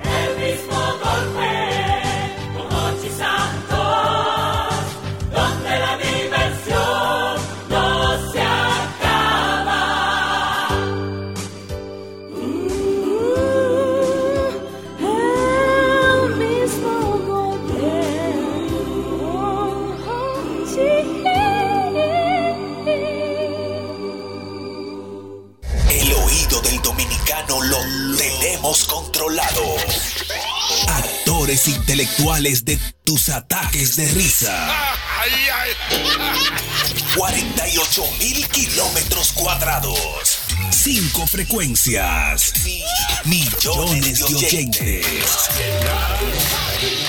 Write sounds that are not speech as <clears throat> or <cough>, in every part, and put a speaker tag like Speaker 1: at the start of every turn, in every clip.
Speaker 1: El mismo golpe con Hochi Santos, donde la diversión no se acaba. Uh, el mismo
Speaker 2: El oído del dominicano lo tenemos controlado. Actores intelectuales de tus ataques de risa. 48 mil kilómetros cuadrados. Cinco frecuencias. Millones de oyentes.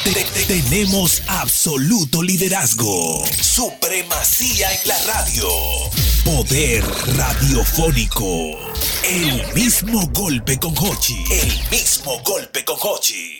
Speaker 2: Te- te- tenemos absoluto liderazgo. Supremacía en la radio. Poder radiofónico. El mismo golpe con Hochi. El mismo golpe con Hochi.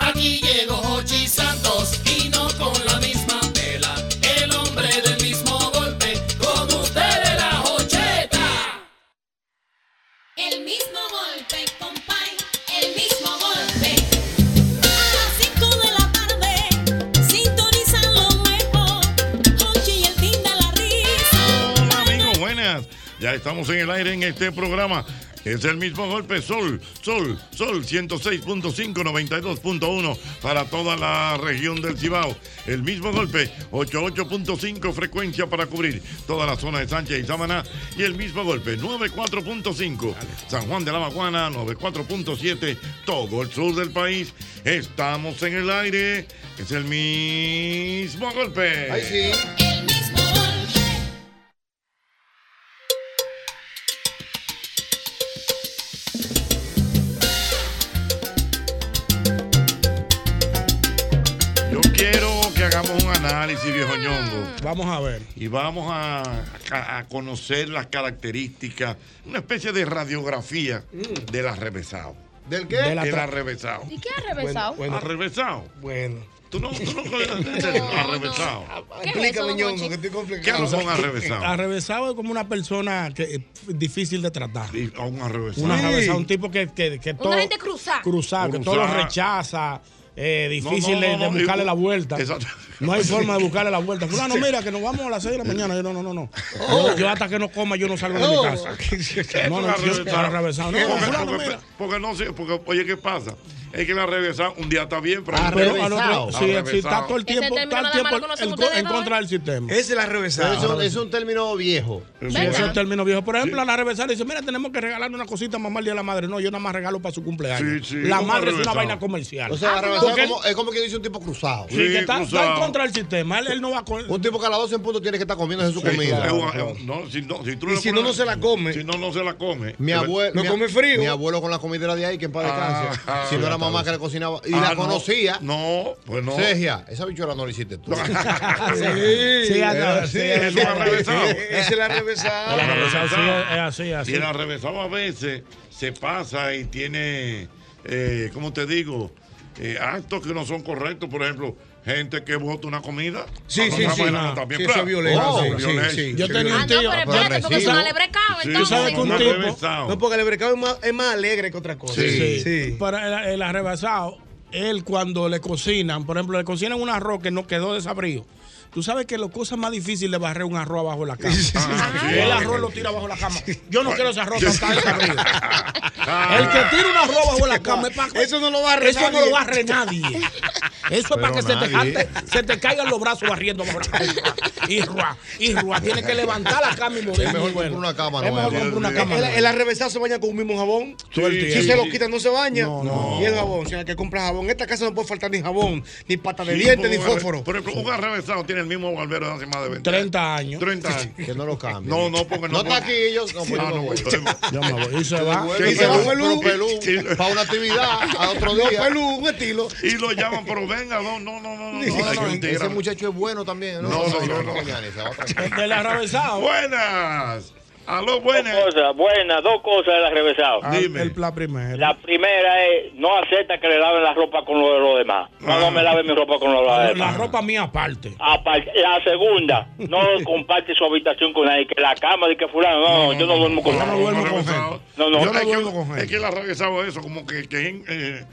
Speaker 3: Aquí llegó Hochi Santos y no con la misma tela. El hombre del mismo golpe, con ustedes la Hocheta.
Speaker 1: El mismo golpe, compay, el mismo golpe. A las 5 de la tarde, sintonizan lo nuevo. Hochi y el fin de la risa.
Speaker 4: Hola, amigos, buenas. Ya estamos en el aire en este programa. Es el mismo golpe, Sol, Sol, Sol 106.5, 92.1 para toda la región del Cibao. El mismo golpe, 88.5 frecuencia para cubrir toda la zona de Sánchez y Samaná. Y el mismo golpe, 94.5 San Juan de la Maguana, 94.7 todo el sur del país. Estamos en el aire. Es el mismo golpe.
Speaker 5: Ay, sí.
Speaker 4: Yo quiero que hagamos un análisis, viejo ñongo.
Speaker 6: Vamos a ver.
Speaker 4: Y vamos a, a- a conocer las características, una especie de radiografía del arrevesado.
Speaker 5: ¿Del
Speaker 6: Mm. qué? De la
Speaker 4: del
Speaker 6: tra-
Speaker 4: arrevesado.
Speaker 7: ¿Y qué ha revesado?
Speaker 6: Bueno,
Speaker 4: Arrevesado.
Speaker 6: bueno.
Speaker 4: Tú
Speaker 6: <laughs>
Speaker 4: no, tú no conoces el
Speaker 6: Ah,
Speaker 4: arrevesado.
Speaker 7: ¿Qué es eso,
Speaker 5: Explícame,
Speaker 7: don
Speaker 5: ñongo,
Speaker 7: Hochi?
Speaker 5: que estoy
Speaker 4: ¿Qué
Speaker 5: complicado.
Speaker 6: <laughs>
Speaker 4: hablo con arrevesado?
Speaker 6: Arrevesado es como una persona que es difícil de tratar.
Speaker 4: Sí, A un arrevesado.
Speaker 6: Un arrevesado, un tipo que, que, que todo.
Speaker 7: Una gente cruzada.
Speaker 6: cruzado, que
Speaker 4: Cruzado.
Speaker 6: todo lo rechaza. eh,
Speaker 4: No,
Speaker 6: difícil
Speaker 4: no,
Speaker 6: de-
Speaker 4: no,
Speaker 6: de,
Speaker 4: no,
Speaker 6: buscarle
Speaker 4: y-
Speaker 6: la vuelta.
Speaker 4: Exacto.
Speaker 6: No hay forma de buscarle la
Speaker 4: <laughs>
Speaker 6: vuelta. Fulano, mira, que nos vamos a las 6 de la mañana. Yo, no, no, no. no.
Speaker 8: Oh.
Speaker 4: Oh.
Speaker 6: Yo, yo hasta que no coma, yo no salgo de mi
Speaker 5: Oh.
Speaker 4: <laughs>
Speaker 6: casa. No,
Speaker 4: Un
Speaker 6: no, yo estoy arrevesado. No,
Speaker 4: Porque-
Speaker 6: fulano,
Speaker 4: porque-
Speaker 6: mira.
Speaker 4: Porque no sé, porque oye, ¿qué pasa? Es que el arrevesado un día está bien, pero
Speaker 6: Ah, Pero al
Speaker 5: Arrevesado.
Speaker 6: otro, si, si está todo el
Speaker 7: Ese
Speaker 6: tiempo, está
Speaker 7: término
Speaker 6: el
Speaker 7: nada más
Speaker 6: tiempo
Speaker 7: lo conocen
Speaker 6: en, co-
Speaker 7: ustedes
Speaker 6: en
Speaker 7: dos,
Speaker 6: contra
Speaker 7: ¿eh?
Speaker 6: del sistema.
Speaker 5: Es el arrevesado. Es un, es un término viejo.
Speaker 6: Sí, ese es
Speaker 7: Venga.
Speaker 6: un término viejo. Por ejemplo, la reversal dice, mira, tenemos que regalarle una cosita a mamá el día de la madre. No, yo nada más regalo para su cumpleaños.
Speaker 4: Sí, sí,
Speaker 6: la
Speaker 4: como
Speaker 6: madre es una
Speaker 4: arrevesado.
Speaker 6: vaina comercial.
Speaker 5: O sea, el
Speaker 7: Ah,
Speaker 5: arrevesado
Speaker 6: porque-
Speaker 5: es como, es como que dice un tipo cruzado.
Speaker 6: sí, que está,
Speaker 4: Sí,
Speaker 6: está en
Speaker 4: cruzado.
Speaker 6: contra del sistema. Él, él no va con...
Speaker 5: Un tipo que a las 12 en punto tiene que estar comiendo su
Speaker 4: Sí,
Speaker 5: comida.
Speaker 4: es una- es un- no, si no, si tú
Speaker 5: Y
Speaker 4: le
Speaker 5: si no,
Speaker 4: pones-
Speaker 5: no se la come.
Speaker 4: Si no, no se la come.
Speaker 5: Mi
Speaker 4: Es
Speaker 5: abuelo.
Speaker 6: No
Speaker 5: mi-
Speaker 6: come frío.
Speaker 5: Mi abuelo con la comidera de ahí, que en paz descanse.
Speaker 4: Ah, ah,
Speaker 5: si no
Speaker 4: ya
Speaker 5: era mamá que le cocinaba. Y la
Speaker 4: Ah, no.
Speaker 5: conocía.
Speaker 4: No, pues no.
Speaker 5: Segia, esa bichuela no la hiciste
Speaker 4: <laughs>
Speaker 5: tú. Eh,
Speaker 6: Sí, anda, sí,
Speaker 4: es un <laughs> arrevesado.
Speaker 5: Ese la arrevesado.
Speaker 6: El arrevesado sí es- es así,
Speaker 4: Y
Speaker 6: así.
Speaker 4: el arrevesado a veces se pasa y tiene, eh, ¿cómo te digo? Eh, actos que no son correctos. Por ejemplo, gente que vota una comida.
Speaker 6: Sí, sí,
Speaker 4: Otra
Speaker 6: sí,
Speaker 4: vaina
Speaker 6: no.
Speaker 4: también,
Speaker 6: Sí, eso
Speaker 4: claro.
Speaker 6: es violencia,
Speaker 4: Oh,
Speaker 6: sí, sí,
Speaker 4: violencia.
Speaker 6: sí. Yo tenía
Speaker 7: Ah,
Speaker 6: un
Speaker 7: no,
Speaker 6: tío...
Speaker 7: pero espérate, porque es un
Speaker 5: Agresivo.
Speaker 7: alebrecado,
Speaker 4: Sí,
Speaker 6: Tú
Speaker 7: entonces.
Speaker 6: sabes que un
Speaker 4: un
Speaker 6: tipo-
Speaker 4: arrevesado.
Speaker 5: porque el hebrecado es más, alegre que otra cosa.
Speaker 6: Sí. Pero el, el arrebasado, él cuando le cocinan, por ejemplo, le cocinan un arroz que no quedó desabrido. Tú sabes que la cosa más difícil de barrer un arroz abajo de la cama.
Speaker 4: Ah, sí.
Speaker 6: el arroz lo tira abajo de la cama. Yo no quiero ese arroz tan tan desabrido. <laughs> El que tira una roba bajo la cama es para
Speaker 8: Eso no lo barre
Speaker 6: Eso no
Speaker 8: nadie.
Speaker 6: lo barre nadie. Eso es para
Speaker 8: Pero
Speaker 6: que se te,
Speaker 8: nadie.
Speaker 6: jante- se te caigan los brazos barriendo bajo la cama. Y ruá, y ruá. Tiene que levantar la cama y morir.
Speaker 8: Es mejor comprar
Speaker 6: bueno.
Speaker 8: una cama
Speaker 6: Es mejor
Speaker 8: nueva.
Speaker 6: comprar una cama
Speaker 8: El,
Speaker 7: <laughs>
Speaker 6: nueva.
Speaker 8: el arrevesado se baña con un mismo jabón. si se lo quita, no se baña. Y el jabón, si hay que comprar jabón. En esta casa no puede faltar ni jabón, ni pata de
Speaker 4: Sí,
Speaker 8: diente,
Speaker 4: porque
Speaker 8: ni
Speaker 4: un arre-
Speaker 8: fósforo.
Speaker 4: Por ejemplo, un arrevesado tiene el mismo barbero de hace más de 20
Speaker 6: 30 años.
Speaker 4: 30 años.
Speaker 8: Que no lo cambie.
Speaker 4: No, no, porque
Speaker 8: No
Speaker 4: no.
Speaker 8: está aquí ellos. No, pues yo
Speaker 4: Ah,
Speaker 8: me
Speaker 4: no,
Speaker 8: voy.
Speaker 4: pues, yo-
Speaker 6: Ya me voy. Y se va.
Speaker 8: Bueno,
Speaker 4: Sí,
Speaker 8: se va
Speaker 4: sí.
Speaker 8: pelú,
Speaker 4: Sí.
Speaker 8: para una actividad, a otro día. pelú, un estilo.
Speaker 4: Y lo llaman, pero venga, no, no, no, no. no,
Speaker 8: No,
Speaker 4: hay que
Speaker 8: no, ese
Speaker 4: integrar.
Speaker 8: muchacho es bueno también. No,
Speaker 4: No, no, no, no.
Speaker 8: mañana, se va a tranquilo.
Speaker 6: Del arrabesado.
Speaker 4: Buenas. Aló,
Speaker 9: Dos
Speaker 4: buenas.
Speaker 9: cosas, buenas, dos cosas del arrevesado.
Speaker 6: Ah,
Speaker 4: dime.
Speaker 6: El plan primero.
Speaker 9: La primera es no acepta que le laven la ropa con lo de los demás. No,
Speaker 4: Ah.
Speaker 9: no me laven mi ropa con lo de los
Speaker 6: la,
Speaker 9: demás.
Speaker 6: ropa mía aparte.
Speaker 9: Aparte- La segunda,
Speaker 6: <laughs>
Speaker 9: no comparte su habitación con nadie, que la cama de que fulano, no, yo no duermo con
Speaker 6: no,
Speaker 9: nadie.
Speaker 6: no, duermo
Speaker 4: Un
Speaker 6: con
Speaker 4: arrevesado.
Speaker 6: gente.
Speaker 9: No, no,
Speaker 6: Yo no
Speaker 4: es que-
Speaker 6: duermo con gente.
Speaker 4: Es que el arrevesado es eso, como que, que, eh,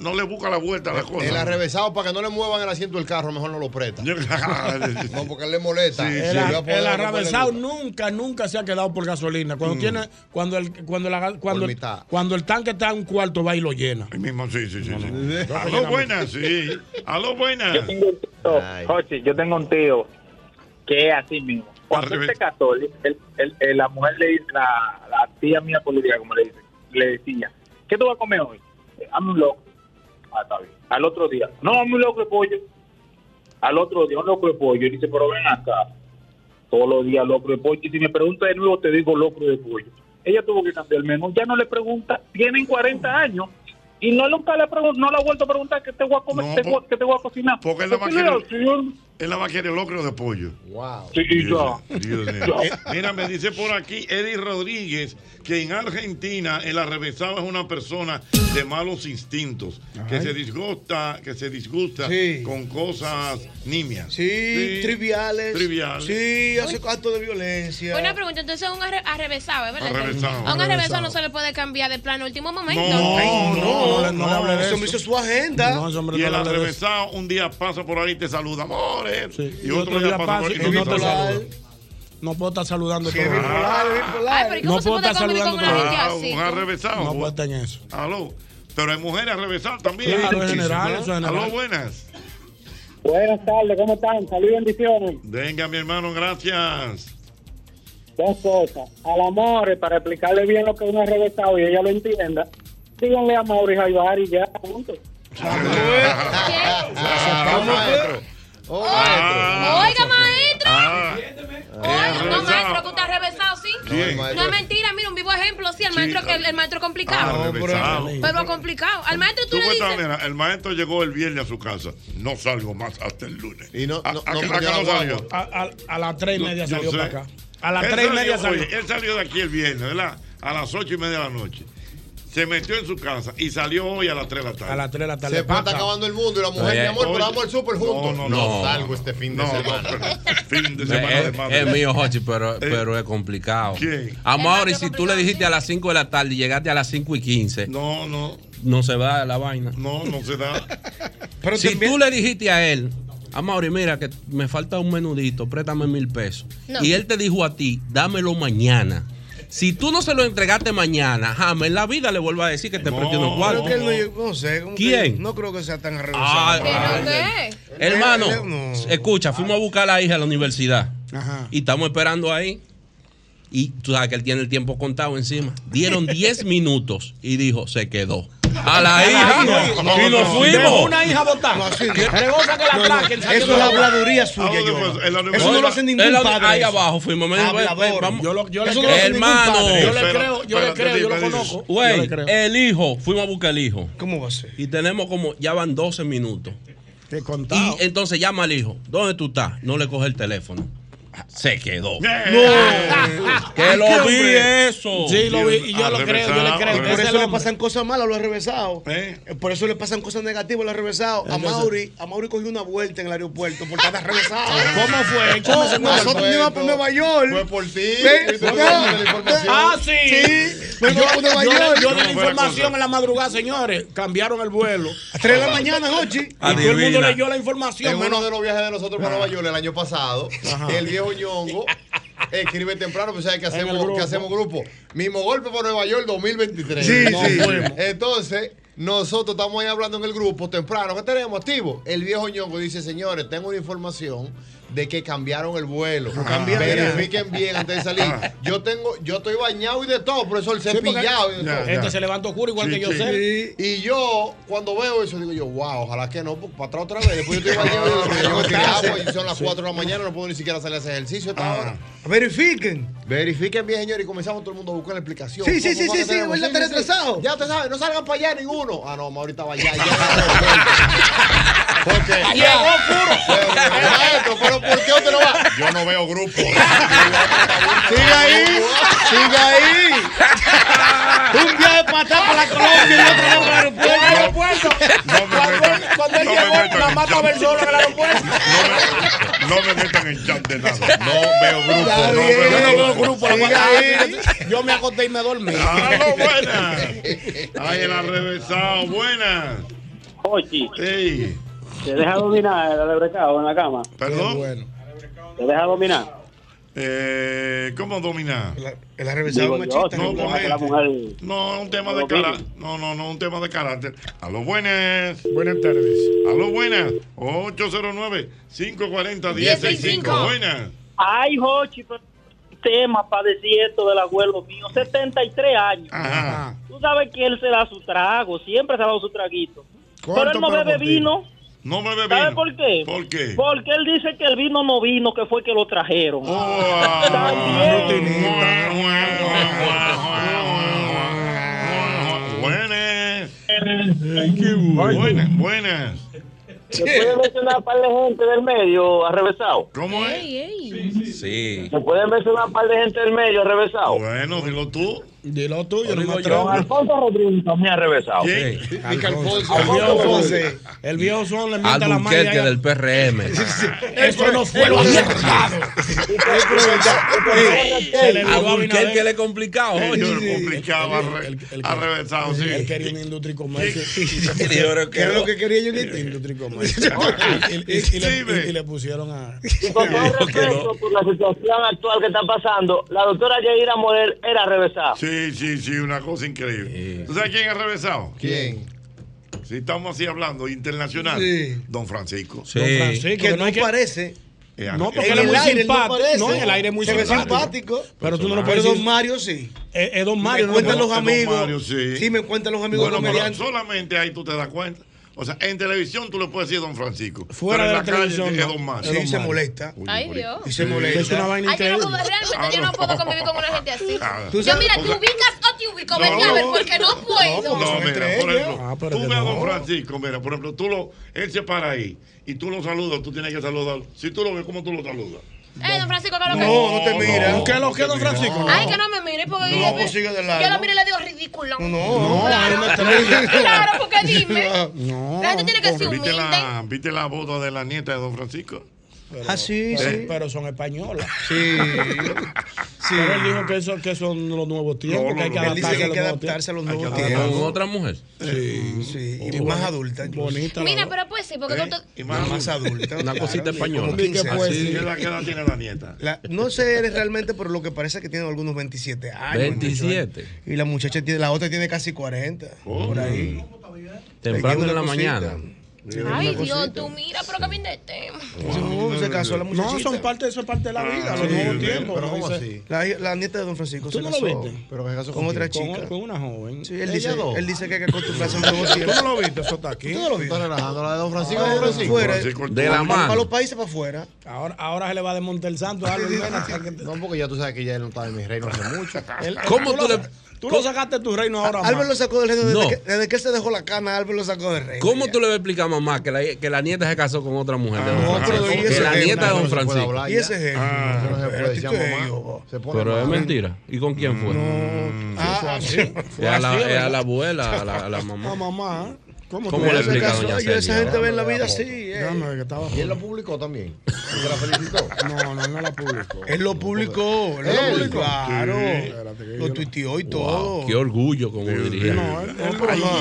Speaker 4: no le busca la vuelta a las cosas.
Speaker 8: El arrevesado, para que no le muevan el asiento del carro, mejor no lo presta.
Speaker 4: <laughs>
Speaker 8: No, porque él le molesta.
Speaker 4: Sí,
Speaker 8: Él
Speaker 6: El,
Speaker 8: le
Speaker 6: a-
Speaker 8: va a poner
Speaker 6: el
Speaker 8: lo que
Speaker 6: arrabesado
Speaker 8: le gusta.
Speaker 6: nunca, nunca se ha quedado por gasolina. Cuando tiene, cuando el, cuando la, cuando, el-
Speaker 8: mitad.
Speaker 6: cuando el tanque está en un cuarto, va y lo llena.
Speaker 4: Ahí mismo, sí, sí, sí. sí. Aló, buenas, sí. Aló, buenas.
Speaker 8: Ay.
Speaker 10: Jochi, yo tengo un tío que es así mismo.
Speaker 4: Al
Speaker 10: Cuando él se
Speaker 4: revés.
Speaker 10: casó, él- él- él- él- la mujer le dice, la, la tía mía política, como le dice, le decía, ¿qué tú vas a comer hoy? "Eh, Hazme un loco. Ah, está bien. Al otro día, no, hazme un loco de pollo. Al otro día, un loco de pollo. Y dice, pero ven acá. Todos los días loco de pollo. Y si me pregunta de nuevo, te digo loco de pollo. Ella tuvo que cambiar el menú. Ya no le pregunta. Tienen 40 años. Y no nunca le pregun- no le ha vuelto a preguntar que te voy a comer,
Speaker 4: No,
Speaker 10: qué
Speaker 4: por-
Speaker 10: te, voy a- qué te voy a cocinar.
Speaker 4: porque es la
Speaker 10: ¿Por qué le
Speaker 4: máquina-
Speaker 10: da opción?
Speaker 4: Él la va a querer locro de pollo.
Speaker 8: Wow.
Speaker 10: Sí, y ya.
Speaker 4: Dios mío. Eh, Mira, me dice por aquí Eddie Rodríguez que en Argentina el arrevesado es una persona de malos instintos, que se disgusta, que se disgusta
Speaker 8: Sí.
Speaker 4: con cosas nimias.
Speaker 8: Sí, triviales.
Speaker 4: Triviales.
Speaker 8: Sí, hace actos de violencia.
Speaker 11: Buena pregunta, entonces un arre- arrevesado, ¿es ¿verdad?
Speaker 4: Arrevesado.
Speaker 11: A un arrevesado no se le puede cambiar de plano último momento.
Speaker 4: No, no,
Speaker 6: no, no, le hable de
Speaker 8: Eso
Speaker 6: eso.
Speaker 8: me hizo su agenda.
Speaker 6: No, ese hombre
Speaker 4: Y
Speaker 6: no
Speaker 4: el
Speaker 6: le hable de eso.
Speaker 4: atravesado un día pasa por ahí y te saluda, amores.
Speaker 6: Sí,
Speaker 4: Y, otro, día pasa por ahí
Speaker 6: y no te
Speaker 4: saluda.
Speaker 6: saluda. No puedo estar saludando todo. el día.
Speaker 8: bipolar, bipolar.
Speaker 11: Ay, pero ¿y ¿cómo
Speaker 6: No
Speaker 11: se
Speaker 6: puedo
Speaker 11: puede
Speaker 6: estar
Speaker 11: convivir con
Speaker 6: saludando
Speaker 11: una
Speaker 6: con-
Speaker 11: gente
Speaker 4: Ah,
Speaker 11: así?
Speaker 4: un arrevesado.
Speaker 6: No puedo estar en eso.
Speaker 4: Aló. Pero hay mujeres arrevesadas también.
Speaker 6: Claro, en
Speaker 4: Muchísimas.
Speaker 6: general, eso en general.
Speaker 4: Aló, buenas.
Speaker 10: Buenas tardes, ¿cómo están? Salud y bendiciones.
Speaker 4: Venga, mi hermano, gracias.
Speaker 10: Dos cosas. Al amor, para explicarle bien lo que uno es regresado y ella lo entienda, díganle a Mauri Jaibar y ya, punto.
Speaker 11: ¿Qué?
Speaker 8: Ah, maestro. Oh, maestro.
Speaker 11: Oiga, maestro.
Speaker 4: Ah,
Speaker 11: Oiga, no,
Speaker 4: arrevesado.
Speaker 11: maestro, que usted arrevesado, sí.
Speaker 4: ¿Quién?
Speaker 8: No, el
Speaker 11: No es mentira, mira, un vivo ejemplo, sí, el maestro que el maestro complicado.
Speaker 4: Arrevesado.
Speaker 11: Pero complicado. Al maestro tú
Speaker 4: Tú
Speaker 11: le
Speaker 4: cuéntame,
Speaker 11: dices.
Speaker 4: mira, el maestro llegó el viernes a su casa. No salgo más hasta el lunes.
Speaker 8: Y no-
Speaker 4: ¿A-
Speaker 8: no-
Speaker 4: a-
Speaker 8: no
Speaker 4: a- a-
Speaker 8: prendió
Speaker 4: a-
Speaker 8: la
Speaker 4: no
Speaker 8: guagua.
Speaker 4: salió?
Speaker 6: A, a- a las tres y media
Speaker 4: Yo
Speaker 6: salió
Speaker 4: sé.
Speaker 6: para acá. A las
Speaker 4: Él
Speaker 6: tres y media
Speaker 4: salió,
Speaker 6: salió.
Speaker 4: oye, él salió de aquí el viernes, ¿verdad? A las ocho y media de la noche. Se metió en su casa y salió hoy a las tres de la tarde.
Speaker 6: A las tres de la tarde.
Speaker 8: Se está
Speaker 6: Paca.
Speaker 8: acabando el mundo y la mujer, mi amor,
Speaker 4: Oye.
Speaker 8: pero vamos al súper juntos.
Speaker 4: No, no, no.
Speaker 8: salgo este fin de
Speaker 4: No, no,
Speaker 8: semana.
Speaker 4: pero- fin de semana de madre.
Speaker 12: Es mío, Jochi, pero, pero es complicado.
Speaker 4: ¿Quién?
Speaker 12: A Mauri,
Speaker 11: Es
Speaker 12: si
Speaker 11: más
Speaker 12: tú le
Speaker 11: complicado,
Speaker 12: dijiste
Speaker 11: sí.
Speaker 12: a las 5 de la tarde y llegaste a las 5 y 15, no,
Speaker 4: No, no,
Speaker 12: se va la vaina.
Speaker 4: no, no
Speaker 12: <laughs>
Speaker 4: se da.
Speaker 8: Pero
Speaker 12: si
Speaker 8: también-
Speaker 12: tú le dijiste a él, a Mauri, mira que me falta un menudito, préstame mil pesos.
Speaker 11: No.
Speaker 12: Y él te dijo a ti, dámelo mañana. Si tú no se lo entregaste mañana, jamás en la vida le vuelvo a decir que te
Speaker 4: No,
Speaker 12: prestó unos
Speaker 8: Creo
Speaker 12: cuartos.
Speaker 8: que él no llegó, no sé. como que
Speaker 12: ¿Quién?
Speaker 8: no creo que sea tan arreglado.
Speaker 12: Ah,
Speaker 11: ¿Qué no
Speaker 12: vale.
Speaker 11: qué?
Speaker 12: Hermano,
Speaker 8: Eh, eh, no.
Speaker 12: escucha, fuimos a buscar a la hija a la universidad.
Speaker 6: Ajá.
Speaker 12: Y estamos esperando ahí. Y tú sabes que él tiene el tiempo contado encima. Dieron 10 minutos y dijo, se quedó. A la hija. y nos
Speaker 6: Dejó
Speaker 12: fuimos.
Speaker 6: una hija botada.
Speaker 8: No, así-
Speaker 6: Regosa que la atraquen, salió
Speaker 8: Eso
Speaker 6: de
Speaker 8: es
Speaker 6: la-
Speaker 8: habladuría
Speaker 4: ¿A
Speaker 8: suya,
Speaker 4: dónde fue
Speaker 8: yo.
Speaker 4: eso? ¿En la
Speaker 8: Eso no lo hace ningún
Speaker 12: Él habló-
Speaker 8: padre.
Speaker 12: Ahí
Speaker 8: eso.
Speaker 12: abajo fuimos. Me dijo, ven,
Speaker 8: Hablador.
Speaker 12: ven, vamos.
Speaker 6: Yo, lo, yo le
Speaker 8: Eso no
Speaker 6: creo.
Speaker 8: lo hace ningún
Speaker 12: Hermano.
Speaker 8: padre.
Speaker 6: Yo le
Speaker 4: Espera,
Speaker 6: creo, yo le
Speaker 4: espérate,
Speaker 6: creo, yo lo
Speaker 4: espérate.
Speaker 6: conozco.
Speaker 12: Güey,
Speaker 6: yo le creo.
Speaker 12: el hijo, fuimos a buscar el hijo.
Speaker 8: ¿Cómo va a ser?
Speaker 12: Y tenemos como, ya van 12 minutos.
Speaker 6: Qué contado.
Speaker 12: Y entonces llama al hijo, ¿dónde tú estás? No le coge el teléfono. Se
Speaker 8: ¡Eh!
Speaker 12: quedó.
Speaker 8: <laughs>
Speaker 12: Que lo vi eso.
Speaker 6: Sí, lo vi. Y yo
Speaker 4: Ah,
Speaker 6: lo creo, yo le creo.
Speaker 4: reversado, reversado.
Speaker 8: Por
Speaker 6: Ese
Speaker 8: eso
Speaker 6: es el
Speaker 8: le
Speaker 6: hombre.
Speaker 8: pasan cosas malas a los arrevesados.
Speaker 4: ¿Eh?
Speaker 8: Por eso le pasan cosas negativas a los arrevesados. A Mauri, a Mauri cogió una vuelta en el aeropuerto porque está arrevesado.
Speaker 6: ¿Cómo fue? ¿Cómo se
Speaker 8: Oh,
Speaker 6: fue?
Speaker 8: Nosotros no íbamos para Nueva York.
Speaker 4: Fue por ti.
Speaker 8: ¿Ven?
Speaker 6: Ah, sí.
Speaker 8: Nos íbamos para Nueva
Speaker 6: Yo,
Speaker 8: York.
Speaker 6: le- yo di la
Speaker 4: No, buena
Speaker 6: información
Speaker 4: cosa.
Speaker 6: en la madrugada, señores. Cambiaron el vuelo.
Speaker 8: A 3 de la mañana, Jochi.
Speaker 6: Y todo el mundo
Speaker 12: Adivina.
Speaker 6: leyó la
Speaker 8: En
Speaker 6: información.
Speaker 8: uno
Speaker 6: menos-
Speaker 8: de los viajes de nosotros para Nueva York el año pasado, el viejo ñongo
Speaker 5: escribe temprano, pues sabes que
Speaker 1: En el
Speaker 5: hacemos,
Speaker 1: grupo.
Speaker 5: que hacemos grupo. Mismo golpe por Nueva York 2023.
Speaker 1: Sí,
Speaker 5: Nos
Speaker 1: sí.
Speaker 5: fuimos. Entonces, nosotros estamos ahí hablando en el grupo temprano. ¿Qué tenemos activo? El viejo ñongo dice, señores, tengo una información de que cambiaron el vuelo.
Speaker 1: cambiaron.
Speaker 5: Verifiquen bien antes de salir. Yo tengo, yo estoy bañado y de todo, por eso el cepillado y de todo.
Speaker 6: Este se levanta oscuro igual que yo sé.
Speaker 5: Sí. Y yo, cuando veo eso, digo yo, wow, ojalá que no, porque para atrás otra vez. Después yo estoy bañado y digo, yo me tiraba y son las 4 de la mañana, no puedo ni siquiera hacer ese ejercicio a esta hora.
Speaker 8: Verifiquen.
Speaker 5: Verifiquen bien, señores, y comenzamos todo el mundo a buscar la explicación.
Speaker 8: Sí, sí,
Speaker 5: ¿Cómo
Speaker 8: sí,
Speaker 5: fue
Speaker 8: sí,
Speaker 5: que
Speaker 8: sí,
Speaker 5: tenemos?
Speaker 8: ¿verdad? Están atrasados.
Speaker 5: Ya te sabes, no salgan para allá ninguno. Ah, no, ma, ahorita va allá. Porque
Speaker 1: Llegó
Speaker 5: Pero, maestro, pero ¿por qué usted no va? Yo no veo grupo.
Speaker 7: <laughs>
Speaker 8: Sigue ahí, sigue ahí. Un viaje para atrás para la Colombia y otro lado para el aeropuerto.
Speaker 1: El aeropuerto.
Speaker 4: Cuando él-
Speaker 1: cuando él llegó, la mata a ver solo en el aeropuerto.
Speaker 4: No me metan en chat de nada. No veo grupo. No
Speaker 1: Está bien.
Speaker 4: veo
Speaker 1: Yo no veo
Speaker 4: grupo.
Speaker 1: grupo. la
Speaker 6: Ah,
Speaker 1: mata- Yo me acosté y me dormí.
Speaker 4: ¡Aló,
Speaker 6: <laughs>
Speaker 4: buenas! Ay, el arrevesado, buenas.
Speaker 9: Ochi.
Speaker 4: Ey.
Speaker 9: ¿Te deja dominar el alebrecado en la cama?
Speaker 4: ¿Perdón?
Speaker 9: ¿Te deja dominar?
Speaker 4: Eh, ¿Cómo dominar?
Speaker 8: El
Speaker 9: arrevesado Digo yo, machista, sí,
Speaker 4: No,
Speaker 9: deja
Speaker 4: comente.
Speaker 9: que la mujer-
Speaker 4: no, un tema de
Speaker 9: domine.
Speaker 4: carácter. No, no, no, un tema de carácter. A los buenas. Buenas tardes. A los buenas. 809-540-165. Buenas.
Speaker 9: Ay, Jochi, pero el tema para decir esto del abuelo mío, 73 años. Tú sabes que él se da su trago, siempre se ha dado su traguito. Pero él no
Speaker 4: pero
Speaker 9: bebe
Speaker 4: por ti?
Speaker 9: vino.
Speaker 4: No bebe vino.
Speaker 9: ¿Sabes por qué?
Speaker 4: ¿Por qué?
Speaker 9: Porque él dice que el vino no vino, que fue que lo trajeron.
Speaker 4: Oh,
Speaker 9: También.
Speaker 4: Buenas. Qué bueno. Buenas, buenas.
Speaker 9: ¿Se puede mencionar un par de gente del medio arrevesado?
Speaker 4: ¿Cómo es?
Speaker 12: Sí.
Speaker 9: ¿Se puede mencionar un par de gente del medio arrevesado?
Speaker 4: Bueno, dilo tú.
Speaker 6: Dilo tú, yo no me
Speaker 9: Don
Speaker 6: atrevo.
Speaker 9: Alfonso Rodríguez también arrevesado.
Speaker 6: ¿Quién?
Speaker 9: Sí.
Speaker 6: Alfonso.
Speaker 9: Alfonso.
Speaker 6: El viejo
Speaker 9: Alfonso.
Speaker 6: Sol. El viejo son le mienta la mano. y
Speaker 12: Albuquerque
Speaker 6: ahí-
Speaker 12: del PRM.
Speaker 6: Eso no fue lo acertado. <laughs> Se le olvidó a Abinader.
Speaker 12: Albuquerque le complicado,
Speaker 6: Sí,
Speaker 12: coño.
Speaker 6: sí.
Speaker 4: Complicado, arre- arrevesado, sí.
Speaker 6: Él quería una industria y comercio.
Speaker 8: <laughs>
Speaker 12: creo
Speaker 6: ¿Qué era lo que quería yo? Una industria y comercio. Y- y- y- y le- y- Y le pusieron a...
Speaker 9: Y con todo respeto por la situación actual que está pasando, la doctora Yaira Morel era arrevesada.
Speaker 4: Sí, sí, sí, una cosa increíble. ¿Tú sabes quién ha revesado? ¿Quién? Si estamos así hablando, internacional.
Speaker 8: Sí.
Speaker 4: Don Francisco.
Speaker 12: Sí.
Speaker 8: Don Francisco, que no parece.
Speaker 4: Eh,
Speaker 6: No, porque
Speaker 8: En
Speaker 6: él es
Speaker 8: el
Speaker 6: muy
Speaker 8: aire él no
Speaker 6: simpático.
Speaker 8: parece.
Speaker 6: No, en el aire es muy
Speaker 8: Se ve
Speaker 6: simpático.
Speaker 8: simpático.
Speaker 6: Pero tú no lo
Speaker 8: Pero
Speaker 6: puedes
Speaker 8: Don
Speaker 6: decir.
Speaker 8: Mario sí.
Speaker 6: Es, es Don Mario.
Speaker 8: Me cuentan
Speaker 6: ¿no?
Speaker 8: los amigos.
Speaker 4: Don Mario, sí.
Speaker 8: me cuentan los amigos
Speaker 4: Bueno, pero
Speaker 8: comediantes.
Speaker 4: solamente ahí tú te das cuenta. O sea, en televisión tú le puedes decir Don Francisco.
Speaker 8: Fuera
Speaker 4: pero
Speaker 8: de
Speaker 4: en
Speaker 8: la
Speaker 4: la, calle
Speaker 8: televisión,
Speaker 4: es
Speaker 8: no.
Speaker 4: Don Mario.
Speaker 8: Sí, se molesta.
Speaker 11: Ay, Dios.
Speaker 8: Y se molesta.
Speaker 6: Es una vaina
Speaker 11: Ay, yo no puedo,
Speaker 6: increíble.
Speaker 11: realmente yo no puedo convivir con una gente así.
Speaker 4: Ah.
Speaker 11: Yo, mira, te ubicas o te ubico, ven
Speaker 4: No,
Speaker 11: a ver,
Speaker 4: no.
Speaker 11: porque no puedo.
Speaker 4: No, mira, por ejemplo, tú
Speaker 6: que
Speaker 4: ves a don
Speaker 6: Ah, no.
Speaker 4: Francisco, mira, por ejemplo, tú lo, él se para ahí y tú lo saludas, tú tienes que saludarlo. Si tú lo ves, ¿cómo tú lo saludas?
Speaker 11: Eh, don Francisco, ¿qué es lo que
Speaker 4: No, no te mira.
Speaker 6: ¿Qué es lo que don Francisco?
Speaker 11: Ay, que no me mire, porque
Speaker 6: No,
Speaker 11: yo,
Speaker 6: pues sigue de largo.
Speaker 11: yo lo miro y le digo ridículo. No,
Speaker 6: No,
Speaker 11: claro,
Speaker 6: ahí no <laughs> está.
Speaker 11: claro,
Speaker 4: <laughs>
Speaker 11: porque dime.
Speaker 4: No.
Speaker 11: La gente tiene que ¿eh? ser
Speaker 4: ¿Viste
Speaker 11: humilde.
Speaker 4: la, ¿Viste la boda de la nieta de don Francisco?
Speaker 6: Ah, sí,
Speaker 4: pero- eh,
Speaker 6: sí. Pero son españolas. Sí. Pero él dijo que, eso, que son los nuevos tiempos, que hay que
Speaker 8: Él dice que hay que adaptarse
Speaker 6: adaptarse
Speaker 8: a los
Speaker 6: nuevos
Speaker 8: nuevos
Speaker 6: tiempos.
Speaker 8: tiempos.
Speaker 6: Con
Speaker 12: otra mujer.
Speaker 8: Sí, sí. Y
Speaker 6: Oh,
Speaker 8: más
Speaker 6: bueno.
Speaker 8: adulta. incluso.
Speaker 6: Bonita.
Speaker 11: Mira, pero pues sí, porque
Speaker 8: ¿Eh?
Speaker 11: con todo-
Speaker 8: Y más, más adulta.
Speaker 12: Una cosita
Speaker 8: claro,
Speaker 12: española.
Speaker 8: como 15
Speaker 12: ¿Qué
Speaker 8: años.
Speaker 12: puede ser? ¿Qué edad- qué edad tiene la nieta?
Speaker 8: La- no sé realmente, pero lo que parece es que tiene algunos 27 años. eh.
Speaker 12: 27.
Speaker 8: Y la muchacha tiene, la otra tiene casi 40. Por ahí.
Speaker 12: Temprano
Speaker 8: Una
Speaker 12: en la
Speaker 8: cosita.
Speaker 12: mañana.
Speaker 11: Ay, Dios, tú mira, pero que bien de tema.
Speaker 8: No, se casó la muchachita. Ah,
Speaker 6: No, son parte, eso es parte de la vida, los
Speaker 8: Sí,
Speaker 6: nuevos
Speaker 8: pero-
Speaker 6: tiempos.
Speaker 8: pero
Speaker 6: ¿no?
Speaker 8: ¿cómo
Speaker 6: Dice-
Speaker 8: así? La, la nieta de Don Francisco
Speaker 6: ¿Tú
Speaker 8: se
Speaker 6: no
Speaker 8: casó,
Speaker 6: lo viste?
Speaker 8: pero que se casó con, otra
Speaker 6: Con-
Speaker 8: chica.
Speaker 6: Con una joven.
Speaker 8: Sí, él, dice,
Speaker 6: Ella dos.
Speaker 8: él dice que hay que acostumbrarse a un nuevo
Speaker 6: <laughs> ¿Tú
Speaker 8: tiempo.
Speaker 6: no lo viste? Eso está aquí.
Speaker 8: ¿Tú no lo viste?
Speaker 5: relajando, la de Don Francisco,
Speaker 8: Ah,
Speaker 5: Don Francisco.
Speaker 8: fuera.
Speaker 5: Francisco,
Speaker 12: De la
Speaker 8: Para
Speaker 12: mano.
Speaker 8: los países para afuera.
Speaker 6: Ahora, ahora se le va de Monte el Santo. algo, y ven acá que te-
Speaker 5: No, porque ya tú sabes que ya él no está en mi reino
Speaker 6: <laughs>
Speaker 5: hace mucho.
Speaker 6: Él- lo- Tú lo sacaste de tu reino ahora más.
Speaker 8: Álvaro lo sacó del reino desde,
Speaker 12: No.
Speaker 8: que, desde que él se dejó la cana, Álvaro lo sacó del reino.
Speaker 12: ¿Cómo tú le vas a explicar a mamá que la, que la nieta se casó con otra mujer? de don
Speaker 8: no,
Speaker 12: Francisco?
Speaker 8: pero ¿y
Speaker 12: que
Speaker 8: ese
Speaker 12: la
Speaker 8: ejemplo?
Speaker 12: nieta de
Speaker 8: No
Speaker 12: don
Speaker 8: se puede
Speaker 12: Francisco.
Speaker 8: hablar. Y ese ejemplo.
Speaker 12: Ah,
Speaker 8: Eso no se puede
Speaker 12: pero
Speaker 8: decir a
Speaker 12: tú
Speaker 8: mamá.
Speaker 12: eres-
Speaker 8: Se
Speaker 5: pone
Speaker 12: Pero es
Speaker 5: mal.
Speaker 12: mentira. ¿Y con quién fue? Mm, No.
Speaker 8: Ah, sí.
Speaker 12: a, la,
Speaker 8: Así,
Speaker 12: es a
Speaker 8: ¿verdad?
Speaker 12: la abuela, a la, a la mamá.
Speaker 6: No, mamá. ¿Cómo,
Speaker 12: ¿Cómo
Speaker 6: tú
Speaker 12: le
Speaker 6: ese
Speaker 12: explica,
Speaker 6: caso?
Speaker 12: doña
Speaker 6: Ay, Esa
Speaker 12: Celia?
Speaker 6: gente ve
Speaker 5: en
Speaker 6: la vida así. eh.
Speaker 5: Y él lo publicó también. ¿Se la felicitó?
Speaker 6: No, no, no la publicó.
Speaker 8: Él lo publicó. Él lo
Speaker 5: Él.
Speaker 8: publicó. Claro.
Speaker 5: Espérate,
Speaker 8: Lo tuiteó y todo.
Speaker 12: Qué orgullo, como diría.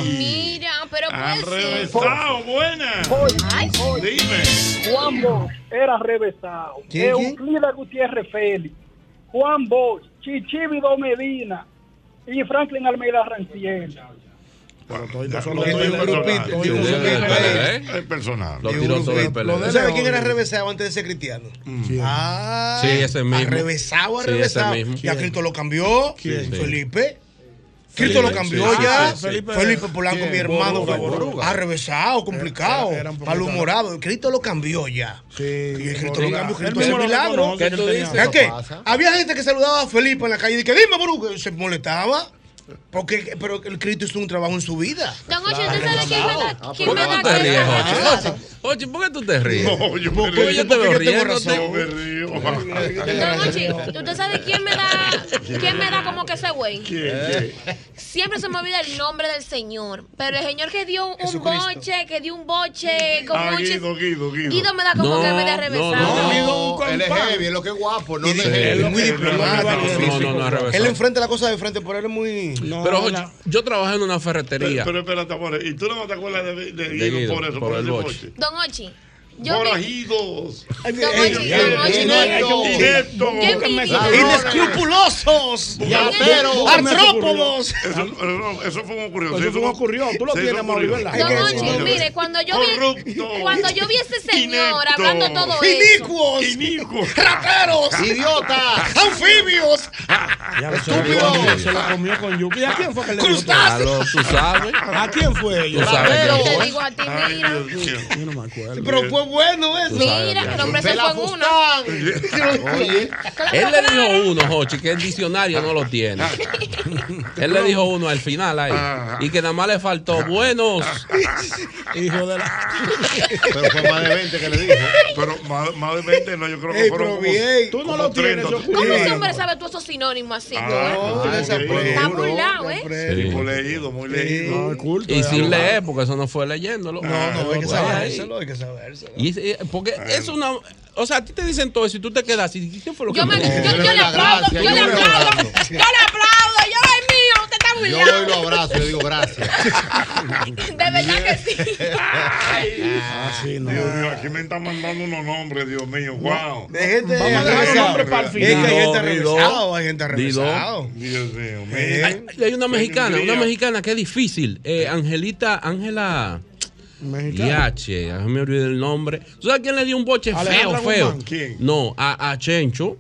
Speaker 11: Mira, pero pues sí.
Speaker 4: Arrevesado, buenas.
Speaker 11: Ay,
Speaker 4: Dime.
Speaker 13: Cuando era revesado.
Speaker 4: ¿Quién,
Speaker 13: Euclida Gutiérrez Félix.
Speaker 9: Juan Bosch, Chichibido Medina y Franklin Almeida Ranciel.
Speaker 4: Es personal.
Speaker 12: Lo Eh, tiró sobre el PLD.
Speaker 8: ¿Tú sabes quién era revesado antes de ser cristiano? Ah,
Speaker 12: Mm. Sí, ese mismo.
Speaker 8: Revesado,
Speaker 12: Sí, ese
Speaker 8: revesado.
Speaker 12: mismo.
Speaker 8: Ya Cristo lo cambió.
Speaker 12: ¿Quién? Sí.
Speaker 8: Felipe. Cristo lo cambió
Speaker 12: sí,
Speaker 8: ya.
Speaker 12: sí, sí.
Speaker 8: Felipe,
Speaker 12: Felipe
Speaker 8: Polanco,
Speaker 12: ¿quién?
Speaker 8: mi hermano,
Speaker 12: Boruga,
Speaker 8: fue
Speaker 12: Boruga.
Speaker 8: arrevesado, complicado,
Speaker 12: Era- era un poquito-
Speaker 8: malhumorado. Cristo lo cambió ya. Y Cristo lo
Speaker 12: Boruga.
Speaker 8: cambió,
Speaker 12: Él
Speaker 8: Cristo es
Speaker 12: mismo lo
Speaker 8: milagro.
Speaker 12: reconoce, ¿Qué tú dices?
Speaker 8: Es
Speaker 12: Eso
Speaker 8: que
Speaker 12: pasa.
Speaker 8: había gente que saludaba a Felipe en la calle y que dime, Boruga, y se molestaba. Porque, pero el Cristo hizo un trabajo en su vida.
Speaker 11: Don Ocho, ¿usted sabe quién me da-
Speaker 8: Ah,
Speaker 11: quién
Speaker 12: ¿Por
Speaker 11: me
Speaker 12: qué
Speaker 11: da
Speaker 12: tú pues te ríes,
Speaker 11: cólera?
Speaker 12: Jochi? Jochi, ¿por qué tú te ríes?
Speaker 4: No, yo me
Speaker 12: Porque
Speaker 4: río.
Speaker 12: yo te veo
Speaker 4: porque yo tengo
Speaker 12: riéndote.
Speaker 4: razón.
Speaker 12: <laughs>
Speaker 4: me río.
Speaker 11: Don
Speaker 6: Ah.
Speaker 11: Ochi,
Speaker 6: <laughs>
Speaker 11: ¿usted sabe quién me da, quién me da como que ese güey?
Speaker 8: Eh,
Speaker 12: Eh,
Speaker 11: Siempre se me olvida el nombre del Señor. Pero el Señor que dio un
Speaker 4: Jesucristo.
Speaker 11: boche, que dio un boche, con
Speaker 4: Ah,
Speaker 11: un chis-
Speaker 4: Guido, Guido, Guido.
Speaker 11: Guido me da como que me da revesado.
Speaker 7: él es heavy, es lo que es guapo. No es
Speaker 12: muy diplomático. No, no, no, al revés.
Speaker 8: Él enfrenta la cosa de frente, pero él es muy.
Speaker 12: Pero Jochi, yo trabajo en una ferretería.
Speaker 4: Pero espérate, amores. ¿Y tú no te acuerdas de, de
Speaker 12: De
Speaker 4: Guido
Speaker 12: Guido,
Speaker 4: por eso?
Speaker 12: por el
Speaker 4: ese
Speaker 12: boche.
Speaker 11: Don Ochi.
Speaker 4: Forajidos.
Speaker 11: Don Ochi, Don Ochi, no. Qué envidia.
Speaker 8: Inescrupulosos.
Speaker 11: Llateros.
Speaker 8: Artrópodos.
Speaker 4: Eso, eso, eso fue un ocurrió.
Speaker 8: Eso fue un
Speaker 4: ocurrió.
Speaker 8: Tú lo tienes, Mauri, ¿verdad?
Speaker 11: Don Ochi,
Speaker 8: <laughs>
Speaker 11: mire, cuando yo vi, cuando yo vi a este señor hablando todo eso.
Speaker 8: Inicuos.
Speaker 4: Inicuos.
Speaker 8: Rateros.
Speaker 7: Idiotas.
Speaker 8: Anfibios.
Speaker 6: Ya lo se lo
Speaker 8: Estúpido.
Speaker 6: comió, se lo comió con yuca. ¿Y a quién fue que le dio?
Speaker 12: Claro, tú sabes.
Speaker 6: ¿A quién fue ella?
Speaker 12: Tú sabes quién
Speaker 11: Yo te
Speaker 12: fue.
Speaker 11: digo a ti,
Speaker 12: Ay,
Speaker 11: mira.
Speaker 6: Yo no me acuerdo.
Speaker 5: <laughs>
Speaker 8: Pero fue bueno eso.
Speaker 12: Tú sabes,
Speaker 11: Mira, el
Speaker 12: ya.
Speaker 11: hombre se
Speaker 12: Vela
Speaker 11: fue en una.
Speaker 12: Oye, él le dijo a uno, Jochi, que el diccionario no lo tiene. Él le dijo uno al final ahí. Y que nada más le faltó buenos.
Speaker 6: Hijo de la.
Speaker 7: Pero fue más de 20 que le dije.
Speaker 4: Pero más, más de 20, no, yo creo que
Speaker 8: Ey,
Speaker 4: fueron.
Speaker 8: pero
Speaker 4: como-
Speaker 8: bien.
Speaker 6: Tú no
Speaker 4: como Ah,
Speaker 6: lo tienes,
Speaker 4: 30.
Speaker 6: yo
Speaker 11: ¿Cómo ese hombre sabe todos esos sinónimos así? tú, eh? Está burlado, ¿eh?
Speaker 4: Sí, muy leído, muy
Speaker 11: Ah,
Speaker 4: leído.
Speaker 12: Y sin leer, porque eso no fue leyéndolo.
Speaker 4: No, no, hay que
Speaker 11: pues,
Speaker 12: Fue
Speaker 4: sabérselo,
Speaker 12: ahí.
Speaker 8: hay que sabérselo.
Speaker 12: Y es- eh, porque
Speaker 4: Ah,
Speaker 12: es una. O sea, a ti te dicen todo eso y tú te quedas así. ¿Qué fue lo que
Speaker 11: Yo, me,
Speaker 12: me
Speaker 11: yo,
Speaker 12: dijo?
Speaker 11: yo le aplaudo, yo le aplaudo, yo le aplaudo, yo es mío, usted está
Speaker 7: Yo voy y lo
Speaker 11: burlado.
Speaker 7: abrazo y le digo gracias.
Speaker 11: De verdad que sí.
Speaker 4: Dios mío, aquí me están mandando unos nombres, Dios mío. Wow.
Speaker 8: De gente
Speaker 4: Vamos a dejar los nombres para el final.
Speaker 8: Es que hay gente
Speaker 4: Didó, Didó.
Speaker 8: regresado, hay gente
Speaker 12: Didó.
Speaker 8: regresado.
Speaker 4: Dios mío.
Speaker 12: Hay, hay una mexicana,
Speaker 4: alegría.
Speaker 12: una mexicana que es difícil. Eh, Angelita, Ángela. Yache, ya me olvidé el nombre. ¿Tú sabes quién le dio un boche
Speaker 4: Alejandra
Speaker 12: feo, feo?
Speaker 4: Guzmán. ¿Quién?
Speaker 12: No, a, a Chencho,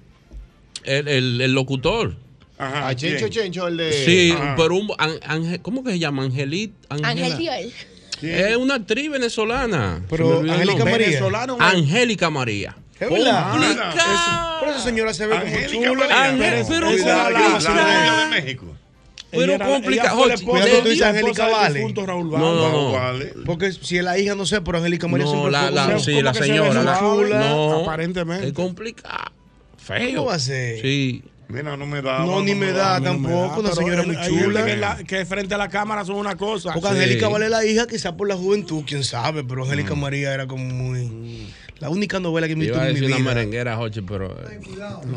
Speaker 12: el, el- el locutor.
Speaker 4: Ajá,
Speaker 7: A Chencho Chencho, el de.
Speaker 12: Sí,
Speaker 7: Ajá.
Speaker 12: pero un. An- Ángel- ¿Cómo que se llama? Angelita.
Speaker 11: Ángel Diel.
Speaker 12: Es una actriz venezolana.
Speaker 8: Pero,
Speaker 12: Se me olvidó el
Speaker 8: ¿Angélica
Speaker 12: nombre.
Speaker 8: María?
Speaker 12: Venezolana, una- Angélica María.
Speaker 8: Es verdad.
Speaker 12: Complicada.
Speaker 8: Eso- Pero esa señora se ve como
Speaker 4: Angélica
Speaker 8: chula.
Speaker 4: María.
Speaker 12: Ángel, pero
Speaker 8: Esa
Speaker 12: complicada.
Speaker 8: era la- la novia
Speaker 4: de México.
Speaker 12: Pero complicada. Jorge,
Speaker 8: Cuidado, tú dices
Speaker 12: le-
Speaker 8: Angélica Vale.
Speaker 12: No, no, no.
Speaker 8: Porque si es la hija, no sé, pero Angélica María
Speaker 12: No,
Speaker 8: siempre
Speaker 12: la-
Speaker 8: fue
Speaker 12: la-
Speaker 8: como-
Speaker 12: sí,
Speaker 8: como
Speaker 12: la
Speaker 8: que se ve
Speaker 12: señora, la-
Speaker 8: chula.
Speaker 12: no.
Speaker 6: Aparentemente.
Speaker 12: Es complicado. Feo.
Speaker 8: ¿Cómo va a
Speaker 6: eh.
Speaker 8: ser?
Speaker 12: Sí.
Speaker 4: Mira, no me da.
Speaker 8: No, ni me da tampoco. Una
Speaker 6: pero
Speaker 8: señora
Speaker 6: el-
Speaker 8: muy
Speaker 6: hay gente
Speaker 8: chula.
Speaker 6: Que, la- que frente a la cámara son una cosa.
Speaker 8: Porque Angélica Vale la hija, quizás por la juventud, quién sabe, pero Angélica María era como muy. La única novela que me
Speaker 12: Yo
Speaker 8: visto
Speaker 12: iba a
Speaker 8: en mi
Speaker 12: decir una
Speaker 8: vida.
Speaker 12: merenguera, Jochi, pero. eh,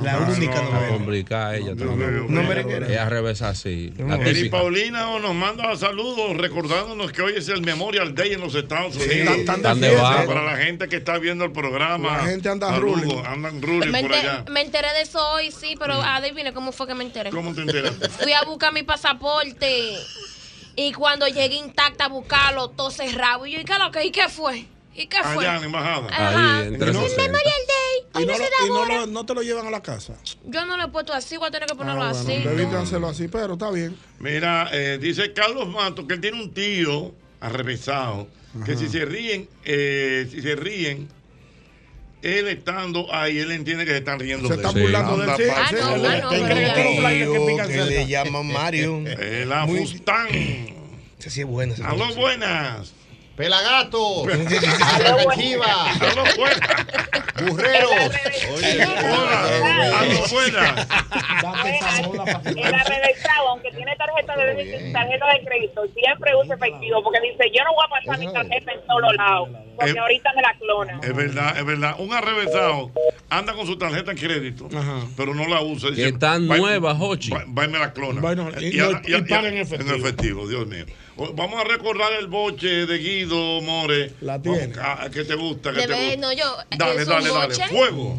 Speaker 8: La única
Speaker 12: no,
Speaker 8: novela.
Speaker 12: complicada ella
Speaker 4: no,
Speaker 12: también.
Speaker 4: no,
Speaker 8: merenguera.
Speaker 12: Ella revés así. La
Speaker 4: Eri
Speaker 12: típica.
Speaker 4: Paulina oh, nos manda saludos recordándonos que hoy es el Memorial Day en los Estados Unidos.
Speaker 6: tan- tan de
Speaker 12: Tan de fiesta. bajo.
Speaker 4: Para la gente que está viendo el programa.
Speaker 6: La gente anda
Speaker 4: Saludos,
Speaker 6: ruling.
Speaker 4: Andan ruling
Speaker 11: Me,
Speaker 4: por
Speaker 11: enter-
Speaker 4: allá.
Speaker 11: me enteré de eso hoy, sí, pero adivine cómo fue que me enteré.
Speaker 4: ¿Cómo te enteraste?
Speaker 11: Fui a buscar mi pasaporte y cuando llegué intacta a buscarlo, todo cerrado. Y yo, ¿y qué lo que? ¿Y qué fue? ¿Y qué fue?
Speaker 4: Allá en la embajada.
Speaker 11: Ajá.
Speaker 12: Ahí, entre
Speaker 11: El
Speaker 12: esos
Speaker 11: Memorial Day.
Speaker 6: Y no,
Speaker 11: Hoy no
Speaker 6: lo-
Speaker 11: se
Speaker 6: y no,
Speaker 11: elabora.
Speaker 6: lo- no te lo llevan a la casa.
Speaker 11: Yo no lo he puesto así, voy a tener que ponerlo
Speaker 6: Ah,
Speaker 11: así.
Speaker 6: bueno, debiste hacerlo así, pero está bien.
Speaker 4: Mira, eh, dice Carlos Mato que él tiene un tío arrevesado que si se ríen, eh, si se ríen, él estando ahí, él entiende que se están riendo.
Speaker 6: Se están burlando de él, sí. Ah, no, ah, no, Él cree que pero- tiene un flyer que pica
Speaker 8: que
Speaker 6: cerca.
Speaker 8: le llaman Mario.
Speaker 4: Eh, la
Speaker 8: Muy-
Speaker 4: Fustán.
Speaker 8: Esa sí es buena. esa
Speaker 4: Aló,
Speaker 8: sí.
Speaker 4: buenas.
Speaker 5: <laughs>
Speaker 7: Pelagato. Arrancachiva.
Speaker 4: Aló, buenas.
Speaker 7: Burreros.
Speaker 4: Hola. Aló, buenas.
Speaker 1: El arrevesado, aunque tiene tarjeta de, débito- tarjeta de crédito, siempre usa efectivo porque dice, yo no voy a pasar mi tarjeta en todos lados, porque
Speaker 4: Eh.
Speaker 1: ahorita me la clonan.
Speaker 4: Es verdad, es verdad. Un arrevesado anda con su tarjeta en crédito, pero no la usa.
Speaker 12: Que están
Speaker 4: "Va-
Speaker 12: nuevas, Jochi.
Speaker 4: va- Va y me la clona.
Speaker 6: Bueno, y- no, y paga en efectivo.
Speaker 4: En efectivo, Dios mío. O- Vamos a recordar el boche de Guido More. La
Speaker 6: tiene.
Speaker 4: que te gusta, que
Speaker 11: De
Speaker 4: te
Speaker 11: vez-
Speaker 4: gusta.
Speaker 11: no, yo.
Speaker 4: Dale,
Speaker 11: es un
Speaker 4: dale, dale.
Speaker 11: boche.
Speaker 4: Fuego.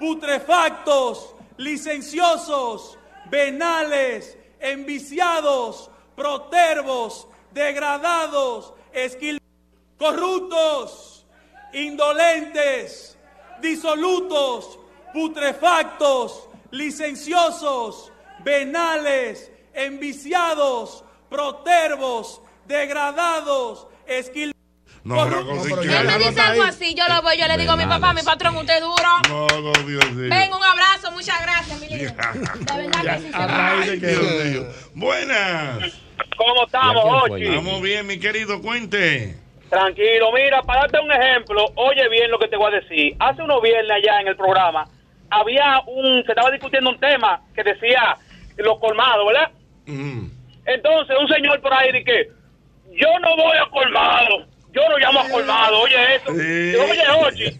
Speaker 14: putrefactos, licenciosos, venales, enviciados, protervos, degradados, esquil corruptos, indolentes, disolutos, putrefactos, licenciosos, venales, enviciados, protervos, degradados, esquil
Speaker 4: No, pero con
Speaker 11: Él me dice algo así, yo lo voy, yo le digo a mi papá, mi patrón, usted es duro.
Speaker 4: No, no, Dios mío.
Speaker 11: Venga, un abrazo, muchas gracias,
Speaker 6: <laughs>
Speaker 11: mi lindo. <laughs>
Speaker 4: La
Speaker 11: verdad que sí se
Speaker 4: Ay,
Speaker 11: va.
Speaker 4: Dios mío. Buenas.
Speaker 9: ¿Cómo estamos, Ochi?
Speaker 4: Estamos bien, mi querido, cuente.
Speaker 9: Tranquilo, mira, para darte un ejemplo, oye bien lo que te voy a decir. Hace unos viernes allá en el programa, había un, se estaba discutiendo un tema que decía los colmados, ¿verdad? Entonces, un señor por ahí dice que yo no voy a colmado, yo no llamo a colmado, oye eso. Oye,
Speaker 4: <laughs>
Speaker 9: Ochi,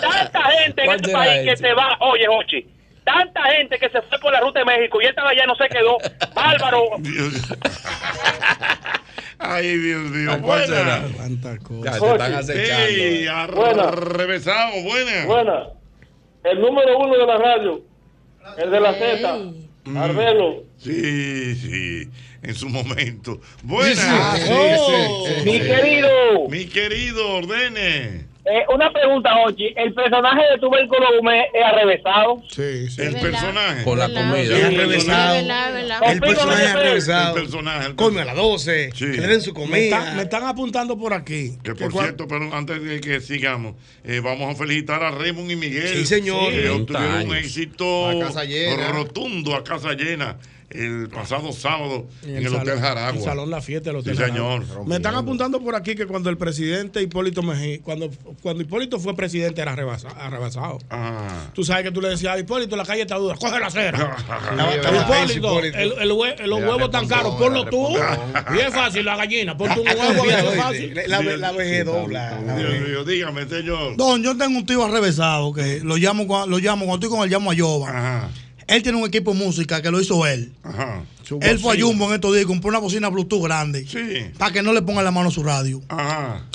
Speaker 9: tanta gente en este
Speaker 15: era
Speaker 9: país que
Speaker 15: ese?
Speaker 9: se va, oye, Ochi, tanta gente que se fue por la ruta de México y esta allá no
Speaker 4: <laughs>
Speaker 9: se quedó. Bárbaro,
Speaker 4: Ay, Dios mío.
Speaker 9: cuál será?
Speaker 4: Buenas.
Speaker 9: Ya, te están acechando. eh.
Speaker 4: Ey,
Speaker 9: Buenas.
Speaker 4: arrevesado, buenas.
Speaker 9: Buenas. El número uno de la radio. El de la Z. Arbelo.
Speaker 4: Mm. Sí, sí. En su momento. Ah, Buenas.
Speaker 9: Mi querido.
Speaker 4: Mi querido, ordene.
Speaker 9: Eh, una pregunta, Ochi. ¿El personaje de Tubérculo Gómez es arrevesado?
Speaker 4: Sí, sí. El
Speaker 9: verdad.
Speaker 4: personaje.
Speaker 12: Con la comida.
Speaker 4: Sí,
Speaker 8: Arrevesado. El personaje arrevesado.
Speaker 4: El personaje. el
Speaker 8: Come a las 12. Que le den su
Speaker 4: Me
Speaker 8: comida.
Speaker 4: está-
Speaker 6: Me están apuntando por aquí.
Speaker 4: Que por
Speaker 6: cua-
Speaker 4: cierto, pero antes de que sigamos, eh, vamos a felicitar a Raymond y Miguel.
Speaker 8: Sí, señor.
Speaker 4: Que
Speaker 8: 30
Speaker 4: obtuvieron un
Speaker 8: años.
Speaker 4: éxito
Speaker 8: A casa llena.
Speaker 4: rotundo a casa llena el pasado sábado
Speaker 6: Y
Speaker 4: en el Hotel
Speaker 6: salón-
Speaker 4: Jaragua.
Speaker 6: El salón La Fiesta del Hotel
Speaker 4: Sí, señor.
Speaker 6: Jaragua. Me están apuntando por aquí que cuando el presidente Hipólito Mejía, cuando, cuando Hipólito fue presidente era arrebasa- arrebasado. Tú sabes que tú le decías a Hipólito, la calle está dura, coge la acera.
Speaker 8: Estaba- estaba tenso,
Speaker 6: Hipólito,
Speaker 8: Hipólito.
Speaker 6: el, el hue- los
Speaker 8: Era
Speaker 6: huevos tan caros, ponlo tú. Y es fácil, la gallina, ponte un huevo, a ver, es fácil.
Speaker 8: La, la, la vejez dobla. la
Speaker 4: Dios
Speaker 8: vejez.
Speaker 4: mío, dígame, señor.
Speaker 16: Don, yo tengo un tío arrevesado que lo llamo, cua- lo llamo cuando estoy con él, llamo a
Speaker 4: Yoba.
Speaker 16: Él tiene un equipo de música que lo hizo él. Él fue a
Speaker 4: bocina.
Speaker 16: Jumbo en estos días y compró una bocina Bluetooth grande. Para que no le pongan la mano a su radio.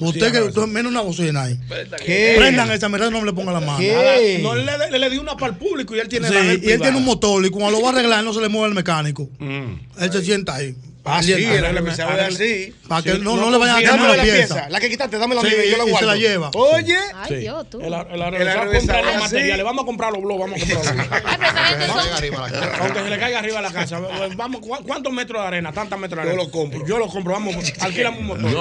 Speaker 16: Usted que usted mira una bocina ahí.
Speaker 6: ¿Qué?
Speaker 16: Prendan esa, mira, no le pongan la mano.
Speaker 6: Nada, No, le, le, le di una para el público y él tiene
Speaker 16: Sí,
Speaker 6: la del
Speaker 16: y él
Speaker 6: privado.
Speaker 16: tiene un motor y cuando lo va a arreglar no se le mueve el mecánico. Él se sienta ahí.
Speaker 8: Ah, sí, el arrevesado es así.
Speaker 16: Para que
Speaker 8: Sí,
Speaker 16: no,
Speaker 8: no
Speaker 16: no le vayan a
Speaker 8: confía.
Speaker 16: cambiar la
Speaker 8: Dame la
Speaker 16: pieza.
Speaker 8: pieza. La que quitaste, dame la
Speaker 16: Sí,
Speaker 8: mía y yo la
Speaker 16: y se
Speaker 8: guardo.
Speaker 16: la lleva.
Speaker 8: Oye.
Speaker 11: Ay, Dios, tú.
Speaker 6: El, ar- Ah, el arrevesado compra los materiales. Vamos a comprar los globos, vamos a comprar los globos. Aunque se le caiga arriba la
Speaker 12: <laughs>
Speaker 6: casa. Vamos, ¿cu- ¿Cuántos metros de arena? Tantos metros de arena. Yo lo compro. Yo lo compro. <laughs> Vamos, alquilamos un motor.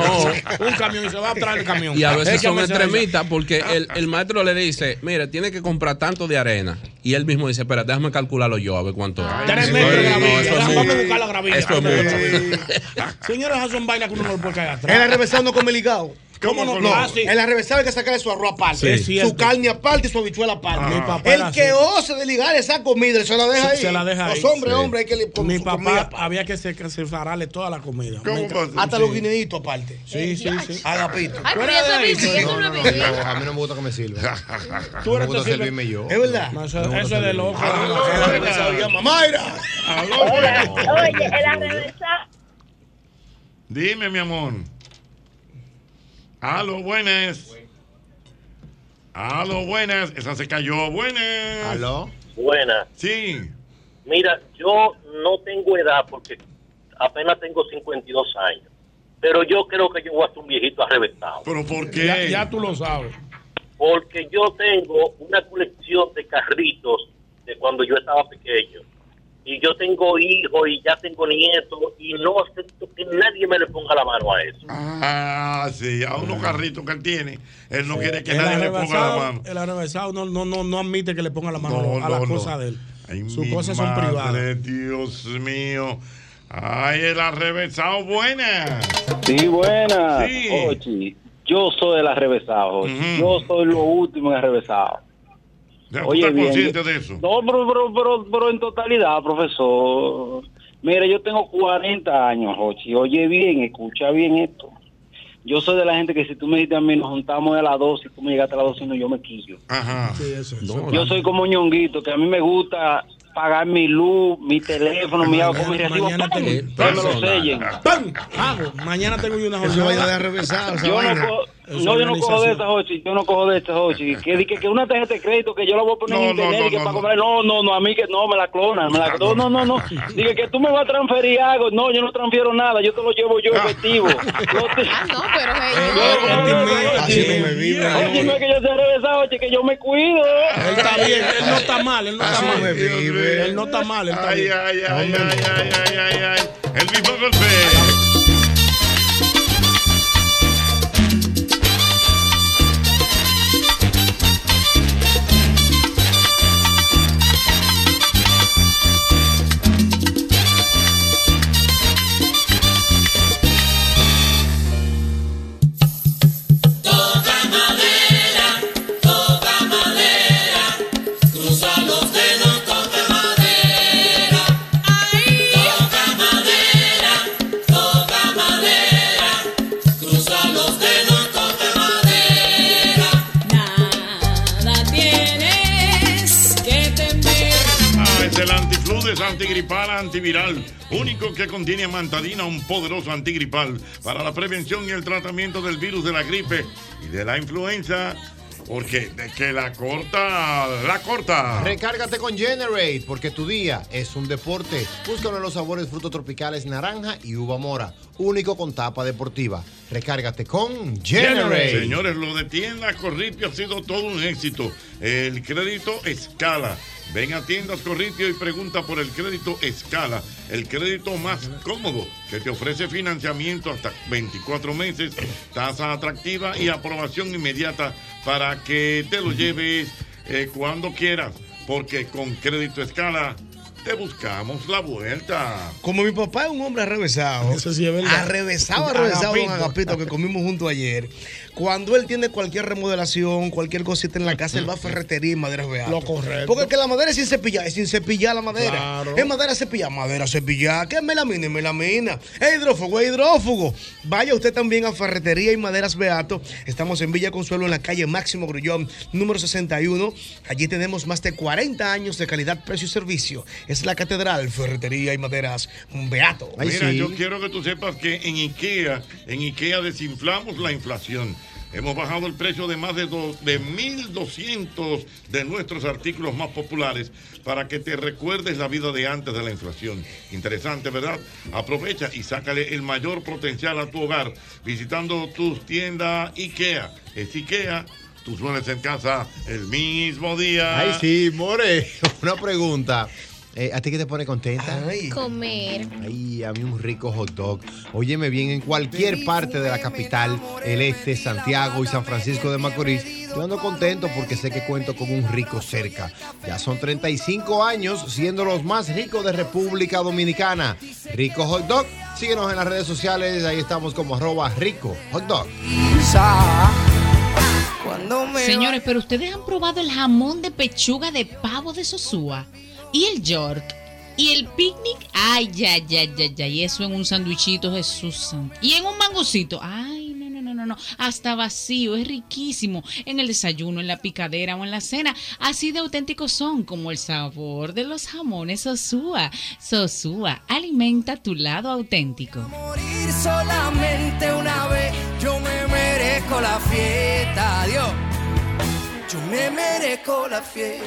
Speaker 12: No.
Speaker 6: Un camión y se va a traer el camión.
Speaker 12: Y a veces
Speaker 6: Es que
Speaker 12: son
Speaker 6: veces-
Speaker 12: extremistas porque el, el maestro le dice, mira, tiene que comprar tanto de arena. Y él mismo dice, espera, déjame calcularlo yo, a ver cuánto.
Speaker 6: Tres
Speaker 12: Sí,
Speaker 6: metros de
Speaker 12: no,
Speaker 6: gravilla.
Speaker 12: eso es
Speaker 6: Vamos a
Speaker 12: mucho.
Speaker 6: buscar la gravilla.
Speaker 12: Eso es mucho.
Speaker 6: Señores, esas son vainas que uno no le puede caer atrás.
Speaker 8: El arrevesado no come ligado.
Speaker 6: ¿Cómo no?
Speaker 8: No,
Speaker 6: Ah, sí.
Speaker 8: el arrevesado hay que sacarle su arroz
Speaker 6: Sí,
Speaker 8: aparte,
Speaker 6: es cierto.
Speaker 8: su carne aparte y su habichuela aparte.
Speaker 6: Ah. Mi papá era
Speaker 8: el que
Speaker 6: así.
Speaker 8: ose de ligar esa comida, se la deja
Speaker 6: Se-
Speaker 8: ahí.
Speaker 6: se la deja
Speaker 8: Los
Speaker 6: ahí.
Speaker 8: hombres,
Speaker 6: Sí.
Speaker 8: hombres, hay que le poner
Speaker 6: Mi
Speaker 8: su
Speaker 6: papá
Speaker 8: comida.
Speaker 6: había que se- que separarle toda la comida.
Speaker 8: ¿Cómo
Speaker 6: Me encanta.
Speaker 8: pasa? Hasta
Speaker 6: Sí.
Speaker 8: los guineitos aparte.
Speaker 6: Sí, sí, sí.
Speaker 8: Agapito.
Speaker 6: Ay, pero eso es bici, eso no
Speaker 5: No,
Speaker 6: es
Speaker 5: no, no,
Speaker 6: bici.
Speaker 5: yo- a mí no me gusta que
Speaker 6: <laughs>
Speaker 5: me sirva.
Speaker 6: Tú
Speaker 5: No me
Speaker 6: eres
Speaker 5: gusta
Speaker 6: tu sirve-
Speaker 5: servirme yo.
Speaker 6: Es verdad. No, eso- eso es de loco. El arrevesado llama,
Speaker 8: Mayra.
Speaker 1: Oye, el arrevesado.
Speaker 4: Dime, mi amor. Aló, buenas. Aló, buenas. Esa se cayó. Buenas. Aló.
Speaker 17: Buena.
Speaker 4: Sí.
Speaker 17: Mira, yo no tengo edad porque apenas tengo 52 años. Pero yo creo que yo voy a ser un viejito arrebentado.
Speaker 4: ¿Pero por qué?
Speaker 6: Ya, ya tú lo sabes.
Speaker 17: Porque yo tengo una colección de carritos de cuando yo estaba pequeño. Y yo tengo hijos y ya tengo nietos y no acepto que nadie me le ponga la mano a eso.
Speaker 4: Ah, sí. A unos carritos que él tiene. Él no quiere que
Speaker 6: el
Speaker 4: nadie le ponga la
Speaker 6: arrevesado,
Speaker 4: mano.
Speaker 6: el arrevesado no, no, no, no admite que le ponga la mano
Speaker 4: No,
Speaker 6: a las
Speaker 4: no, no.
Speaker 6: cosas de él.
Speaker 4: Ay,
Speaker 6: Sus
Speaker 4: mi
Speaker 6: cosas son
Speaker 4: madre,
Speaker 6: privadas.
Speaker 4: Dios mío. Ay, el arrevesado, buena.
Speaker 17: Sí, buena.
Speaker 4: Sí.
Speaker 17: Ochi, yo soy el arrevesado. Ochi. Yo soy lo último en arrevesado.
Speaker 4: Ya,
Speaker 17: Oye,
Speaker 4: ¿Usted es
Speaker 17: bien,
Speaker 4: consciente
Speaker 17: yo-
Speaker 4: de eso?
Speaker 17: No, pero, pero, pero, pero en totalidad, profesor. Mira, yo tengo 40 años, Jochi. Oye bien, escucha bien esto. Yo soy de la gente que si tú me dices a mí, nos juntamos a las 12 y tú me llegaste a las 12 y no, yo me quillo.
Speaker 4: Ajá.
Speaker 17: Yo soy como ñonguito, que a mí me gusta pagar mi luz, mi teléfono, mi agua, con mi recibo.
Speaker 6: mañana
Speaker 17: ¡pam!
Speaker 6: tengo-
Speaker 17: Que me lo sellen.
Speaker 6: ¡Pam! Hago. Mañana tengo yo una
Speaker 8: Eso
Speaker 6: jornada.
Speaker 8: vaina de arrevesado, esa
Speaker 17: Yo no
Speaker 8: vaina.
Speaker 17: puedo-
Speaker 9: No, yo no cojo de esta, Jochi. Yo no cojo de esta,
Speaker 6: <laughs>
Speaker 9: Jochi. Que, di- que, que una tarjeta de crédito que yo la voy a poner en internet y que para comprar. No, no, no, a mí que no, me la clonan. Me la, no, no, no, no. Dije que tú me vas a transferir algo. No, yo no transfiero nada. Yo te lo llevo yo efectivo. Ah, no, pero.
Speaker 6: Eh, Así no me
Speaker 9: vive. Oye, no es que yo sea regresado, oye, que yo me cuido.
Speaker 6: Él está bien, él no está mal, él no está mal. Él no está mal, él está
Speaker 4: Ay,
Speaker 6: bien.
Speaker 4: ay, ay, ay, ay, ay, ay, ay. El mismo golpe.
Speaker 18: Toca madera, toca madera, cruza los dedos, toca madera. Toca madera, toca madera, cruza los dedos, toca madera. Nada tienes que temer.
Speaker 4: Ah, es el antifludes, antigripal, antiviral, único que contiene amantadina, un poderoso antigripal para la prevención y el tratamiento del virus de la gripe y de la influenza, porque de que la corta, la corta.
Speaker 5: Recárgate con Generate, porque tu día es un deporte. Búscalo en los sabores frutos tropicales naranja y uva mora. Único con tapa deportiva. Recárgate con Generate.
Speaker 4: Señores, lo de tiendas Corripio ha sido todo un éxito. El crédito escala. Ven a tiendas Corripio y pregunta por el crédito escala, el crédito más cómodo que te ofrece financiamiento hasta 24 meses, tasa atractiva y aprobación inmediata para que te lo lleves eh, cuando quieras, porque con crédito escala te buscamos la vuelta.
Speaker 8: Como mi papá es un hombre arrevesado. Eso sí es
Speaker 4: verdad.
Speaker 8: Arrevesado, arrevesado, don
Speaker 4: Agapito.
Speaker 8: Agapito, que comimos junto ayer. Cuando él tiene cualquier remodelación, cualquier cosita en la casa, él va a ferretería y madera beata.
Speaker 6: Lo correcto.
Speaker 8: Porque el que la madera es sin cepillar, es sin cepillar la madera.
Speaker 6: Claro.
Speaker 8: Es madera cepillada, madera cepillada. ¿Qué es melamina? Es melamina. Es hidrófugo, es hidrófugo. Vaya usted también a Ferretería y Maderas Beato. Estamos en Villa Consuelo, en la calle Máximo Grullón, número 61. Allí tenemos más de 40 años de calidad, precio y servicio. Es la Catedral Ferretería y Maderas Beato.
Speaker 4: Mira, yo quiero que tú sepas que en IKEA, en IKEA desinflamos la inflación. Hemos bajado el precio de más de, dos- de 1.200 de nuestros artículos más populares para que te recuerdes la vida de antes de la inflación. Interesante, ¿verdad? Aprovecha y sácale el mayor potencial a tu hogar visitando tus tiendas IKEA. Es IKEA, tú sueles en casa el mismo día.
Speaker 5: Ay, sí, More. <laughs> Una pregunta. Eh, ¿A ti qué te pone contenta? Ay.
Speaker 11: Comer.
Speaker 5: Ay, a mí un rico hot dog. Óyeme bien, en cualquier parte de la capital, el este, Santiago y San Francisco de Macorís, yo ando contento porque sé que cuento con un rico cerca. Ya son 35 años siendo los más ricos de República Dominicana. Rico hot dog, síguenos en las redes sociales, ahí estamos como arroba rico hot dog.
Speaker 19: Señores, pero ustedes han probado el jamón de pechuga de pavo de Sosúa y el York y el picnic. Ay, ya, ya, ya, ya. Y eso en un sandwichito, Jesús santo. Y en un mangocito. Ay, no, no, no, no, no. Hasta vacío, es riquísimo. En el desayuno, en la picadera o en la cena. Así de auténticos son como el sabor de los jamones Sosúa. Sosúa, alimenta tu lado auténtico.
Speaker 13: morir solamente una vez. Yo me merezco la fiesta, Dios. Yo me merezco la fiesta.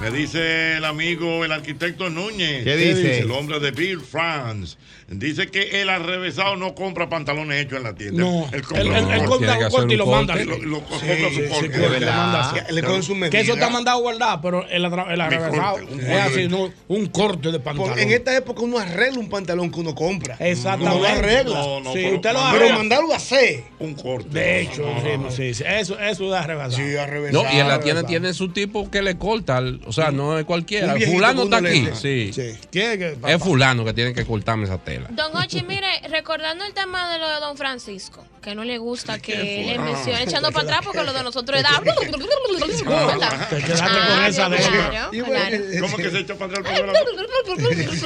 Speaker 4: Me dice el amigo, el arquitecto Núñez.
Speaker 5: ¿Qué dice?
Speaker 4: El hombre de Bill France. Dice que el arrevesado no compra pantalones hechos en la tienda.
Speaker 6: No.
Speaker 4: Él
Speaker 6: Él-
Speaker 4: compra
Speaker 6: él- él compra Tiene que un hacer corte un y lo corte. manda.
Speaker 4: Lo, lo-
Speaker 6: Sí,
Speaker 4: compra
Speaker 6: sí,
Speaker 4: su corte.
Speaker 6: corte, lo manda así.
Speaker 4: Claro.
Speaker 6: Que eso está mandado a guardar, pero el, atra- el atravesado
Speaker 4: corte, un
Speaker 6: es
Speaker 4: corte.
Speaker 6: así, no, un corte de pantalón.
Speaker 8: en esta época uno arregla un pantalón que uno compra.
Speaker 6: Exactamente.
Speaker 8: Uno lo arregla.
Speaker 6: No, no,
Speaker 8: Sí,
Speaker 6: pero-
Speaker 8: usted lo
Speaker 6: pero
Speaker 8: arregla. Pero mandarlo
Speaker 6: mandarlo
Speaker 8: a hacer.
Speaker 4: Un corte.
Speaker 6: De hecho, sí, sí, sí, eso, eso es arrebasado.
Speaker 20: No, y en la tienda tiene su tipo que le corta, el- o sea, no es cualquiera.
Speaker 6: Un
Speaker 20: El
Speaker 6: viejito
Speaker 20: fulano
Speaker 6: con
Speaker 20: está
Speaker 6: unos
Speaker 20: aquí.
Speaker 6: lentes.
Speaker 20: Sí.
Speaker 6: ¿Qué, qué, papá?
Speaker 20: Es fulano que tiene que cortarme esa tela.
Speaker 11: Don Ochi, mire, recordando el tema de lo de Don Francisco, que no
Speaker 6: <laughs>
Speaker 11: le gusta que le
Speaker 20: Ah.
Speaker 11: mencione echando para atrás porque lo de nosotros <laughs> es dar. ¿Verdad?
Speaker 6: Te quedaste con esa de
Speaker 11: claro,
Speaker 6: él.
Speaker 11: claro.
Speaker 4: Ah, ¿Cómo que se echa para atrás el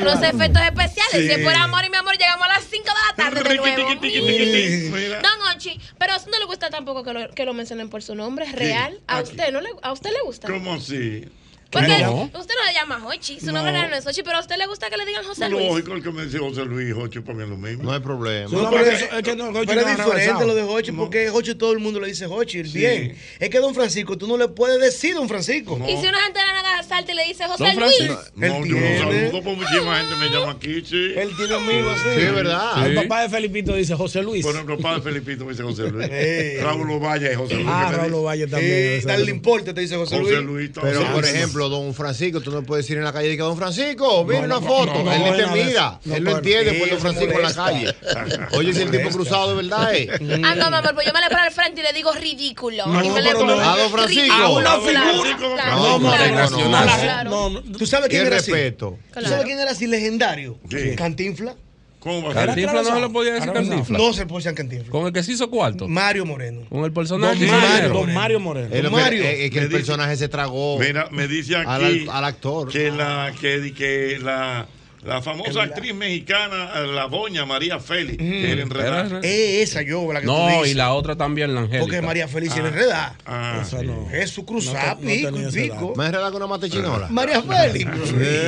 Speaker 11: Los efectos especiales,
Speaker 4: Sí.
Speaker 11: si es por amor y mi amor, llegamos a las 5 de la tarde de nuevo.
Speaker 4: programa?
Speaker 11: Don Hochi, pero a usted no le gusta tampoco que lo, que lo mencionen por su nombre, es real. A
Speaker 4: Aquí.
Speaker 11: usted no le, a usted le gusta.
Speaker 4: ¿Cómo así?
Speaker 11: Porque
Speaker 4: No.
Speaker 11: usted no le llama Hochi, su
Speaker 4: No.
Speaker 11: nombre real no es Hochi, pero a usted le gusta que le digan José Luis.
Speaker 4: Lógico, el que me dice José Luis Jocho para mí es lo mismo. No
Speaker 5: hay problema.
Speaker 8: No, pero es, pero es diferente lo de Hochi, porque Hochi todo el mundo le dice Hochi, el bien. Es que Don Francisco, tú no le puedes decir Don Francisco.
Speaker 11: Y si una gente de la nada salta y le dice José
Speaker 4: Don
Speaker 11: Luis.
Speaker 4: Francisco. No, yo no saludo porque muchísima gente me llama aquí, sí. Él
Speaker 8: tiene amigos,
Speaker 4: sí.
Speaker 6: El papá de Felipito dice José Luis.
Speaker 4: Bueno, el papá de Felipito me dice
Speaker 5: <laughs>
Speaker 4: José Luis. Raúl Ovalle y José Luis.
Speaker 6: Ah,
Speaker 4: ¿qué me
Speaker 6: Raúl
Speaker 4: dice?
Speaker 6: Ovalle
Speaker 8: también. Sí, dale importe, te dice José
Speaker 4: José
Speaker 8: Luis.
Speaker 4: Luis. todo
Speaker 5: Pero,
Speaker 4: José
Speaker 5: por
Speaker 4: Luis.
Speaker 5: ejemplo, don Francisco, tú no puedes ir en la calle y decir, don Francisco, mira
Speaker 4: No,
Speaker 5: una
Speaker 4: no,
Speaker 5: foto.
Speaker 4: no, no,
Speaker 5: él ni te
Speaker 4: no,
Speaker 5: mira.
Speaker 4: no,
Speaker 5: él no,
Speaker 4: no,
Speaker 5: entiende
Speaker 4: sí,
Speaker 5: por don
Speaker 4: se
Speaker 5: Francisco en la calle.
Speaker 4: molesta.
Speaker 5: Oye, si el tipo
Speaker 4: Molesta.
Speaker 5: cruzado de verdad eh? es.
Speaker 11: Ah, no, mamá, pues yo me le paro al frente y le digo ridículo.
Speaker 5: No,
Speaker 11: y me le
Speaker 5: pero no. A don Francisco. A una figura. No, madre, nacional.
Speaker 8: No, no. ¿Tú sabes quién
Speaker 5: Qué
Speaker 8: era así?
Speaker 5: respeto.
Speaker 8: ¿Tú sabes quién era así legendario? Cantinfla.
Speaker 4: ¿Cómo
Speaker 12: a ser? Cantinfla no se le podía decir Cantinfla.
Speaker 8: No se puede decir Cantinfla.
Speaker 12: Con el que se hizo cuarto.
Speaker 8: Mario Moreno.
Speaker 12: Con el personaje.
Speaker 8: Don
Speaker 12: que se
Speaker 8: Mario
Speaker 12: hicieron.
Speaker 8: Moreno. Don Mario Moreno.
Speaker 5: Es lo que-
Speaker 8: Mario.
Speaker 5: es que
Speaker 4: Me
Speaker 5: el
Speaker 4: dice-
Speaker 5: personaje se tragó.
Speaker 4: Mira, me dice aquí
Speaker 5: Al- al actor.
Speaker 4: que la que, que la, la famosa actriz mexicana, eh, la doña María Félix, que era
Speaker 12: Ah,
Speaker 4: enredada.
Speaker 8: Es esa yo, la que tú
Speaker 12: No,
Speaker 8: dices.
Speaker 12: y la otra también, la Angélica.
Speaker 8: Porque María Félix
Speaker 12: Ah.
Speaker 8: era enredada.
Speaker 12: Esa no.
Speaker 8: Jesús cruzado,
Speaker 12: No te- no
Speaker 8: pico,
Speaker 12: tenía esa
Speaker 8: pico.
Speaker 5: ¿Me enredada con una matechinola?
Speaker 8: María Félix.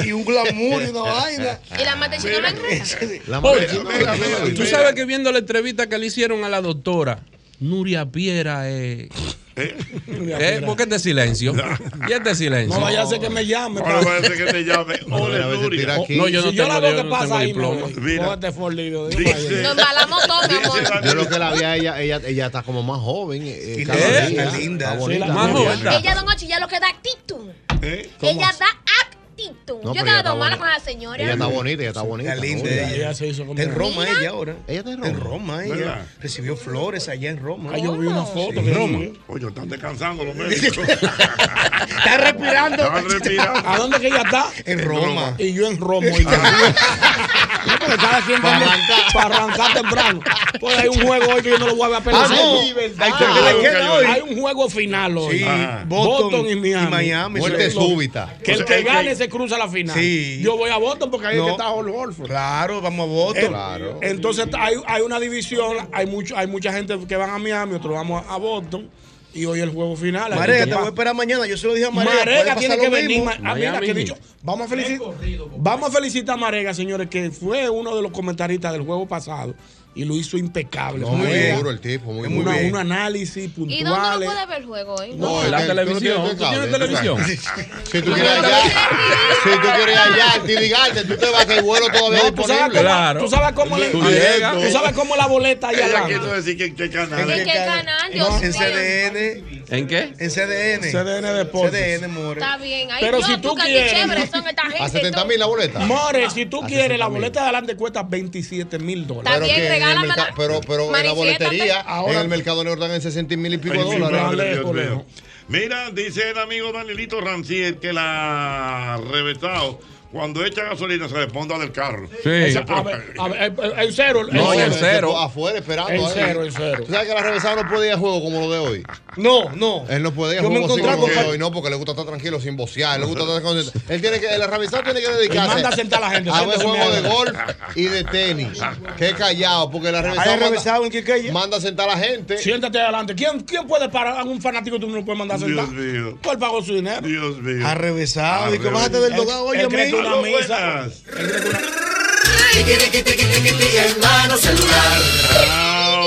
Speaker 8: y un glamour y
Speaker 5: <laughs>
Speaker 8: una vaina.
Speaker 11: Y la mate si no la enreda.
Speaker 5: La
Speaker 12: Oye,
Speaker 5: matechinola.
Speaker 12: Tú sabes que viendo la entrevista que le hicieron a la doctora, Nuria Piera eh, eh, ¿Por qué este silencio? ¿Y este silencio?
Speaker 6: No vaya a ser que me llame.
Speaker 12: Ahora vaya a ser que te
Speaker 6: <laughs>
Speaker 12: llame. Ole, Nuria. No, yo no
Speaker 6: si yo la
Speaker 12: tengo- yo
Speaker 6: veo
Speaker 12: no
Speaker 6: que
Speaker 12: tengo
Speaker 6: pasa ahí, me
Speaker 12: diploma.
Speaker 6: voy.
Speaker 12: Mira.
Speaker 6: Cógete fornido.
Speaker 11: Nos balamos todo, mi amor.
Speaker 5: Yo lo que la vi a ella, ella, ella está como más joven. eh,
Speaker 12: linda,
Speaker 5: cada día.
Speaker 12: está linda.
Speaker 5: Está
Speaker 12: Sí,
Speaker 5: bonita. ¿Eh?
Speaker 12: la- más joven.
Speaker 11: Ella, don Ochi, ya lo que da actitud. Ella da actitud.
Speaker 5: No,
Speaker 11: yo
Speaker 5: pero ella
Speaker 11: quedo
Speaker 5: está
Speaker 11: tan mala
Speaker 5: bonita.
Speaker 11: con la señora.
Speaker 5: Ella está bonita, ella está bonita.
Speaker 8: Está linda
Speaker 5: bonita.
Speaker 8: ella. Está en Roma ella ahora. Ella está en Roma. ella.
Speaker 4: ¿Verdad?
Speaker 8: Recibió flores allá en Roma.
Speaker 4: Ah, yo vi una foto
Speaker 8: de
Speaker 4: que subió. Oye, están
Speaker 8: <laughs>
Speaker 4: descansando los médicos.
Speaker 8: Está respirando.
Speaker 4: Están respirando.
Speaker 6: ¿A dónde que ella está?
Speaker 8: En Roma. Ah.
Speaker 6: Y yo en Roma. oíste. <laughs> No, porque cada quien va a- para arrancar temprano. Pues hay un juego hoy que yo no lo voy a ver a
Speaker 8: Ah, no.
Speaker 6: Ay, verdad.
Speaker 8: Hay que- ¿qué le queda hoy?
Speaker 6: Hay un juego final hoy.
Speaker 8: Sí,
Speaker 6: Ajá.
Speaker 8: Boston
Speaker 6: Boston y Miami.
Speaker 8: y Miami. Muerte
Speaker 6: Son los-
Speaker 8: súbita.
Speaker 6: Que el
Speaker 8: O sea,
Speaker 6: que
Speaker 8: el que-
Speaker 6: gane se cruza la final.
Speaker 8: Sí.
Speaker 6: Yo voy a Boston porque ahí es
Speaker 8: No.
Speaker 6: que está Hall Horford.
Speaker 8: Claro, vamos a voto.
Speaker 6: Eh, Entonces hay, hay una división, hay mucho, hay mucha gente que van a Miami, otros vamos a, a Boston y hoy el juego final.
Speaker 8: Marega,
Speaker 6: Ahí
Speaker 8: te voy a esperar mañana. Yo se lo dije a Marega. puede
Speaker 6: Marega
Speaker 8: pasar
Speaker 6: tiene
Speaker 8: lo
Speaker 6: que venir.
Speaker 8: mismo.
Speaker 6: Ma- Ah, mira, que dicho, vamos a felicitar. Vamos a felicitar a Marega, señores, que fue uno de los comentaristas del juego pasado y lo hizo impecable.
Speaker 5: No, muy
Speaker 6: Marega,
Speaker 5: duro el tipo, muy,
Speaker 6: una-
Speaker 5: duro.
Speaker 6: Un análisis
Speaker 11: ¿Y dónde no
Speaker 6: puntual.
Speaker 11: puede ver el juego eh? hoy?
Speaker 6: No, en la
Speaker 5: Tú no
Speaker 6: televisión.
Speaker 5: tienes
Speaker 6: ¿Tú tienes
Speaker 5: cable.
Speaker 6: televisión?
Speaker 5: Si tú quieres allá, si tú quieres allá, al Tidigarte, tú te vas que el vuelo todavía
Speaker 6: No, tú sabes
Speaker 5: disponible.
Speaker 6: cómo, tú sabes cómo le-
Speaker 5: Tú
Speaker 6: Marega,
Speaker 5: llegas.
Speaker 6: tú sabes cómo la boleta allá
Speaker 4: Ella
Speaker 6: gana.
Speaker 4: quiso decir que en qué canal.
Speaker 11: ¿En qué canal? Dios mío.
Speaker 8: En CDN.
Speaker 12: ¿En qué?
Speaker 8: En CDN.
Speaker 6: CDN Deportes.
Speaker 8: CDN, more.
Speaker 11: Está bien. Ay,
Speaker 6: Pero
Speaker 11: Dios,
Speaker 6: si tú
Speaker 11: qué
Speaker 6: quieres-
Speaker 11: chéveres son esta gente. Ah. tú.
Speaker 5: la boleta?
Speaker 6: More, si tú
Speaker 5: A
Speaker 6: quieres,
Speaker 5: 60
Speaker 6: la
Speaker 5: mil.
Speaker 6: boleta de adelante cuesta 27 mil dólares.
Speaker 11: Está bien,
Speaker 5: que en el
Speaker 11: regálamela.
Speaker 5: merca- pero pero en la
Speaker 11: Manifiéstate.
Speaker 5: boletería, en
Speaker 11: Ahora-
Speaker 5: el mercado negro están en 60 mil y pico
Speaker 4: Ay, sí,
Speaker 5: dólares.
Speaker 4: vale, Dios mío. Mira, dice el amigo Danielito Rancier que la reventado cuando echa gasolina se responda del carro.
Speaker 6: Esa- a ver, a ver, el, el- el cero. El
Speaker 5: No, y
Speaker 6: cero.
Speaker 5: el cero. Afuera esperando.
Speaker 6: El
Speaker 5: ahí.
Speaker 6: cero, el cero.
Speaker 5: ¿Tú sabes que la revesada no podía juego como lo de hoy?
Speaker 8: No, no.
Speaker 5: Él no podía
Speaker 8: Yo me
Speaker 5: juego así
Speaker 8: encontraba
Speaker 5: como lo
Speaker 8: con
Speaker 5: de
Speaker 8: Pat-
Speaker 5: hoy, no, porque le gusta estar tranquilo sin bocear. Le gusta estar concentrado. Él tiene que, el revesado tiene que dedicarse.
Speaker 6: Él manda a sentar a la gente,
Speaker 5: ver
Speaker 6: siéntese un
Speaker 5: juegos de
Speaker 6: lado.
Speaker 5: golf y de tenis. Qué callado, porque la
Speaker 6: Hay
Speaker 5: revesada manda,
Speaker 6: revesado en Quisqueya.
Speaker 5: manda a sentar a la gente.
Speaker 6: Siéntate adelante. ¿Quién, quién puede parar a un fanático? Tú no lo puedes mandar a sentar.
Speaker 4: Dios mío.
Speaker 6: ¿Cuál pagó su dinero?
Speaker 4: Dios mío.
Speaker 8: Arrevesado. Y que
Speaker 4: Arrevesado.
Speaker 8: bájate del
Speaker 4: Él-
Speaker 8: dogado, oye,
Speaker 4: él cree que
Speaker 8: amigo.
Speaker 4: una
Speaker 8: Aló,
Speaker 4: mesa-
Speaker 8: buenas.
Speaker 1: Tiqui, tiqui, tiqui, tiqui, tiqui, hermano celular.
Speaker 4: buena.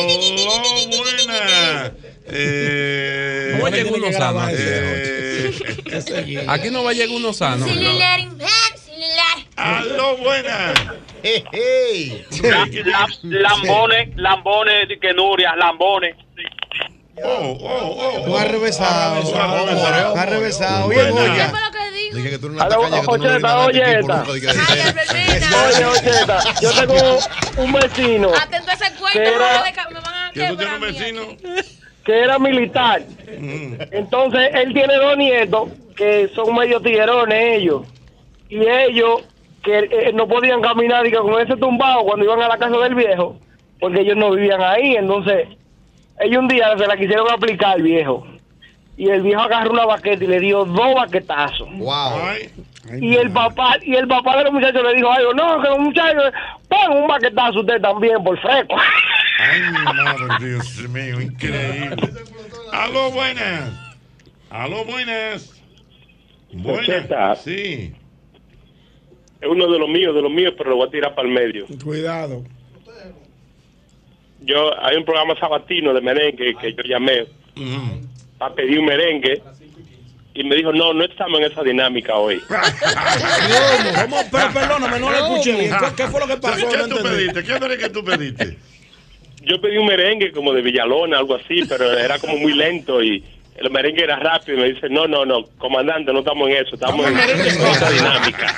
Speaker 4: Eh,
Speaker 12: No va a llegar uno sano aquí,
Speaker 8: <laughs>
Speaker 4: eh,
Speaker 12: Aquí no va a llegar uno sano.
Speaker 11: Sin lilar, ah, sin lilar.
Speaker 4: Aló, buena.
Speaker 12: La-
Speaker 9: la- Lambones, lambones, di que Nuria, lambones.
Speaker 4: Oh, oh,
Speaker 8: oh. Arrevesado.
Speaker 4: Arrevesado.
Speaker 8: Arrevesado. Oye,
Speaker 11: ¿Qué
Speaker 8: Goya.
Speaker 11: fue lo que dijo?
Speaker 5: Dije que tú eres una tacaña, que tú no le
Speaker 9: Ocheta,
Speaker 5: ganas
Speaker 9: oye
Speaker 5: a este equipo
Speaker 9: esta.
Speaker 5: nunca, dije,
Speaker 9: Oye, Ocheta, yo tengo un vecino
Speaker 11: Atento a ese cuento.
Speaker 9: ¿Qué
Speaker 11: me van
Speaker 9: era?
Speaker 11: a deca- me van a
Speaker 9: ¿Que
Speaker 11: quebrar
Speaker 9: tú tienes un
Speaker 11: a mí aquí.
Speaker 9: que era militar. Entonces él tiene dos nietos que son medio tiguerones ellos. Y ellos que eh, no podían caminar y que con ese tumbado cuando iban a la casa del viejo, porque ellos no vivían ahí. Entonces ellos un día se la quisieron aplicar al viejo. Y el viejo agarró una baqueta y le dio dos baquetazos. Y el papá, y el papá de los muchachos le dijo algo, no, que los muchachos, pon un baquetazo usted también por fresco.
Speaker 4: Ay, mi madre, Dios mío, increíble. Aló, buenas. Aló, buenas. Buenas. Sí.
Speaker 10: Es uno de los míos, de los míos, pero lo voy a tirar para el medio.
Speaker 6: Cuidado.
Speaker 10: Yo, hay un programa sabatino de merengue que yo llamé para pedir un merengue y me dijo, no, no estamos en esa dinámica hoy.
Speaker 6: ¿Cómo? Pero perdóname, no lo escuché bien. ¿Qué- ¿Qué fue lo que pasó?
Speaker 4: Ah. ¿Qué
Speaker 6: No
Speaker 4: tú
Speaker 6: entendí.
Speaker 4: pediste? ¿Qué merengue tú pediste?
Speaker 10: Yo pedí un merengue como de Villalona, algo así, pero era como muy lento y el merengue era rápido. Y me dice, no, no, no, comandante, no estamos en eso, estamos en, en esa dinámica.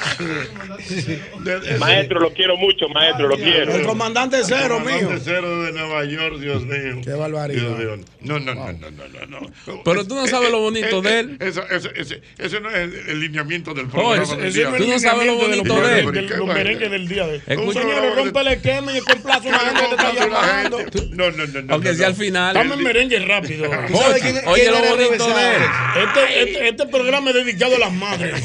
Speaker 10: Maestro, lo quiero mucho, maestro, lo quiero.
Speaker 6: El comandante cero,
Speaker 4: El
Speaker 6: mío.
Speaker 4: comandante cero de Nueva York, Dios mío. Qué
Speaker 6: barbaridad.
Speaker 4: No, no, no, no, no, no, no. Eh,
Speaker 12: Pero tú no sabes lo bonito de él.
Speaker 4: Ese, ese, eh, ese, ese no es el, el lineamiento del
Speaker 12: Oh,
Speaker 4: programa.
Speaker 12: ese-
Speaker 4: del
Speaker 12: ese
Speaker 4: día.
Speaker 12: no es el Tú no sabes lo lineamiento bonito de él.
Speaker 6: del- los merengues del día de
Speaker 12: Escucha.
Speaker 6: hoy. Señores, rompe el esquema y complace una gente que te está llamando.
Speaker 4: No, no, no, no.
Speaker 12: Aunque
Speaker 4: no,
Speaker 12: sea
Speaker 4: no.
Speaker 12: al final.
Speaker 6: Dame merengue
Speaker 12: <laughs>
Speaker 6: rápido.
Speaker 12: ¿Tú sabes quién- Oye, quién lo era bonito de él.
Speaker 6: Este, este, este programa es dedicado a las madres.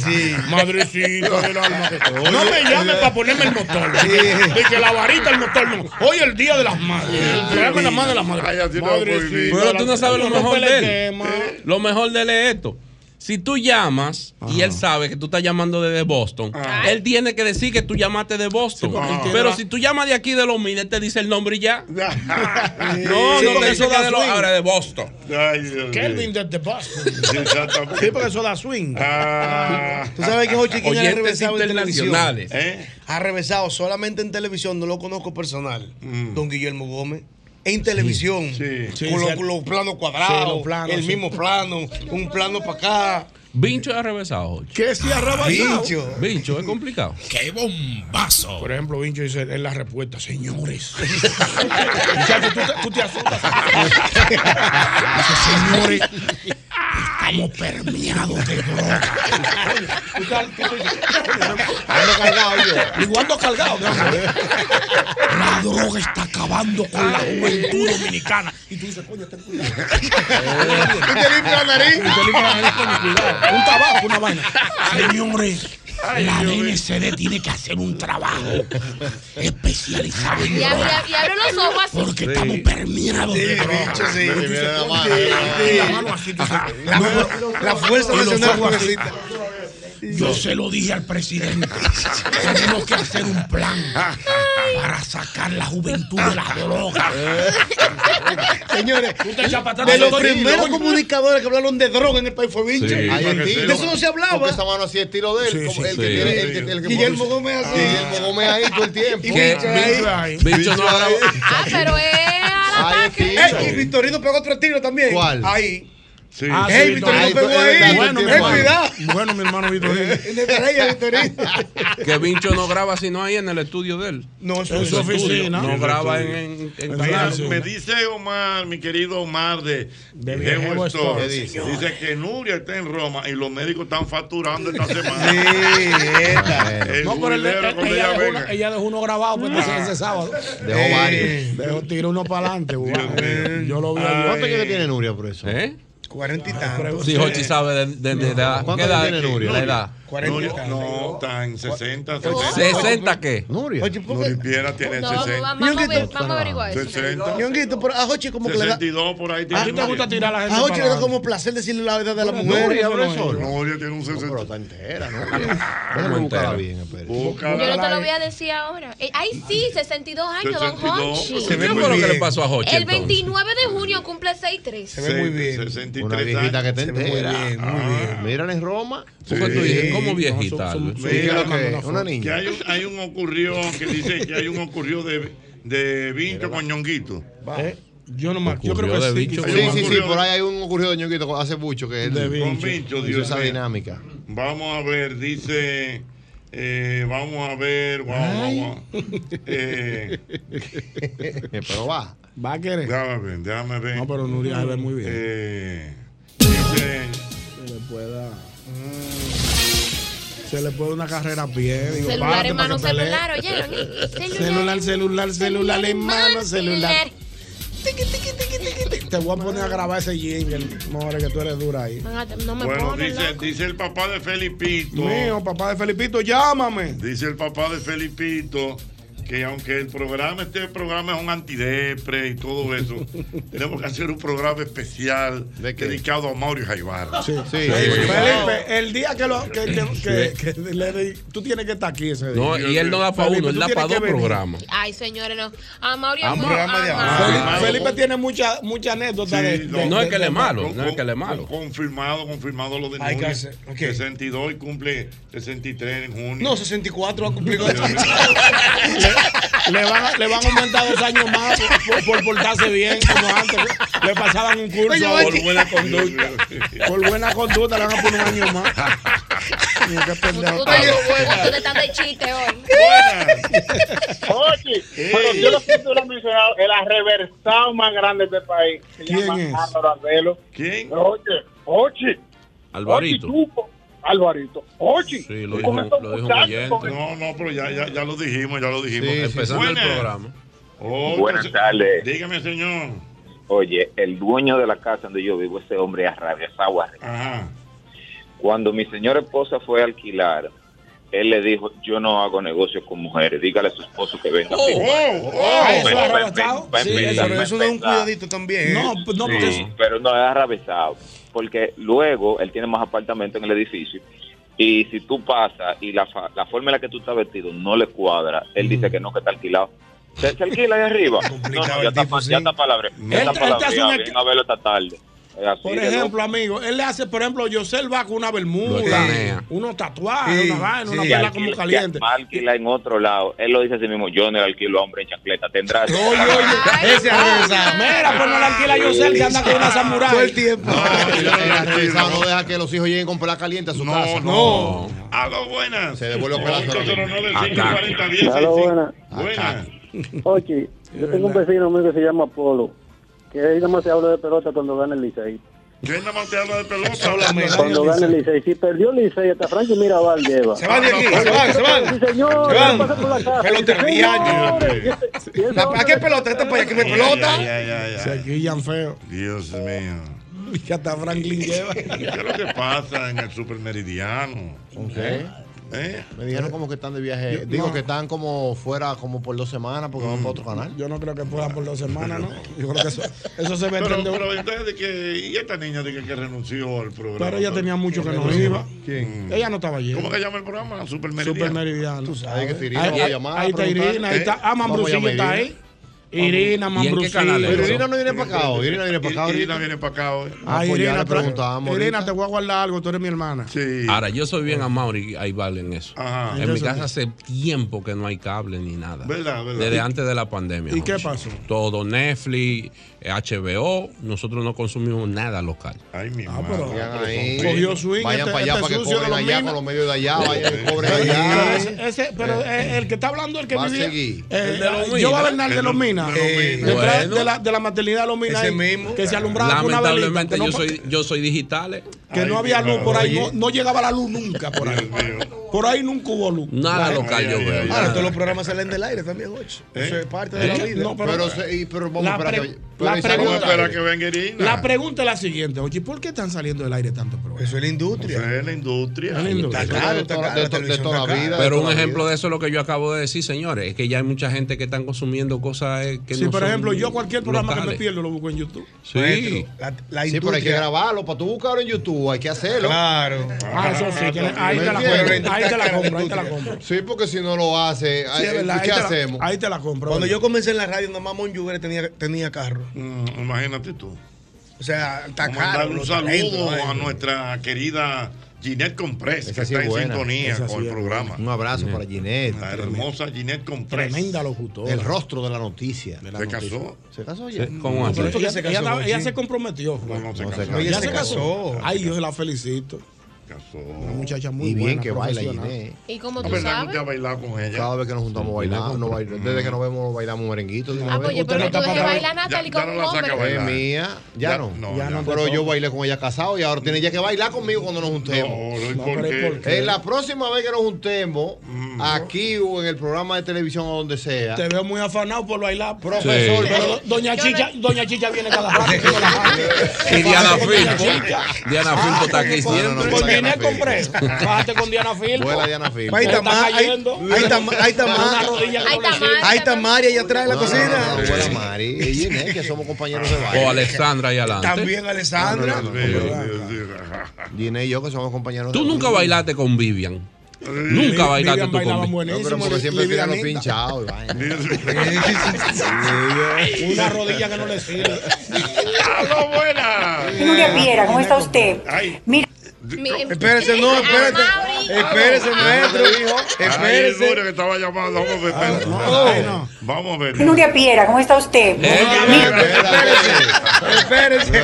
Speaker 6: Madrecita del alma. No me llames para ponerme el motor. De que la varita, el motor no. Hoy es el día de las madres. El programa de las madres de las madres. Madrecita,
Speaker 12: Pero tú
Speaker 6: la-
Speaker 12: no sabes lo
Speaker 6: rompe
Speaker 12: mejor
Speaker 6: el
Speaker 12: de él.
Speaker 6: esquema.
Speaker 12: Lo mejor de él es esto. Si tú llamas y
Speaker 6: Ah.
Speaker 12: él sabe que tú estás llamando desde Boston,
Speaker 4: Ajá.
Speaker 12: él tiene que decir que tú llamaste de Boston. Ah.
Speaker 4: Ah. porque él
Speaker 12: Pero
Speaker 4: queda-
Speaker 12: si tú llamas de aquí de los miles, él te dice el nombre y
Speaker 4: <laughs>
Speaker 12: ya. no,
Speaker 6: Sí,
Speaker 12: no
Speaker 6: porque
Speaker 12: te
Speaker 6: eso
Speaker 12: dice que
Speaker 6: da
Speaker 12: de los
Speaker 6: swing.
Speaker 12: ahora de Boston.
Speaker 4: Ay, Dios mío.
Speaker 6: Kelvin desde
Speaker 4: <laughs>
Speaker 6: Boston.
Speaker 12: <laughs>
Speaker 4: Exactamente.
Speaker 6: Sí, porque eso da swing.
Speaker 8: Tú sabes que Jochi quién ha
Speaker 12: Oyentes
Speaker 8: revesado en televisión. Eh,
Speaker 12: internacionales.
Speaker 4: ¿Eh?
Speaker 8: Ha revesado solamente en televisión, no lo conozco personal.
Speaker 4: Mm.
Speaker 8: Don Guillermo Gómez. En televisión,
Speaker 6: Sí,
Speaker 8: con los,
Speaker 6: sí.
Speaker 8: con los planos cuadrados,
Speaker 6: Sí, los planos,
Speaker 8: el
Speaker 6: sí.
Speaker 8: mismo plano, un plano para acá.
Speaker 12: Vincho ha revesado.
Speaker 6: ¿Qué se ha rebasado?
Speaker 8: Vincho.
Speaker 12: Vincho es complicado.
Speaker 6: ¡Qué bombazo! Por ejemplo, Vincho dice, es la respuesta, <laughs> señores. Muchachos, tú, te- tú te asustas. Dice, señores, estamos permeados de droga. Oye, tú tal- ¿qué tú dices? Ando cargado yo. Digo, ando cargado, mi amor. La droga está acabando con la juventud dominicana. Y tú dices, coño, ten cuidado.
Speaker 8: Tú te limpias la nariz.
Speaker 6: Y te limpias la nariz, coño, cuidado. Un tabaco, una vaina. Señores, la DNCD tiene que hacer un trabajo especializado en
Speaker 11: Y, ab- y
Speaker 6: droga.
Speaker 11: ab- y abre los ojos así.
Speaker 6: Porque estamos permeados de droga. Y tú dices, "Coño, y la mano así, tú dices, no, no".
Speaker 8: La fuerza
Speaker 6: Y los
Speaker 8: nacional
Speaker 6: ojos así.
Speaker 8: progresista.
Speaker 6: Yo se lo dije al
Speaker 8: <laughs>
Speaker 6: presidente. Tenemos que hacer un plan para sacar la juventud de la droga.
Speaker 8: Señores,
Speaker 6: atrás,
Speaker 8: de
Speaker 6: tú
Speaker 8: los
Speaker 6: te ríes,
Speaker 8: primeros
Speaker 6: coño.
Speaker 8: comunicadores que hablaron de droga en el país fue Vincho.
Speaker 5: Sí, Ahí para que entiendo.
Speaker 8: de eso no se hablaba.
Speaker 5: Porque esa mano así es estilo de él.
Speaker 8: Sí,
Speaker 5: como
Speaker 8: sí,
Speaker 5: el
Speaker 8: sí.
Speaker 5: que tiene, el que, el que
Speaker 8: Guillermo
Speaker 5: produce.
Speaker 8: Gómez así.
Speaker 5: Guillermo Gómez ahí todo el tiempo.
Speaker 8: Y
Speaker 12: Que
Speaker 8: Vincho ahí.
Speaker 12: Vincho no ha grabado.
Speaker 11: Ah, pero es al ataque.
Speaker 8: Ey, y Victorino pegó otro tiro también.
Speaker 5: ¿Cuál?
Speaker 8: Ahí.
Speaker 4: Sí.
Speaker 6: Ah,
Speaker 8: Ey,
Speaker 6: sí,
Speaker 8: Victorino
Speaker 5: Ay,
Speaker 8: pegó
Speaker 5: es
Speaker 8: ahí.
Speaker 5: verdad,
Speaker 8: Bueno,
Speaker 5: tú
Speaker 8: ten
Speaker 5: tienes
Speaker 8: cuidado.
Speaker 6: Bueno, mi hermano Vitorino.
Speaker 8: En el estrella, Victorino.
Speaker 12: <laughs>
Speaker 5: <laughs>
Speaker 12: Que Vincho no graba sino ahí en el estudio de él.
Speaker 8: No, eso
Speaker 6: En
Speaker 8: es
Speaker 6: su
Speaker 12: Estudio.
Speaker 6: oficina.
Speaker 12: No
Speaker 6: En su
Speaker 12: graba en,
Speaker 6: estudio.
Speaker 12: en, en
Speaker 6: En su
Speaker 12: canal.
Speaker 6: oficina.
Speaker 4: Me dice Omar, mi querido Omar de
Speaker 6: De
Speaker 4: de
Speaker 6: Viejo
Speaker 4: Store,
Speaker 6: Store,
Speaker 4: dice?
Speaker 6: señor.
Speaker 4: que Nuria está en Roma y los médicos están facturando esta semana.
Speaker 8: Sí, esta.
Speaker 4: El
Speaker 6: No, pero él-
Speaker 4: jubileo
Speaker 6: él-
Speaker 4: cuando
Speaker 6: ella,
Speaker 4: ella
Speaker 6: dejó
Speaker 4: venga.
Speaker 6: una- ella dejó uno grabado pues, ese, ese sábado.
Speaker 5: Dejó
Speaker 8: Ah. Eh.
Speaker 5: varios.
Speaker 6: Dejó tiro uno para adelante. Yo lo vi
Speaker 5: ¿Cuánto
Speaker 6: ayer.
Speaker 5: que tiene Nuria por eso?
Speaker 12: ¿Eh?
Speaker 8: Cuarenta y tantos.
Speaker 12: Sí, Jochi sabe de, de- de edad. ¿Qué
Speaker 5: ¿Cuánto
Speaker 12: edad
Speaker 5: tiene Nuria?
Speaker 12: La edad.
Speaker 8: Cuarenta y
Speaker 4: Nuria,
Speaker 8: tantos.
Speaker 4: no, está en 60, 70.
Speaker 12: 60 qué?
Speaker 5: Nuria.
Speaker 8: Oye, ¿por qué?
Speaker 4: Nuria Piera tiene
Speaker 11: No, vamos,
Speaker 4: 60.
Speaker 11: vamos a
Speaker 8: Ñonguito.
Speaker 11: ver- vamos a averiguar eso.
Speaker 4: 60.
Speaker 8: Ñonguito, pero a Jochi como que le da.
Speaker 4: 62 por ahí
Speaker 6: ¿A
Speaker 4: tiene.
Speaker 6: ti te gusta tirar a la gente?
Speaker 8: A Jochi
Speaker 6: para
Speaker 8: le da
Speaker 6: adelante?
Speaker 8: como placer decirle la edad de la mujer.
Speaker 5: Nuria, abre sol. No,
Speaker 4: Nuria tiene un
Speaker 5: pero
Speaker 4: 60.
Speaker 5: está entera, Nuria. Déjame buscarla bien, espera.
Speaker 11: Yo
Speaker 4: Búscala.
Speaker 11: no te lo voy a decir ahora. Eh, Ay, sí, 62 años, don
Speaker 4: 62.
Speaker 5: pues,
Speaker 11: Hochi.
Speaker 4: Se
Speaker 12: ¿Qué
Speaker 4: ve muy
Speaker 12: fue lo que
Speaker 4: bien.
Speaker 12: le pasó a Jochi?
Speaker 11: El
Speaker 12: entonces?
Speaker 11: 29 de junio cumple 6'3".
Speaker 8: Se ve muy bien.
Speaker 4: 63
Speaker 5: Una viejita que te
Speaker 8: Se ve muy
Speaker 5: entera.
Speaker 8: bien, muy
Speaker 5: Ah, Mírala en Roma.
Speaker 12: ¿Por qué tú dices? ¿Cómo viejita? Albert?
Speaker 5: Sí, creo
Speaker 4: Mira,
Speaker 5: que
Speaker 6: una
Speaker 5: una
Speaker 4: Que
Speaker 5: niña.
Speaker 4: hay un, hay un ocurrió que dice que hay un ocurrió de, de Vincho con Ñonguito.
Speaker 6: ¿Eh? Yo no me Yo creo
Speaker 12: Ocurrió
Speaker 6: que
Speaker 12: de
Speaker 6: sí.
Speaker 12: bicho.
Speaker 6: que-
Speaker 5: Sí, sí, sí.
Speaker 4: ocurrió-
Speaker 5: Por ahí hay un ocurrido de ñoquito hace mucho que es
Speaker 6: De
Speaker 5: el-
Speaker 4: Con
Speaker 6: Vincho.
Speaker 4: Vincho,
Speaker 5: hizo
Speaker 4: Dios
Speaker 5: esa
Speaker 4: mío.
Speaker 5: dinámica.
Speaker 4: Vamos a ver, dice. eh, vamos a ver. Vamos,
Speaker 5: <laughs>
Speaker 4: vamos. Eh,
Speaker 5: Eh, Pero va.
Speaker 6: Va a querer.
Speaker 4: déjame ver, déjame ver.
Speaker 6: No, pero Nuria se ve muy bien.
Speaker 4: Eh, dice.
Speaker 6: Se le pueda. mm, Se le puede una carrera a pie. Digo,
Speaker 11: Celular
Speaker 6: parte
Speaker 11: en
Speaker 6: para
Speaker 11: mano,
Speaker 6: que pelee.
Speaker 11: celular,
Speaker 6: <laughs>
Speaker 11: oyeron. ¿eh?
Speaker 6: Celular, celular, celular en mano, celular.
Speaker 11: celular.
Speaker 6: Tiqui, tiqui, tiqui, tiqui, tiqui. Te voy a poner a grabar ese jingle. No, que tú eres dura ahí.
Speaker 11: Venga, No me
Speaker 4: Bueno,
Speaker 11: pones,
Speaker 4: dice,
Speaker 11: loco.
Speaker 4: dice el papá de Felipito.
Speaker 6: Mío, papá de Felipito, llámame.
Speaker 4: Dice el papá de Felipito que aunque el programa, este programa es un antidepre y todo eso,
Speaker 6: <laughs>
Speaker 4: tenemos que hacer un programa especial dedicado a Mauro Jaibar.
Speaker 6: Sí, sí. Felipe, el día que, lo, que, que- que- que le di- tú tienes que estar aquí ese día.
Speaker 12: No, y él no da para
Speaker 6: Felipe,
Speaker 12: uno, él
Speaker 6: tú
Speaker 12: da
Speaker 6: tienes
Speaker 12: para
Speaker 6: que
Speaker 12: dos
Speaker 6: venir.
Speaker 12: programas.
Speaker 11: Ay, señores, no. A Mauri
Speaker 12: Ah,
Speaker 11: Amor,
Speaker 12: programa de
Speaker 11: a-
Speaker 12: amor.
Speaker 6: Felipe, Felipe tiene muchas mucha anécdotas de, de-
Speaker 12: no es
Speaker 6: de-
Speaker 12: que él es
Speaker 6: de-
Speaker 12: malo, no es que él es malo.
Speaker 4: Confirmado, confirmado lo de
Speaker 6: Hay que
Speaker 4: Núñez.
Speaker 6: hacer-
Speaker 4: 62 y cumple 63 en junio.
Speaker 8: No, 64 va a cumplir con
Speaker 6: le, van a, le van a aumentar dos años más por, por portarse bien, como antes. Le pasaban un curso
Speaker 4: Oye, oye. Por buena conducta.
Speaker 6: Por buena conducta le van a poner un año más. Mira, qué pendejo.
Speaker 11: Ustedes están de chiste hoy.
Speaker 7: Oye, pero yo lo que tú lo has mencionado, el arreversado más grande de este país. Se
Speaker 4: ¿Quién
Speaker 7: llama
Speaker 4: es?
Speaker 7: Álvaro Arbelo.
Speaker 4: ¿Quién?
Speaker 7: Oye, oye.
Speaker 12: Alvarito.
Speaker 7: Oye, tú, Alvarito. Oye.
Speaker 12: Sí, lo
Speaker 7: tú
Speaker 12: dijo-
Speaker 7: con estos
Speaker 12: lo dijo un
Speaker 7: muchachos,
Speaker 12: oyente.
Speaker 7: con-
Speaker 4: No, no, pero ya, ya, ya lo dijimos, ya lo dijimos.
Speaker 12: Sí, empezando el programa.
Speaker 4: Oh,
Speaker 21: Buenas tardes.
Speaker 4: Dígame, señor.
Speaker 21: Oye, el dueño de la casa donde yo vivo, ese hombre es arrabiazado. arre-
Speaker 4: Ajá.
Speaker 21: Cuando mi señora esposa fue a alquilar, él le dijo, yo no hago negocios con mujeres, dígale a su esposo que venga.
Speaker 8: Oh,
Speaker 21: firmar". pues,
Speaker 8: oh, oh,
Speaker 21: Pero-
Speaker 8: eso
Speaker 21: pero-
Speaker 8: es arrebatado.
Speaker 21: pero-
Speaker 8: Sí,
Speaker 21: pero-
Speaker 8: eso-
Speaker 21: pero-
Speaker 8: eso da un
Speaker 21: pero-
Speaker 8: cuidadito también. No,
Speaker 6: Pues
Speaker 8: no,
Speaker 21: Sí, pero no es arrabezado. Porque luego él tiene más apartamentos en el edificio. Y si tú pasas y la, fa- la forma en la que tú estás vestido no le cuadra, él
Speaker 6: Mm.
Speaker 21: dice que no, que está alquilado. Se, se alquila ahí
Speaker 6: <laughs>
Speaker 21: arriba. No, no, ya está, pa- ya está palabra. Ya
Speaker 6: Él-
Speaker 21: está
Speaker 6: él te hace
Speaker 21: palabreado,
Speaker 6: una-
Speaker 21: Ven a verlo esta tarde. Es así
Speaker 6: Por
Speaker 21: de
Speaker 6: ejemplo, amigo, él le hace, por ejemplo, Yosel va con una
Speaker 21: Lo
Speaker 6: bermuda,
Speaker 21: planea.
Speaker 6: unos tatuajes,
Speaker 21: Sí,
Speaker 6: una vaina, una
Speaker 21: sí.
Speaker 6: perla
Speaker 21: Y
Speaker 6: como
Speaker 21: alquila-
Speaker 6: caliente.
Speaker 21: y alquila en otro lado. Él lo dice a sí mismo, yo no le alquilo a hombre en chancleta. Tendrá... Oye, <laughs>
Speaker 6: oye, ese arrevesado. Mira, pues no le alquila a Yosel que anda con una samurái.
Speaker 5: Todo el tiempo.
Speaker 4: El
Speaker 5: arrebatado no deja que los hijos lleguen con pelada caliente a su casa.
Speaker 4: No. A lo buenas. Se
Speaker 5: devuelve para la
Speaker 17: Aló, buena.
Speaker 4: Buenas.
Speaker 17: Oye, yo tengo un vecino mío que se llama Polo, que él nada más se habla de pelota cuando gana el Licey.
Speaker 4: Que él nada más te habla de pelota.
Speaker 17: Cuando gana el Licey. Si perdió el Licey, hasta Frankie Mirabal lleva.
Speaker 4: Se van de aquí, se van, se van.
Speaker 17: Sí, señor,
Speaker 4: Se van.
Speaker 17: pasa por la casa.
Speaker 8: Pelotero
Speaker 17: Sí,
Speaker 8: diario.
Speaker 17: señores. Y este- y este
Speaker 8: ¿Para qué pelota? ¿Esta para allá que me pelota?
Speaker 6: Se quillan feo.
Speaker 4: Dios mío.
Speaker 6: Que hasta Franklin lleva.
Speaker 4: ¿Qué es lo que pasa en el supermeridiano?
Speaker 5: ¿Con qué?
Speaker 4: ¿Eh?
Speaker 5: Me dijeron como que están de viaje.
Speaker 4: Yo-
Speaker 5: Digo
Speaker 4: no.
Speaker 5: que están como fuera como por dos semanas porque van para otro canal.
Speaker 6: Yo no creo que pueda por dos semanas, ¿no? Yo creo que eso, eso se
Speaker 4: Pero,
Speaker 6: vende en de
Speaker 4: pero entonces de que, y esta niña de que, que renunció al programa.
Speaker 6: Pero ella tenía mucho que no iba. Ella no estaba allí.
Speaker 4: ¿Cómo que llama el programa? Supermeridiano.
Speaker 6: Supermeridiano. Tú
Speaker 4: sabes.
Speaker 6: sabes.
Speaker 4: que Irina
Speaker 6: ahí,
Speaker 4: vamos a
Speaker 6: ahí-
Speaker 4: llamar a
Speaker 6: ahí está
Speaker 4: preguntar.
Speaker 6: Irina, ahí
Speaker 4: ¿Eh?
Speaker 6: está. Ah,
Speaker 4: Vamos a
Speaker 6: Mambrusillo
Speaker 4: llamar a
Speaker 6: está
Speaker 4: Irina.
Speaker 6: ahí. Irina, Mambrusillo.
Speaker 5: Pero Irina no viene para acá hoy. Irina viene para acá hoy.
Speaker 4: Irina viene para acá hoy.
Speaker 6: Ay,
Speaker 5: Pues ya
Speaker 6: Irina,
Speaker 5: le
Speaker 6: te-
Speaker 5: preguntamos
Speaker 6: Irina, te voy a guardar algo, tú eres mi hermana.
Speaker 4: Sí.
Speaker 12: Ahora, yo soy bien a Mauri, ahí vale en eso.
Speaker 6: Ajá.
Speaker 12: En mi
Speaker 6: Eso sí.
Speaker 12: casa hace tiempo que no hay cable ni nada.
Speaker 6: ¿Verdad, verdad?
Speaker 12: Desde
Speaker 6: ¿Y-
Speaker 12: antes de la pandemia.
Speaker 6: ¿Y qué
Speaker 12: Jorge.
Speaker 6: pasó?
Speaker 12: Todo Netflix, eh, HBO, nosotros no consumimos nada local.
Speaker 4: Ay, mi
Speaker 5: Ah, pero- Vayan ahí.
Speaker 12: Cogió swing,
Speaker 5: Vayan
Speaker 12: este-
Speaker 5: para allá
Speaker 12: este
Speaker 5: para que
Speaker 12: sucio
Speaker 5: cobren
Speaker 12: de los
Speaker 5: allá
Speaker 12: minas.
Speaker 5: con los medios de allá. Vayan y cobren
Speaker 6: Pero,
Speaker 5: allá.
Speaker 6: ese- ese- pero eh, el que está hablando, el que
Speaker 5: Va a
Speaker 6: vivía-
Speaker 5: seguir.
Speaker 6: eh,
Speaker 5: El de los
Speaker 6: Yo va
Speaker 5: Minas.
Speaker 6: a Bernal de
Speaker 5: El
Speaker 6: los
Speaker 5: de-
Speaker 6: Minas.
Speaker 5: de los
Speaker 6: Eh,
Speaker 5: Minas.
Speaker 6: detrás
Speaker 12: Bueno.
Speaker 6: de, la, de la maternidad de los Minas.
Speaker 12: Ese
Speaker 6: ahí,
Speaker 12: mismo.
Speaker 6: Que se alumbraba con una velita.
Speaker 12: Lamentablemente
Speaker 6: Que, no,
Speaker 12: yo soy yo soy digital. eh.
Speaker 6: que no había luz por ahí. No, no llegaba la luz nunca por ahí. Por ahí nunca hubo luz.
Speaker 12: Nada local yo veo.
Speaker 8: Ahora
Speaker 12: nada.
Speaker 8: todos los programas salen del aire también, Jochi. Eso es parte de la
Speaker 6: ¿Eh?
Speaker 8: vida.
Speaker 6: No, pero- Pero se- y- pero vamos a La esperar pre- que- pero la ahí salió pregunta- tarde.
Speaker 4: Espera que venga Irina.
Speaker 6: La pregunta es la siguiente, oye, ¿por qué están saliendo del aire tantos programas?
Speaker 8: Eso es la industria.
Speaker 4: Eso es la industria.
Speaker 6: Es la industria.
Speaker 12: Está caro, está caro, la televisión está caro. Pero un ejemplo de eso es lo que yo acabo de decir, señores. Es que ya hay mucha gente que están consumiendo cosas eh, que
Speaker 6: Sí,
Speaker 12: no
Speaker 6: por
Speaker 12: son
Speaker 6: ejemplo, yo cualquier programa que me
Speaker 12: locales.
Speaker 6: pierdo lo busco en YouTube.
Speaker 12: Sí.
Speaker 5: sí, pero hay que
Speaker 6: industria-
Speaker 5: grabarlo. Para tú buscarlo en YouTube, hay que hacerlo.
Speaker 8: Claro.
Speaker 6: Ah, eso sí, que le- ahí
Speaker 5: ¿Me
Speaker 6: te la
Speaker 5: entiendes?
Speaker 6: compro, ahí te la compro, ahí te la compro.
Speaker 5: Sí, porque si no lo hace,
Speaker 8: Sí, es verdad,
Speaker 5: ¿qué
Speaker 8: ahí te la-
Speaker 5: hacemos?
Speaker 6: ahí te la compro.
Speaker 8: Cuando yo comencé en la radio, nada más Mon Jugre tenía, tenía carro.
Speaker 4: imagínate tú.
Speaker 8: O sea, está
Speaker 4: Vamos a mandar
Speaker 8: caro.
Speaker 4: un
Speaker 8: los
Speaker 4: saludo
Speaker 8: talentos, ¿no?
Speaker 4: a nuestra querida Ginette Comprés, que
Speaker 5: sí
Speaker 4: está
Speaker 5: es
Speaker 4: en
Speaker 5: buena.
Speaker 4: sintonía
Speaker 5: Esa sí
Speaker 4: con el
Speaker 5: es
Speaker 4: programa.
Speaker 5: buena. Un abrazo para Ginette.
Speaker 4: La hermosa Ginette Comprés.
Speaker 6: Tremenda locutora.
Speaker 5: El rostro de la noticia.
Speaker 4: Se casó.
Speaker 5: ¿Se casó ya? Mm.
Speaker 4: Sí,
Speaker 6: No,
Speaker 5: ¿Cómo
Speaker 6: pero esto
Speaker 5: así?
Speaker 6: que ella, estaba- ella se comprometió. Juan.
Speaker 5: no se No se casó. casó.
Speaker 6: Ella
Speaker 5: Ella
Speaker 6: se
Speaker 5: se
Speaker 6: casó.
Speaker 5: casó.
Speaker 6: Ay, yo la felicito.
Speaker 4: Casó.
Speaker 6: Una muchacha muy
Speaker 5: Y bien
Speaker 6: buena,
Speaker 5: que baila
Speaker 6: profesional.
Speaker 5: Ginette.
Speaker 11: ¿Y cómo
Speaker 5: Es
Speaker 11: tú
Speaker 5: verdad que
Speaker 11: sabes?
Speaker 4: bailado con ella.
Speaker 5: Cada vez que nos juntamos bailamos. no bailamos. Desde que nos vemos, bailamos merenguito. de una
Speaker 11: Ah,
Speaker 5: vez.
Speaker 11: pues yo,
Speaker 5: Usted
Speaker 11: pero
Speaker 5: no
Speaker 11: tú
Speaker 5: está
Speaker 11: dejes
Speaker 5: para-
Speaker 11: bailar a Natalie
Speaker 5: Ya
Speaker 11: con
Speaker 5: no
Speaker 11: un
Speaker 5: la saca a
Speaker 11: hombre.
Speaker 5: bailar. Es mía. Ya, no.
Speaker 4: ya no.
Speaker 5: Pero yo bailé con ella casado y ahora tiene ella que bailar conmigo cuando nos juntemos.
Speaker 4: No, ¿y No, por pero ¿y qué? por qué?
Speaker 5: En la próxima vez que nos juntemos, Aquí o en el programa de televisión o donde sea.
Speaker 6: Te veo muy afanado por bailar,
Speaker 5: Profesor,
Speaker 6: Pero do- doña Chicha, doña Chicha viene cada rato.
Speaker 12: Y Diana
Speaker 6: Bájate con Doña
Speaker 12: Filpo. Diana Filpo está aquí siempre.
Speaker 6: Con dinero compré. Bájate con Diana Filpo.
Speaker 12: Vuela Diana Filpo.
Speaker 6: Ahí está
Speaker 8: Ahí-
Speaker 6: cayendo.
Speaker 8: ahí está Ma- ahí está Ma- Ahí está Mari allá atrás en la cocina.
Speaker 5: No, no, buena Mari. Ella y Inés, que somos compañeros de baile.
Speaker 12: O Alexandra ahí adelante.
Speaker 8: También Alessandra.
Speaker 5: Ginés y yo que somos compañeros
Speaker 12: Tú
Speaker 5: de
Speaker 12: nunca bailaste con Vivian. Nunca bailaste tú con Vivian.
Speaker 5: No, pero porque siempre tiran los pinchados. y vaina. Sí, yo-
Speaker 6: Una rodilla que no le
Speaker 4: <laughs>
Speaker 6: sirve.
Speaker 4: ¡Aló, buena!
Speaker 19: Nuria Piera, ¿cómo está usted? Mira.
Speaker 8: Espérese, <laughs> no, espérese. Espérese, maestro.
Speaker 4: Ay,
Speaker 8: Espérese.
Speaker 4: Nuria, que estaba llamando. Vamos a
Speaker 6: Ah,
Speaker 4: ver. espérate. Vamos a ver.
Speaker 19: Nuria Piera, ¿cómo está usted?
Speaker 8: Espérese. No,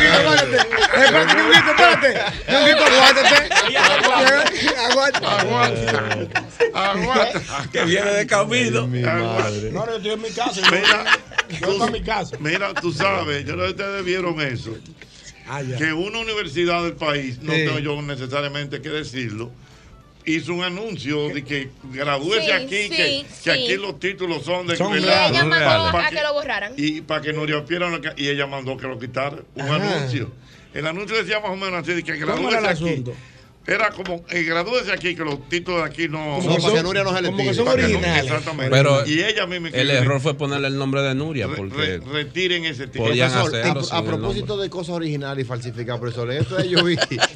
Speaker 8: Ñonguito, espérate. Espérate, Ñonguito, espérate. Ñonguito, aguántate. Aguántate.
Speaker 5: <laughs>
Speaker 4: Aguanta.
Speaker 12: Que viene de camino.
Speaker 6: No, no, yo estoy en mi casa.
Speaker 4: Mira,
Speaker 6: Yo estoy en mi casa.
Speaker 4: Mira, tú sabes, yo no sé si ustedes vieron eso. que una universidad del país, no
Speaker 6: Ah, Sí.
Speaker 4: tengo yo necesariamente que decirlo, hizo un anuncio de que gradúese
Speaker 11: Sí,
Speaker 4: aquí,
Speaker 11: sí,
Speaker 4: que,
Speaker 11: sí.
Speaker 4: que aquí los títulos son de
Speaker 11: Y
Speaker 4: ¿verdad?
Speaker 11: ella
Speaker 4: Pa-
Speaker 11: mandó
Speaker 4: pa
Speaker 11: a Ah, que lo borraran.
Speaker 4: y para que Nuria Piera no ca- y ella mandó que lo quitara un anuncio. El anuncio decía más o menos así de que
Speaker 6: ¿Cómo era el
Speaker 4: gradúese aquí. Era como eh, gradúese aquí que los títulos de aquí
Speaker 5: Como
Speaker 4: no
Speaker 5: que son- como que son
Speaker 4: Para que no-
Speaker 5: originales.
Speaker 4: Exactamente.
Speaker 12: Pero
Speaker 4: y ella misma
Speaker 12: el
Speaker 4: escribió,
Speaker 12: error fue ponerle el nombre de Nuria porque
Speaker 4: retiren ese título.
Speaker 12: podían
Speaker 5: Profesor,
Speaker 12: hacerlo
Speaker 5: a-
Speaker 12: sin
Speaker 5: a,
Speaker 12: el nombre.
Speaker 5: propósito de cosas originales y falsificadas, profesor, en esto yo vi, <laughs>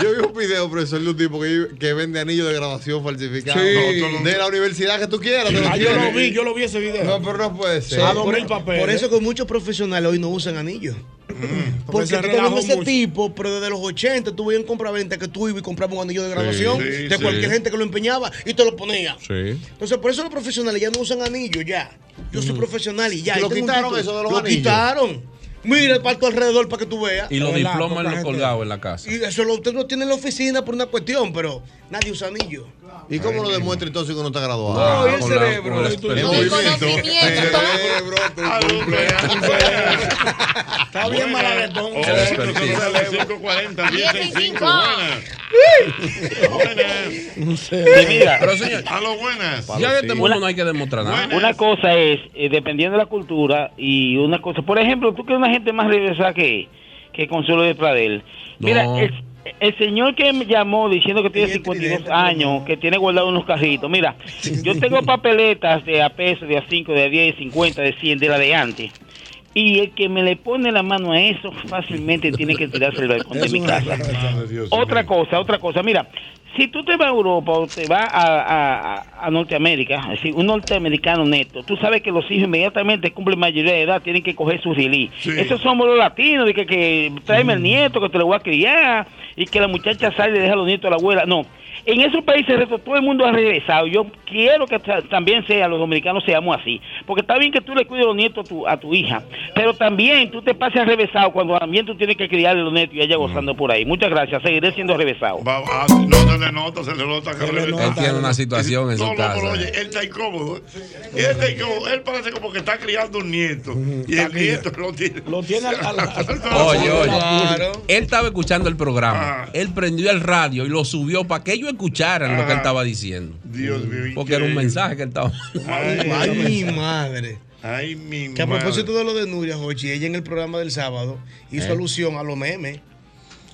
Speaker 5: yo vi un video, profesor, de un tipo que, que vende anillos de graduación falsificados
Speaker 6: Sí.
Speaker 5: de la universidad que tú quieras. te lo
Speaker 6: Ah, yo lo
Speaker 5: tienen.
Speaker 6: vi, yo lo vi ese video.
Speaker 5: No, pero no puede ser.
Speaker 6: A dos mil papeles.
Speaker 8: Por eso que muchos profesionales hoy no usan anillos. <laughs>
Speaker 6: porque
Speaker 8: Porque
Speaker 6: se
Speaker 8: tú estás viendo
Speaker 6: relajó
Speaker 8: ese
Speaker 6: mucho.
Speaker 8: tipo, pero desde los 80 tú veías en compraventa que tú ibas y comprabas un anillo de graduación
Speaker 12: sí,
Speaker 8: de
Speaker 12: sí.
Speaker 8: cualquier gente que lo empeñaba y te lo ponía.
Speaker 12: Sí.
Speaker 8: Entonces, por eso los profesionales ya no usan anillos ya. Yo soy profesional y ya.
Speaker 5: ¿Lo
Speaker 8: y tengo un
Speaker 5: quitaron
Speaker 8: título.
Speaker 5: eso de los
Speaker 8: lo
Speaker 5: anillos?
Speaker 8: quitaron. Mira el parto alrededor para que tú veas.
Speaker 12: y los
Speaker 8: ¿Verdad?
Speaker 12: diplomas
Speaker 8: Poca
Speaker 12: los
Speaker 8: gente.
Speaker 12: colgados en la casa.
Speaker 8: Y eso lo, usted lo tiene en la oficina por una cuestión, pero nadie usa anillo.
Speaker 5: ¿Y cómo lo demuestra entonces que uno está graduado?
Speaker 8: No, y el
Speaker 5: Con la-
Speaker 8: cerebro.
Speaker 5: con la
Speaker 8: Y tú-
Speaker 5: experiencia.
Speaker 8: El
Speaker 5: Cerebro,
Speaker 6: Está bien malaguetón.
Speaker 4: Oh, entonces, a las 5:40, 10:05, buenas.
Speaker 12: Mira. Pero señor,
Speaker 4: a lo buenas.
Speaker 12: ya en este mundo no hay que demostrar nada.
Speaker 9: Una cosa es, eh, dependiendo de la cultura, y una cosa, por ejemplo, tú que una gente más regresada que, que Consuelo de Pradel. Mira,
Speaker 12: No.
Speaker 9: el, el señor que me llamó diciendo que tiene 52 años, que tiene guardado unos carritos, mira, yo tengo papeletas de a peso, de a 5, de a 10, de 50, de 100, de la de antes. Y el que me le pone la mano a eso fácilmente tiene que tirarse del balcón de mi casa. Otra cosa, otra cosa. Mira, si tú te vas a Europa o te vas a, a- a- a Norteamérica, es decir, un norteamericano neto, tú sabes que los hijos inmediatamente cumplen mayoría de edad, tienen que coger su release. Esos somos los latinos, de que, que tráeme
Speaker 4: Mm.
Speaker 9: el nieto, que te lo voy a criar, y que la muchacha sale y deja a los nietos a la abuela. No. En esos países el resto, todo el mundo ha regresado. Yo quiero que ta- también sea, los dominicanos seamos así. Porque está bien que tú le cuides los nietos a tu, a tu hija, pero también tú te pases regresado cuando también tú tienes que criarle los nietos y
Speaker 4: Mm.
Speaker 9: ella gozando por ahí. Muchas gracias, seguiré siendo regresado.
Speaker 4: ah, No se le nota, se le nota que le
Speaker 12: Él tiene una situación en
Speaker 4: No,
Speaker 12: su
Speaker 4: no, pero
Speaker 12: casa.
Speaker 4: oye, él está incómodo. Y él está incómodo. Él parece como que está criando un nieto. Y el nieto lo tiene.
Speaker 6: Lo tiene
Speaker 4: <laughs>
Speaker 6: al.
Speaker 12: Oye, oye. Él estaba escuchando el programa.
Speaker 4: Ah.
Speaker 12: Él prendió el radio y lo subió para que ellos escucharan lo que él estaba diciendo.
Speaker 4: Ah. Dios mío.
Speaker 12: Porque era un mensaje que él estaba.
Speaker 8: Ay, Ay, mi madre.
Speaker 4: Ay, mi
Speaker 8: Que a
Speaker 12: madre.
Speaker 8: propósito de lo de Nuria, Jochi, ella en el programa del sábado hizo
Speaker 12: ¿Eh?
Speaker 8: alusión a los memes.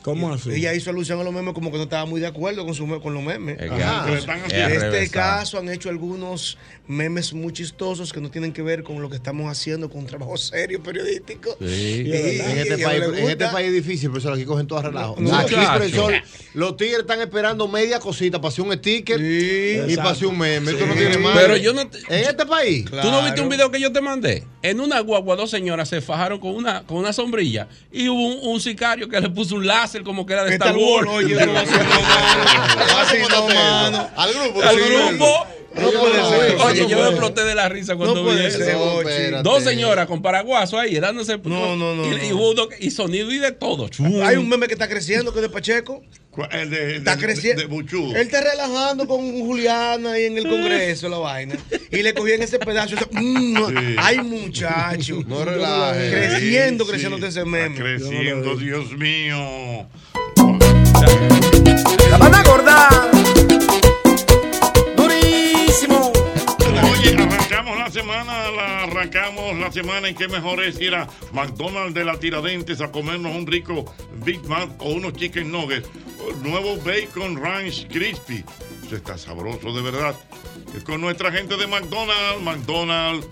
Speaker 6: ¿Cómo así?
Speaker 8: Ella hizo alusión a los memes como que no estaba muy de acuerdo con, su, me- con los memes.
Speaker 12: Es que Ajá.
Speaker 8: En
Speaker 12: antes
Speaker 8: este
Speaker 12: era
Speaker 8: este
Speaker 12: revesado.
Speaker 8: caso han hecho algunos memes muy chistosos que no tienen que ver con lo que estamos haciendo, con un trabajo serio periodístico.
Speaker 5: Sí.
Speaker 8: Y- y-
Speaker 5: En, este
Speaker 8: y
Speaker 5: país,
Speaker 8: le
Speaker 5: en este
Speaker 8: gusta.
Speaker 5: país es difícil, profesor. Aquí cogen todo a relajo.
Speaker 8: No,
Speaker 5: aquí,
Speaker 8: muchacho.
Speaker 5: profesor, los tigres están esperando media cosita para hacer un sticker y para hacer un meme. Esto no
Speaker 12: Sí.
Speaker 5: tiene madre.
Speaker 12: Pero yo no te-
Speaker 5: En este país.
Speaker 12: ¿Tú no viste un video que yo te mandé? En una guagua dos señoras se fajaron con una, con una sombrilla y hubo un, un sicario que le puso un láser como que era de Star Wars. <laughs>
Speaker 8: Así no, mano.
Speaker 5: Al grupo.
Speaker 12: Al
Speaker 8: Sí,
Speaker 12: grupo.
Speaker 8: No puede
Speaker 12: Oye,
Speaker 8: ser.
Speaker 12: yo
Speaker 8: No
Speaker 12: me
Speaker 8: puede.
Speaker 12: exploté de la risa cuando
Speaker 8: No
Speaker 12: vi
Speaker 8: puede
Speaker 12: eso.
Speaker 8: ser, Ochi.
Speaker 12: Dos señoras con paraguaso ahí dándose.
Speaker 20: pues,
Speaker 8: No, no, no,
Speaker 12: Y,
Speaker 8: no.
Speaker 12: y hubo uno que- y sonido y de todo.
Speaker 8: Hay un meme que está creciendo, que es de Pacheco.
Speaker 12: eh,
Speaker 4: El de,
Speaker 8: está creciendo. Él está relajando con Juliana ahí en el Congreso, la vaina. Y le cogían ese pedazo. eso, mm,
Speaker 4: Sí.
Speaker 8: Ay, muchacho.
Speaker 4: No relajes.
Speaker 8: Creciendo,
Speaker 4: Sí,
Speaker 8: creciendo
Speaker 4: sí.
Speaker 8: de ese meme.
Speaker 4: Creciendo, Dios mío.
Speaker 22: La banda gorda. Duri.
Speaker 4: semana la arrancamos la semana en que mejor es ir a McDonald's de la Tiradentes a comernos un rico Big Mac o unos chicken nuggets. O Nuevo Bacon Ranch Crispy. Eso está sabroso de verdad. Es con nuestra gente de McDonald's, McDonald's.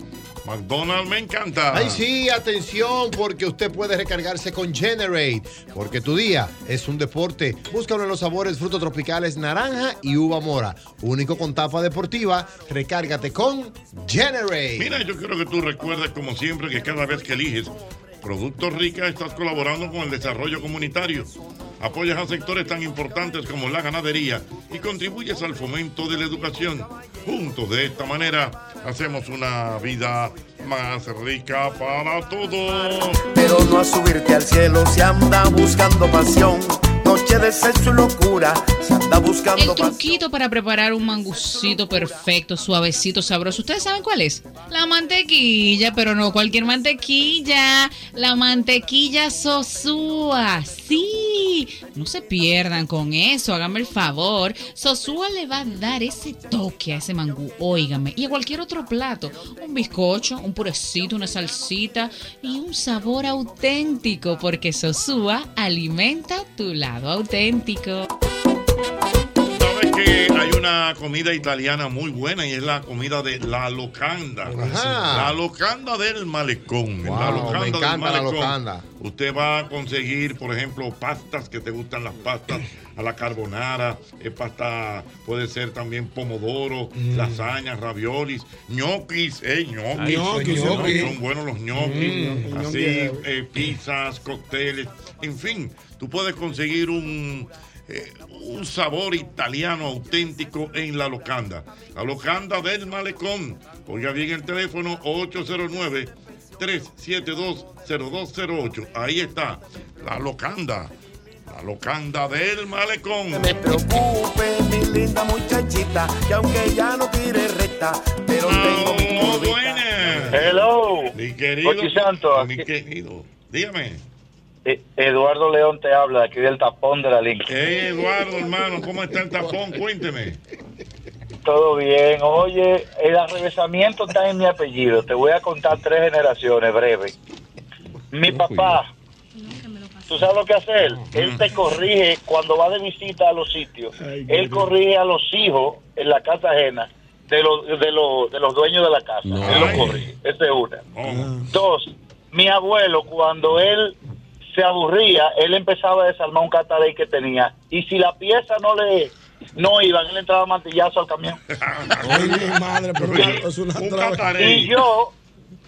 Speaker 4: McDonald's me encanta.
Speaker 5: Ay, sí, atención, porque usted puede recargarse con Generate. Porque tu día es un deporte. Búscalo en los sabores frutos tropicales naranja y uva mora. Único con tapa deportiva. Recárgate con Generate.
Speaker 4: Mira, yo quiero que tú recuerdes, como siempre, que cada vez que eliges Productos Rica, estás colaborando con el desarrollo comunitario. Apoyas a sectores tan importantes como la ganadería y contribuyes al fomento de la educación. Juntos de esta manera hacemos una vida más rica para todos.
Speaker 13: Pero no a subirte al cielo se anda buscando pasión. Noche de sexo y locura se anda buscando
Speaker 19: El
Speaker 13: pasión.
Speaker 19: truquito para preparar un mangucito perfecto, suavecito, sabroso. ¿Ustedes saben cuál es? La mantequilla, pero no cualquier mantequilla. La mantequilla Sosúa. Sí, no se pierdan con eso. Háganme el favor. Sosúa le va a dar ese toque a ese mangú. Óigame. Y a cualquier otro plato. Un bizcocho, un purecito, una salsita y un sabor auténtico. Porque Sosúa alimenta tu lado auténtico.
Speaker 4: Sabes que hay una comida italiana muy buena y es la comida de la locanda.
Speaker 5: Ajá.
Speaker 4: La locanda del malecón.
Speaker 5: Wow,
Speaker 4: la locanda
Speaker 5: me encanta la locanda.
Speaker 4: Usted va a conseguir, por ejemplo, pastas que te gustan las pastas a la carbonara, eh, pasta puede ser también pomodoro,
Speaker 5: Mm.
Speaker 4: lasañas, raviolis, ñoquis, eh, ñoquis,
Speaker 12: Ay, ñoquis,
Speaker 4: Son-
Speaker 12: ñoquis.
Speaker 4: son buenos los ñoquis,
Speaker 12: Mm,
Speaker 4: así,
Speaker 12: ñoquis.
Speaker 4: eh, pizzas, cócteles, en fin, tú puedes conseguir un eh, un sabor italiano auténtico en la locanda. La locanda del malecón. Oiga bien el teléfono 809-372-0208. Ahí está, la locanda. La locanda del malecón.
Speaker 13: Ocupe mi linda muchachita que aunque ya no tire recta, pero tengo mi curvita.
Speaker 4: Hello. Mi querido.
Speaker 23: Ochi Santo,
Speaker 4: Mi querido. Dígame.
Speaker 23: E- Eduardo León te habla de aquí del tapón de la Lincoln.
Speaker 4: Hey, Eduardo, hermano, ¿cómo está el tapón? Cuénteme.
Speaker 23: Todo bien. Oye, el arrevesamiento está en mi apellido. Te voy a contar tres generaciones breve. Mi papá, ¿tú sabes lo que hace él? Él te corrige cuando va de visita a los sitios. Él corrige a los hijos en la casa ajena de los, de los, de los dueños de la casa. Él los corrige. Esa es una. Dos, mi abuelo, cuando él se aburría, él empezaba a desarmar un catarey que tenía. Y si la pieza no le no iba, él entraba martillazo
Speaker 24: <laughs>
Speaker 23: al camión.
Speaker 24: madre, pero una- es una traba.
Speaker 23: y yo,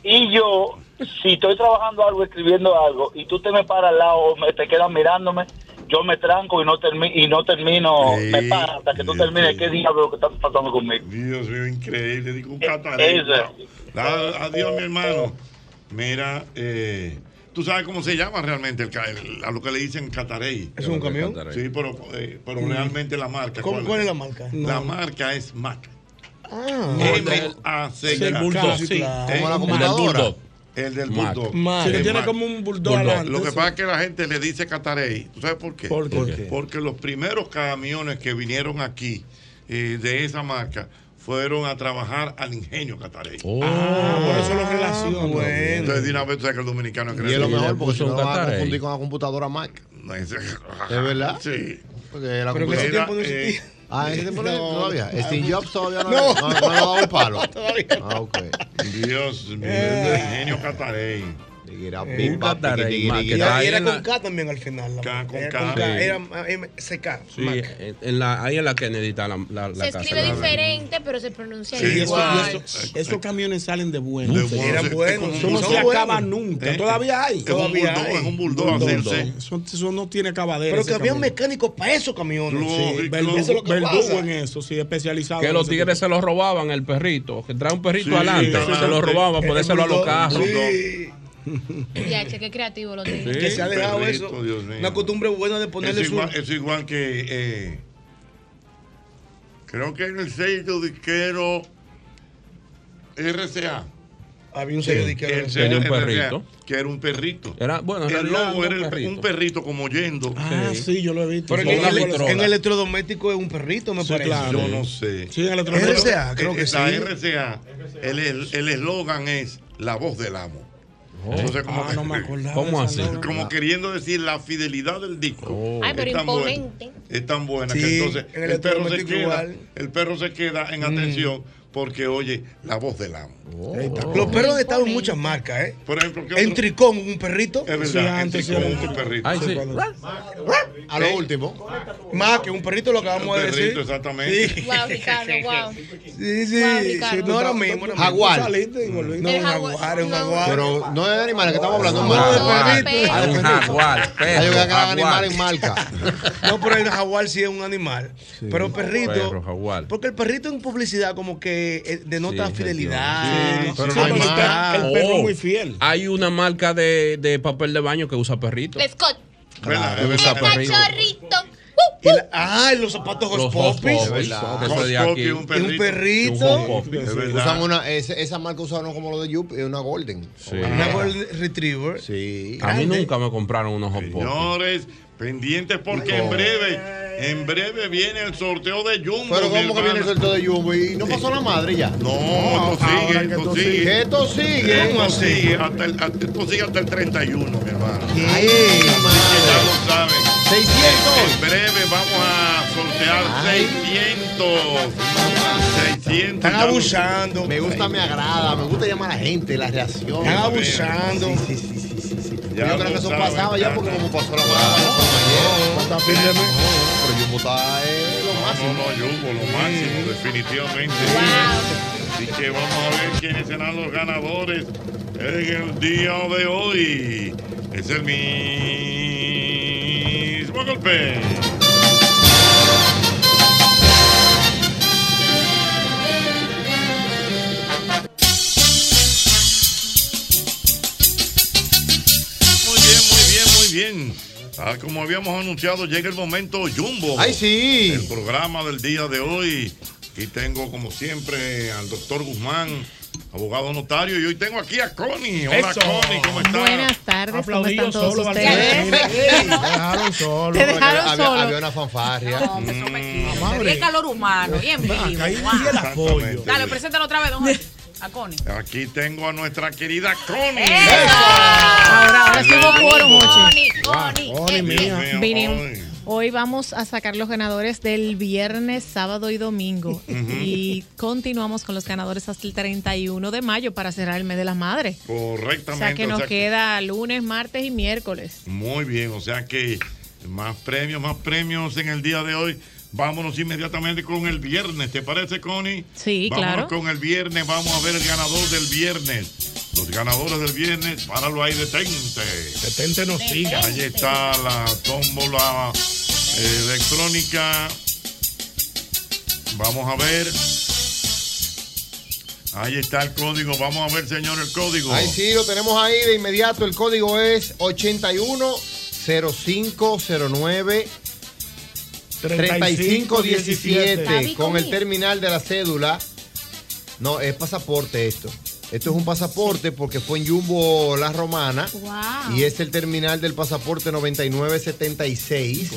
Speaker 23: y yo, si estoy trabajando algo, escribiendo algo, y tú te me paras al lado, o me- te quedas mirándome, yo me tranco y no, termi- y no termino, me paro hasta que tú termines. ¿Qué diablo que está pasando conmigo?
Speaker 4: Dios mío, increíble. Digo un
Speaker 23: Eh,
Speaker 4: catarito.
Speaker 23: eso.
Speaker 4: Ah, Adiós, mi hermano. Mira, eh, tú sabes cómo se llama realmente el, ca- el- a lo que le dicen catarey.
Speaker 12: ¿Es un camión? Catarey.
Speaker 4: Sí, pero, eh, pero
Speaker 12: Mm.
Speaker 4: realmente la marca.
Speaker 12: ¿Cómo- cuál es la marca?
Speaker 4: La
Speaker 12: No.
Speaker 4: marca es Mac.
Speaker 12: Ah.
Speaker 4: M-A-C.
Speaker 12: Sí, el bulldog, sí. Como la computadora.
Speaker 4: El del
Speaker 12: Mac.
Speaker 4: bulldog.
Speaker 12: Mac. Sí, que
Speaker 4: El
Speaker 12: tiene
Speaker 4: Mac.
Speaker 12: como un bulldog adelante,
Speaker 4: Lo que
Speaker 12: sí.
Speaker 4: pasa es que la gente le dice Catarey. ¿Tú sabes por qué?
Speaker 12: ¿Por qué? ¿Por qué?
Speaker 4: Porque los primeros camiones que vinieron aquí eh, de esa marca fueron a trabajar al ingenio Catarey.
Speaker 12: Ah, por eso lo relaciono.
Speaker 4: Entonces, de una vez, tú sabes que el dominicano es
Speaker 5: Y es lo
Speaker 4: creativo.
Speaker 5: mejor porque si no va a confundir con la computadora Mac.
Speaker 4: ¿Es
Speaker 5: verdad?
Speaker 4: Sí. Eh,
Speaker 5: Porque la
Speaker 4: Pero en ese
Speaker 5: computadora-
Speaker 4: tiempo no existía.
Speaker 5: Ah, en ese tiempo no,
Speaker 4: No.
Speaker 5: todavía. Steve Jobs todavía no,
Speaker 4: No,
Speaker 5: no, no, le daba un palo.
Speaker 4: Todavía
Speaker 5: Ah, ok.
Speaker 4: <laughs> Dios mío,
Speaker 5: Eh.
Speaker 4: el ingenio Catarey.
Speaker 5: bim, Un bap, Catarey, tiquitiquiri, Mac,
Speaker 12: Y,
Speaker 5: que
Speaker 12: era-
Speaker 5: está
Speaker 12: y
Speaker 5: ahí
Speaker 12: era
Speaker 5: en
Speaker 12: con
Speaker 5: la-
Speaker 12: K también al final. la
Speaker 4: K, con
Speaker 12: Era
Speaker 20: K. Sí.
Speaker 12: Era ah, MCK.
Speaker 20: Sí, en, en la, ahí en la Kennedy está la, la, la
Speaker 11: Se
Speaker 20: casa.
Speaker 11: escribe
Speaker 20: La-
Speaker 11: diferente, pero se pronuncia
Speaker 20: Sí,
Speaker 12: Ah,
Speaker 11: igual.
Speaker 20: eso-
Speaker 6: Esos camiones salen de buenos.
Speaker 12: Eran eh, buenos, eh,
Speaker 6: Eso no
Speaker 12: son
Speaker 6: se
Speaker 12: buenos.
Speaker 6: acaba nunca.
Speaker 12: Eh,
Speaker 6: Todavía hay.
Speaker 12: es un Todavía bulldog, hay. es un bulldog, hacerse.
Speaker 6: Eso, eso no tiene acabadero.
Speaker 12: Pero
Speaker 6: ese
Speaker 12: que había un
Speaker 6: camión.
Speaker 12: mecánico para esos camiones.
Speaker 6: Sí, verdugo,
Speaker 12: Eso es lo que
Speaker 6: verdugo
Speaker 12: pasa.
Speaker 6: en eso, sí, especializado.
Speaker 20: Que
Speaker 6: en
Speaker 20: los
Speaker 6: ese
Speaker 20: tigres se lo robaban el perrito. Que trae un perrito
Speaker 6: Sí,
Speaker 20: adelante.
Speaker 6: sí,
Speaker 20: se lo
Speaker 6: sí.
Speaker 20: robaban,
Speaker 6: El
Speaker 20: ponérselo a los
Speaker 6: bulldog,
Speaker 20: carros.
Speaker 12: sí.
Speaker 11: Ya, che, qué creativo lo tiene.
Speaker 12: Que se ha dejado eso. Una costumbre buena de
Speaker 4: Eso
Speaker 12: ponerle
Speaker 4: es
Speaker 12: su.
Speaker 4: igual, eso igual que. eh, creo que en el sello disquero RCA.
Speaker 12: Había un sello de que
Speaker 4: El
Speaker 12: era-
Speaker 4: señor,
Speaker 20: Tenía un
Speaker 4: en realidad,
Speaker 20: perrito.
Speaker 4: Que era un perrito.
Speaker 20: Era, bueno, en
Speaker 4: el
Speaker 20: realidad
Speaker 4: lobo
Speaker 20: era
Speaker 4: era
Speaker 20: un
Speaker 4: el-
Speaker 20: perrito.
Speaker 4: un perrito como yendo.
Speaker 6: Ah, sí, yo lo he visto.
Speaker 12: Pero en,
Speaker 6: Con una
Speaker 12: el-
Speaker 6: pistola.
Speaker 12: en electrodoméstico es un perrito, me
Speaker 6: Sí,
Speaker 12: parece.
Speaker 6: claro.
Speaker 4: Yo no sé.
Speaker 6: Sí, en el otro-
Speaker 12: RCA, creo
Speaker 4: Eh,
Speaker 12: que sí.
Speaker 4: La RCA, el- el el eslogan es la voz del amo. Entonces, como
Speaker 20: Ah,
Speaker 4: que-
Speaker 20: no me
Speaker 4: <laughs>
Speaker 20: acordaba ¿Cómo de esa Oh. así? logo.
Speaker 4: Como queriendo decir la fidelidad del disco.
Speaker 11: Ay, pero
Speaker 4: Es tan bueno.
Speaker 11: imponente.
Speaker 4: es tan buena
Speaker 12: Sí,
Speaker 4: que entonces
Speaker 12: en
Speaker 4: el,
Speaker 12: el
Speaker 4: perro se
Speaker 12: electrodoméstico
Speaker 4: queda,
Speaker 12: igual.
Speaker 4: el perro se queda en atención
Speaker 20: Mm.
Speaker 4: porque oye la voz del amo.
Speaker 12: Ahí está.
Speaker 4: Oh.
Speaker 12: Los perros han estado en muchas marcas, ¿eh?
Speaker 4: Por ejemplo, ¿qué
Speaker 12: En
Speaker 4: otro?
Speaker 12: Tricón, un perrito.
Speaker 4: Es verdad, Sí, en antes, Tricón, sí, un antes. perrito. Ay, sí.
Speaker 12: A lo último. Más que un perrito, lo acabamos
Speaker 4: Un
Speaker 12: de decir.
Speaker 4: perrito, exactamente.
Speaker 12: Sí.
Speaker 11: Wow,
Speaker 25: <laughs>
Speaker 11: Ricardo, wow.
Speaker 12: Sí, sí.
Speaker 11: Wow,
Speaker 12: sí,
Speaker 11: Ricardo.
Speaker 12: no, ahora mismo. ahora mismo.
Speaker 5: Jaguar. Mm.
Speaker 12: No, un jaguar, un jaguar.
Speaker 5: Pero no es de animales que estamos hablando,
Speaker 12: No,
Speaker 5: marca.
Speaker 12: de perrito.
Speaker 5: Ah, de
Speaker 12: Un
Speaker 5: perrito.
Speaker 12: jaguar,
Speaker 5: Hay que ganar
Speaker 12: perro,
Speaker 5: animales en
Speaker 12: jaguar.
Speaker 8: <laughs>
Speaker 5: marca.
Speaker 12: No, pero el jaguar sí es un animal. pero perrito.
Speaker 20: Perro, jaguar.
Speaker 12: Porque el perrito en publicidad como que eh, denota
Speaker 20: Sí,
Speaker 12: fidelidad.
Speaker 20: sí,
Speaker 12: Sí,
Speaker 20: pero no hay
Speaker 12: pero
Speaker 20: más.
Speaker 12: el perro es
Speaker 20: Oh,
Speaker 12: muy fiel.
Speaker 20: Hay una marca de, de papel de baño que usa perrito.
Speaker 11: Let's go.
Speaker 5: Ah,
Speaker 20: Claro,
Speaker 4: es
Speaker 20: usa
Speaker 4: verdad.
Speaker 20: perrito.
Speaker 11: Cachorrito.
Speaker 12: Y la- ah, y los zapatos
Speaker 20: Los
Speaker 12: Hot
Speaker 20: Hot
Speaker 12: Poppies.
Speaker 20: Poppies,
Speaker 12: Es verdad.
Speaker 20: que eso es de
Speaker 12: Hot
Speaker 20: aquí.
Speaker 12: Poppies,
Speaker 20: Y
Speaker 12: un
Speaker 20: un
Speaker 12: perrito.
Speaker 20: perrito. Un Hot Poppies.
Speaker 5: Sí,
Speaker 20: Es verdad.
Speaker 5: Usan una, ese- esa marca usaron como lo de Yupi, una Golden.
Speaker 12: Una Golden Retriever.
Speaker 5: Sí.
Speaker 20: A mí nunca me compraron unos hot pockets.
Speaker 4: Señores, pendientes porque en breve, en breve viene el sorteo de Jumbo.
Speaker 5: Pero
Speaker 4: mi
Speaker 5: ¿cómo que viene el
Speaker 4: hermana.
Speaker 5: sorteo de Jumbo? ¿Y no pasó la madre ya?
Speaker 4: No, esto sigue, esto sigue.
Speaker 5: Esto sigue.
Speaker 4: Esto sigue hasta el, hasta- esto sigue hasta el 31, mi hermano.
Speaker 5: Ay,
Speaker 4: Así que ya lo saben. 600. En breve vamos a sortear 600. 600.
Speaker 5: Están
Speaker 4: ya lo-
Speaker 5: abusando. Me gusta, me agrada. Me gusta llamar a la gente, la reacción.
Speaker 4: Están abusando.
Speaker 5: Sí, sí, sí, sí, sí, sí.
Speaker 4: Ya
Speaker 5: Yo creo
Speaker 4: lo
Speaker 5: que eso
Speaker 4: saben,
Speaker 5: pasaba ya
Speaker 4: ya
Speaker 5: porque
Speaker 4: lo-
Speaker 5: como pasó la palabra los compañeros. ¿cuántas firmas? Pero Jumbo está eh, lo
Speaker 4: No,
Speaker 5: máximo.
Speaker 4: no, Jumbo, lo máximo, definitivamente. Así que vamos a ver quiénes serán los ganadores en el día de hoy. Es el mismo golpe. Muy bien, muy bien, muy bien. Ah, como habíamos anunciado, llega el momento Jumbo.
Speaker 5: ¡Ay, sí!
Speaker 4: El programa del día de hoy. Aquí tengo, como siempre, al doctor Guzmán, abogado notario, y hoy tengo aquí a Connie. Hola,
Speaker 6: Eso.
Speaker 4: Connie, ¿cómo estás?
Speaker 25: Buenas tardes, ¿cómo
Speaker 6: Aplaudí yo
Speaker 25: están todos
Speaker 6: solo,
Speaker 25: ustedes?
Speaker 5: dejaron solo.
Speaker 25: Te dejaron
Speaker 5: Porque había,
Speaker 25: solo.
Speaker 5: Había una fanfarria.
Speaker 4: Mm.
Speaker 25: Qué calor humano, bien vivo. guau.
Speaker 4: apoyo.
Speaker 25: Dale, preséntalo otra vez, don Jorge. A Connie.
Speaker 4: Aquí tengo a nuestra querida Connie.
Speaker 25: Ahora, ahora sí hubo
Speaker 4: El
Speaker 25: quórum,
Speaker 4: Jumbo.
Speaker 25: Jochi.
Speaker 4: Connie, mía.
Speaker 25: Vinimos- Hoy vamos a sacar los ganadores del viernes, sábado y
Speaker 4: <laughs>
Speaker 25: domingo. Y continuamos con los ganadores hasta el 31 de mayo para cerrar el mes de las madres. O
Speaker 4: Correctamente.
Speaker 25: sea que
Speaker 4: o
Speaker 25: nos
Speaker 4: sea que-
Speaker 25: queda lunes, martes y miércoles.
Speaker 4: Muy bien, o sea que más premios, más premios en el día de hoy. Vámonos inmediatamente con el viernes, ¿te parece, Connie?
Speaker 25: Sí,
Speaker 4: Vámonos
Speaker 25: claro.
Speaker 4: con el viernes, vamos a ver el ganador del viernes. Los ganadores del viernes, páralo ahí, detente. Detente nos siga. Ahí está la tómbola eh, electrónica. Vamos a ver. Ahí está el código. Vamos a ver, señor, el código.
Speaker 5: Ahí sí, lo tenemos ahí de inmediato. El código es 810509
Speaker 1: Papi,
Speaker 5: 3517 con el
Speaker 1: conmigo.
Speaker 5: terminal de la cédula. No, es pasaporte esto. Esto es un pasaporte porque fue en Jumbo La Romana
Speaker 1: Wow.
Speaker 5: y es el terminal del pasaporte 9976.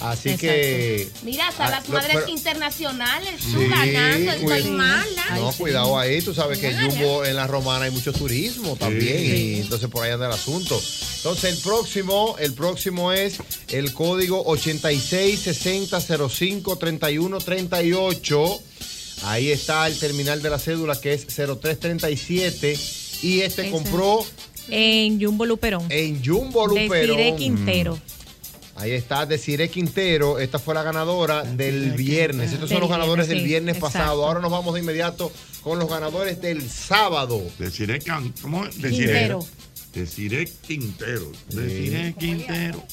Speaker 5: Así que
Speaker 11: Mira, hasta
Speaker 5: Ah,
Speaker 11: las
Speaker 5: no,
Speaker 11: madres
Speaker 5: pero-
Speaker 11: internacionales,
Speaker 5: Sí,
Speaker 11: tú ganando, estoy
Speaker 5: cuida-
Speaker 11: mala.
Speaker 5: No, cuidado ahí. Tú sabes que
Speaker 11: Claro.
Speaker 5: Jumbo en la Romana hay mucho turismo también. Y entonces por ahí anda el asunto. Entonces el próximo, el próximo es el código 8660053138. Ahí está el terminal de la cédula que es 0337. Y este
Speaker 25: Ese.
Speaker 5: compró
Speaker 25: En Jumbo Luperón.
Speaker 5: En Jumbo Luperón.
Speaker 25: Desiree Quintero.
Speaker 5: Ahí está Desiree Quintero, esta fue la ganadora del viernes. Estos son
Speaker 25: Del
Speaker 5: los ganadores
Speaker 25: viernes,
Speaker 5: del
Speaker 25: sí,
Speaker 5: viernes
Speaker 25: exacto.
Speaker 5: pasado. Ahora nos vamos de inmediato con los ganadores del sábado.
Speaker 4: Desiree Can- ¿cómo es?
Speaker 5: Quintero.
Speaker 4: Desiree Quintero. Desiree Quintero.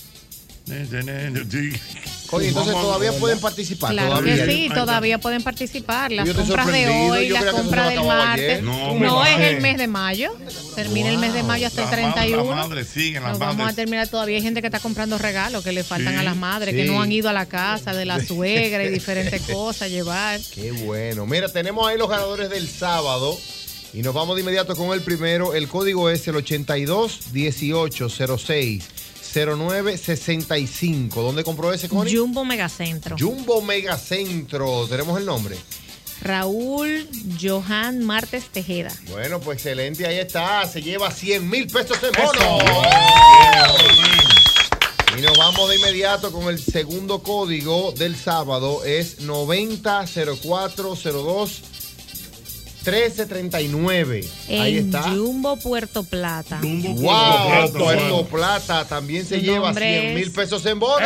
Speaker 5: Oye, entonces todavía pueden participar.
Speaker 25: Claro
Speaker 5: todavía.
Speaker 25: que sí, todavía pueden participar. Las
Speaker 5: Yo estoy
Speaker 25: compras de
Speaker 5: sorprendido,
Speaker 25: hoy,
Speaker 5: yo
Speaker 25: las
Speaker 5: creía que
Speaker 25: compras
Speaker 5: eso se
Speaker 25: del
Speaker 5: acababa ayer.
Speaker 25: martes.
Speaker 4: No,
Speaker 25: No,
Speaker 4: me
Speaker 25: es
Speaker 4: bajé.
Speaker 25: el mes de mayo. Termina el mes de mayo hasta el 31.
Speaker 4: Las madres siguen, las
Speaker 25: Nos vamos a
Speaker 4: madres.
Speaker 25: terminar todavía. Hay gente que está comprando regalos que le faltan
Speaker 4: Sí,
Speaker 25: a las madres,
Speaker 5: sí.
Speaker 25: que no han ido a la casa de la
Speaker 5: <laughs>
Speaker 25: suegra y diferentes cosas a llevar.
Speaker 5: Qué bueno. Mira, tenemos ahí los ganadores del sábado. Y nos vamos de inmediato con el primero. El código es el 82 1806 0965. ¿Dónde compró ese, Connie?
Speaker 25: Jumbo Megacentro.
Speaker 5: Jumbo Megacentro. Tenemos el nombre.
Speaker 25: Raúl Johan Martes Tejeda.
Speaker 5: Bueno, pues excelente, ahí está. Se lleva 100 mil pesos en bono. Y nos vamos de inmediato con el segundo código del sábado. Es 900402 1339. Ahí
Speaker 25: En
Speaker 5: está.
Speaker 25: Jumbo Puerto Plata.
Speaker 5: Wow, Puerto Plata también se
Speaker 25: Mi
Speaker 5: lleva
Speaker 25: nombre
Speaker 5: 100 mil
Speaker 25: es-
Speaker 5: pesos en bono.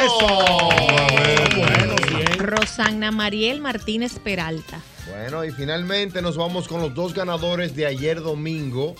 Speaker 25: Rosanna Mariel Martínez Peralta.
Speaker 5: Bueno, y finalmente nos vamos con los dos ganadores de ayer domingo.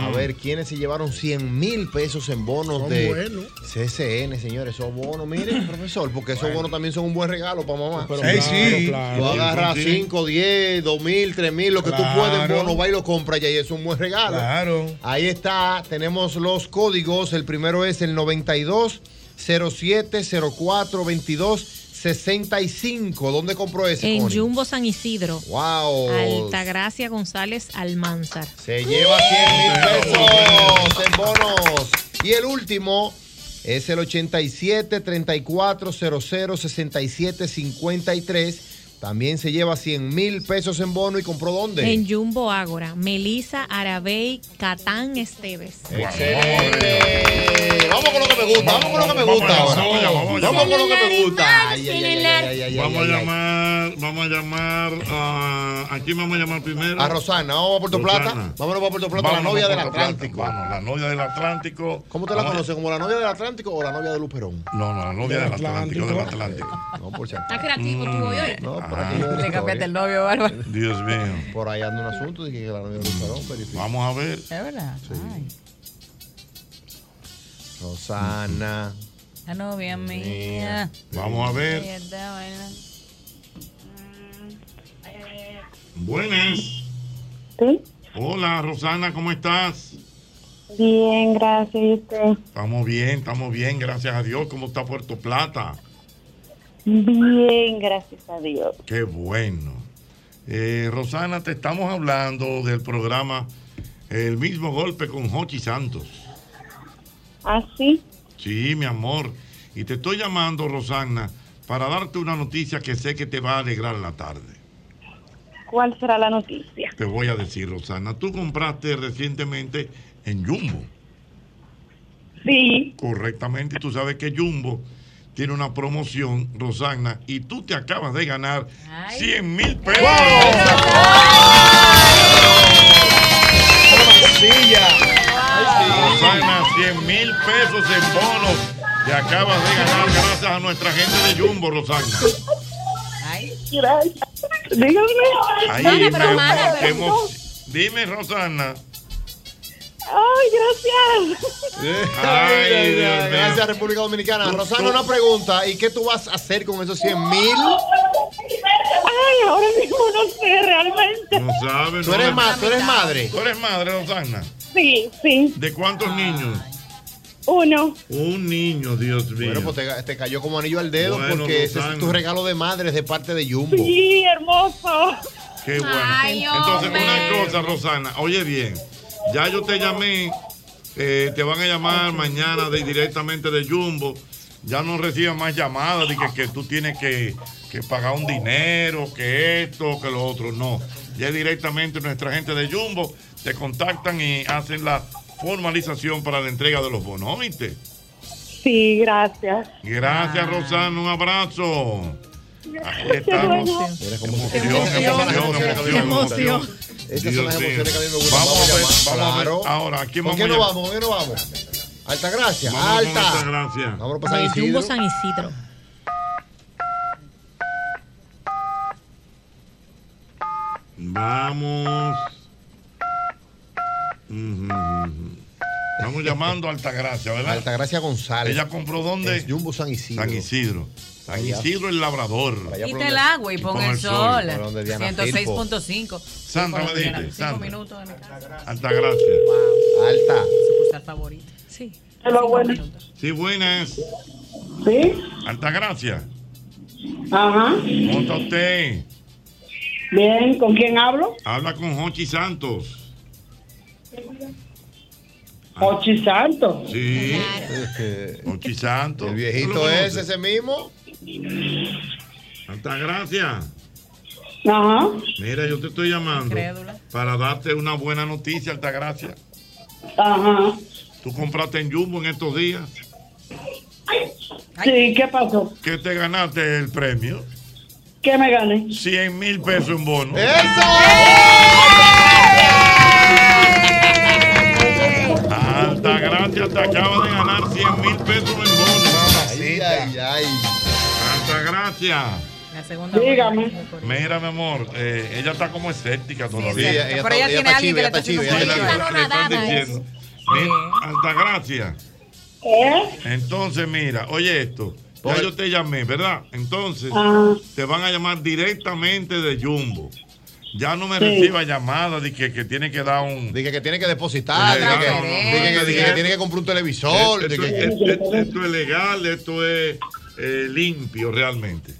Speaker 5: A
Speaker 4: Ujú.
Speaker 5: ver quiénes se llevaron 100 mil pesos en bonos
Speaker 4: Son
Speaker 5: de
Speaker 4: buenos.
Speaker 5: CSN, señores. Esos bonos,
Speaker 4: <clears throat>
Speaker 5: miren, profesor, porque esos bonos también son un buen regalo para mamá.
Speaker 4: Pero Sí, claro, sí. claro.
Speaker 5: Tú agarras
Speaker 4: Sí.
Speaker 5: 5, 10, 2 mil, 3 mil, lo que tú
Speaker 4: Claro.
Speaker 5: puedes en bonos, va y lo compras y ahí es un buen regalo.
Speaker 4: Claro.
Speaker 5: Ahí está, tenemos los códigos. El primero es el 92 07 04 22 65. ¿Dónde compró ese?
Speaker 25: En
Speaker 5: Connie?
Speaker 25: Jumbo San Isidro.
Speaker 5: Wow.
Speaker 25: Altagracia González Almanzar.
Speaker 5: Se lleva 100 mil pesos en bonos. Y el último es el 87 34 00 67 53. También se lleva 100 mil pesos en bono y compró dónde.
Speaker 25: En Jumbo Ágora. Melisa Arabey Catán Esteves.
Speaker 5: Excelente. Vamos con lo que me gusta, vamos con lo que me gusta ahora. Vamos con lo que me gusta. Ay, ay, ay, ay, ay,
Speaker 4: Vamos a
Speaker 5: ay, ay.
Speaker 4: llamar, vamos a llamar a. ¿A quién vamos a llamar primero?
Speaker 5: A Rosana, vamos a Puerto Plata. Vámonos para Puerto Plata, la
Speaker 4: Vámonos
Speaker 5: novia del
Speaker 4: para Puerto Plata.
Speaker 5: Atlántico.
Speaker 4: Vamos, la novia del Atlántico.
Speaker 5: ¿Cómo te la
Speaker 4: Vamos a-
Speaker 5: conoces? ¿Como la novia del Atlántico o la novia de Luperón?
Speaker 4: No, no, la novia del Atlántico, del Atlántico.
Speaker 5: No, por si
Speaker 11: Está creativo tú hoy, ¿oíste?
Speaker 5: No, por
Speaker 4: Ah.
Speaker 5: aquí hay una
Speaker 11: Le cambiaste
Speaker 5: historia.
Speaker 11: el novio, Bárbara.
Speaker 4: Dios mío.
Speaker 5: Por ahí anda un asunto de que la novia de Luperón. verifica.
Speaker 4: Vamos a ver.
Speaker 11: Es verdad. Ay,
Speaker 5: Rosana.
Speaker 11: la novia mía.
Speaker 4: Vamos a ver.
Speaker 11: Mierda, vaina.
Speaker 4: Buenas.
Speaker 18: Sí.
Speaker 4: Hola, Rosana, ¿cómo estás?
Speaker 18: Bien, gracias. ¿y usted?
Speaker 4: Estamos bien, estamos bien, gracias a Dios. ¿Cómo está Puerto Plata?
Speaker 18: Bien, gracias a Dios.
Speaker 4: Qué bueno. Eh, Rosana, te estamos hablando del programa El mismo golpe con Jochi Santos.
Speaker 18: ¿Ah, sí?
Speaker 4: Sí, mi amor. Y te estoy llamando, Rosana, para darte una noticia que sé que te va a alegrar la tarde.
Speaker 18: ¿Cuál será la noticia?
Speaker 4: Te voy a decir, Rosana, tú compraste recientemente en Jumbo.
Speaker 18: Sí.
Speaker 4: Correctamente, y tú sabes que Jumbo tiene una promoción, Rosana, y tú te acabas de ganar 100 mil pesos. Rosana, 100 mil pesos en bonos. Te acabas de ganar gracias a nuestra gente de Jumbo, Rosana.
Speaker 18: Gracias. Dígame.
Speaker 4: Ahí
Speaker 18: Ay,
Speaker 4: me-
Speaker 18: pero-
Speaker 4: hemos- Dime, Rosana.
Speaker 18: Ay, gracias.
Speaker 5: <laughs> Ay,
Speaker 4: Ay, Dios mío.
Speaker 5: gracias, República Dominicana.
Speaker 4: Tú-
Speaker 5: Rosana,
Speaker 4: tú-
Speaker 5: una pregunta. ¿Y qué tú vas a hacer con esos 100 mil?
Speaker 18: Ay, ahora mismo no sé realmente.
Speaker 4: No sabes.
Speaker 5: Tú eres ma- tú eres madre.
Speaker 4: Tú eres madre, Rosana.
Speaker 18: Sí, sí.
Speaker 4: ¿De cuántos niños?
Speaker 18: Uno.
Speaker 4: Un niño, Dios mío.
Speaker 5: Bueno, pues te, te cayó como anillo al dedo
Speaker 4: Bueno,
Speaker 5: porque ese es
Speaker 4: Rosana.
Speaker 5: tu regalo de madres de parte de Jumbo. Ah.
Speaker 18: Sí, hermoso.
Speaker 4: Qué bueno.
Speaker 18: Ay,
Speaker 4: Entonces,
Speaker 18: hombre.
Speaker 4: una cosa, Rosana, oye bien, ya yo te llamé, eh, te van a llamar mañana de, directamente de Jumbo, ya no recibas más llamadas de que, que tú tienes que, que pagar un dinero, que esto, que lo otro, no. Ya directamente nuestra gente de Jumbo te contactan y hacen la formalización para la entrega de los bonos, ¿oíste?
Speaker 18: Sí, gracias.
Speaker 4: Gracias, Rosana, un abrazo. Ahí
Speaker 18: Qué
Speaker 4: estamos.
Speaker 18: bueno.
Speaker 4: Emoción, emoción, emoción.
Speaker 5: Esas son
Speaker 4: Dios
Speaker 5: las
Speaker 4: mío.
Speaker 5: emociones que a mí me gustan.
Speaker 4: Vamos a ver,
Speaker 5: llamar.
Speaker 4: vamos a ver.
Speaker 5: Claro.
Speaker 4: Ahora, ¿a quién
Speaker 5: ¿Con
Speaker 4: vamos
Speaker 5: quién nos
Speaker 4: a llamar?
Speaker 5: vamos? ¿Con quién nos vamos? Alta gracia,
Speaker 4: Vamos con
Speaker 5: alta.
Speaker 4: Altagracia.
Speaker 5: Vamos para San
Speaker 25: De
Speaker 5: Isidro.
Speaker 25: Jumbo San Isidro.
Speaker 4: Vamos. Ujú, ujú. Estamos llamando a Altagracia, ¿verdad?
Speaker 5: Altagracia González.
Speaker 4: Ella compró dónde?
Speaker 5: En Jumbo San Isidro.
Speaker 4: San Isidro. San
Speaker 5: Allá.
Speaker 4: Isidro el Labrador.
Speaker 11: Quita el agua y pon el sol. 106.5.
Speaker 4: Sandra,
Speaker 11: Cinco
Speaker 4: ¿me dijiste?
Speaker 11: minutos,
Speaker 4: Sandra.
Speaker 11: Cinco minutos de mi casa.
Speaker 4: Altagracia.
Speaker 5: Alta.
Speaker 11: Sucursal favorita. Sí.
Speaker 18: Hello, buenas.
Speaker 4: Sí, buenas.
Speaker 18: Sí.
Speaker 4: Altagracia.
Speaker 18: Ajá.
Speaker 4: ¿Cómo está usted?
Speaker 18: Bien, ¿con quién hablo?
Speaker 4: Habla con Jochi Santos.
Speaker 1: Ochi Santo.
Speaker 4: Sí. Ochi Santo. El
Speaker 5: viejito es ese mismo.
Speaker 4: Santa Gracia.
Speaker 1: Ajá.
Speaker 4: Mira, yo te estoy llamando para darte una buena noticia, Altagracia.
Speaker 1: Ajá.
Speaker 4: Tú compraste en Jumbo en estos días
Speaker 1: Sí, ¿qué pasó?
Speaker 4: que te ganaste el premio.
Speaker 1: ¿Qué me gané?
Speaker 4: 100 mil pesos en bono. Altagracia Ah, te acaba de ganar 100 mil pesos en bono. Altagracia.
Speaker 25: La segunda
Speaker 1: Dígame.
Speaker 4: Mira, mi amor, eh, ella está como escéptica todavía.
Speaker 5: sí, ella- ella Pero está- ella ella tiene está alguien chiva, que la está chiva, está ella está haciendo chiva.
Speaker 4: le están
Speaker 5: nada, ¿eh?
Speaker 4: diciendo. Mira, Altagracia. Entonces, mira, oye esto. Ya yo te llamé, ¿verdad? Entonces,
Speaker 1: Ajá.
Speaker 4: te van a llamar directamente de Jumbo. Ya no me
Speaker 5: Sí.
Speaker 4: reciba llamadas de que, que tiene que dar un.
Speaker 5: Dije que tiene que depositar,
Speaker 4: Eh,
Speaker 5: dije que,
Speaker 4: no, no, no,
Speaker 5: dije que-
Speaker 4: no,
Speaker 5: dije
Speaker 4: no,
Speaker 5: que
Speaker 4: no.
Speaker 5: tiene que comprar un televisor.
Speaker 4: esto,
Speaker 5: dije que-
Speaker 4: esto- esto- esto es legal, esto es eh, limpio realmente.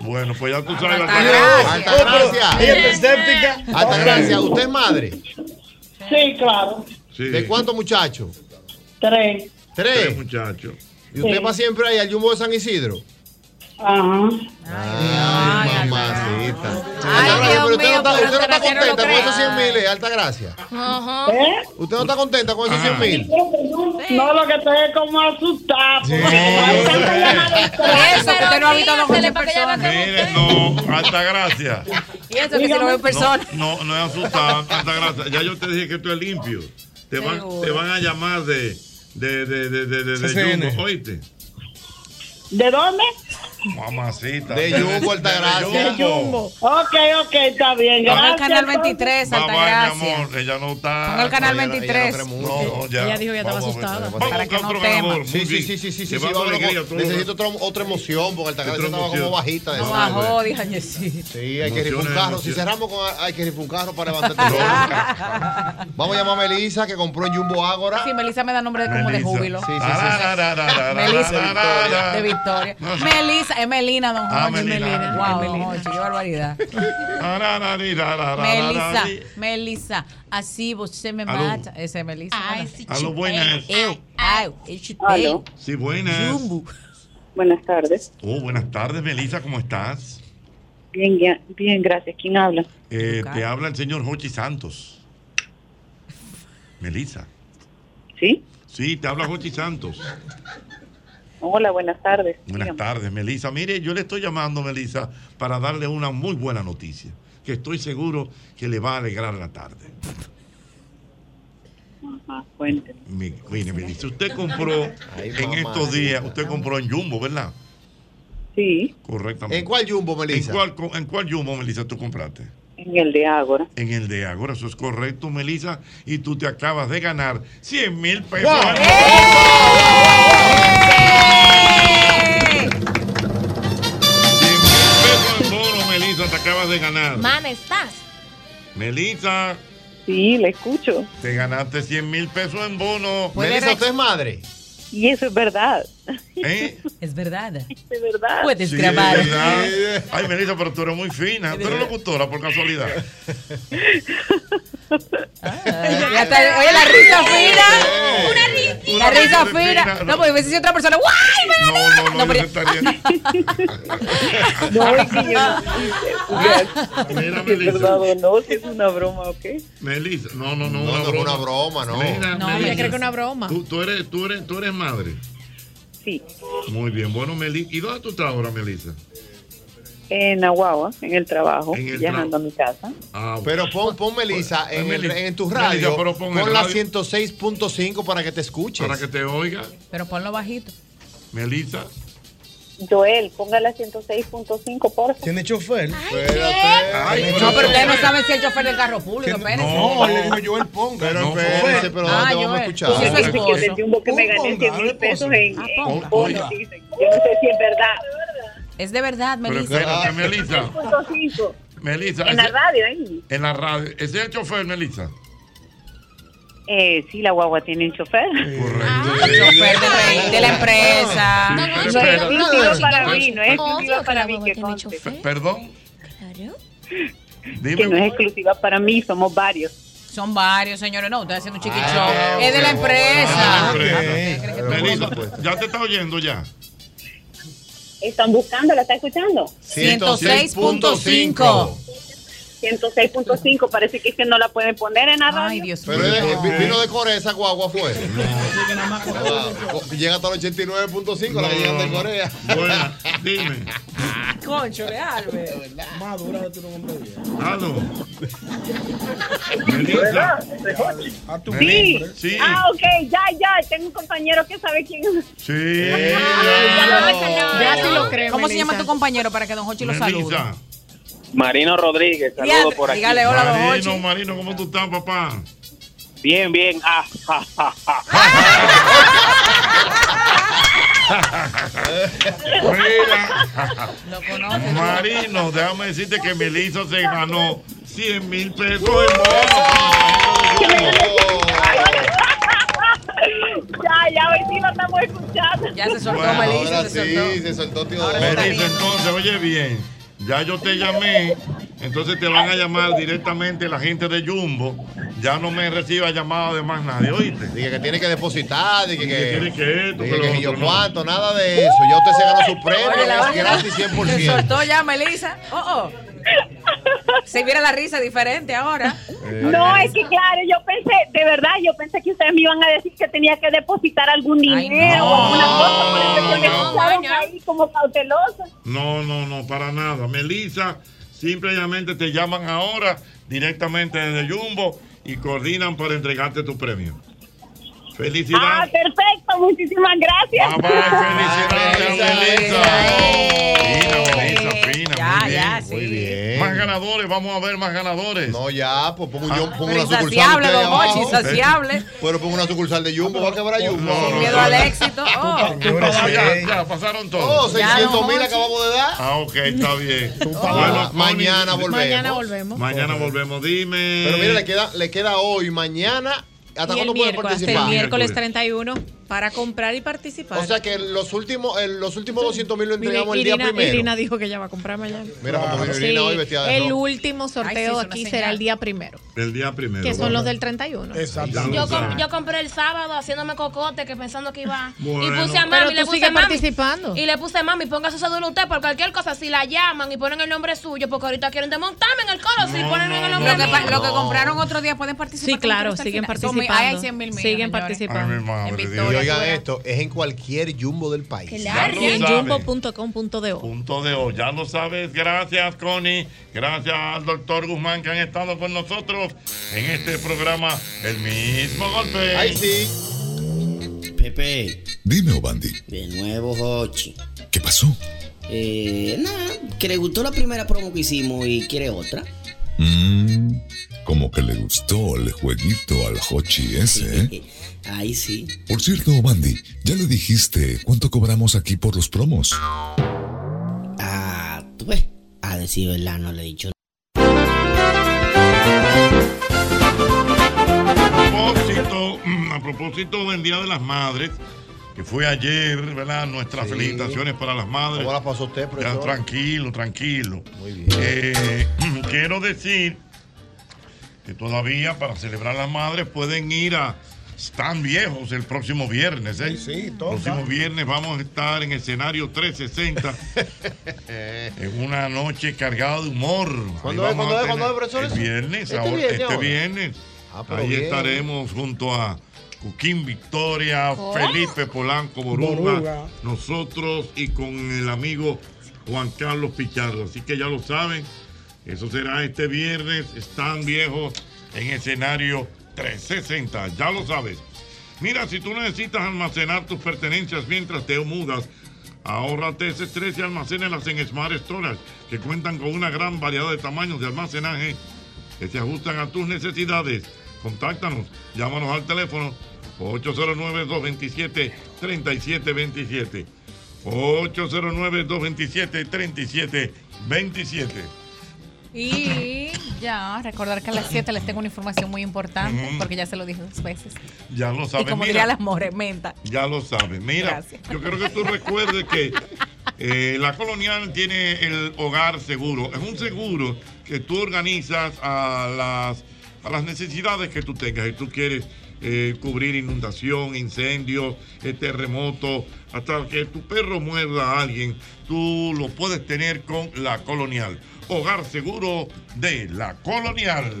Speaker 4: Bueno, pues ya tú sabes.
Speaker 5: Altagracia. Altagracia.
Speaker 4: Altagracia.
Speaker 5: Altagracia, ¿usted es madre?
Speaker 1: Sí, claro.
Speaker 5: ¿De cuántos muchachos?
Speaker 1: Tres.
Speaker 5: ¿Tres?
Speaker 4: Tres muchachos.
Speaker 5: ¿Y usted
Speaker 1: Sí.
Speaker 5: va siempre ahí al Jumbo de San Isidro?
Speaker 1: Ajá.
Speaker 5: Ay, mamacita. Altagracia,
Speaker 1: Dios
Speaker 5: pero usted
Speaker 1: mío,
Speaker 5: no está,
Speaker 1: pero
Speaker 5: usted no está
Speaker 1: Altagracia no lo
Speaker 5: contenta con esos
Speaker 1: cree.
Speaker 5: 100 mil, Altagracia.
Speaker 1: ¿Eh?
Speaker 5: ¿Usted no está contenta con esos 100 mil?
Speaker 1: No, lo que estoy es como asustado. Hay tanta llamada extraña.
Speaker 19: Eso, que usted no ha visto a los ocho personas.
Speaker 4: Mire, no, Altagracia.
Speaker 19: Y eso que si lo veo en persona.
Speaker 4: No, no, no es asustada, Altagracia. Ya yo te dije que esto es limpio. Te van,
Speaker 19: Seguro.
Speaker 4: te van a llamar de. De, de, de, de, de, de
Speaker 1: CCN.
Speaker 4: Jumbo, ¿oíste?
Speaker 1: ¿De dónde?
Speaker 4: Mamacita.
Speaker 5: De Jumbo, Altagracia.
Speaker 4: De Jumbo.
Speaker 1: Ok, ok, está bien.
Speaker 19: Ponga el
Speaker 1: Gracias.
Speaker 19: canal 23,
Speaker 4: Bye, bye, mi
Speaker 19: Altagracia.
Speaker 4: amor. Ella no está.
Speaker 19: Ponga el canal
Speaker 4: No, ella-
Speaker 19: 23.
Speaker 4: ella no cree mucho. No, ya.
Speaker 19: Ella dijo que ya estaba
Speaker 4: Vamos a ver,
Speaker 19: asustada.
Speaker 4: vamos a ver.
Speaker 19: Para que
Speaker 4: Vamos
Speaker 19: no
Speaker 4: con otro
Speaker 19: tema.
Speaker 4: ganador,
Speaker 5: Sí, sí,
Speaker 4: Mugi.
Speaker 5: sí, sí, sí,
Speaker 4: Te
Speaker 5: sí,
Speaker 4: va a dar
Speaker 5: vamos,
Speaker 4: alegría, tú-
Speaker 5: necesito otra, otra emoción porque Altagracia
Speaker 4: Otra
Speaker 5: estaba como
Speaker 4: emoción.
Speaker 5: bajita de
Speaker 19: No
Speaker 5: sangre.
Speaker 19: bajó, dijo Jessy.
Speaker 5: Sí, hay que rifar un
Speaker 4: Emociones,
Speaker 5: carro. Si
Speaker 4: emociones.
Speaker 5: cerramos con hay que rifar un carro para
Speaker 4: <laughs>
Speaker 5: levantar Vamos a llamar a Melissa que compró en Jumbo Ágora.
Speaker 19: Sí, Melissa me da nombre de como de júbilo.
Speaker 5: Sí, sí, sí.
Speaker 19: Melissa de Victoria. Melissa, es Melina, don
Speaker 4: Ah,
Speaker 19: Jorge.
Speaker 4: Melina.
Speaker 19: Melina. Wow, don Jorge, qué barbaridad. Melissa, Melissa, así vos me
Speaker 4: Aló.
Speaker 19: mata. Ese es Melissa. Ay, sí,
Speaker 4: Aló, buenas.
Speaker 19: Aló.
Speaker 4: Sí, buenas.
Speaker 11: Buenas tardes.
Speaker 4: Oh, buenas tardes, Melissa, ¿cómo estás?
Speaker 11: Bien, ya- bien, gracias. ¿Quién habla?
Speaker 4: Eh, te habla el señor Jochi Santos. Melissa.
Speaker 11: ¿Sí?
Speaker 4: Sí, te habla Jochi Santos.
Speaker 11: Hola, buenas tardes.
Speaker 4: Buenas
Speaker 11: Dígame.
Speaker 4: tardes, Melissa. Mire, yo le estoy llamando, Melissa, para darle una muy buena noticia, que estoy seguro que le va a alegrar la tarde.
Speaker 11: Ajá, cuénteme.
Speaker 4: Mi- Mire, Melissa, usted compró
Speaker 11: Ay,
Speaker 4: en estos días, usted compró en Jumbo, ¿verdad?
Speaker 11: Sí,
Speaker 4: Correctamente.
Speaker 11: ¿En cuál
Speaker 5: Jumbo,
Speaker 4: Melissa? ¿En cuál, co- en cuál Jumbo, Melissa, tú compraste?
Speaker 11: en el de Ágora.
Speaker 4: En el de Agora, eso es correcto, Melissa. Y tú te acabas de ganar 100 mil
Speaker 19: ¡Eh!
Speaker 4: pesos.
Speaker 26: ¡Guau!
Speaker 4: en bono, Melissa, te acabas de ganar.
Speaker 27: Man, estás.
Speaker 4: Melissa,
Speaker 11: Sí, la escucho.
Speaker 4: te ganaste 100 mil pesos en bono.
Speaker 11: Puede Melissa, re-
Speaker 5: usted es madre.
Speaker 11: Y eso es verdad.
Speaker 25: <laughs>
Speaker 4: ¿Eh?
Speaker 19: Es verdad.
Speaker 11: Es verdad.
Speaker 19: Puedes
Speaker 4: Sí,
Speaker 19: grabar.
Speaker 4: es verdad. Ay, Melissa, pero tú eres muy fina. Tú eres locutora, por casualidad.
Speaker 19: Ya está- oye, la risa fina. Una risa. La risa fina. No, porque hubiese sido otra persona. ¡Guay! me
Speaker 4: gané! No,
Speaker 19: pero ya-
Speaker 11: No, es que
Speaker 4: <laughs>
Speaker 11: yo-
Speaker 4: Mira,
Speaker 11: si es
Speaker 4: Melissa.
Speaker 11: verdad o no, si es una broma o qué.
Speaker 4: Melissa, no, no, no,
Speaker 5: No, no,
Speaker 4: una
Speaker 5: una
Speaker 4: broma,
Speaker 5: no.
Speaker 25: No, ella cree que es una broma.
Speaker 4: Tú, tú eres, tú, eres, tú eres madre.
Speaker 11: Sí,
Speaker 4: Muy bien, bueno, Melissa. ¿Y dónde tú estás ahora, Melissa?
Speaker 11: en Aguagua, en el trabajo,
Speaker 4: el Ah,
Speaker 11: viajando a mi casa.
Speaker 5: Pero pon, pon Melissa
Speaker 4: Pues,
Speaker 5: en, el-
Speaker 4: Melissa,
Speaker 5: en tu
Speaker 4: Melissa,
Speaker 5: radio.
Speaker 4: pero pon
Speaker 5: pon
Speaker 4: el
Speaker 5: la
Speaker 4: radio.
Speaker 5: 106.5 para que te escuches.
Speaker 4: Para que te oiga,
Speaker 19: Pero ponlo bajito.
Speaker 4: Melissa.
Speaker 11: Joel, póngala 106.5, por favor.
Speaker 8: ¿Tiene chofer?
Speaker 20: Pues,
Speaker 4: Ay,
Speaker 19: No, pero ustedes no saben si es el chofer del carro público. Espérense.
Speaker 8: No, le digo yo el ponga.
Speaker 5: Pero
Speaker 8: No,
Speaker 5: espérense, pero ¿dónde
Speaker 19: Ah,
Speaker 5: te vamos a
Speaker 19: Joel.
Speaker 5: escuchar?
Speaker 11: Yo pensé que
Speaker 19: esposo.
Speaker 11: desde un bo- que me gané 100 mil pesos en, en bonos, dicen. Yo no sé si es verdad.
Speaker 19: Ah, Es de verdad,
Speaker 4: Pero
Speaker 19: Melissa.
Speaker 4: espérate, Melissa.
Speaker 11: 106.5
Speaker 4: Melissa.
Speaker 11: en la
Speaker 4: ese-
Speaker 11: radio, ahí.
Speaker 4: En la radio. ¿Ese es el chofer, Melissa?
Speaker 11: Eh, sí, la guagua tiene un chofer.
Speaker 19: El chofer del rey- de la empresa.
Speaker 11: No,
Speaker 4: pero
Speaker 11: no,
Speaker 4: espera.
Speaker 11: es exclusivo para mí, no es exclusiva para mí que conste.
Speaker 4: Perdón.
Speaker 11: Que no es exclusiva para mí, somos varios.
Speaker 19: Son varios, señores. No, usted haciendo un chiquichón.
Speaker 4: Ah,
Speaker 19: es de la
Speaker 4: ok. Ah,
Speaker 19: empresa.
Speaker 4: hombre. Melissa, ya te está oyendo ya.
Speaker 1: Están buscando, ¿la está escuchando?
Speaker 4: 106.5.
Speaker 1: 106.5, parece que es que no la pueden poner en la radio. Ay, Dios
Speaker 5: Pero es de- vi- vino de Corea esa guagua fue. Wow. Co- Llega hasta el 89.5 la que llegan de Corea.
Speaker 4: Bueno, dime.
Speaker 19: Concho, de Albert.
Speaker 6: Madura tú no
Speaker 4: Aló.
Speaker 1: ¿Verdad? Sí.
Speaker 4: Sí.
Speaker 1: Ah, ok, ya, ya. Tengo un compañero que sabe quién es.
Speaker 4: Sí.
Speaker 19: Ya sí lo creo.
Speaker 1: creo,
Speaker 19: ¿Cómo se
Speaker 1: Melissa.
Speaker 19: llama tu compañero para que don Hochi lo salude?
Speaker 9: Marino Rodríguez, saludo
Speaker 19: Diandre,
Speaker 9: por aquí.
Speaker 19: dígale hola a don
Speaker 4: Marino, Marino, ¿cómo tú estás, papá?
Speaker 9: Bien, bien. Ah, ja, ja, ja.
Speaker 4: Mira. Marino, déjame decirte que Melissa se ganó 100 mil pesos en bono.
Speaker 1: Ya, ya, hoy sí lo estamos escuchando.
Speaker 19: Ya se
Speaker 4: Bueno,
Speaker 5: Ahora sí, se soltó tío.
Speaker 4: Melissa, entonces, oye bien, ya yo te llamé, entonces te van a llamar directamente la gente de Jumbo. Ya no me reciba llamada de más nadie, ¿oíste?
Speaker 5: Dije que tiene que depositar, dije que.
Speaker 4: tiene que esto,
Speaker 5: dije
Speaker 4: que lo
Speaker 5: que yo
Speaker 4: otro, no.
Speaker 5: cuánto, nada de eso. Ya usted se ganó su premio,
Speaker 19: Oye, la
Speaker 5: que es
Speaker 19: vaina.
Speaker 5: gratis
Speaker 19: Se
Speaker 5: 100%.
Speaker 19: soltó ya, Melissa. Oh, oh. Se viera la risa diferente ahora.
Speaker 8: Eh,
Speaker 1: No, es que claro, yo pensé, de verdad, yo pensé que ustedes me iban a decir que tenía que depositar algún dinero o alguna cosa, por eso que me escucharon ahí como cautelosa.
Speaker 4: No, no, no, para nada. Melissa, simplemente te llaman ahora directamente desde Jumbo y coordinan para entregarte tu premio.
Speaker 1: Ah,
Speaker 4: Felicidades.
Speaker 1: perfecto, muchísimas gracias.
Speaker 4: ya, ya, sí. ¿eh? Más ganadores, vamos a ver más ganadores.
Speaker 5: No, ya, pues pongo, yo, pongo
Speaker 25: Ah,
Speaker 19: Pero
Speaker 5: una sucursal.
Speaker 19: insaciable,
Speaker 5: usted ahí
Speaker 19: don Hochi,
Speaker 5: abajo.
Speaker 19: insaciable.
Speaker 5: Pero pongo una sucursal de Jumbo, va a quebrar Jumbo.
Speaker 19: Sin miedo al éxito. Oh.
Speaker 4: Ya, ya, pasaron todos.
Speaker 5: Oh, 600 mil acabamos de dar.
Speaker 4: Ah, ok, está <laughs> bien.
Speaker 5: pagas. Mañana
Speaker 4: Tony,
Speaker 5: volvemos.
Speaker 25: Mañana volvemos.
Speaker 4: Mañana volvemos, dime.
Speaker 5: Pero mira, le queda, le queda hoy, mañana. ¿Hasta
Speaker 25: Y el
Speaker 5: cuándo puede
Speaker 25: miércoles, hasta
Speaker 5: participar?
Speaker 25: el miércoles 31 para comprar y participar.
Speaker 5: O sea que los últimos, eh, los últimos 200 mil lo
Speaker 25: Mire,
Speaker 5: entregamos el día
Speaker 25: Irina,
Speaker 5: primero.
Speaker 25: Irina dijo que ya va a comprar mañana.
Speaker 5: Mira cómo vive
Speaker 25: Sí,
Speaker 5: Irina hoy vestida de
Speaker 25: el
Speaker 5: rojo.
Speaker 25: último sorteo aquí será el día primero,
Speaker 4: El día primero.
Speaker 25: que son los del 31.
Speaker 5: Eh,
Speaker 4: Exactamente.
Speaker 11: Yo, com- yo compré el sábado haciéndome cocote que pensando que iba y
Speaker 4: Bueno.
Speaker 11: puse a
Speaker 25: Pero
Speaker 11: mami y le
Speaker 25: tú
Speaker 11: puse
Speaker 25: sigues
Speaker 11: mami
Speaker 25: participando.
Speaker 11: y le puse mami ponga su cédula usted por cualquier cosa si la llaman y ponen el nombre suyo porque ahorita quieren desmontarme en el coro si ponen en el nombre
Speaker 19: Lo que,
Speaker 11: mío.
Speaker 19: pa- lo que compraron otro día pueden participar.
Speaker 25: Sí, claro,
Speaker 19: Hasta el
Speaker 25: siguen
Speaker 19: final. Son muy-
Speaker 25: participando.
Speaker 19: ay, hay 100 mil millas,
Speaker 25: Siguen
Speaker 19: señores.
Speaker 25: participando.
Speaker 4: Ay, mi madre,
Speaker 19: En
Speaker 4: Dios.
Speaker 5: Y
Speaker 19: Victoria,
Speaker 5: oigan
Speaker 19: fuera.
Speaker 5: esto, es en cualquier jumbo del país.
Speaker 4: Claro.
Speaker 25: Y en
Speaker 4: sabe.
Speaker 25: jumbo.com.do.
Speaker 4: Punto de hoy. Ya lo sabes. Gracias, Connie. Gracias al doctor Guzmán que han estado con nosotros en este programa. El mismo golpe.
Speaker 5: Ay, sí.
Speaker 18: Pepe. Dime, Obandi. De nuevo, Hochi. ¿Qué pasó? Eh, nada, que le gustó la primera promo que hicimos y quiere otra.
Speaker 7: Mmm, como que le gustó el jueguito al Hochi ese, ¿eh?
Speaker 18: Ahí sí.
Speaker 7: Por cierto, Bandy, ya le dijiste cuánto cobramos aquí por los promos.
Speaker 18: Ah, tú ves. A decir verdad, no le he dicho
Speaker 4: propósito, mm, a propósito del Día de las Madres, que fue ayer, ¿verdad? Nuestras
Speaker 5: Sí.
Speaker 4: felicitaciones para las madres.
Speaker 5: ¿Cómo la pasó usted,
Speaker 4: Ya,
Speaker 5: profesor?
Speaker 4: tranquilo, tranquilo.
Speaker 5: Muy bien.
Speaker 4: Eh, <clears throat> quiero decir que todavía para celebrar las madres pueden ir a Están Viejos el próximo viernes. ¿eh?
Speaker 6: Sí,
Speaker 4: El próximo viernes vamos a estar en escenario 360
Speaker 5: <laughs>
Speaker 4: en una noche cargada de humor.
Speaker 5: ¿Cuándo
Speaker 4: Ahí
Speaker 5: es,
Speaker 4: vamos
Speaker 5: cuándo
Speaker 4: a
Speaker 5: es, cuándo es,
Speaker 4: tener-
Speaker 5: profesor,
Speaker 4: El
Speaker 5: eso?
Speaker 4: viernes,
Speaker 5: Este
Speaker 4: ahora,
Speaker 5: viernes,
Speaker 4: este
Speaker 5: ahora.
Speaker 4: viernes.
Speaker 5: Ah, pero
Speaker 4: Ahí
Speaker 5: bien.
Speaker 4: estaremos junto a Cuquín Victoria,
Speaker 5: ¿Cómo?
Speaker 4: Felipe Polanco Boruga,
Speaker 5: Boruga.
Speaker 4: nosotros y con el amigo Juan Carlos Pichardo. Así que ya lo saben, eso será este viernes. Están viejos en escenario 360, ya lo sabes. Mira, si tú necesitas almacenar tus pertenencias mientras te mudas, Ahórrate ese estrés y almacénalas en Smart Storage, que cuentan con una gran variedad de tamaños de almacenaje que se ajustan a tus necesidades. Contáctanos, llámanos al teléfono 809-227-3727. 809-227-3727.
Speaker 19: Y ya, recordar que a las 7 les tengo una información muy importante, porque ya se lo dije dos veces.
Speaker 4: Ya lo
Speaker 19: Y
Speaker 4: saben.
Speaker 19: como
Speaker 4: mira.
Speaker 19: diría las mores, menta.
Speaker 4: Ya lo sabes. Mira,
Speaker 19: Gracias.
Speaker 4: yo creo que tú recuerdes que eh, la colonial tiene el hogar seguro. Es un seguro que tú organizas a las a las necesidades que tú tengas. Si tú quieres eh, cubrir inundación, incendios, eh, terremotos, hasta que tu perro muerda a alguien, tú lo puedes tener con la colonial. Hogar seguro de la colonial.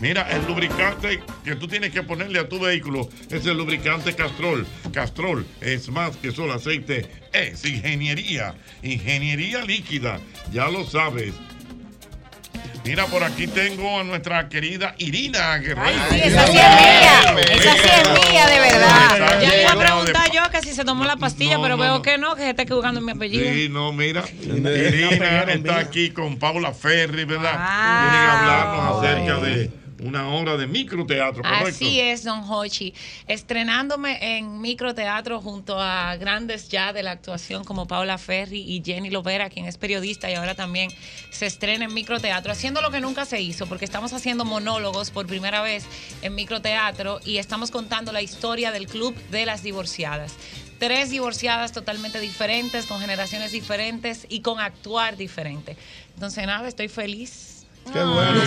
Speaker 4: Mira, el lubricante que tú tienes que ponerle a tu vehículo es el lubricante Castrol. Castrol es más que solo aceite, es ingeniería, ingeniería líquida, ya lo sabes. Mira, por aquí tengo a nuestra querida Irina Guerrero.
Speaker 1: sí, esa sí es mía. Esa sí es mía, de verdad.
Speaker 4: Está
Speaker 3: Ya le iba a
Speaker 4: lleno de
Speaker 3: preguntar yo que si se tomó la pastilla, pero veo que no, que se está equivocando en mi apellido.
Speaker 4: Sí, no, mira. Irina está aquí con Paula Ferri, ¿verdad?
Speaker 1: Ah.
Speaker 4: Vienen a hablarnos acerca de una obra de microteatro, ¿correcto?
Speaker 3: Así es, Don Hochi. Estrenándome en microteatro junto a grandes ya de la actuación como Paula Ferri y Jenny Lovera, quien es periodista y ahora también se estrena en microteatro, haciendo lo que nunca se hizo, porque estamos haciendo monólogos por primera vez en microteatro y estamos contando la historia del Club de las Divorciadas. Tres divorciadas totalmente diferentes, con generaciones diferentes y con actuar diferente. Entonces, nada, estoy feliz.
Speaker 5: Qué bueno.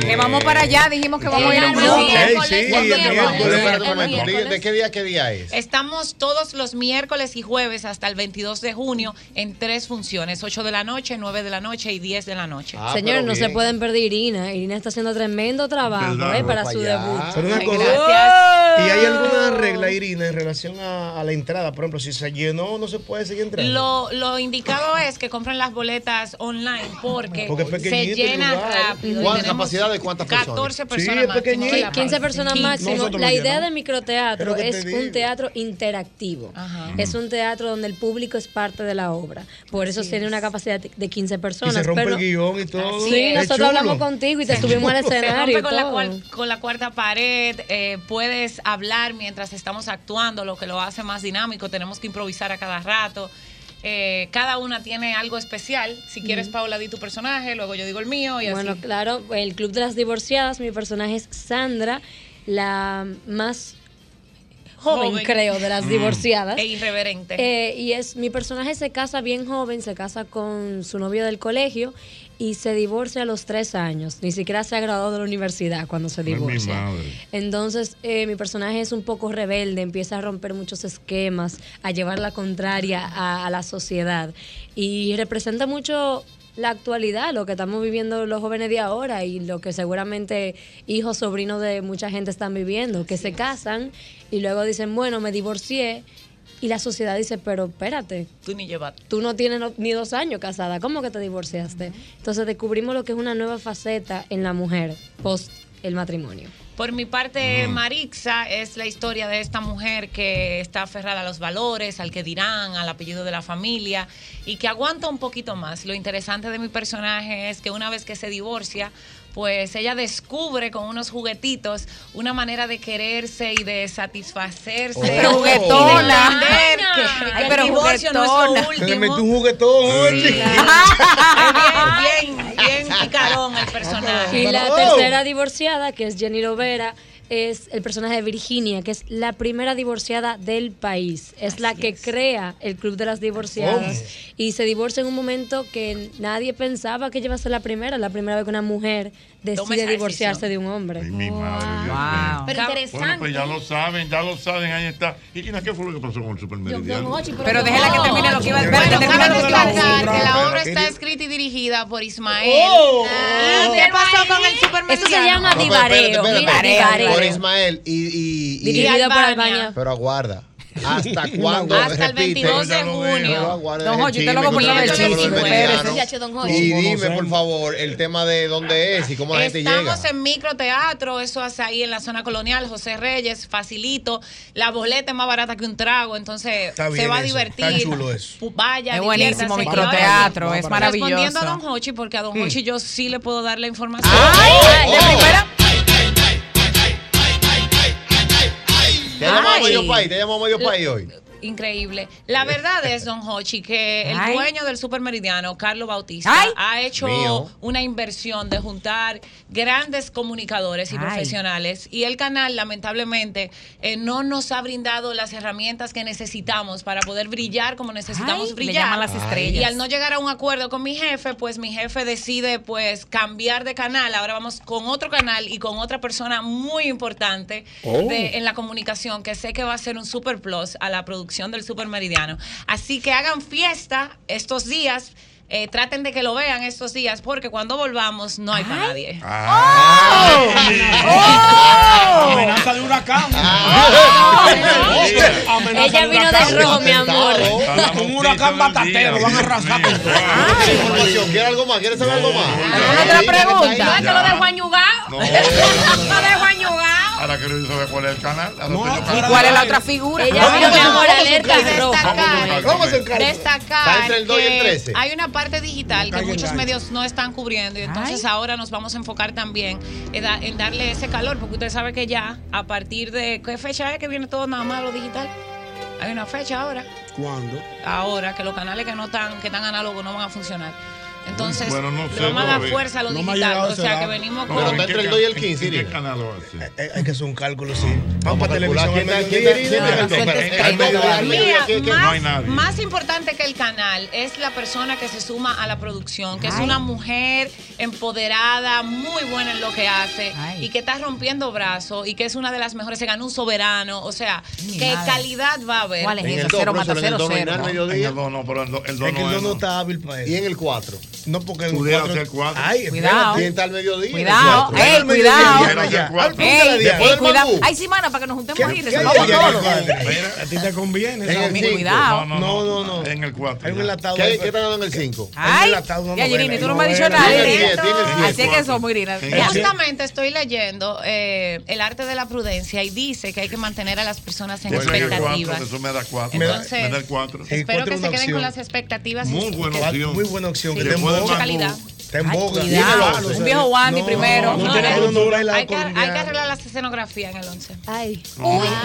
Speaker 28: Que vamos para allá, dijimos que vamos a ir a un
Speaker 3: Claro,
Speaker 28: club.
Speaker 3: sí.
Speaker 5: Sí,
Speaker 3: miércoles,
Speaker 5: el
Speaker 3: miércoles,
Speaker 5: miércoles, espérate un
Speaker 3: el
Speaker 5: momento.
Speaker 3: miércoles.
Speaker 5: ¿De qué día, qué día es?
Speaker 3: Estamos todos los miércoles y jueves hasta el 22 de junio en tres funciones, 8 de la noche, 9 de la noche y 10 de la noche.
Speaker 8: Ah,
Speaker 29: Señores, no se pueden perder Irina. Irina está haciendo tremendo trabajo
Speaker 8: ¿Verdad?
Speaker 29: eh,
Speaker 8: Vamos
Speaker 29: para
Speaker 8: para
Speaker 29: su
Speaker 8: allá.
Speaker 29: debut.
Speaker 8: Pero una
Speaker 29: Ay,
Speaker 8: cosa,
Speaker 3: gracias.
Speaker 8: ¿Y hay alguna regla, Irina, en relación a, a la entrada? Por ejemplo, si se llenó, no se puede seguir entrando.
Speaker 3: Lo, lo indicado es que compren las boletas online porque,
Speaker 8: Porque es
Speaker 3: se
Speaker 8: pequeñito el
Speaker 3: llena
Speaker 8: lugar.
Speaker 3: rápido.
Speaker 5: ¿Cuál
Speaker 3: Tenemos
Speaker 5: capacidad de cuántas personas?
Speaker 3: 14
Speaker 5: Sí, es
Speaker 3: personas máximo.
Speaker 5: pequeñito.
Speaker 3: la
Speaker 29: 15 personas máximo.
Speaker 5: Nosotros
Speaker 29: La
Speaker 5: lo
Speaker 29: idea
Speaker 5: llenamos.
Speaker 29: del microteatro
Speaker 5: Es lo que
Speaker 29: es
Speaker 5: te
Speaker 29: un
Speaker 5: digo.
Speaker 29: teatro interactivo. Es un teatro donde el público es parte de la obra. Por eso
Speaker 8: Así
Speaker 29: tiene
Speaker 8: es.
Speaker 29: una capacidad de- de 15
Speaker 8: Y
Speaker 29: personas.
Speaker 8: se rompe
Speaker 29: pero-
Speaker 8: el guión y todo.
Speaker 29: Sí,
Speaker 8: Qué
Speaker 29: nosotros
Speaker 8: chulo.
Speaker 29: hablamos contigo y te subimos al
Speaker 3: <laughs> Se
Speaker 29: escenario.
Speaker 3: rompe
Speaker 29: y
Speaker 3: con, la
Speaker 29: todo.
Speaker 3: cual- con la cuarta pared, eh, puedes hablar mientras estamos actuando, lo que lo hace más dinámico, tenemos que improvisar a cada rato. Eh, cada una tiene algo especial. Si quieres,
Speaker 29: Ujú.
Speaker 3: Paula, di tu personaje, luego yo digo el mío y
Speaker 29: Bueno,
Speaker 3: así.
Speaker 29: claro, el Club de las Divorciadas, mi personaje es Sandra, la más joven,
Speaker 3: Joven.
Speaker 29: creo, de las
Speaker 3: Mm.
Speaker 29: divorciadas.
Speaker 3: E irreverente.
Speaker 29: Eh, y es, mi personaje se casa bien joven, se casa con su novio del colegio y se divorcia a los tres años. Ni siquiera se ha graduado de la universidad cuando se divorcia. Entonces, eh, mi personaje es un poco rebelde, empieza a romper muchos esquemas, a llevar la contraria a, a la sociedad. Y representa mucho la actualidad, lo que estamos viviendo los jóvenes de ahora y lo que seguramente hijos, sobrinos de mucha gente están viviendo, que se casan y luego dicen, bueno, me divorcié. Y la sociedad dice, pero espérate,
Speaker 3: Tú ni llevas.
Speaker 29: tú no tienes no- ni dos años casada, ¿cómo que te divorciaste? Entonces descubrimos lo que es una nueva faceta en la mujer post el matrimonio.
Speaker 3: Por mi parte, Marixa es la historia de esta mujer que está aferrada a los valores, al que dirán, al apellido de la familia y que aguanta un poquito más. Lo interesante de mi personaje es que una vez que se divorcia, pues ella descubre con unos juguetitos una manera de quererse y de satisfacerse.
Speaker 19: Pero
Speaker 3: Oh. Y de
Speaker 19: juguetona.
Speaker 3: entender que- que
Speaker 19: Ay, pero
Speaker 3: el divorcio no
Speaker 19: juguetona.
Speaker 3: es
Speaker 8: Se
Speaker 3: lo
Speaker 8: le
Speaker 3: último.
Speaker 8: metió un juguetón, oye.
Speaker 3: <laughs> Es bien, bien, bien picarón el personaje.
Speaker 29: <laughs> Y la tercera divorciada, que es Jenny Lovera, es el personaje de Virginia, que es la primera divorciada del país. Es la que crea el Club de las Divorciadas. Y se divorcia en un momento que nadie pensaba que lleva a ser la primera, la primera vez que una mujer
Speaker 3: Toma
Speaker 29: decide
Speaker 3: esa
Speaker 29: divorciarse de un hombre.
Speaker 4: Mi madre, Dios mío.
Speaker 29: Pero
Speaker 4: Bueno,
Speaker 29: interesante.
Speaker 4: pues ya lo saben, ya lo saben, ahí está. ¿Y Irina, qué fue lo que pasó con el supermeridiano?
Speaker 19: Pero déjela que termine lo que iba a
Speaker 4: Bueno,
Speaker 19: espérate, termina
Speaker 4: claro,
Speaker 19: lo que iba
Speaker 4: claro,
Speaker 19: a decir.
Speaker 4: claro.
Speaker 3: Que la obra
Speaker 4: Pero-
Speaker 3: está escrita y dirigida por Ismael.
Speaker 5: Oh.
Speaker 3: ¿Y qué pasó con el
Speaker 29: Eso
Speaker 3: supermercado?
Speaker 29: se llama
Speaker 5: No, espérate,
Speaker 29: divareo.
Speaker 5: espérate.
Speaker 29: Mira, divareo.
Speaker 5: Por Ismael y. y, y-
Speaker 29: Dirigido por Albania.
Speaker 5: Pero aguarda. ¿Hasta cuándo?
Speaker 29: Hasta el
Speaker 5: Repite.
Speaker 29: 22 de
Speaker 5: Pero
Speaker 29: junio.
Speaker 5: aguarda
Speaker 29: Don
Speaker 5: el
Speaker 29: Jochi, usted
Speaker 5: chisme,
Speaker 29: lo va a
Speaker 5: que
Speaker 29: poner
Speaker 5: usted
Speaker 29: el
Speaker 5: no
Speaker 29: chisme.
Speaker 5: es meridiano.
Speaker 29: Espérese, don Jochi.
Speaker 5: Y dime, por favor, el tema de dónde es y cómo la gente llega.
Speaker 3: Estamos en microteatro, eso hace ahí en la zona colonial, José Reyes, facilito. La boleta es más barata que un trago, entonces
Speaker 8: Está
Speaker 3: se
Speaker 8: bien
Speaker 3: va a
Speaker 8: eso,
Speaker 3: divertir.
Speaker 8: está chulo eso.
Speaker 3: Pu- Vaya,
Speaker 19: Es buenísimo
Speaker 3: diviértase.
Speaker 19: microteatro,
Speaker 3: Ahora sí,
Speaker 19: es maravilloso.
Speaker 3: Respondiendo a Don Hochi, porque a Don Hochi yo sí le puedo dar la información.
Speaker 5: Te llamamos
Speaker 3: Ay.
Speaker 5: medio país, te llamamos medio país hoy.
Speaker 3: increíble. La verdad es, don Hochi, que el
Speaker 19: Ay.
Speaker 3: dueño del Super Meridiano, Carlos Bautista,
Speaker 19: Ay.
Speaker 3: ha hecho
Speaker 19: Mío.
Speaker 3: una inversión de juntar grandes comunicadores y
Speaker 19: Ay.
Speaker 3: profesionales. Y el canal, lamentablemente, eh, no nos ha brindado las herramientas que necesitamos para poder brillar como necesitamos
Speaker 19: Ay, le
Speaker 3: brillar.
Speaker 19: llaman las Ay. estrellas.
Speaker 3: Y al no llegar a un acuerdo con mi jefe, pues mi jefe decide pues cambiar de canal. Ahora vamos con otro canal y con otra persona muy importante
Speaker 24: Oh.
Speaker 3: de- en la comunicación que sé que va a ser un super plus a la producción del Super Meridiano. Así que hagan fiesta estos días. eh, traten de que lo vean estos días porque cuando volvamos no hay para nadie.
Speaker 6: Ah. Oh,
Speaker 3: ¡Oh!
Speaker 6: Amenaza de huracán.
Speaker 4: Ah.
Speaker 6: Amenaza
Speaker 3: Ella
Speaker 6: de
Speaker 3: vino
Speaker 6: huracán.
Speaker 3: del rojo, mi amor.
Speaker 6: Un huracán batatero. Van a arrasar con todo.
Speaker 7: Información, ¿quiere algo más? ¿Quieres saber algo más?
Speaker 28: Otra pregunta.
Speaker 4: Ya.
Speaker 28: Yo te lo dejo añugado.
Speaker 4: No.
Speaker 28: Te lo dejo añugado.
Speaker 4: Ahora quiero saber cuál es el canal. Ahora estoy yo
Speaker 28: ¿Y
Speaker 4: cansado.
Speaker 28: cuál es la otra figura?
Speaker 3: Ella vino de amor alerta
Speaker 28: Vamos a
Speaker 3: roja.
Speaker 28: buscar.
Speaker 4: Vamos a buscar.
Speaker 3: Destacar
Speaker 4: Está entre el dos y el
Speaker 3: que
Speaker 4: trece.
Speaker 3: hay una parte digital que
Speaker 4: caiga
Speaker 3: muchos
Speaker 4: engaño.
Speaker 3: medios no están cubriendo y entonces ahora nos vamos a enfocar también en, da- en darle ese calor porque usted sabe que ya a partir de qué fecha es que viene todo nada más lo digital. Hay una fecha ahora,
Speaker 6: ¿Cuándo?
Speaker 3: ahora que los canales que no están que están análogos no van a funcionar. Entonces,
Speaker 4: Bueno, no sé
Speaker 3: le vamos a dar
Speaker 4: todavía.
Speaker 3: fuerza a lo
Speaker 4: No me ha
Speaker 3: digital,
Speaker 4: llegado
Speaker 3: o
Speaker 4: ese
Speaker 3: sea que
Speaker 4: dato. No,
Speaker 3: venimos con
Speaker 4: pero está entre el dos y el
Speaker 7: quince,
Speaker 4: ¿Qué canal lo hace?
Speaker 8: Hay Eh, que hacer un cálculo, sí. Vamos para
Speaker 7: calcular.
Speaker 8: televisión. al
Speaker 7: ¿Quién está-
Speaker 8: mediodía,
Speaker 7: quién
Speaker 8: y
Speaker 7: está-
Speaker 8: nada. Espera,
Speaker 7: quién está- quién está-
Speaker 8: espera,
Speaker 7: quién está-
Speaker 8: espera.
Speaker 3: Mira,
Speaker 7: que- que
Speaker 3: más,
Speaker 7: no hay nadie.
Speaker 3: más importante que el canal es la persona que se suma a la producción, que es
Speaker 19: Ay.
Speaker 3: una mujer empoderada, muy buena en lo que hace y que está rompiendo brazos y que es una de las mejores, se ganó un soberano, o sea,
Speaker 19: Mi
Speaker 3: que
Speaker 19: madre.
Speaker 3: calidad va a haber.
Speaker 19: ¿Cuál es
Speaker 8: En el
Speaker 19: esa?
Speaker 8: dos,
Speaker 19: Cero
Speaker 8: profesor, en
Speaker 19: mata
Speaker 8: el
Speaker 19: cero,
Speaker 8: dos no hay nada,
Speaker 19: cero.
Speaker 8: medio-
Speaker 4: En el 2 no, pero el 2
Speaker 8: Es que el
Speaker 4: no
Speaker 8: dos
Speaker 4: es.
Speaker 8: no
Speaker 4: no.
Speaker 8: está hábil para eso.
Speaker 7: Y en el 4.
Speaker 8: No, porque el
Speaker 4: Pudiera
Speaker 8: cuatro-
Speaker 4: ser 4.
Speaker 8: Ay,
Speaker 28: Cuidado.
Speaker 8: espérate.
Speaker 7: al mediodía.
Speaker 28: Cuidado,
Speaker 4: Cuatro.
Speaker 28: ey,
Speaker 4: Al mediodía,
Speaker 28: cuidado.
Speaker 4: cuatro.
Speaker 28: Ey,
Speaker 4: Cuatro.
Speaker 28: ey,
Speaker 4: Después del
Speaker 28: cuidado.
Speaker 4: mangú.
Speaker 28: Ay, sí, mana, para que nos juntemos ahí,
Speaker 8: qué-
Speaker 28: resolvamos
Speaker 8: qué-
Speaker 28: todo.
Speaker 6: A ti te conviene.
Speaker 28: En el
Speaker 6: Sammy.
Speaker 28: cinco. Cuidado.
Speaker 4: No, no, no. En el 4. En el
Speaker 8: enlatado
Speaker 7: ¿Qué, ¿Qué está dando en el 5?
Speaker 28: Ay, ya, Girini, tú no me has dicho nada.
Speaker 7: Tiene
Speaker 28: ¿eh?
Speaker 7: diez, tiene diez.
Speaker 28: Así es que somos, Irina.
Speaker 3: Justamente estoy leyendo eh, El arte de la prudencia y dice que hay que mantener a las personas en
Speaker 4: Eso Pues es el 4,
Speaker 3: expectativas.
Speaker 4: eso me da 4.
Speaker 3: Entonces,
Speaker 4: Me da el 4.
Speaker 3: Espero que se queden con las expectativas. y-
Speaker 4: Muy buena
Speaker 3: que-
Speaker 4: opción.
Speaker 8: Muy buena opción.
Speaker 3: Sí.
Speaker 8: Que te
Speaker 3: Después del
Speaker 8: emboga.
Speaker 3: calidad.
Speaker 8: Te emboga.
Speaker 28: cuidado.
Speaker 8: Tiene el ojo,
Speaker 28: Un
Speaker 8: o sea,
Speaker 28: viejo Wandy primero.
Speaker 8: No,
Speaker 28: No,
Speaker 8: tiene
Speaker 28: no,
Speaker 8: que
Speaker 28: no.
Speaker 8: doblar el
Speaker 3: Hay
Speaker 8: lado
Speaker 3: que, hay que
Speaker 8: colombiano.
Speaker 3: arreglar la escenografía en el 11.
Speaker 28: Ay.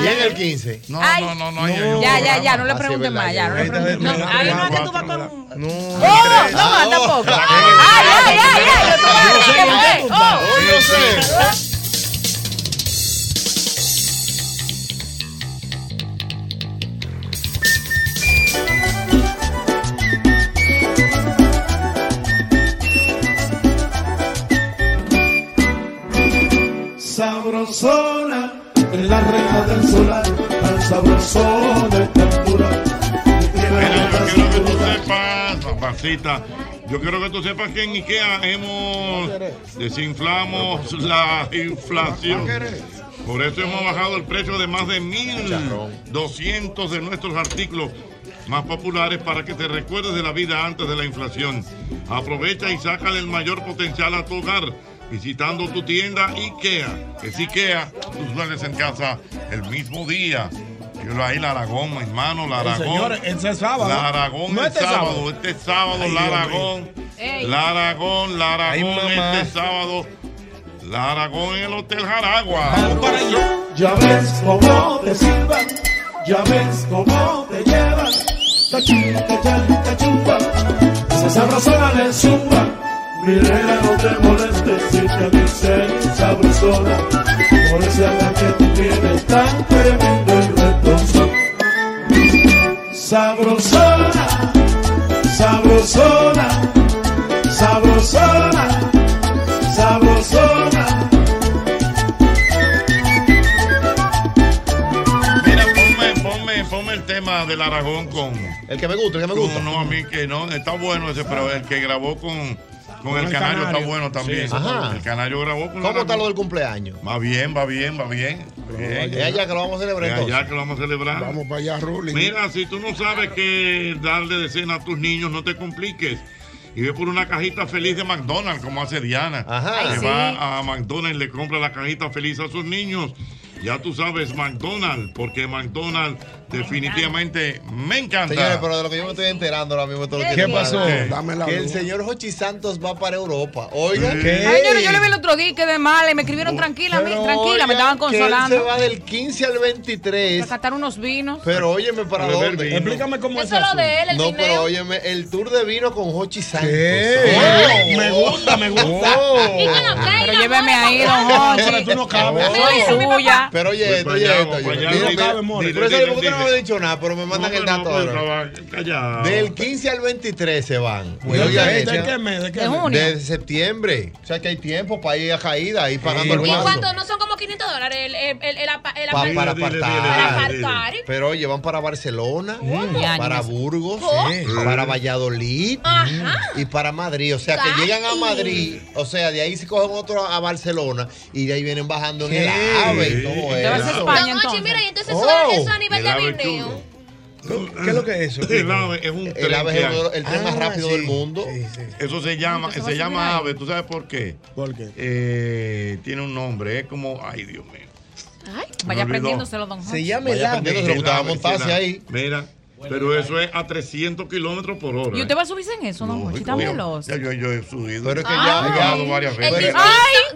Speaker 7: Y en el 15.
Speaker 4: No,
Speaker 28: Ay.
Speaker 4: no, no, no. ahí hay un
Speaker 28: Ya, ya, ya,
Speaker 4: programa.
Speaker 28: no le pregunten más, ya, no le pregunten más.
Speaker 3: Ahí no es que tú vas con
Speaker 28: ¡Oh! No, tampoco. ¡Ay, ay, ay, ay! yo tuve-
Speaker 1: Yo sé,
Speaker 28: ¿qué
Speaker 1: yo
Speaker 28: fue?
Speaker 1: sé.
Speaker 28: ¡Oh!
Speaker 1: Yo sé.
Speaker 16: Sabrosona, en la reja del solar, tan sabrosona está pura.
Speaker 4: sepas, papacita, yo quiero que tú sepas que en IKEA hemos desinflamos la inflación. Por eso hemos bajado el precio de más de 1.200 de nuestros artículos más populares para que te recuerdes de la vida antes de la inflación. Aprovecha y sácale el mayor potencial a tu hogar visitando tu tienda IKEA. Es IKEA, tus muebles en casa el mismo día. Yo ahí la Aragón, mi hermano, la
Speaker 6: El
Speaker 4: Aragón.
Speaker 6: señor, este sábado.
Speaker 4: La Aragón
Speaker 6: No
Speaker 4: el
Speaker 6: este
Speaker 4: sábado.
Speaker 6: sábado.
Speaker 4: Este sábado,
Speaker 6: Ay,
Speaker 4: la
Speaker 6: Dios mío.
Speaker 4: Aragón.
Speaker 6: Ey.
Speaker 4: La Aragón, la
Speaker 6: Ay,
Speaker 4: Aragón
Speaker 6: mamá.
Speaker 4: este sábado. La Aragón en el Hotel Jaragua.
Speaker 16: Ya ves cómo te silban, ya ves cómo te llevan. Tachita, tachita, tachumba, esa sabrosona le zumba. Mi reina no te molestes si te dicen sabrosona. Por ese ala que tú tienes tan tremendo y redondo. Sabrosona, sabrosona, sabrosona, sabrosona.
Speaker 4: Mira, ponme, ponme, ponme el tema del Aragón con. El que me gusta, el que me gusta. No, a mí que no, está bueno ese, pero el que grabó con. Con el, canario, está bueno también.
Speaker 7: Sí, Ajá.
Speaker 4: El canario grabó con
Speaker 7: ¿Cómo está
Speaker 4: Aragón.
Speaker 7: lo del cumpleaños?
Speaker 4: Va bien, va bien, va bien. bien.
Speaker 7: Es allá que lo vamos a celebrar,
Speaker 4: Es allá
Speaker 7: entonces.
Speaker 4: que lo vamos a celebrar.
Speaker 7: Vamos
Speaker 4: para allá,
Speaker 7: Rolling.
Speaker 4: Mira, si tú no sabes qué darle de cena a tus niños, no te compliques. Y ve por una cajita feliz de McDonald's, como hace Diana.
Speaker 7: Ajá. Ay,
Speaker 4: que
Speaker 7: sí.
Speaker 4: va a McDonald's y le compra la cajita feliz a sus niños. Ya tú sabes, McDonald's, porque McDonald's definitivamente me encanta. <laughs>
Speaker 5: Señores, pero de lo que yo me estoy enterando ahora mismo. Todo lo que
Speaker 4: ¿Qué
Speaker 5: tú
Speaker 4: pasó?
Speaker 5: hablas.
Speaker 4: Dame la
Speaker 5: que el
Speaker 4: luz.
Speaker 5: señor Jochi Santos va para Europa. Oiga.
Speaker 19: Ay, señores, yo le vi el otro día que de mala y me escribieron tranquila, mil,
Speaker 5: Pero
Speaker 19: tranquila, me
Speaker 5: oigan,
Speaker 19: estaban consolando.
Speaker 5: Que él se va del 15 al 23.
Speaker 19: Para catar unos vinos.
Speaker 5: Pero óyeme, ¿para
Speaker 4: Para beber
Speaker 5: dónde?
Speaker 4: vino.
Speaker 5: Explícame
Speaker 19: cómo Eso es lo eso. de él, el
Speaker 5: No,
Speaker 19: dinero.
Speaker 5: pero óyeme, el tour de vino con Jochi Santos.
Speaker 4: ¿Qué? Me gusta, me gusta.
Speaker 19: Pero lléveme ahí, don
Speaker 5: Ahora
Speaker 19: Jochi.
Speaker 5: tú no cabes.
Speaker 19: Soy suya.
Speaker 5: Pero oye, esto, oye, esto. oye.
Speaker 4: allá,
Speaker 5: Mira,
Speaker 4: no cabe,
Speaker 5: mira,
Speaker 4: more.
Speaker 5: Pero
Speaker 4: Dile,
Speaker 5: eso, ¿por qué
Speaker 4: dile,
Speaker 5: no me
Speaker 4: dile.
Speaker 5: he dicho nada? Pero me mandan
Speaker 4: No,
Speaker 5: el
Speaker 4: pero
Speaker 5: dato
Speaker 4: no, pero
Speaker 5: ahora.
Speaker 4: estaba callado.
Speaker 5: Del 15 al 23 se van.
Speaker 4: ¿De
Speaker 5: Oigan
Speaker 4: qué?
Speaker 5: eso.
Speaker 4: ¿De qué mes? ¿De qué
Speaker 5: De
Speaker 4: mes? junio.
Speaker 5: Desde septiembre. O sea que hay tiempo para ir a caída, ir pagando el
Speaker 11: ¿Y
Speaker 5: paso.
Speaker 11: cuánto? ¿No son como 500 dólares el, el, el, el apa- el
Speaker 5: Pa-
Speaker 11: apartado?
Speaker 5: para
Speaker 11: Para
Speaker 5: apartar.
Speaker 11: apartar.
Speaker 5: Pero oye, van para Barcelona,
Speaker 11: Ya,
Speaker 5: para
Speaker 11: ni me-
Speaker 5: Burgos,
Speaker 11: ¿Cómo?
Speaker 5: sí, para Valladolid mm, y para Madrid. O sea, que
Speaker 11: Ay.
Speaker 5: llegan a Madrid, o sea, de ahí se cogen otro a Barcelona y de ahí vienen bajando en el
Speaker 4: ¿Qué?
Speaker 5: AVE y todo
Speaker 4: Te vas a
Speaker 5: eso.
Speaker 4: España,
Speaker 11: Don Ochi, mira, y entonces
Speaker 5: Oh.
Speaker 11: eso, es- eso es a nivel
Speaker 4: El
Speaker 11: de
Speaker 4: ave
Speaker 11: video.
Speaker 4: ¿Qué es lo que es eso? El ave es un
Speaker 5: El AVE
Speaker 4: que
Speaker 5: es uno de los-
Speaker 4: hay.
Speaker 5: el tren más rápido del mundo.
Speaker 4: Eso se llama,
Speaker 5: Entonces
Speaker 4: se
Speaker 5: va a
Speaker 4: llama
Speaker 5: subir
Speaker 4: ave. ¿Tú sabes por qué? ¿Por qué? tiene un nombre, es como, ay Dios mío.
Speaker 19: Ay, vaya
Speaker 4: Me olvidó.
Speaker 19: aprendiéndoselo, don Jochi.
Speaker 5: Vaya aprendiéndose, le gustaba
Speaker 4: El ave,
Speaker 5: montarse
Speaker 4: el ave.
Speaker 5: ahí.
Speaker 4: Mira, pero eso es a 300 kilómetros por hora.
Speaker 19: ¿Y
Speaker 4: ¿eh?
Speaker 19: usted va a subirse en eso, don Jochi? Está
Speaker 4: Oye,
Speaker 19: veloz.
Speaker 4: Ya yo, yo he subido.
Speaker 5: Pero es
Speaker 4: que ya he ganado varias
Speaker 11: El
Speaker 4: veces.
Speaker 11: distinto,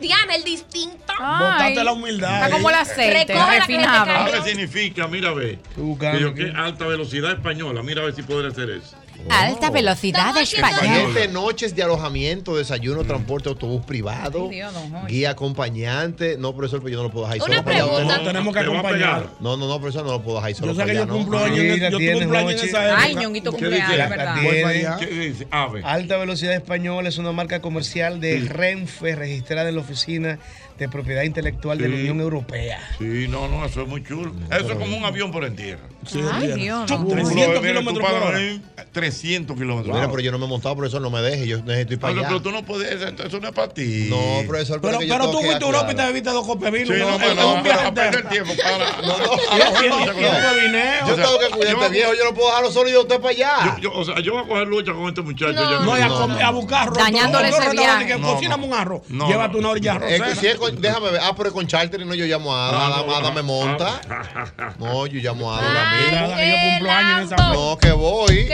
Speaker 11: Diana, el distinto.
Speaker 4: Botaste la humildad.
Speaker 19: Está como el aceite,
Speaker 11: Recoge la que te
Speaker 19: refinado.
Speaker 4: A ver, significa, mira, ve. Que yo, que alta velocidad española, mira a ver si podré hacer eso.
Speaker 19: Oh. Alta velocidad
Speaker 5: Acompañante, noches de alojamiento,
Speaker 4: Mm.
Speaker 5: desayuno, transporte, autobús privado,
Speaker 19: Ay, Dios, don Jorge.
Speaker 5: guía acompañante. No, profesor, pues yo no lo puedo dejar
Speaker 4: Una
Speaker 5: solo. para allá.
Speaker 4: pregunta. No, tenemos que Te va a acompañar. pegar.
Speaker 5: No, no, no, profesor, no lo puedo dejar solo.
Speaker 4: sé
Speaker 5: para
Speaker 4: que
Speaker 5: allá,
Speaker 4: yo
Speaker 5: ¿no?
Speaker 4: cumplo años en-
Speaker 5: Ah.
Speaker 4: yo tuve
Speaker 8: tiene,
Speaker 4: cumpleaños en
Speaker 8: Jochi.
Speaker 4: esa época.
Speaker 19: Ay, Ñonguito
Speaker 4: ¿Qué
Speaker 19: cumpleaños,
Speaker 4: dice?
Speaker 19: ¿verdad?
Speaker 4: Voy para
Speaker 8: Tiene.
Speaker 4: allá. ¿Qué dice? Ave.
Speaker 8: Alta Velocidad Española es una marca comercial de Renfe registrada en la Oficina de Propiedad Intelectual de la
Speaker 4: Sí.
Speaker 8: Unión Europea.
Speaker 4: Sí, no, no, eso es muy chulo. Eso es como un avión por en tierra.
Speaker 8: Sí, en Ay, tierra. Dios,
Speaker 4: Chup,
Speaker 8: no.
Speaker 4: 300
Speaker 8: Mira, tú
Speaker 4: kilómetros por
Speaker 8: pagas
Speaker 4: hora.
Speaker 8: ahí
Speaker 4: 300 kilómetros.
Speaker 5: Mira, pero yo no me he montado, profesor, no me deje. Yo necesito ir para
Speaker 4: Pero,
Speaker 5: allá.
Speaker 4: pero tú no puedes, eso eso no es para ti.
Speaker 5: No, profesor,
Speaker 4: Pero-
Speaker 5: que yo
Speaker 4: pero
Speaker 5: tengo
Speaker 4: tú
Speaker 5: que
Speaker 4: fuiste a Europa y
Speaker 5: aclarar.
Speaker 4: te bebiste dos copas de vino,
Speaker 5: Sí,
Speaker 4: no,
Speaker 5: no,
Speaker 4: es
Speaker 5: no,
Speaker 4: un viaje <laughs>
Speaker 5: pero-
Speaker 4: entero. perder tiempo para- <laughs>
Speaker 5: No, no,
Speaker 4: Yo
Speaker 5: ahora
Speaker 4: quiero
Speaker 5: no,
Speaker 4: que
Speaker 5: no.
Speaker 4: yo vine, o
Speaker 5: Yo
Speaker 4: sea,
Speaker 5: tengo que cuidarte,
Speaker 4: este yo-
Speaker 5: viejo. Yo no puedo dejarlo solo y de usted para allá.
Speaker 4: Yo, o sea, yo voy a coger lucha con este muchacho.
Speaker 6: No,
Speaker 4: ya.
Speaker 6: no, y a comer- a buscar arroz.
Speaker 19: Dañándole
Speaker 6: Otro
Speaker 19: ese
Speaker 6: restaurante
Speaker 19: viaje.
Speaker 6: que
Speaker 4: No,
Speaker 6: Cocíname un
Speaker 4: <laughs>
Speaker 6: arroz.
Speaker 4: No,
Speaker 6: Llévate
Speaker 4: no.
Speaker 6: una orilla
Speaker 5: Es
Speaker 6: arrocera.
Speaker 5: que si es con- déjame ver. Ah, pero es con charter y no, yo llamo a Ada. Ada, Ada me monta.
Speaker 4: Ah,
Speaker 5: No, yo llamo a Ada.
Speaker 6: Ay,
Speaker 5: Mira,
Speaker 6: qué
Speaker 5: yo cumplo años en esa No, que voy.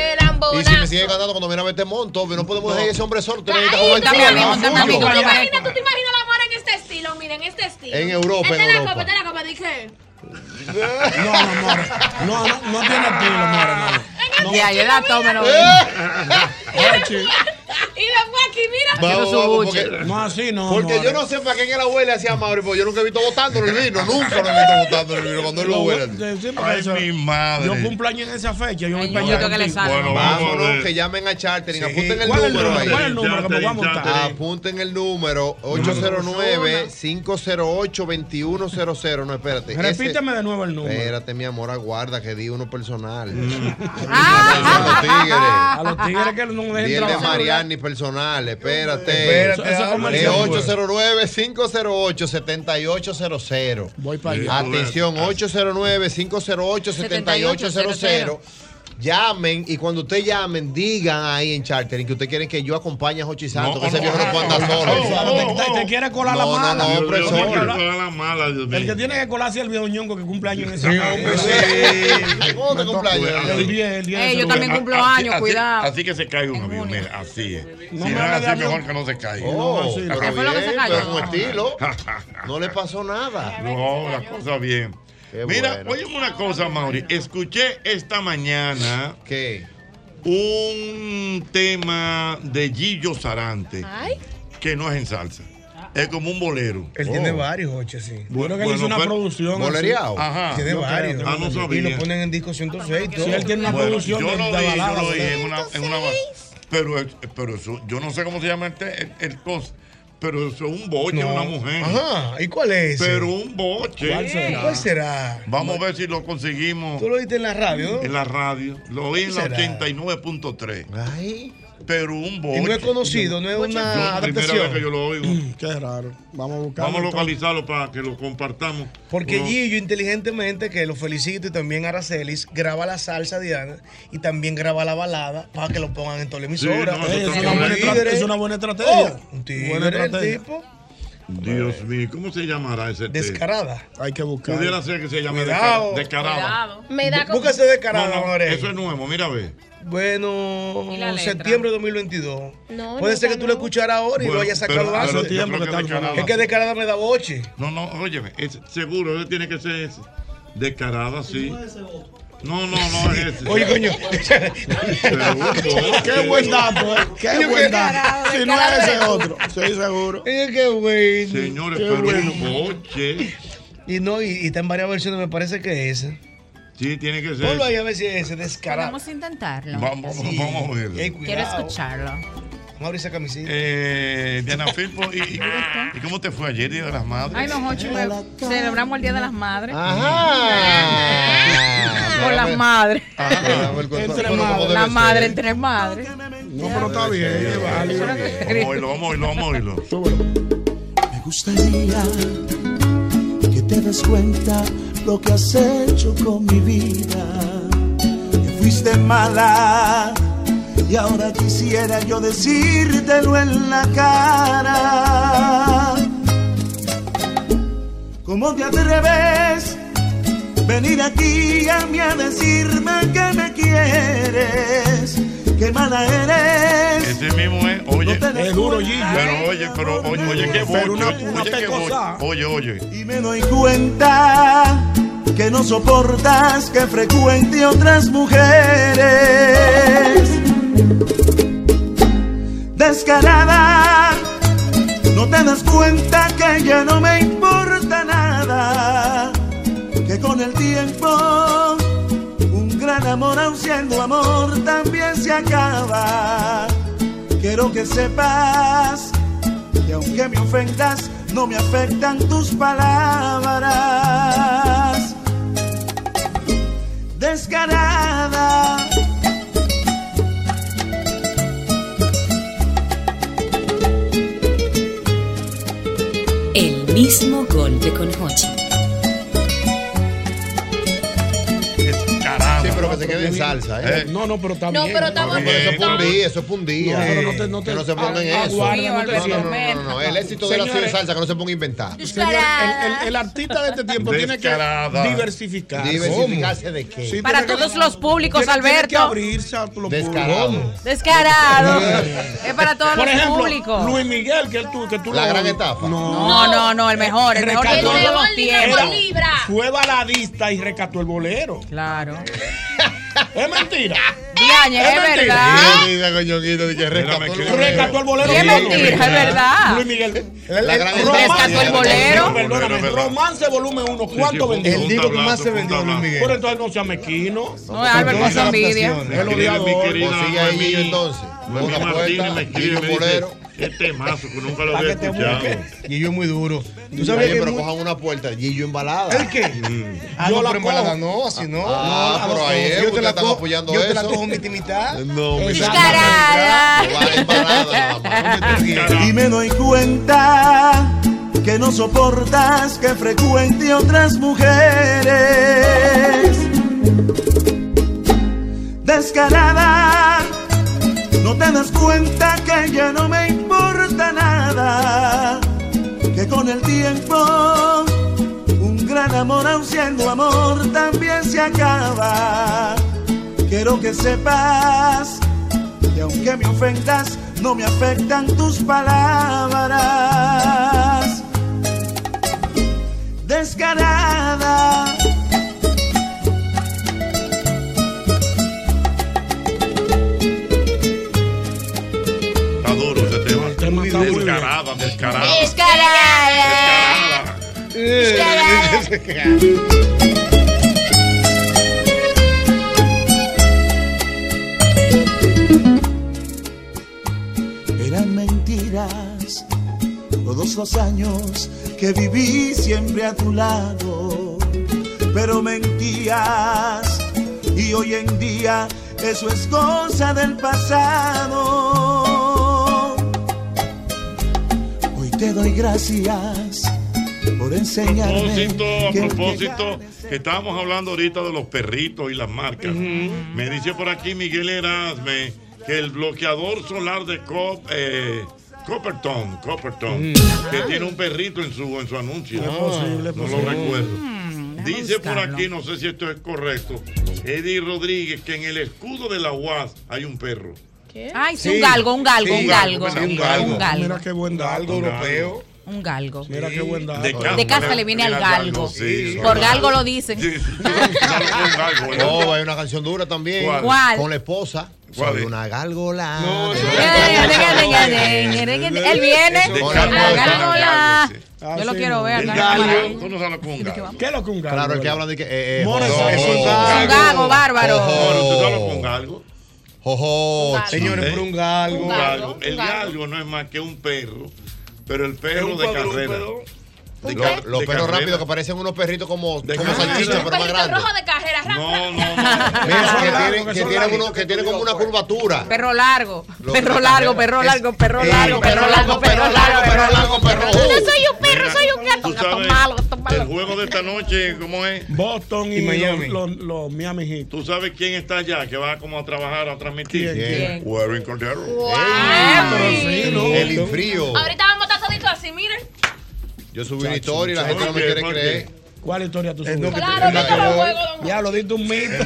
Speaker 5: Y si me sigue cantando cuando viene a ver, te monto. No podemos dejar ese hombre solo. Usted necesita
Speaker 11: Ay,
Speaker 5: jugar
Speaker 11: tú te
Speaker 5: fútbol.
Speaker 11: imaginas-
Speaker 5: Ah,
Speaker 11: tú te
Speaker 5: fútbol.
Speaker 11: imaginas- ¿Tú te imaginas la mora en este estilo? Miren, este estilo.
Speaker 5: En Europa,
Speaker 11: Esta
Speaker 5: en
Speaker 11: es la
Speaker 5: Europa.
Speaker 11: copa, esta es la copa. Dije,
Speaker 6: No, no, more. no, no, no tiene estilo, more, no. no.
Speaker 19: De ahí
Speaker 11: Ah,
Speaker 19: la toma, no.
Speaker 6: Ochi,
Speaker 11: y después aquí, mira.
Speaker 5: Vamos, vamos, porque-
Speaker 6: No, así no.
Speaker 5: Porque
Speaker 6: more.
Speaker 5: yo no sé para qué en el abuelo le hacía Mauri, porque yo nunca he visto botándolo el vino, nunca lo he visto botándolo el vino cuando él lo huele.
Speaker 6: Sí, sí, porque
Speaker 4: Ay,
Speaker 6: eso-
Speaker 4: mi madre.
Speaker 6: Yo cumplo años en esa fecha. Yo voy para
Speaker 19: Ñonguito,
Speaker 6: allá.
Speaker 19: que le salga.
Speaker 4: Bueno, vamos a
Speaker 5: Vámonos,
Speaker 4: ver.
Speaker 5: que llamen a Chartering,
Speaker 6: Sí.
Speaker 5: apunten el
Speaker 6: ¿Cuál es el
Speaker 5: número
Speaker 6: número?
Speaker 5: ahí.
Speaker 6: ¿Cuál es el número que me voy a montar?
Speaker 4: Chartering.
Speaker 5: Apunten el número 809-508-2100. No, espérate. ese-
Speaker 6: Repíteme de nuevo el número.
Speaker 5: Espérate, mi amor, aguarda que di
Speaker 6: <laughs>
Speaker 5: uno personal.
Speaker 6: A <laughs>
Speaker 5: A
Speaker 6: los tigres que no dejen
Speaker 5: Y el de
Speaker 6: trabajar.
Speaker 5: Mariani personal, espérate.
Speaker 6: Espérate, Eso- eso habla.
Speaker 5: Es 809-508-7800. Voy
Speaker 6: allá.
Speaker 5: Atención, 809-508-7800. Llamen y cuando ustedes llamen, digan ahí en Chartering que ustedes quieren que yo acompañe a Jochi Santos, que ese viejo no puede andar solo.
Speaker 6: Claro, te, te- te quiere colar
Speaker 5: No,
Speaker 6: la
Speaker 5: no,
Speaker 6: mala.
Speaker 5: no,
Speaker 6: Dios mío,
Speaker 5: profesor.
Speaker 6: te quiere
Speaker 4: Oh, colar la mala, Dios mío.
Speaker 6: El que tiene que colarse es el viejo ñongo que cumple años en esa
Speaker 5: ¿Cómo te cumpleaños?
Speaker 6: El 10, el 10 de
Speaker 19: Ey, Eh, yo
Speaker 6: seguro.
Speaker 19: también cumplo años, cuidado.
Speaker 4: Así que se cae un avión, mira, así es. Si
Speaker 6: No
Speaker 4: no es
Speaker 6: me hable de
Speaker 4: así,
Speaker 6: avión.
Speaker 4: mejor que no se caiga.
Speaker 5: Oh,
Speaker 4: Así.
Speaker 5: pero
Speaker 19: fue lo que se
Speaker 5: bien,
Speaker 19: cayó?
Speaker 5: pero con
Speaker 4: <laughs>
Speaker 5: estilo. No le pasó nada.
Speaker 4: No, las cosas bien. Mira,
Speaker 5: bueno.
Speaker 4: oye una cosa, Mauri. Escuché esta mañana
Speaker 5: que
Speaker 4: un tema de Gillo Sarante
Speaker 11: Ay.
Speaker 4: que no es en salsa. Es como un bolero.
Speaker 8: Él tiene varios, Jochi, sí.
Speaker 4: Oh. Bueno, que él hizo una producción así. Ajá.
Speaker 8: Tiene
Speaker 4: Yo creo,
Speaker 8: varios.
Speaker 4: creo que Ah, no
Speaker 8: y
Speaker 4: sabía.
Speaker 8: lo ponen en disco 106 y todo.
Speaker 6: Si él tiene una
Speaker 4: Bueno,
Speaker 6: producción
Speaker 4: yo
Speaker 6: de, de
Speaker 4: lo vi, yo
Speaker 6: baladas,
Speaker 4: lo vi
Speaker 6: ¿verdad?
Speaker 4: en una, en una ba- pero es- pero eso, yo no sé cómo se llama el, te- el, el cos- pero eso es un boche,
Speaker 8: No.
Speaker 4: una mujer.
Speaker 8: Ajá, ¿y cuál es? ese?
Speaker 4: Pero un boche.
Speaker 8: ¿Cuál será? ¿Cuál será?
Speaker 4: Vamos a ver si lo conseguimos.
Speaker 8: ¿Tú lo viste en la radio? no?
Speaker 4: En la radio. Lo oí en la
Speaker 8: ¿Será?
Speaker 4: 89.3.
Speaker 5: Ay.
Speaker 4: Pero un boche.
Speaker 8: Y no es conocido, no es
Speaker 4: Yo,
Speaker 8: una
Speaker 4: la primera vez que
Speaker 8: adaptación.
Speaker 4: yo lo oigo.
Speaker 6: Mm, Qué raro. Vamos a buscarlo.
Speaker 4: Vamos a localizarlo para que lo compartamos.
Speaker 8: Porque
Speaker 4: No.
Speaker 8: Gillo, inteligentemente, que lo felicito, y también Aracelis, graba la salsa, Diana, y también graba la balada para que lo
Speaker 6: eh,
Speaker 8: pongan en toda la emisora.
Speaker 6: Ey, es, una Oh, buena estra- es una buena estrategia.
Speaker 8: Un tigre,
Speaker 6: buena
Speaker 8: el
Speaker 6: estrategia.
Speaker 8: tipo.
Speaker 4: Dios mío, ¿cómo se llamará ese té?
Speaker 8: Descarada. Hay que buscar.
Speaker 4: Pudiera ser que se llame
Speaker 8: Cuidado.
Speaker 4: desca- descarada.
Speaker 11: Me da como.
Speaker 8: Búscase descarada,
Speaker 4: No, no,
Speaker 8: Lorena.
Speaker 4: eso es nuevo, mira a ver.
Speaker 8: Bueno,
Speaker 11: ¿Y la letra?
Speaker 8: septiembre de 2022.
Speaker 11: No,
Speaker 8: Puede
Speaker 11: no,
Speaker 8: ser que
Speaker 11: ya
Speaker 8: tú
Speaker 11: no.
Speaker 8: lo escucharas ahora y lo
Speaker 4: Bueno,
Speaker 8: hayas sacado
Speaker 4: pero-
Speaker 8: antes.
Speaker 4: pero yo creo que descarada-
Speaker 8: Es
Speaker 4: <laughs>
Speaker 8: que descarada me da boche.
Speaker 4: No, no, óyeme, es seguro, eso tiene que ser ese. descarada, sí. No, no, no es ese.
Speaker 8: Oye, coño.
Speaker 30: Qué buen dato, eh. Qué
Speaker 8: Yo
Speaker 30: buen
Speaker 8: que-
Speaker 30: dato. Si no es ese
Speaker 8: <laughs>
Speaker 30: otro, estoy seguro.
Speaker 8: Qué bueno.
Speaker 4: Señores,
Speaker 8: Qué
Speaker 4: pero
Speaker 8: bueno.
Speaker 4: boche.
Speaker 8: Y no, y, y está en varias versiones, me parece que es ese.
Speaker 4: Sí, tiene que ser.
Speaker 8: Ponlo ahí a ver si es ese, descarado.
Speaker 19: Vamos a intentarlo.
Speaker 4: Vamos, vamos a ver.
Speaker 19: Quiero escucharlo.
Speaker 8: Vamos a abrir esa camisita.
Speaker 4: Eh, Diana Filpo, ¿y, y, y cómo te fue ayer, Día de las Madres?
Speaker 19: Ay, no, Jochi, pues, celebramos el Día de las Madres.
Speaker 4: Ajá.
Speaker 19: Con las madres. Entre madres. La madre, entre madres.
Speaker 30: No, pero está bien, es válido.
Speaker 4: Vamos a oírlo, vamos a oírlo, vamos a oírlo.
Speaker 30: Me gustaría que te des cuenta lo que has hecho con mi vida. Que fuiste mala y ahora quisiera yo decírtelo en la cara. ¿Cómo te atreves venir aquí a mí a decirme que me quieres? Que mala eres.
Speaker 4: Ese mismo es, oye.
Speaker 30: Es duro, Gillo.
Speaker 4: Pero oye, pero oye, oye, qué boche.
Speaker 30: Pero una-
Speaker 4: oye,
Speaker 30: una
Speaker 4: oye, qué boche.
Speaker 30: pecosa.
Speaker 4: Oye, oye.
Speaker 30: Y me doy cuenta que no soportas que frecuente otras mujeres. Descarada, no te das cuenta que ya no me importa nada. Que con el tiempo, un gran amor, aun siendo amor, también se acaba. Quiero que sepas que aunque me ofendas, no me afectan tus palabras. Descarada.
Speaker 29: El mismo golpe con Hochi.
Speaker 4: Caramba.
Speaker 5: Sí, pero que se quede en salsa, ¿eh?
Speaker 6: No, no, pero está
Speaker 11: No,
Speaker 6: bien.
Speaker 11: pero está
Speaker 5: No, pero eso es por un día, eso es por un día.
Speaker 6: No, pero no te- no te-
Speaker 5: que no se pongan
Speaker 6: ah,
Speaker 5: eso.
Speaker 6: aguarda, no te
Speaker 5: no, no, no, no,
Speaker 6: sientas.
Speaker 5: no, El éxito de la ciudad de
Speaker 6: Señores.
Speaker 5: salsa, que no se ponga a inventar.
Speaker 6: Señor, el, el- el artista de este tiempo tiene que
Speaker 5: Descarada.
Speaker 6: diversificarse.
Speaker 5: ¿Diversificarse de qué?
Speaker 6: Sí,
Speaker 19: Para
Speaker 6: tiene que-
Speaker 19: todos los públicos,
Speaker 6: tiene- tiene que
Speaker 19: Alberto.
Speaker 6: abrirse a los públicos.
Speaker 5: Descarado.
Speaker 19: Descarado. es para todos
Speaker 6: Por
Speaker 19: los
Speaker 6: ejemplo,
Speaker 19: públicos.
Speaker 6: Luis Miguel, que tú, que tú
Speaker 5: La
Speaker 6: lo-
Speaker 5: gran etapa.
Speaker 19: No, no, no, el mejor, el mejor de
Speaker 6: rescató-
Speaker 19: todos los tiempos.
Speaker 6: Era- Fue baladista y rescató el bolero.
Speaker 19: Claro.
Speaker 6: <laughs> es mentira.
Speaker 19: Diañe, es verdad.
Speaker 6: Rescató el bolero.
Speaker 19: Y es mentira, es verdad.
Speaker 6: Luis Miguel.
Speaker 19: La gran
Speaker 6: Romance-
Speaker 19: Rescató el bolero.
Speaker 6: Perdóname,
Speaker 19: El bolero, ¿verdad?
Speaker 6: Romance volumen 1, ¿cuánto
Speaker 4: fue un-
Speaker 6: vendió?
Speaker 4: El disco que más se
Speaker 6: vendió Luis Miguel. Pero entonces no sea mezquino. Pues
Speaker 19: No, Albert, con su envidia.
Speaker 4: Me escribe mi querida Noemí, Noemí
Speaker 5: Una
Speaker 4: Martínez
Speaker 5: puerta,
Speaker 4: me escribe y
Speaker 5: Guillo
Speaker 4: me dice, este mazo que nunca lo había escuchado.
Speaker 8: Y yo es muy duro.
Speaker 5: Tú sabes que pero cojan una puerta y yo embalada. ¿El
Speaker 8: qué?
Speaker 5: Ah,
Speaker 8: yo
Speaker 5: no,
Speaker 8: la
Speaker 5: pero
Speaker 8: cojo.
Speaker 5: embalada
Speaker 8: no, así no.
Speaker 5: Ah,
Speaker 8: no,
Speaker 5: pero ahí es,
Speaker 8: yo te la
Speaker 5: ustedes están
Speaker 8: cojo,
Speaker 5: apoyando
Speaker 8: yo te la
Speaker 5: eso. <laughs>
Speaker 8: cojo en mi intimidad.
Speaker 5: No, mi
Speaker 30: <laughs> Y me doy cuenta que no soportas que frecuente otras mujeres. Descarada, no te das cuenta que ya no me importa nada. Que con el tiempo, un gran amor, aun siendo amor, también se acaba. Quiero que sepas y aunque me ofendas, no me afectan tus palabras. Descarada.
Speaker 4: Está duro ese tema.
Speaker 6: está muy
Speaker 4: descarada, descarada.
Speaker 1: Eh.
Speaker 30: Eran mentiras todos los años que viví siempre a tu lado, pero mentías y hoy en día eso es cosa del pasado. Hoy te doy gracias por enseñarme
Speaker 4: propósito, a
Speaker 30: que-
Speaker 4: propósito, que estábamos hablando ahorita de los perritos y las marcas. Me dice por aquí Miguel Erasme que el bloqueador solar de Cobb, eh, Copperton, Copperton, que tiene un perrito en su, en su anuncio.
Speaker 1: Es posible, es
Speaker 4: no
Speaker 1: posible.
Speaker 4: lo recuerdo.
Speaker 1: Mm, déjame
Speaker 4: Dice por
Speaker 1: buscarlo.
Speaker 4: aquí, no sé si esto es correcto, Eddie Rodríguez, que en el escudo de la UAS hay un perro.
Speaker 28: Ay, sí,
Speaker 4: Sí.
Speaker 28: un galgo, un galgo,
Speaker 4: Sí,
Speaker 28: un galgo.
Speaker 4: sí, un galgo.
Speaker 28: Un galgo.
Speaker 4: Mira
Speaker 6: qué buen
Speaker 4: galgo europeo.
Speaker 28: Un galgo.
Speaker 6: Mira qué buen dato.
Speaker 4: De
Speaker 28: De casa le viene al galgo.
Speaker 4: sí,
Speaker 28: Por
Speaker 4: sí.
Speaker 5: <laughs>
Speaker 28: galgo lo dicen.
Speaker 7: No, hay una canción dura también.
Speaker 28: ¿Cuál? ¿Cuál?
Speaker 7: Con la esposa. Soy una gárgola.
Speaker 28: Él viene. Ah, galgo, la-
Speaker 8: Ah,
Speaker 28: Yo lo quiero ver.
Speaker 4: El
Speaker 28: galgo, maravilla.
Speaker 4: galgo, tú no sabes lo que es un galgo.
Speaker 6: ¿Qué es lo que un galgo?
Speaker 7: Claro, el que hablan de que. Eh, eh,
Speaker 4: Mora,
Speaker 7: jojo.
Speaker 4: eso es un
Speaker 7: Jojo.
Speaker 4: galgo, bárbaro. Mora, ¿tú sabes lo que es un
Speaker 7: Jojo. Jojo.
Speaker 4: Señores, por un galgo.
Speaker 7: Un galgo,
Speaker 4: El
Speaker 7: un galgo.
Speaker 4: galgo no es más que un perro, pero el perro
Speaker 7: Es
Speaker 4: de
Speaker 7: un
Speaker 4: carrera.
Speaker 7: cuadrúpedo.
Speaker 4: De
Speaker 7: Lo-
Speaker 4: ca-
Speaker 7: los
Speaker 4: de
Speaker 7: perros
Speaker 4: carrera.
Speaker 7: rápidos que parecen unos perritos como, como
Speaker 4: carrera.
Speaker 7: salchichas, pero más
Speaker 11: Perrito
Speaker 7: grandes.
Speaker 11: rojo de carrera. ran, ran.
Speaker 7: Mira,
Speaker 28: Son
Speaker 7: que
Speaker 28: largos,
Speaker 7: tienen,
Speaker 28: que
Speaker 7: que
Speaker 28: son
Speaker 7: tienen
Speaker 28: larguitos pues.
Speaker 7: uno, que tienen como una curvatura.
Speaker 28: Perro largo.
Speaker 7: Lo-
Speaker 28: Perro largo, perro
Speaker 7: Es-
Speaker 28: largo, perro
Speaker 7: Ey,
Speaker 28: largo, perro largo, perro largo, perro largo, perro largo.
Speaker 4: largo.
Speaker 28: No soy un perro, soy un gato.
Speaker 4: Tú
Speaker 28: Gato
Speaker 4: sabes,
Speaker 28: malo.
Speaker 4: El juego de esta noche, ¿cómo es?
Speaker 6: Boston y,
Speaker 4: Y Miami.
Speaker 6: Los, los- los Miami Heat.
Speaker 4: ¿Tú sabes quién está allá que va como a trabajar, a transmitir?
Speaker 6: ¿Quién?
Speaker 4: Warren Cordero.
Speaker 7: El infrío.
Speaker 11: Ahorita vamos a estar toditos así, miren.
Speaker 7: Yo subí una historia y la gente no me
Speaker 4: ¿Por qué?
Speaker 7: quiere
Speaker 4: ¿Por qué?
Speaker 7: creer.
Speaker 6: ¿Cuál historia tú subiste?
Speaker 28: Claro,
Speaker 6: El
Speaker 28: yo te lo
Speaker 6: Bacabol.
Speaker 28: juego,
Speaker 6: Ya lo diste un mito.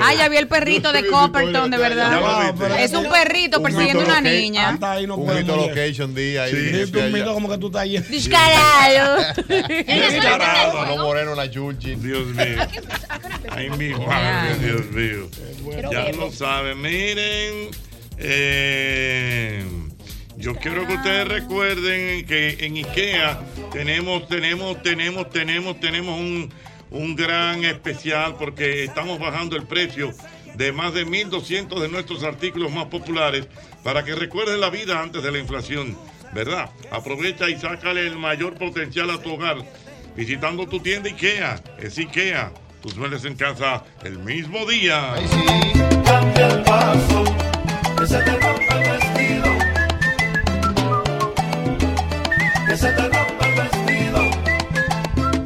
Speaker 28: Ay, ya vi el perrito de Copperton, de verdad. Es un perrito persiguiendo una niña.
Speaker 6: Hasta ahí no
Speaker 7: Un
Speaker 6: podemos
Speaker 7: hito
Speaker 6: llegar.
Speaker 7: location día. ahí,
Speaker 6: Sí,
Speaker 7: dice
Speaker 6: diste un
Speaker 7: allá.
Speaker 6: mito como que tú estás ahí.
Speaker 28: Descarado.
Speaker 7: Descarado, no moreno la Georgie.
Speaker 4: Dios mío. Ay, mi madre, Dios mío. Ya lo saben, miren. eh, yo quiero que ustedes recuerden que en IKEA tenemos, tenemos, tenemos, tenemos, tenemos un, un gran especial porque estamos bajando el precio de más de 1.200 de nuestros artículos más populares para que recuerden la vida antes de la inflación, ¿verdad? Aprovecha y sácale el mayor potencial a tu hogar visitando tu tienda IKEA. Es IKEA. Tus muebles en casa el mismo día.
Speaker 16: Cambia el paso, que se te rompa el vestido. Que se te rompa el vestido.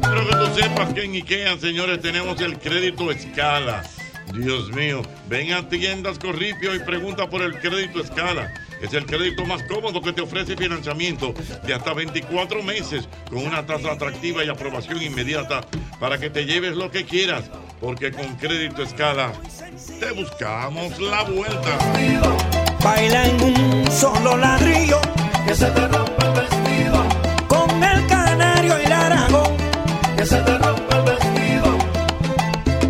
Speaker 4: Quiero que tú sepas que en IKEA, señores, tenemos el crédito escala. Dios mío, ven a tiendas Corripio y pregunta por el crédito escala. Es el crédito más cómodo que te ofrece financiamiento de hasta 24 meses con una tasa atractiva y aprobación inmediata para que te lleves lo que quieras. Porque con crédito escala te buscamos la vuelta.
Speaker 1: Baila en un solo ladrillo que se te rompa el vestido. Con el canario y el aragón que se te rompa el vestido.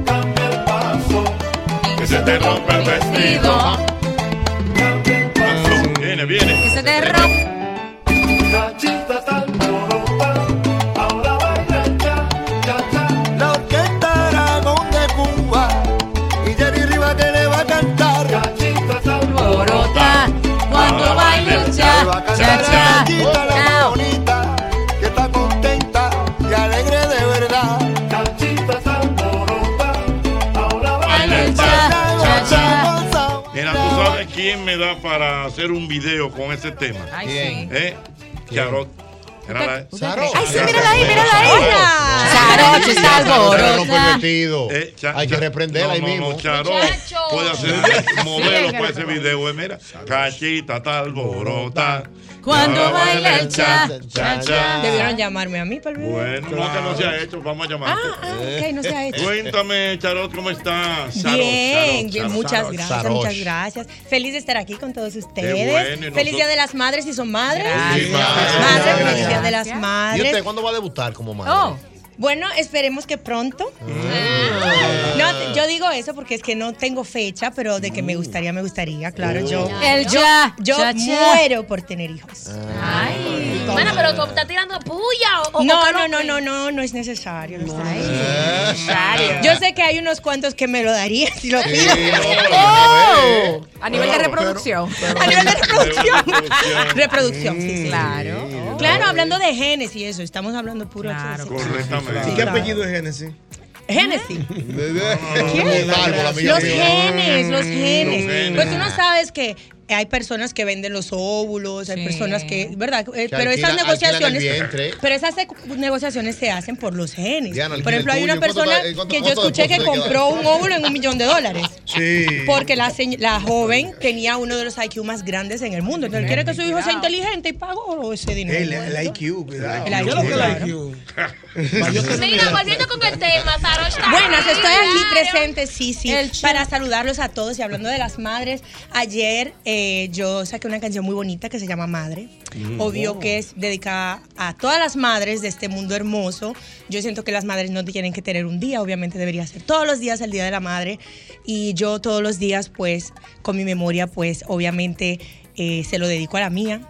Speaker 1: Cambia el paso
Speaker 4: que se te rompa el vestido. Viene, viene.
Speaker 28: Que se te rompa.
Speaker 16: Cachita tan borota, ahora baila ya, ya, ya. La orquesta Aragón de Cuba y Jerry Rivas que le va a cantar. Cachita tan borota,
Speaker 1: cuando baila ya, ya, ya.
Speaker 16: Cachita la bonita que está contenta y alegre de verdad. Cachita tan borota, ahora baila ya, ya, ya.
Speaker 4: Mira, tú sabes quién me da para hacer un video con ese tema.
Speaker 1: Ay, sí.
Speaker 4: ¿Eh? Charot. Era la-
Speaker 1: Ay, sí, mírala ahí, mírala ahí.
Speaker 7: Saroche, está alborota.
Speaker 4: Hay que reprenderla
Speaker 7: ahí mismo.
Speaker 4: Charot puede hacer <laughs> modelo para ese video. eh, Mira, cachita tal borota.
Speaker 28: Cuando baila el cha,
Speaker 4: cha, cha.
Speaker 28: Debieron llamarme a mí para el video.
Speaker 4: Bueno, no, que no se ha hecho, vamos a llamarte.
Speaker 28: ok, no se ha hecho.
Speaker 4: Cuéntame, Charot, ¿cómo estás? Charot, Charot,
Speaker 18: Bien, bien,
Speaker 4: Charot,
Speaker 18: muchas
Speaker 4: Charot,
Speaker 18: gracias,
Speaker 4: Charot.
Speaker 18: muchas gracias. Feliz de estar aquí con todos ustedes.
Speaker 4: Qué bueno, y
Speaker 18: Feliz
Speaker 4: nosotros-
Speaker 18: Día de las Madres, si son madres.
Speaker 7: Sí, madre.
Speaker 18: Madre,
Speaker 7: Gracias.
Speaker 18: feliz Día de las
Speaker 7: ¿Y
Speaker 18: Madres.
Speaker 7: usted cuándo va a debutar como madre?
Speaker 18: Oh, bueno, esperemos que pronto. No, yo digo eso porque es que no tengo fecha, pero de que me gustaría, me gustaría, claro. Yo,
Speaker 28: El
Speaker 18: yo-
Speaker 28: ya,
Speaker 18: yo
Speaker 28: cha, cha.
Speaker 18: muero por tener hijos.
Speaker 11: Bueno, pero tú estás tirando puya o. o-
Speaker 18: No,
Speaker 11: o-
Speaker 18: no, no, no, no, no es necesario. no es
Speaker 11: necesario.
Speaker 18: Yo sé que hay unos cuantos que me lo darían si lo
Speaker 1: Sí,
Speaker 18: pido.
Speaker 1: no,
Speaker 28: Oh, a nivel de reproducción.
Speaker 18: a nivel de reproducción. reproducción, sí, sí.
Speaker 28: Claro.
Speaker 18: Claro, hablando de genes y eso, estamos hablando puro claro,
Speaker 4: Correctamente.
Speaker 18: ¿Y qué
Speaker 4: apellido
Speaker 18: es Génesis? Génesis.
Speaker 7: ¿Quién?
Speaker 18: Los genes, los genes. Pues tú no sabes que hay personas que venden los óvulos, hay
Speaker 19: Sí.
Speaker 18: personas que, ¿verdad? Eh,
Speaker 7: Que
Speaker 18: pero
Speaker 7: alquilan-
Speaker 18: esas negociaciones,
Speaker 7: alquilan el vientre.
Speaker 18: pero esas ecu- negociaciones se hacen por los genes.
Speaker 7: Diana,
Speaker 18: por ejemplo, hay
Speaker 7: alquila
Speaker 18: una
Speaker 7: el tuyo,
Speaker 18: persona
Speaker 7: ¿cuánto- eh, cuánto-
Speaker 18: que yo
Speaker 7: cuánto
Speaker 18: escuché que
Speaker 7: depósito hay que
Speaker 18: compró
Speaker 7: dar?
Speaker 18: un óvulo en un millón de dólares.
Speaker 7: Sí.
Speaker 18: Porque la, señ- la joven tenía uno de los IQ más grandes en el mundo. Entonces, quiere que su hijo sea inteligente y pagó ese dinero.
Speaker 8: El, el IQ, cuidado.
Speaker 18: El IQ, ¿Qué es lo que es el
Speaker 11: Mira, volviendo con el tema, Sarosh. está
Speaker 18: Buenas, estoy aquí
Speaker 11: claro.
Speaker 18: presente, sí, sí, para saludarlos a todos y hablando de las madres. Ayer eh, yo saqué una canción muy bonita que se llama Madre.
Speaker 21: Mm.
Speaker 18: Obvio
Speaker 21: Oh.
Speaker 18: que es dedicada a todas las madres de este mundo hermoso. Yo siento que las madres no tienen que tener un día, obviamente debería ser todos los días el Día de la Madre. Y yo todos los días, pues, con mi memoria, pues, obviamente eh, se lo dedico a la mía.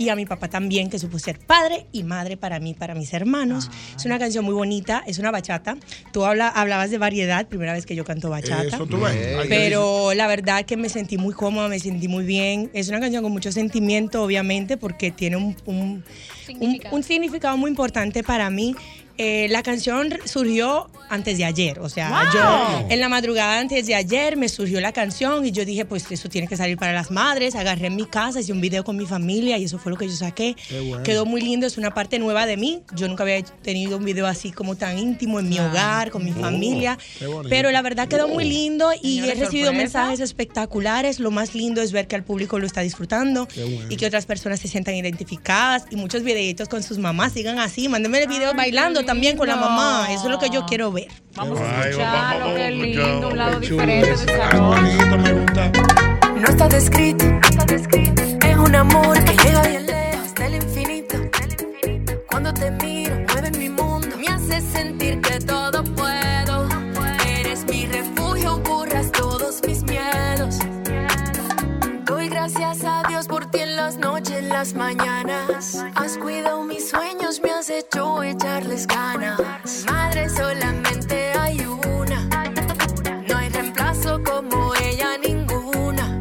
Speaker 18: Y a mi papá también, que supo ser padre y madre para mí, para mis hermanos. Es una canción muy bonita, es una bachata. Tú habla- hablabas de variedad, primera vez que yo canto bachata.
Speaker 6: Eso tú ves. Ahí te
Speaker 18: Pero la verdad que me sentí muy cómoda, me sentí muy bien. Es una canción con mucho sentimiento, obviamente, porque tiene un, un- un- un significado muy importante para mí. Eh, la canción surgió antes de ayer, o sea,
Speaker 21: ¡Wow!
Speaker 18: yo en la madrugada antes de ayer me surgió la canción y yo dije, pues eso tiene que salir para las madres. Agarré en mi casa, hice un video con mi familia y eso fue lo que yo saqué.
Speaker 21: Qué bueno.
Speaker 18: Quedó muy lindo, es una parte nueva de mí. Yo nunca había hecho- tenido un video así como tan íntimo en mi hogar, con mi
Speaker 21: Oh,
Speaker 18: familia.
Speaker 21: qué bonito.
Speaker 18: Pero la verdad quedó muy
Speaker 21: Oh.
Speaker 18: lindo y
Speaker 21: Señores,
Speaker 18: he recibido
Speaker 21: sorpresa.
Speaker 18: mensajes espectaculares. Lo más lindo es ver que al público lo está disfrutando
Speaker 21: Qué bueno.
Speaker 18: y que otras personas se sientan identificadas y muchos videitos con sus mamás. Sigan así, mándenme el video bailando también con la mamá. Eso es lo que yo quiero ver.
Speaker 4: Vamos a escucharlo, qué lindo, un lado
Speaker 28: diferente de esa voz.
Speaker 4: me gusta.
Speaker 28: No está descrito, no está descrito. Es un amor que llega bien lejos hasta el infinito. Cuando te miro, mueve mi mundo. Me hace sentir que todo puedo. Eres mi refugio, curras todos mis miedos. Doy gracias a Dios por ti en las noches, en las mañanas. Has cuidado mis sueños, me has hecho echarles ganas. Madre, solamente hay una. No hay reemplazo como ella, ninguna.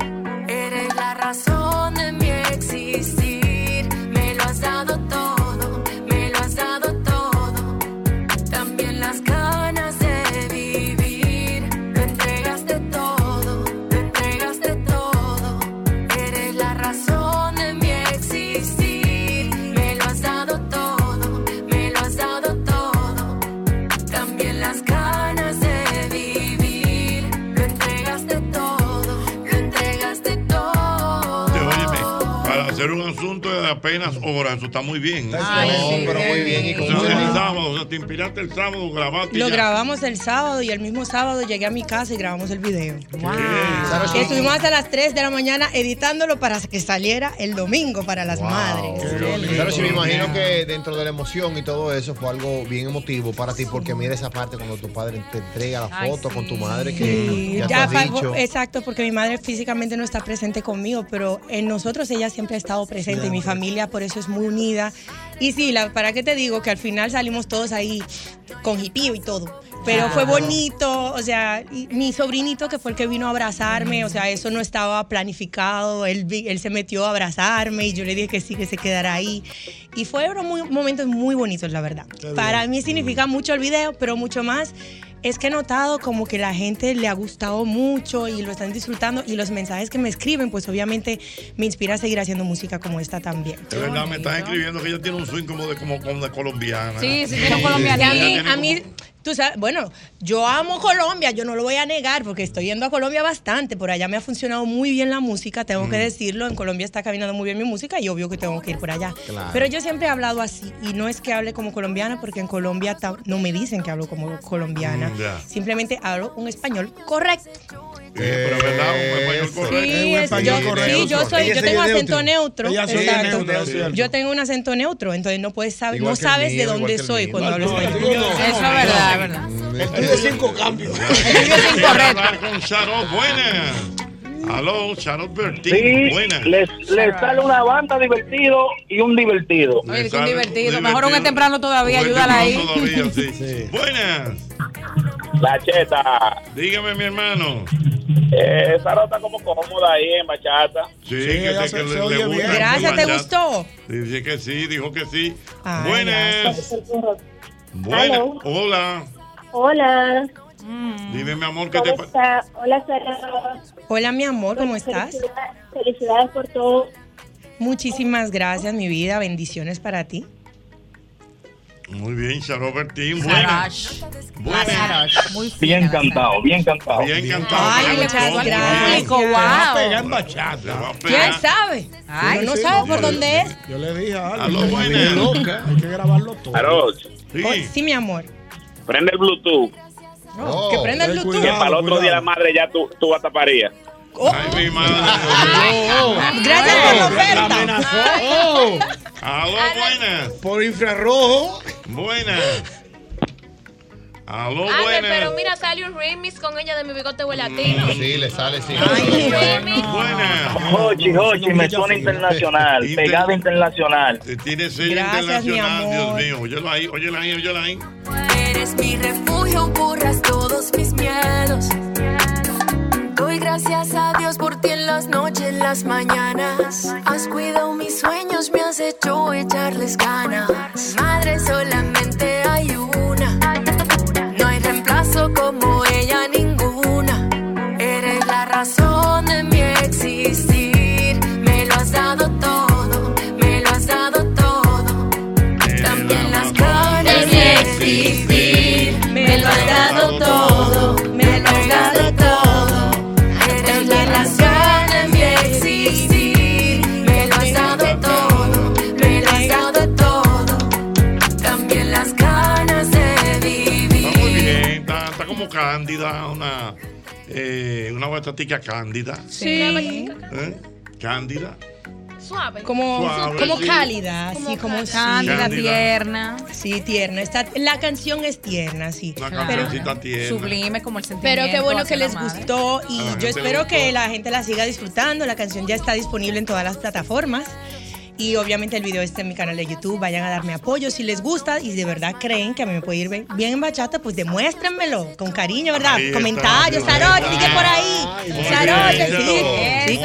Speaker 28: Eres la razón de mi existir. Me lo has dado todo, me lo has dado todo. También las ganas de vivir. Lo entregaste todo, lo entregaste todo. Eres la razón de mi existir. Me lo has dado todo, me lo has dado todo. También las ganas de vivir. Lo entregaste todo, lo entregaste todo.
Speaker 4: Te óyeme, para hacer un asunto de apenas horas, eso está muy bien.
Speaker 18: Ay, No, sí. pero muy bien, y
Speaker 4: O
Speaker 18: con
Speaker 4: sea,
Speaker 18: mucho-
Speaker 4: el sábado, o sea, te inspiraste el sábado, grabaste. y
Speaker 18: Lo
Speaker 4: ya.
Speaker 18: grabamos el sábado y el mismo sábado llegué a mi casa y grabamos el video.
Speaker 4: ¿Sabes
Speaker 18: Que
Speaker 4: cómo?
Speaker 18: Estuvimos hasta las 3 de la mañana editándolo para que saliera el domingo para las madres.
Speaker 7: Claro, sí, me imagino que dentro de la emoción y todo eso fue algo bien emotivo para ti, porque mira esa parte cuando tu padre te entrega la
Speaker 18: Ay,
Speaker 7: foto con tu
Speaker 18: sí.
Speaker 7: madre que
Speaker 18: Sí,
Speaker 7: ya,
Speaker 18: ya
Speaker 7: te
Speaker 18: pa-
Speaker 7: has dicho.
Speaker 18: Exacto, porque mi madre físicamente no está presente conmigo, pero en nosotros ella siempre ha estado presente y mi familia por eso es muy unida. Y sí, la, ¿para qué te digo? Que al final salimos todos ahí con jipío y todo. Pero fue
Speaker 21: Claro.
Speaker 18: bonito, o sea, y mi sobrinito que fue el que vino a abrazarme, o sea, eso no estaba planificado, él, vi- él se metió a abrazarme y yo le dije que sí, que se quedara ahí. Y fueron muy- momentos muy bonitos, la verdad.
Speaker 21: bien.
Speaker 18: Para mí significa mucho el video, pero mucho más es que he notado como que la gente le ha gustado mucho y lo están disfrutando y los mensajes que me escriben, pues obviamente me inspira a seguir haciendo música como esta también.
Speaker 4: De verdad, me estás escribiendo que ella tiene un swing como de, como, como de colombiana.
Speaker 18: A
Speaker 4: Ella
Speaker 18: mí,
Speaker 4: tiene
Speaker 18: a mí, tú sabes, bueno, yo amo Colombia, yo no lo voy a negar porque estoy yendo a Colombia bastante. Por allá me ha funcionado muy bien la música, tengo
Speaker 4: Mm.
Speaker 18: que decirlo. En Colombia está caminando muy bien mi música y obvio que tengo que ir por allá.
Speaker 21: Claro.
Speaker 18: Pero yo siempre he hablado así y no es que hable como colombiana porque en Colombia ta- no me dicen que hablo como colombiana.
Speaker 4: Mm, ya.
Speaker 18: Simplemente hablo un español correcto.
Speaker 4: Eh, pero verdad, un español correcto.
Speaker 18: Sí, es- yo, sí, yo soy, yo tengo acento neutro.
Speaker 4: Ella soy
Speaker 18: exacto.
Speaker 4: neutro, es cierto.
Speaker 18: yo tengo un acento neutro, entonces no puedes saber,
Speaker 4: Igual
Speaker 18: no
Speaker 4: que el
Speaker 18: sabes
Speaker 4: mío,
Speaker 18: de
Speaker 4: igual que
Speaker 18: dónde
Speaker 4: el
Speaker 18: soy
Speaker 4: mío.
Speaker 18: cuando hablo español.
Speaker 28: Eso es verdad, es verdad.
Speaker 4: de cinco
Speaker 18: <laughs>
Speaker 4: cambios.
Speaker 28: es incorrecto.
Speaker 4: con Charot, buenas. Aló, Charot Bertín,
Speaker 20: Sí,
Speaker 4: buenas.
Speaker 20: les, les sale una banda divertido y un divertido.
Speaker 28: Oye, que un divertido. Mejor un temprano todavía,
Speaker 20: Un
Speaker 28: ayúdala ahí.
Speaker 20: temprano
Speaker 4: Todavía,
Speaker 19: <laughs>
Speaker 4: sí. Buenas.
Speaker 20: La cheta.
Speaker 4: Dígame, mi hermano.
Speaker 20: Eh, esa rota como cómoda ahí en bachata.
Speaker 4: Sí, que, te- que le, le gusta.
Speaker 18: Gracias, ¿te
Speaker 4: Bachata.
Speaker 18: gustó?
Speaker 4: Dice que sí, dijo que sí.
Speaker 18: Ay,
Speaker 4: buenas.
Speaker 18: gracias.
Speaker 4: Buenas.
Speaker 13: Aló.
Speaker 4: Hola.
Speaker 13: Hola.
Speaker 4: Dime, mi amor, ¿qué
Speaker 21: ¿Cómo
Speaker 4: te parece?
Speaker 21: está? Hola, Sara.
Speaker 18: Hola, mi amor, ¿cómo estás?
Speaker 21: Felicidades- Felicidades por todo.
Speaker 18: Muchísimas gracias, mi vida. Bendiciones para ti.
Speaker 4: Muy bien, Charobertín. Buena. Buena.
Speaker 19: Muy
Speaker 20: Bien cantado, bien cantado.
Speaker 4: Bien cantado. Ay,
Speaker 18: muchas gracias.
Speaker 6: Te va a pegar en
Speaker 4: Le va a
Speaker 6: bachata.
Speaker 18: ¿Quién sabe?
Speaker 6: Ay,
Speaker 18: Uno no
Speaker 6: sí,
Speaker 18: sabe
Speaker 6: vamos.
Speaker 18: por dónde es.
Speaker 6: Yo le dije a
Speaker 4: A los buenos.
Speaker 6: loca. Hay que grabarlo todo.
Speaker 20: Aroch,
Speaker 18: Oh, sí, mi amor.
Speaker 20: prende el Bluetooth.
Speaker 18: No, que prenda el Bluetooth. Oh.
Speaker 20: que para el otro día la madre ya tú, tú vas a taparía.
Speaker 4: Ay, mi madre.
Speaker 18: Gracias por la oferta.
Speaker 4: Aló, buenas.
Speaker 8: Por infrarrojo.
Speaker 4: Buenas. Aló,
Speaker 11: Albert, pero
Speaker 4: buenas.
Speaker 11: mira, sale un remix con ella de mi bigote volatino.
Speaker 7: Sí, le sale, sí.
Speaker 20: Hochi, Hochi, me suena internacional, pegada internacional.
Speaker 4: Tiene sello
Speaker 20: Gracias,
Speaker 4: internacional,
Speaker 20: mi amor.
Speaker 4: Dios mío. Óyelo ahí, óyela ahí, óyela ahí.
Speaker 28: Eres mi refugio, borras todos mis miedos. Doy gracias a Dios por ti en las noches, en las mañanas. Has cuidado mis sueños, me has hecho echarles ganas. Madre, solamente hay una. No hay reemplazo como ella, ninguna. Eres la razón de mi existir. Me lo has dado todo, me lo has dado todo. También las ganas de existir. Me lo has dado todo, me lo has dado todo. También las ganas de existir. Me lo has dado todo, me lo has dado todo. También las ganas de vivir.
Speaker 4: Está muy bien, está, está como cándida, una, eh, una batatica cándida.
Speaker 11: Sí.
Speaker 4: ¿Eh? Cándida.
Speaker 11: Suave.
Speaker 18: Como,
Speaker 4: Suave,
Speaker 18: como
Speaker 4: sí.
Speaker 18: cálida, así como
Speaker 4: cándida, Cándida.
Speaker 18: tierna. Sí, tierna. Está, la canción es tierna, sí.
Speaker 4: Una
Speaker 18: Pero-
Speaker 4: cancioncita tierna.
Speaker 19: Sublime como el sentimiento.
Speaker 18: Pero qué bueno
Speaker 19: hacia
Speaker 18: que
Speaker 19: la
Speaker 18: les
Speaker 19: madre.
Speaker 18: gustó y
Speaker 4: A la gente
Speaker 18: yo
Speaker 4: le
Speaker 18: espero
Speaker 4: gustó.
Speaker 18: que la gente la siga disfrutando. La canción ya está disponible en todas las plataformas. Y obviamente el video está en mi canal de YouTube. Vayan a darme apoyo si les gusta y si de verdad creen que a mí me puede ir bien bien en bachata, pues demuéstrenmelo con cariño, ¿verdad?
Speaker 7: Ahí está,
Speaker 18: Comentarios,
Speaker 7: ahí
Speaker 18: Saroche,
Speaker 7: está.
Speaker 18: sigue por ahí. Saroche, sí. Sí,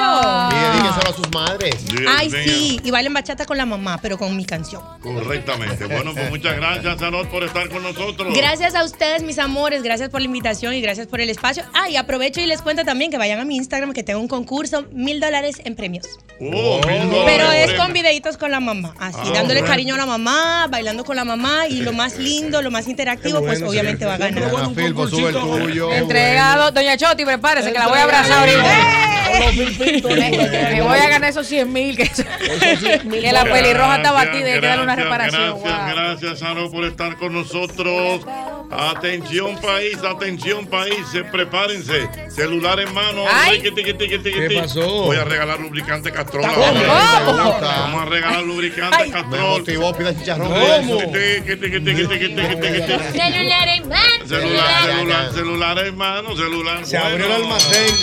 Speaker 7: Y
Speaker 18: claro.
Speaker 7: dedíquenselo a sus madres.
Speaker 18: Ay, sí. Y bailen bachata con la mamá, pero con mi canción.
Speaker 4: Correctamente. Bueno, pues muchas gracias, Sarot, por estar con nosotros.
Speaker 18: Gracias a ustedes, mis amores. Gracias por la invitación y gracias por el espacio. Ah, y aprovecho y les cuento también que vayan a mi Instagram que tengo un concurso, mil dólares en premios.
Speaker 4: Oh, mil dólares,
Speaker 18: Pero es
Speaker 4: Lorena.
Speaker 18: con videitos con la mamá, así,
Speaker 4: Ah,
Speaker 18: dándole
Speaker 4: bueno.
Speaker 18: cariño a la mamá, bailando con la mamá y lo más lindo, lo más interactivo, pues obviamente va a ganar.
Speaker 7: Filpo,
Speaker 8: pues,
Speaker 7: sube el tuyo.
Speaker 19: Entregado, doña Choti, prepárese que la voy a abrazar ahorita. Me voy a ganar esos 100 mil. Que, que la pelirroja está batida y hay que darle una reparación.
Speaker 4: Gracias, gracias, Saro, por estar con nosotros. Atención, país, atención, país. se- Prepárense. Celular en mano.
Speaker 19: Ay.
Speaker 4: Riqui, tiqui, tiqui, tiqui,
Speaker 8: ¿Qué
Speaker 4: tiqui.
Speaker 8: pasó?
Speaker 4: Voy a regalar lubricante Castrol.
Speaker 8: ¿Cómo?
Speaker 4: ahora.
Speaker 8: ¿Cómo?
Speaker 4: Me gusta. Vamos a regalar lubricante Castrol.
Speaker 7: ¿Cómo?
Speaker 4: Tiqui, tiqui, tiqui, tiqui, tiqui, tiqui, tiqui.
Speaker 11: Celular en mano.
Speaker 4: Celular, celular, celular en mano, celular. Se abrió el almacén.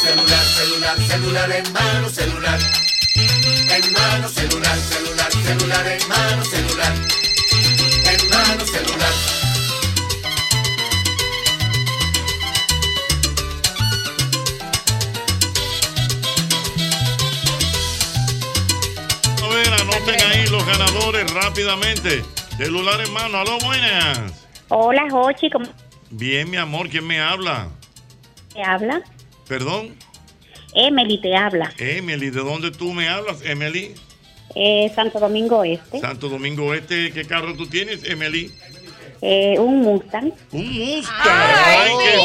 Speaker 9: Celular, celular, celular en mano, celular. En mano, celular, celular, celular en mano, celular. En mano, celular.
Speaker 4: anoten ahí los ganadores rápidamente. Celular en mano, aló, buenas.
Speaker 21: Hola, Jochi, ¿cómo
Speaker 4: Bien, mi amor, ¿quién me habla?
Speaker 21: te habla?
Speaker 4: Perdón,
Speaker 21: Emily te habla.
Speaker 4: Emily, ¿de dónde tú me hablas, Emily?
Speaker 21: Eh, Santo Domingo Este.
Speaker 4: Santo Domingo Este, ¿qué carro tú tienes, Emily?
Speaker 21: Eh, un Mustang.
Speaker 4: Un Mustang.
Speaker 19: Ah,
Speaker 21: Ay,
Speaker 4: qué
Speaker 21: un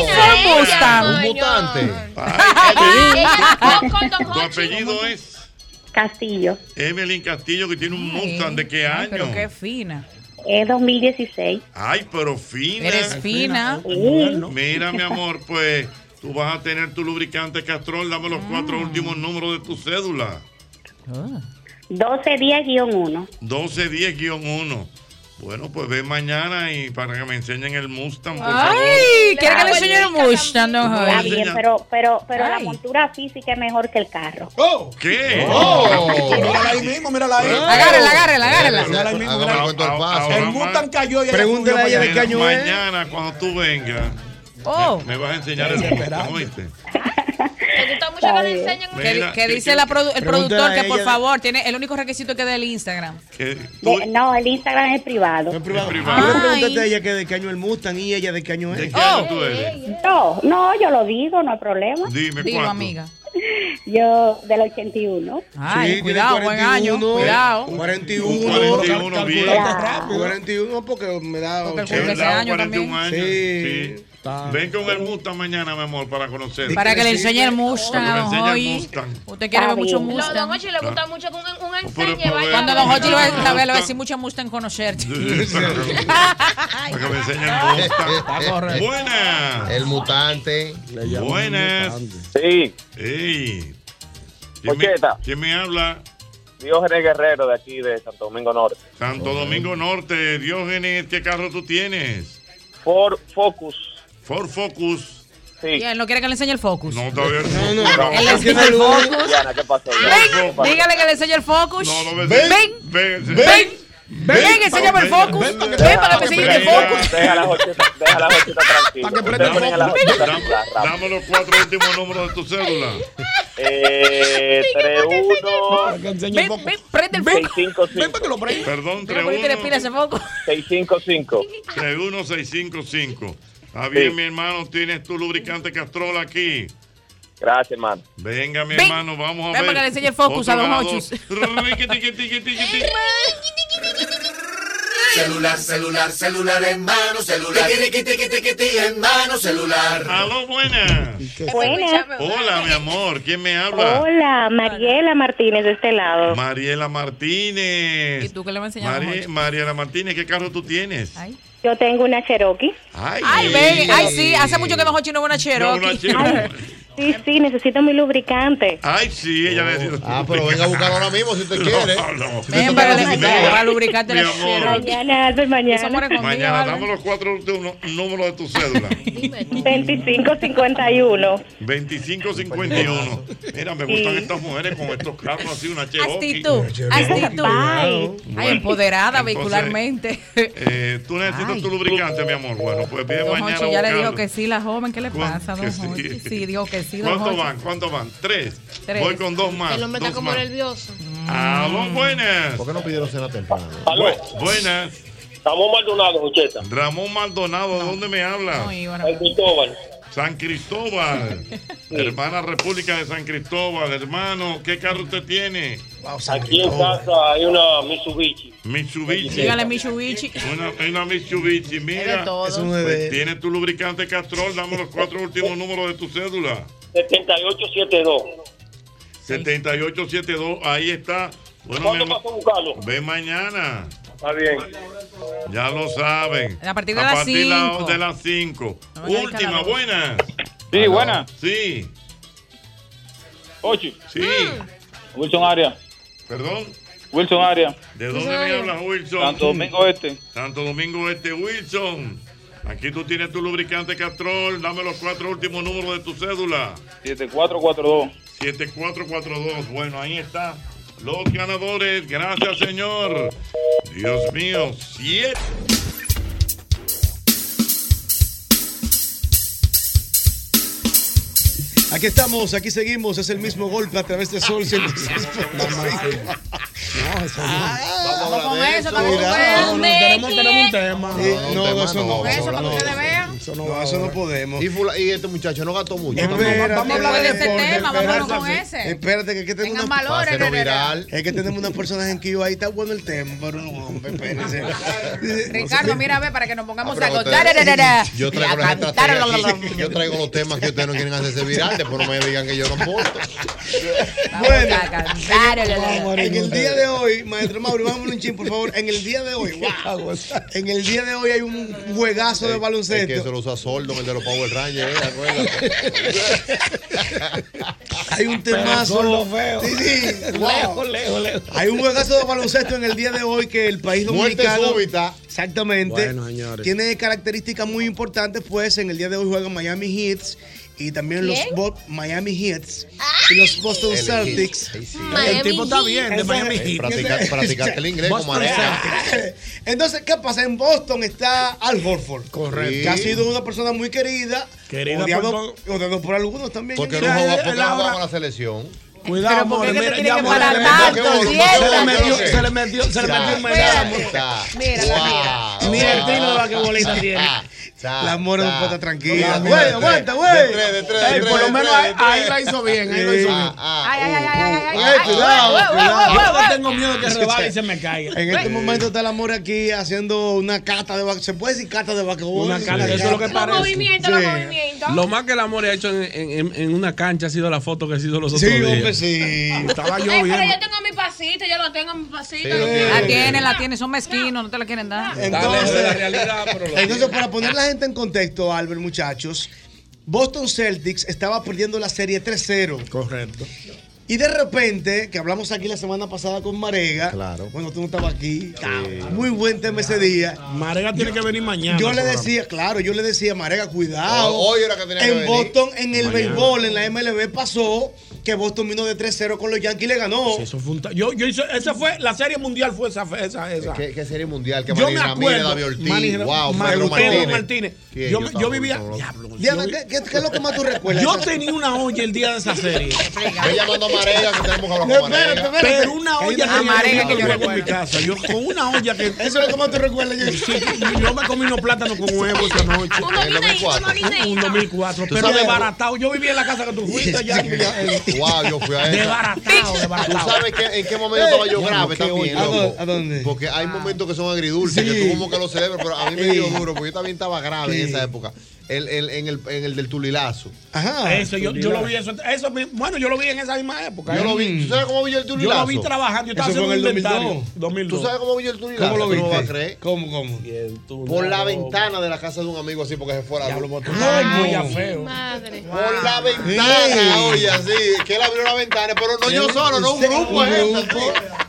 Speaker 21: Mustang.
Speaker 4: Un
Speaker 7: mutante.
Speaker 4: Tu apellido es
Speaker 21: Castillo.
Speaker 4: Emily Castillo, que tiene un Mustang, ¿de qué año?
Speaker 19: Pero qué fina.
Speaker 21: Es 2016.
Speaker 4: Ay, pero fina. Oh,
Speaker 19: Eres fina.
Speaker 4: Mira, mi amor, pues tú vas a tener tu lubricante Castrol. Dame los
Speaker 19: Mm.
Speaker 4: cuatro últimos números de tu cédula.
Speaker 21: 1210-1.
Speaker 4: 1210-1. Bueno, pues ve mañana y para que me enseñen el Mustang, por favor.
Speaker 19: Ay, ¿quiere que le enseñe el Mustang? No,
Speaker 21: Está
Speaker 19: Javi?
Speaker 21: bien, pero, pero, pero la
Speaker 19: Ay.
Speaker 21: montura física es mejor que el carro.
Speaker 8: Oh,
Speaker 4: ¿Qué?
Speaker 6: Oh.
Speaker 4: Oh.
Speaker 6: Mírala ahí mismo, mírala ahí.
Speaker 21: Agárrala, agárrala, agárrala.
Speaker 6: Mírala ahí mismo, mírala ahí. El Mustang cayó y ella
Speaker 4: Pregúntale
Speaker 6: subió para allá.
Speaker 4: Mañana, cuando tú vengas,
Speaker 19: Oh.
Speaker 4: me vas a enseñar el Mustang, ¿oíste?
Speaker 11: me gusta mucho que le enseñen
Speaker 19: Que, di-
Speaker 4: Mira,
Speaker 19: que
Speaker 4: que-
Speaker 19: dice la produ- el
Speaker 4: Pregúntale
Speaker 19: productor
Speaker 4: a
Speaker 19: que por
Speaker 4: ella.
Speaker 19: favor tiene el único requisito que dé el Instagram.
Speaker 4: Que-
Speaker 1: Eh, No, el Instagram es privado.
Speaker 8: Tú le preguntaste a ella que de qué año el Mustang y ella de qué año es.
Speaker 4: qué año tú eres?
Speaker 1: No, no, yo lo digo, no hay problema.
Speaker 4: Dime
Speaker 19: Dilo, cuánto. amiga.
Speaker 1: Yo del 81.
Speaker 19: Ay, Sí, cuidado, buen año, cuidado.
Speaker 8: 41.
Speaker 4: 41, bien.
Speaker 8: rápido. 41 porque me da
Speaker 4: Es
Speaker 8: 80.
Speaker 4: verdad, 41 años. Sí. Ven con el Mustang mañana, mi amor, para conocer.
Speaker 19: Para que le enseñe el Mustang
Speaker 4: Para
Speaker 19: a
Speaker 4: que
Speaker 19: don
Speaker 4: le enseñe el
Speaker 19: Joy.
Speaker 4: Mustang.
Speaker 19: Usted quiere ver mucho
Speaker 11: Lo,
Speaker 19: Mustang.
Speaker 11: don Hochi le gusta mucho que un, un
Speaker 4: Pero,
Speaker 11: enseñe.
Speaker 4: pero,
Speaker 11: vaya.
Speaker 19: Cuando don Hochi lo ve, la ve, le va a
Speaker 4: Mustang.
Speaker 19: decir mucha Mustang conocerte. <laughs>
Speaker 4: Para que me enseñe el Mustang. Buenas.
Speaker 5: El mutante.
Speaker 4: Buenas.
Speaker 7: Sí.
Speaker 4: Ey. ¿Quién me, quién me habla?
Speaker 7: Diógenes Guerrero de aquí, de Santo Domingo Norte.
Speaker 4: Santo Domingo Norte, Diógenes, ¿qué carro tú tienes?
Speaker 7: Ford Focus.
Speaker 4: Ford Focus.
Speaker 19: Y él no quiere que le enseñe el Focus.
Speaker 4: No, todavía no.
Speaker 19: Él le enseña el Focus.
Speaker 7: Diana, ¿qué pasó?
Speaker 19: Ven, dígale que le enseñe el Focus.
Speaker 4: No, no,
Speaker 19: ven,
Speaker 4: ven.
Speaker 19: ven,
Speaker 4: ven,
Speaker 19: ven, que se llama el Focus. Ven para que se llame el Focus.
Speaker 7: Deja la jochita, deja la jochita tranquila.
Speaker 4: que prenda
Speaker 7: Ustedes
Speaker 4: el
Speaker 7: ponen a la
Speaker 4: foco.
Speaker 7: jochita
Speaker 4: Dame-
Speaker 7: tranquila, rápido.
Speaker 4: Dame los cuatro últimos números de tu cédula.
Speaker 7: <laughs> Eh, tres, uno,
Speaker 19: Ven, ven, prende el
Speaker 7: seis,
Speaker 19: Focus.
Speaker 7: cinco, cinco.
Speaker 4: Perdón,
Speaker 19: Mira, ponete de
Speaker 4: 31
Speaker 19: pila ese Focus.
Speaker 7: 655.
Speaker 4: 31655. Está bien,
Speaker 7: Sí.
Speaker 4: mi hermano, tienes tu lubricante Castrol aquí.
Speaker 7: Gracias, hermano.
Speaker 4: Venga, mi
Speaker 19: Ven.
Speaker 4: hermano, vamos a
Speaker 19: Ven
Speaker 4: ver.
Speaker 19: para que le enseñe el Focus a
Speaker 4: Otro
Speaker 19: don
Speaker 4: ganador. <laughs>
Speaker 19: Hochis.
Speaker 17: Celular, celular, celular en mano, celular. Tiqui, tiqui, tiqui, tiqui, en mano, celular.
Speaker 4: Aló, buenas.
Speaker 1: Buenas.
Speaker 4: Hola, mi amor, ¿quién me habla?
Speaker 1: Hola, Mariela Martínez de este lado.
Speaker 4: Mariela Martínez.
Speaker 1: ¿Y tú qué le vas a enseñar a
Speaker 4: Mari-
Speaker 1: Jorge?
Speaker 4: Mariela Martínez, ¿qué carro tú tienes?
Speaker 1: Yo tengo una Cherokee.
Speaker 4: Ay,
Speaker 19: Ay, ven, ay, sí, hace mucho que mejor chino una Cherokee.
Speaker 4: una Cherokee.
Speaker 1: Sí, sí, necesito mi lubricante.
Speaker 4: Ay, sí, ella necesita. Ah,
Speaker 5: pero venga a buscar ahora mismo si usted quiere.
Speaker 4: No, no.
Speaker 19: Ven para que le
Speaker 4: Venga.
Speaker 19: para lubricarte
Speaker 4: Mi
Speaker 19: la
Speaker 4: amor.
Speaker 19: Cherokee.
Speaker 1: Mañana, Albert, mañana.
Speaker 4: Mañana damos los cuatro últimos números de tu
Speaker 19: <laughs>
Speaker 4: cédula.
Speaker 1: 2551.
Speaker 4: 2551. Mira, me gustan estas mujeres con estos carros así, una Cherokee.
Speaker 19: Actitud,
Speaker 4: Una Cherokee.
Speaker 19: actitud.
Speaker 4: Bueno,
Speaker 19: Ay, empoderada
Speaker 4: entonces,
Speaker 19: vehicularmente.
Speaker 4: eh, tú necesitas tu lubricante, mi amor. Bueno, pues bien,
Speaker 19: Don
Speaker 4: mañana.
Speaker 19: Hochi ya le
Speaker 4: buscarlo.
Speaker 19: dijo que sí, la joven. ¿Qué le
Speaker 4: ¿Cuán-
Speaker 19: pasa,
Speaker 4: que
Speaker 19: don
Speaker 4: sí?
Speaker 19: Hochi? Sí, dijo que sí, don
Speaker 4: ¿Cuánto
Speaker 19: Hochi.
Speaker 4: van? ¿Cuánto van? Tres.
Speaker 19: Tres.
Speaker 4: Voy con dos más.
Speaker 11: El hombre está
Speaker 4: dos
Speaker 11: como
Speaker 4: más.
Speaker 11: nervioso.
Speaker 4: Aló, Ah, buenas.
Speaker 5: ¿Por qué no pidieron cena temprano?
Speaker 4: Bu- Buenas.
Speaker 7: Ramón Maldonado, Jocheta.
Speaker 4: Ramón Maldonado, ¿dónde me habla?
Speaker 7: El Cristóbal. <laughs>
Speaker 4: San Cristóbal. Hermana República de San Cristóbal. Hermano, ¿qué carro usted tiene?
Speaker 7: Aquí en casa hay una Mitsubishi.
Speaker 4: Mitsubishi.
Speaker 19: Dígale Michubichi.
Speaker 4: Una, una Mitsubishi,
Speaker 19: Es
Speaker 4: mira.
Speaker 19: de todo. Es un
Speaker 4: Pues
Speaker 19: bebé.
Speaker 4: tiene tu lubricante Castrol, dame los
Speaker 19: <laughs>
Speaker 4: cuatro últimos números de tu cédula.
Speaker 7: 7872.
Speaker 4: 7872, ahí está. Bueno, mi
Speaker 7: ¿Cuándo
Speaker 4: herma-
Speaker 7: pasó a buscarlo?
Speaker 4: ven mañana.
Speaker 7: Está bien.
Speaker 4: Ya lo saben.
Speaker 19: A partir de las
Speaker 4: partir de la-
Speaker 19: cinco.
Speaker 4: de las 5.
Speaker 19: No me caiga la
Speaker 4: Última,
Speaker 19: voz.
Speaker 4: buenas.
Speaker 7: Sí, buenas.
Speaker 4: Sí,
Speaker 7: Ocho.
Speaker 4: sí.
Speaker 19: Mm.
Speaker 7: Wilson Aria.
Speaker 4: Perdón.
Speaker 7: Wilson Aria.
Speaker 4: ¿De dónde me hablas, Wilson?
Speaker 7: Santo Domingo Este.
Speaker 4: Santo Domingo Este, Wilson. Aquí tú tienes tu lubricante Castrol. Dame los cuatro últimos números de tu cédula.
Speaker 7: 7442.
Speaker 4: 7442. Bueno, ahí está. Los ganadores. Gracias, señor. Dios mío, siete.
Speaker 8: Aquí estamos, aquí seguimos, es el mismo golpe a través de Sol 106.5.
Speaker 19: Vamos con
Speaker 8: de
Speaker 19: eso,
Speaker 8: eso.
Speaker 19: vamos con
Speaker 8: Cuidado,
Speaker 19: eso.
Speaker 8: no, tenemos- tenemos un
Speaker 19: tema.
Speaker 8: Sí, No,
Speaker 5: tema
Speaker 8: eso no.
Speaker 5: vamos a
Speaker 8: Eso
Speaker 5: hablar
Speaker 8: no
Speaker 5: de
Speaker 8: podemos. Eso no, eso no podemos.
Speaker 5: Y, fula- y este muchacho no gastó mucho.
Speaker 19: Vamos a hablar de ese tema, vámonos con ese.
Speaker 8: Espérate, que, que tenemos
Speaker 19: Tengan
Speaker 8: una
Speaker 19: valores, Hacerlo nene.
Speaker 5: viral.
Speaker 8: Es que tenemos unas personas en que yo ahí está bueno el tema, pero no, hombre, espérense.
Speaker 19: Ricardo, mira, ve, para que nos pongamos a
Speaker 5: Pero
Speaker 19: contar.
Speaker 5: ustedes-
Speaker 19: Tararara.
Speaker 5: <laughs> Yo traigo
Speaker 19: Y a
Speaker 5: las
Speaker 19: cantar,
Speaker 5: estrategias
Speaker 19: la, la, la.
Speaker 5: aquí. Yo traigo los temas que ustedes no quieren hacerse viral. Después no me digan que yo no aporto.
Speaker 8: Bueno,
Speaker 19: a cantar, la, la, la.
Speaker 8: en el día de hoy, maestro Mauro, vámonos un chin, por favor. En el día de
Speaker 19: <laughs>
Speaker 8: hoy, wow. En el día de hoy hay un juegazo de
Speaker 5: Es que
Speaker 8: baloncesto.
Speaker 5: eso lo usa Sordo, el de los Power Rangers. ¿eh? Acuérdate.
Speaker 8: Hay un temazo. Sí, sí.
Speaker 5: <laughs>
Speaker 8: Wow. Hay un juegazo de baloncesto en el día de hoy que el país
Speaker 5: Muerte
Speaker 8: dominicano.
Speaker 5: súbita.
Speaker 8: Exactamente.
Speaker 21: Bueno, señores.
Speaker 8: Tiene características muy importantes, pues en el día de hoy juegan Miami Heats y también
Speaker 11: ¿Quién?
Speaker 8: los Bo- Miami Heat y los Boston
Speaker 5: El
Speaker 8: Celtics.
Speaker 5: Heat, ahí sí.
Speaker 8: El
Speaker 5: Miami
Speaker 8: tipo está
Speaker 5: Heat.
Speaker 8: bien, de
Speaker 5: Esa-
Speaker 8: Miami
Speaker 5: Eh,
Speaker 8: Heat. <laughs>
Speaker 5: practica- practicaste el inglés como
Speaker 8: Boston
Speaker 5: Alexander.
Speaker 8: Celtics. Entonces, ¿qué pasa? En Boston está Al Horford.
Speaker 5: Correcto.
Speaker 8: Que ha sido una persona muy querida.
Speaker 5: Querida
Speaker 8: odiado
Speaker 5: por
Speaker 8: por, odiado por algunos también.
Speaker 5: Porque no
Speaker 8: Mira,
Speaker 5: jugó
Speaker 8: eh,
Speaker 5: porque
Speaker 8: la
Speaker 5: no jugó
Speaker 8: hora-
Speaker 5: con la selección.
Speaker 8: Cuidado, amor.
Speaker 5: porque es que te
Speaker 8: mira,
Speaker 5: tiene
Speaker 8: ya,
Speaker 5: que
Speaker 8: amor,
Speaker 5: parar
Speaker 8: le-
Speaker 5: tanto,
Speaker 8: le- le-
Speaker 5: fiesta.
Speaker 8: se le metió-
Speaker 5: ¿Qué?
Speaker 8: Se le metió, se le
Speaker 5: Ya.
Speaker 8: metió en Maidana, amor.
Speaker 5: Mira, mira.
Speaker 8: Mira el trino de
Speaker 5: <laughs>
Speaker 8: basquetbolista tiene. La mora no puede estar tranquila. Güey, aguanta, güey. Eh, Por lo menos ahí- ahí la hizo bien, ahí lo hizo bien.
Speaker 19: Ay, ay, ay, ay, ay, ay,
Speaker 8: Ah, Ay,
Speaker 19: ay.
Speaker 8: cuidado,
Speaker 19: Ué, ué,
Speaker 8: cuidado.
Speaker 19: ué, ué, ué.
Speaker 6: tengo miedo que rebale y se me caiga.
Speaker 8: En este momento está la mora aquí haciendo una cata de basquetbol. ¿Se puede decir cata de basquetbol?
Speaker 12: Una cata, eso es lo que Los parece. movimientos, los
Speaker 11: movimientos.
Speaker 12: Lo más que el amor ha hecho en, en- en- en una cancha ha sido la foto que ha sido los otros
Speaker 8: Sí,
Speaker 12: días.
Speaker 8: hombre, sí.
Speaker 12: <laughs> Estaba
Speaker 11: Ay,
Speaker 12: lloviendo.
Speaker 11: pero yo tengo mi pasito, yo lo tengo mi
Speaker 12: Sí,
Speaker 11: pasito.
Speaker 12: lo tiene.
Speaker 11: Ah,
Speaker 12: La tiene,
Speaker 11: la tiene, son mezquinos, no te la quieren dar.
Speaker 8: Entonces, para poner la gente en contexto, Albert, muchachos, Boston Celtics estaba perdiendo la serie 3-0. Correcto. Y de repente, que hablamos aquí la semana pasada con Marega. Claro. Bueno, tú no estabas aquí. Muy buen tema ese día. Marega
Speaker 6: tiene que venir mañana
Speaker 8: Yo
Speaker 6: al
Speaker 8: le
Speaker 6: programa.
Speaker 8: decía, claro, yo le decía, Marega, cuidado.
Speaker 6: Hoy era que tenía que
Speaker 8: En
Speaker 6: venir.
Speaker 8: Boston, en el
Speaker 6: Mañana.
Speaker 8: béisbol, en la MLB pasó que Boston vino de 3-0 con los Yankees y le ganó.
Speaker 6: Eso fue un ta- yo, yo hice- esa fue, la serie mundial fue esa. esa, esa.
Speaker 5: ¿Qué, qué serie
Speaker 8: <laughs>
Speaker 5: mundial? Que
Speaker 6: Yo
Speaker 5: Manny
Speaker 6: me
Speaker 5: Ramírez,
Speaker 6: acuerdo.
Speaker 5: David Ortiz,
Speaker 6: Manny-
Speaker 5: wow,
Speaker 6: Manny- Pedro
Speaker 5: Pedro Martínez.
Speaker 6: Martínez.
Speaker 5: ¿Quién?
Speaker 6: Yo,
Speaker 5: Yo
Speaker 6: yo
Speaker 5: estaba
Speaker 6: vivía.
Speaker 5: loco.
Speaker 6: Diablo,
Speaker 8: Diana, ¿qué, qué, qué es lo que más tú recuerdas?
Speaker 6: Yo tenía una olla el día de esa serie.
Speaker 5: Ve llamando a Marega, que tenemos que hablar con
Speaker 6: No,
Speaker 5: Marega.
Speaker 6: espérate, espérate. Pero una
Speaker 5: Que hay
Speaker 6: olla
Speaker 5: una Marega que yo
Speaker 6: recuerdo en mi casa. Yo con una olla que.
Speaker 8: Eso es lo que más tú recuerdas. Yo,
Speaker 6: yo me comí unos plátanos con huevo esa noche.
Speaker 5: Un En el 2004.
Speaker 6: Un, un 2004.
Speaker 5: ¿Tú
Speaker 6: Pero
Speaker 5: sabes?
Speaker 6: desbaratado. Yo vivía en la casa que tú fuiste allá.
Speaker 5: Wow, yo fui a eso.
Speaker 6: Desbaratado,
Speaker 5: ¿Tú
Speaker 6: desbaratado.
Speaker 5: sabes qué- en qué momento estaba yo
Speaker 6: Eh,
Speaker 5: grave
Speaker 6: ¿qué hoy?
Speaker 5: también,
Speaker 6: ¿A dó-
Speaker 5: loco?
Speaker 6: a dónde?
Speaker 5: Porque hay momentos que son agridulces, que tú como que lo celebras, pero a mí me
Speaker 6: Sí.
Speaker 5: dio duro, porque yo también estaba grave en
Speaker 6: Sí.
Speaker 5: esa época. El, el- en, el, en el del tulilazo. Ah,
Speaker 8: Ajá.
Speaker 6: Eso, yo, yo lo vi eso, eso mi- bueno, yo lo vi en esa misma época. ¿eh?
Speaker 5: Yo lo vi. ¿Tú sabes cómo vi yo el
Speaker 6: Yo lo
Speaker 5: tulilazo?
Speaker 6: vi trabajando, yo estaba
Speaker 5: Eso fue
Speaker 6: haciendo
Speaker 5: en
Speaker 6: un
Speaker 5: el
Speaker 6: inventario.
Speaker 5: 2002. ¿Tú sabes cómo vi yo el tulilazo?
Speaker 8: ¿Cómo lo
Speaker 5: ¿Tú no
Speaker 8: viste?
Speaker 5: vas a creer?
Speaker 8: ¿Cómo, cómo?
Speaker 5: Por la ventana de la casa de un amigo así porque se fuera. la luz.
Speaker 6: Ay,
Speaker 5: no.
Speaker 6: no. feo.
Speaker 11: Madre.
Speaker 5: Por la ventana, oye, así. Que él abrió la ventana, pero no yo solo, no un grupo. de gente,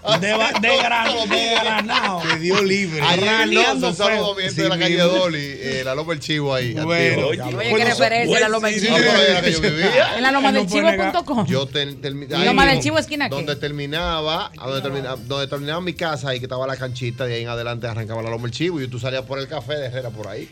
Speaker 5: así.
Speaker 6: De, ba- de, gran- de granado.
Speaker 8: Te dio libre.
Speaker 5: Ayer en Londres,
Speaker 6: Raleando
Speaker 5: un saludo a mi
Speaker 6: feo.
Speaker 5: gente de la
Speaker 6: pues. Sí,
Speaker 5: calle
Speaker 6: mismo.
Speaker 5: Dolly, eh, la Loma del Chivo ahí.
Speaker 6: Bueno,
Speaker 5: activo.
Speaker 6: oye,
Speaker 19: Oye, qué referencia, la loma del
Speaker 5: Ah, por ahí era que yo vivía.
Speaker 19: En la loma del chivo.com.
Speaker 5: Yo ten- termi- ahí
Speaker 19: Loma del
Speaker 5: mismo,
Speaker 19: Chivo, esquina qué?
Speaker 5: Donde terminaba, a donde terminaba, donde terminaba mi casa, ahí que estaba la canchita, de ahí en adelante arrancaba la Loma del Chivo y tú salías por el café de Herrera por ahí.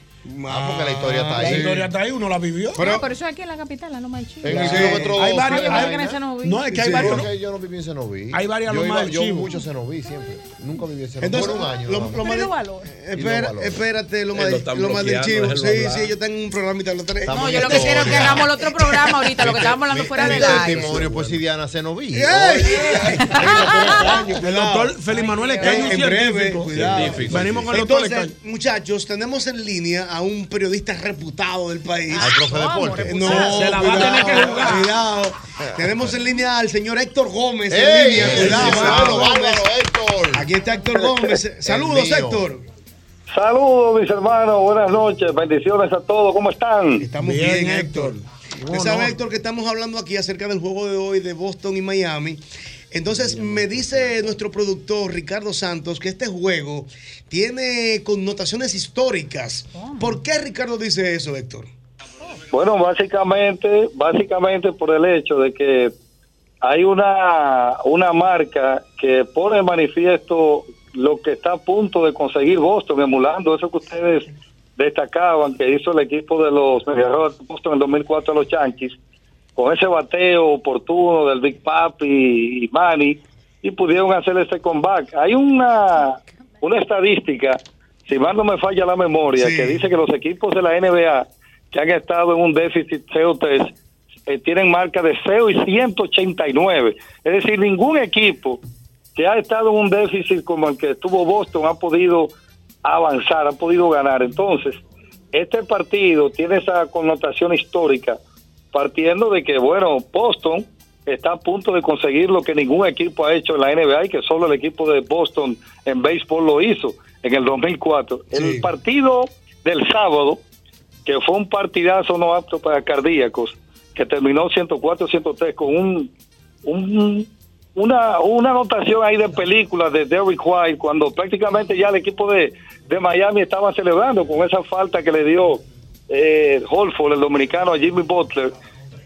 Speaker 5: Ah, porque la historia está ahí.
Speaker 6: La historia está ahí, uno la vivió.
Speaker 19: Ah, pero eso es aquí en la capital, la loma del chivo.
Speaker 5: En el kilómetro
Speaker 6: Hay
Speaker 5: dos,
Speaker 6: varios-
Speaker 5: ¿sí?
Speaker 6: hay-
Speaker 5: Vaina.
Speaker 19: en Senoví.
Speaker 6: No, es que hay varios-
Speaker 5: porque Yo no viví en Senoví.
Speaker 6: Hay varias
Speaker 5: Yo
Speaker 6: Lomas
Speaker 5: iba-
Speaker 6: del
Speaker 5: Yo
Speaker 6: Chivo.
Speaker 5: mucho Senoví siempre. Nunca viví en Senoví.
Speaker 8: Entonces,
Speaker 5: Por un año.
Speaker 8: lo-
Speaker 5: nada más.
Speaker 8: lo más de- Espera,
Speaker 5: valores.
Speaker 8: espérate, lo
Speaker 5: Él
Speaker 8: más,
Speaker 5: lo están
Speaker 8: lo más del chivo.
Speaker 5: bloqueando, déjelo
Speaker 8: Sí,
Speaker 5: hablar.
Speaker 8: sí, yo tengo un programita los tres.
Speaker 5: Estamos
Speaker 19: No, yo lo que
Speaker 5: en
Speaker 19: quiero es que
Speaker 5: historia.
Speaker 19: hagamos el otro programa ahorita, lo que estábamos hablando fuera
Speaker 5: Mi
Speaker 19: del aire.
Speaker 5: Este testimonio, pues si Diana Senoví.
Speaker 6: El doctor Félix Manuel Escaño,
Speaker 8: En- en breve, cuidado.
Speaker 6: Venimos con el doctor
Speaker 8: Entonces,
Speaker 6: Escaño.
Speaker 8: muchachos, tenemos en línea a un periodista reputado del país.
Speaker 5: Al profe de deporte.
Speaker 8: No,
Speaker 5: Se la va a
Speaker 8: cuidado,
Speaker 5: tener que jugar.
Speaker 8: Cuidado. Tenemos en línea al señor Héctor Gómez. en
Speaker 5: ¡Ey!
Speaker 8: línea, cuidado,
Speaker 5: Sí, sí,
Speaker 8: Héctor
Speaker 5: bárbaro,
Speaker 8: Gómez.
Speaker 5: bárbaro,
Speaker 8: Aquí está Héctor Gómez. Saludos,
Speaker 20: mío.
Speaker 8: Héctor.
Speaker 20: Saludos, mis hermanos. Buenas noches. Bendiciones a todos. ¿Cómo están?
Speaker 8: Estamos bien, Héctor. Usted
Speaker 20: no?
Speaker 8: sabe, Héctor, que estamos hablando aquí acerca del juego de hoy de Boston y Miami. Entonces, me dice nuestro productor Ricardo Santos que este juego tiene connotaciones históricas. ¿Por qué Ricardo dice eso, Héctor?
Speaker 20: Bueno, básicamente, básicamente por el hecho de que hay una, una marca que pone en manifiesto lo que está a punto de conseguir Boston, emulando eso que ustedes destacaban que hizo el equipo de los Medias Rojas de Boston en el 2004 a los Yankees, con ese bateo oportuno del Big Papi y Manny, y pudieron hacer ese comeback. Hay una, una estadística, si mal no me falla la memoria, que dice que los equipos de la NBA que han estado en un déficit CO3 eh, tienen marca de 0 y 189. Es decir, ningún equipo que ha estado en un déficit como el que estuvo Boston ha podido avanzar, ha podido ganar. Entonces, este partido tiene esa connotación histórica, partiendo de que, bueno, Boston está a punto de conseguir lo que ningún equipo ha hecho en la NBA y que solo el equipo de Boston en béisbol lo hizo en el 2004. El partido del sábado, que fue un partidazo no apto para cardíacos, que terminó 104-103 con un, un- una, una anotación ahí de película de Derrick White, cuando prácticamente ya el equipo de, de Miami estaba celebrando con esa falta que le dio eh, Holford, el dominicano, a Jimmy Butler,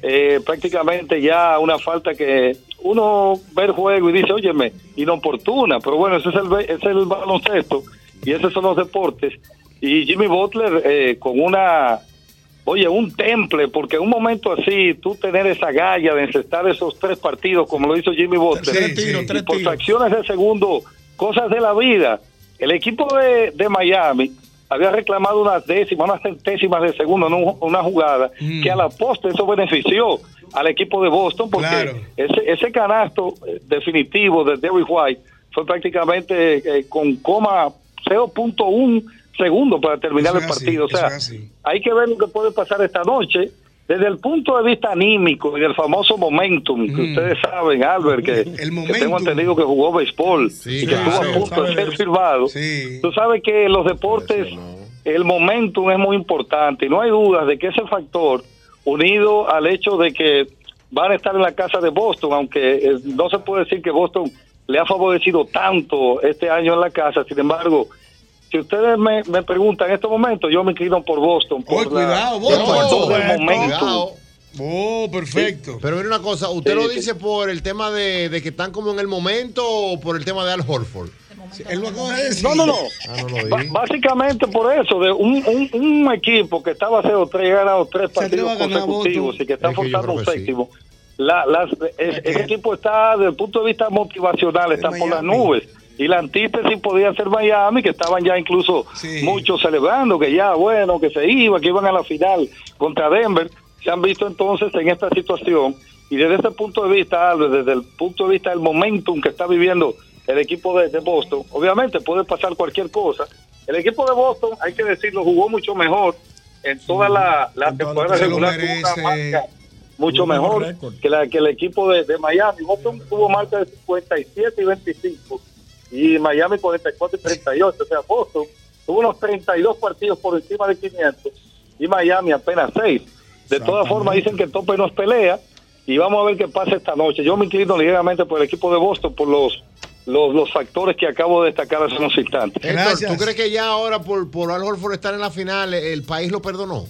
Speaker 20: eh, prácticamente ya una falta que uno ve el juego y dice, óyeme, inoportuna, pero bueno, ese es el, be- ese es el baloncesto y esos son los deportes. Y Jimmy Butler eh, con una, oye, un temple, porque en un momento así, tú tener esa galla de encestar esos tres partidos, como lo hizo Jimmy Butler, y por fracciones de segundo, cosas de la vida. El equipo de, de Miami había reclamado unas décimas, unas centésimas de segundo en un- una jugada,
Speaker 8: Mm.
Speaker 20: que a la poste eso benefició al equipo de Boston, porque ese, ese canasto eh, definitivo de Derrick White fue prácticamente eh, con coma 0.1 segundo para terminar
Speaker 8: Eso
Speaker 20: el
Speaker 8: es así,
Speaker 20: partido.
Speaker 8: eso
Speaker 20: o
Speaker 8: es
Speaker 20: sea, hay que ver lo que puede pasar esta noche. Desde el punto de vista anímico y del famoso momentum, que ustedes saben, Albert, que, que tengo entendido que jugó béisbol y que
Speaker 8: claro.
Speaker 20: estuvo a punto de ser firmado. Tú sabes que los deportes, el momentum es muy importante y no hay dudas de que ese factor, unido al hecho de que van a estar en la casa de Boston, aunque eh, no se puede decir que Boston le ha favorecido tanto este año en la casa, sin embargo, si ustedes me, me preguntan en estos momentos, yo me inclino por Boston. Por la-
Speaker 8: cuidado,
Speaker 20: por
Speaker 8: Boston.
Speaker 20: el
Speaker 8: Boston,
Speaker 20: momento.
Speaker 8: cuidado.
Speaker 20: Oh,
Speaker 8: perfecto.
Speaker 5: Pero mira una cosa, ¿usted
Speaker 8: Sí,
Speaker 5: lo
Speaker 8: sí.
Speaker 5: dice por el tema de, de que están como en el momento o por el tema de Al Horford?
Speaker 20: No, no, no.
Speaker 5: Ah, no lo
Speaker 20: Ba-
Speaker 5: vi.
Speaker 20: básicamente por eso, de un, un- un equipo que estaba 0-3 y ha ganado tres partidos
Speaker 8: atreve a ganar
Speaker 20: consecutivos
Speaker 8: votos.
Speaker 20: y que está
Speaker 8: Es que yo
Speaker 20: forzando
Speaker 8: creo
Speaker 20: un
Speaker 8: que sí.
Speaker 20: séptimo. La, las- es- ese equipo está, desde el punto de vista motivacional, está por las nubes. Y la antítesis podía ser Miami, que estaban ya incluso muchos celebrando que ya, bueno, que se iba, que iban a la final contra Denver. Se han visto entonces en esta situación. Y desde ese punto de vista, Albert, desde el punto de vista del momentum que está viviendo el equipo de, de Boston, obviamente puede pasar cualquier cosa. El equipo de Boston, hay que decirlo, jugó mucho mejor en toda la, la temporada
Speaker 8: se lo
Speaker 20: regular. Tuvo una
Speaker 8: merece.
Speaker 20: marca mucho
Speaker 8: Tuvo un
Speaker 20: mejor
Speaker 8: récord.
Speaker 20: que, la, que el equipo de, de Miami. Boston tuvo marca de 57 y 25 y Miami 44 y 38. O sea, Boston tuvo unos 32 partidos por encima de 500 y Miami apenas 6. De todas formas, dicen que el tope nos pelea y vamos a ver qué pasa esta noche. Yo me inclino ligeramente por el equipo de Boston por los, los, los factores que acabo de destacar hace unos instantes.
Speaker 5: Héctor, ¿tú crees que ya ahora por, por Al Horford estar en la final el país lo perdonó?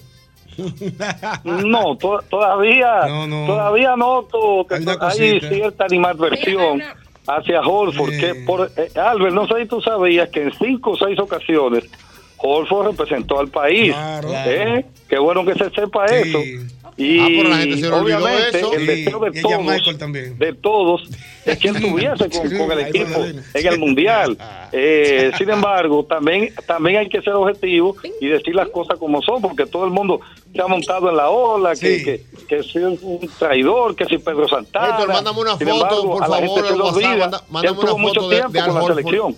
Speaker 20: <laughs> No, to- todavía, todavía noto que to- hay,
Speaker 5: cosita.
Speaker 20: cierta animadversión hacia Holford. Que por, eh, Albert, no sé si tú sabías que en cinco o seis ocasiones Holford representó al país. ¿eh? Qué bueno que se sepa eso. Y
Speaker 8: Ah, pero la gente se le olvidó
Speaker 20: obviamente
Speaker 8: eso.
Speaker 20: el
Speaker 8: Sí,
Speaker 20: deseo de
Speaker 8: y ella Michael
Speaker 20: todos,
Speaker 8: también.
Speaker 20: de todos es que él
Speaker 8: <laughs>
Speaker 20: estuviese con, con el equipo en el mundial.
Speaker 8: Ah.
Speaker 20: Eh, sin embargo, también también hay que ser objetivo y decir las cosas como son, porque todo el mundo se ha montado en la ola, que, que, que si es un traidor, que si Pedro Santana.
Speaker 5: Héctor, mándame una
Speaker 20: Sin
Speaker 5: foto,
Speaker 20: embargo,
Speaker 5: por
Speaker 20: a la
Speaker 5: favor,
Speaker 20: gente se
Speaker 5: al
Speaker 20: le
Speaker 5: WhatsApp,
Speaker 20: olvida
Speaker 5: manda-
Speaker 20: que
Speaker 5: mándame
Speaker 20: él tuvo
Speaker 5: una
Speaker 20: mucho
Speaker 5: foto de-
Speaker 20: tiempo
Speaker 5: de Al
Speaker 20: con la
Speaker 5: Horford.
Speaker 20: selección.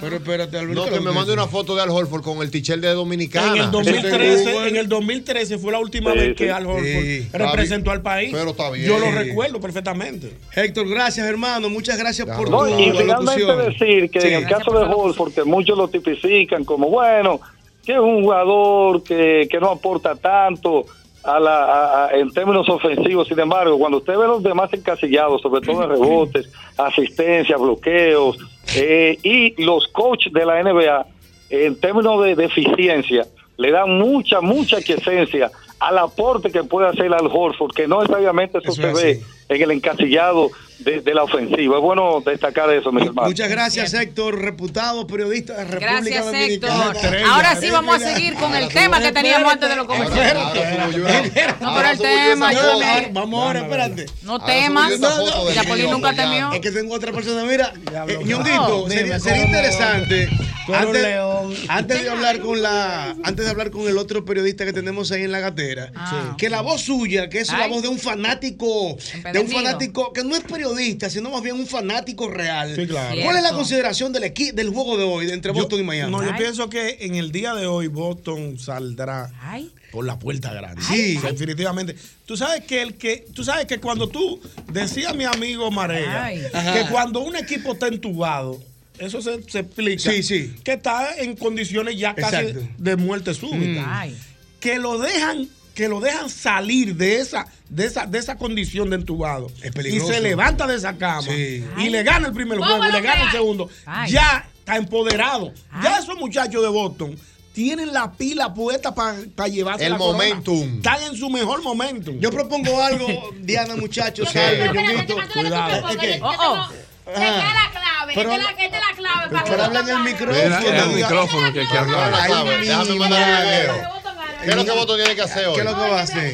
Speaker 8: Pero espérate, Alberto.
Speaker 5: No, que me mande una foto de Al Horford con el tichel de Dominicana.
Speaker 6: En el 2013, en el 2013 fue la última
Speaker 5: Sí,
Speaker 6: vez
Speaker 5: sí.
Speaker 6: que Al Horford
Speaker 5: Sí. Está bien.
Speaker 6: representó al país.
Speaker 5: Pero está bien.
Speaker 6: Yo lo recuerdo perfectamente.
Speaker 8: Héctor, gracias, hermano. Muchas gracias por
Speaker 20: No,
Speaker 8: tu
Speaker 20: y finalmente
Speaker 8: locución.
Speaker 20: decir que
Speaker 8: Sí.
Speaker 20: en el caso de
Speaker 8: pues,
Speaker 20: Holford, que muchos lo tipifican como, bueno, que es un jugador que, que no aporta tanto a la, a- a- en términos ofensivos. Sin embargo, cuando usted ve los demás encasillados, sobre todo en rebotes, asistencia, bloqueos, eh, y los coaches de la NBA, en términos de, de eficiencia, le dan mucha, mucha quiesencia al aporte que puede hacer al Horford, que no necesariamente eso, se ve en el encasillado de, de la ofensiva. Es bueno destacar eso, mis hermanos.
Speaker 8: Muchas gracias, Héctor, reputado periodista de República
Speaker 25: Gracias, Héctor.
Speaker 8: Dominicana.
Speaker 20: ¿eh?
Speaker 25: Ahora sí vamos a seguir con el tema que teníamos antes de los comerciales. No, pero el tema, ayúdame.
Speaker 8: Vamos ahora, espérate.
Speaker 25: No temas. Chapolín nunca temió.
Speaker 8: Es que tengo otra persona. Mira, eh,
Speaker 25: claro.
Speaker 8: ñonguito,
Speaker 25: No,
Speaker 8: sería, sería
Speaker 25: dime, tú eres un
Speaker 8: interesante.
Speaker 25: Tú eres un
Speaker 8: Antes,
Speaker 25: león.
Speaker 8: antes de hablar con la, antes de hablar con el otro periodista que tenemos ahí en la gatera,
Speaker 25: Ah.
Speaker 8: que la voz suya, que es la
Speaker 25: Ay.
Speaker 8: voz de un fanático, de un
Speaker 25: Empedernido.
Speaker 8: fanático que no es periodista, sino más bien un fanático real.
Speaker 6: Sí, claro.
Speaker 8: ¿Cuál es la
Speaker 6: Cierto.
Speaker 8: consideración del equi- del juego de hoy de entre Boston y Miami?
Speaker 6: No, yo pienso que en el día de hoy Boston saldrá por la puerta grande.
Speaker 8: Sí.
Speaker 6: O sea, definitivamente. Tú sabes que el que, tú sabes que cuando tú decía mi amigo Marea
Speaker 8: Ay.
Speaker 6: que
Speaker 8: Ajá.
Speaker 6: cuando un equipo está entubado, eso se, se explica
Speaker 8: Sí, sí.
Speaker 6: que está en condiciones ya casi
Speaker 8: Exacto.
Speaker 6: de muerte súbita.
Speaker 8: Mm. Ay.
Speaker 6: Que lo dejan que lo dejan salir de esa, de esa, de esa condición de entubado.
Speaker 8: peligroso.
Speaker 6: Y se levanta de esa cama. Y le gana el primer
Speaker 8: ¿Cómo
Speaker 6: juego y
Speaker 8: lo
Speaker 6: le gana el
Speaker 8: creas?
Speaker 6: segundo.
Speaker 8: Ay.
Speaker 6: Ya está empoderado. Ya esos muchachos de Boston
Speaker 29: tienen la pila puesta para llevarse
Speaker 7: El
Speaker 29: la corona.
Speaker 7: momentum.
Speaker 29: Están en su mejor momento.
Speaker 8: Yo propongo
Speaker 6: <laughs>
Speaker 8: algo, Diana, muchachos,
Speaker 29: ¿Qué?
Speaker 8: algo,
Speaker 29: Espérate,
Speaker 8: Ñonguito.
Speaker 29: Cuidado.
Speaker 8: Es que-
Speaker 11: Oh, oh. Esta es la clave.
Speaker 8: Pero-
Speaker 11: esta, es la, esta es la clave. para
Speaker 8: Pero
Speaker 11: que
Speaker 8: habla en el
Speaker 7: Era- era el
Speaker 8: micrófono.
Speaker 7: micrófono que hay que hablar.
Speaker 8: Ay,
Speaker 7: ¿sabes?
Speaker 8: mi
Speaker 7: Déjame mandar el
Speaker 8: madre.
Speaker 7: video. ¿Qué es lo que voto tiene que hacer hoy?
Speaker 8: ¿Qué es lo que va a hacer?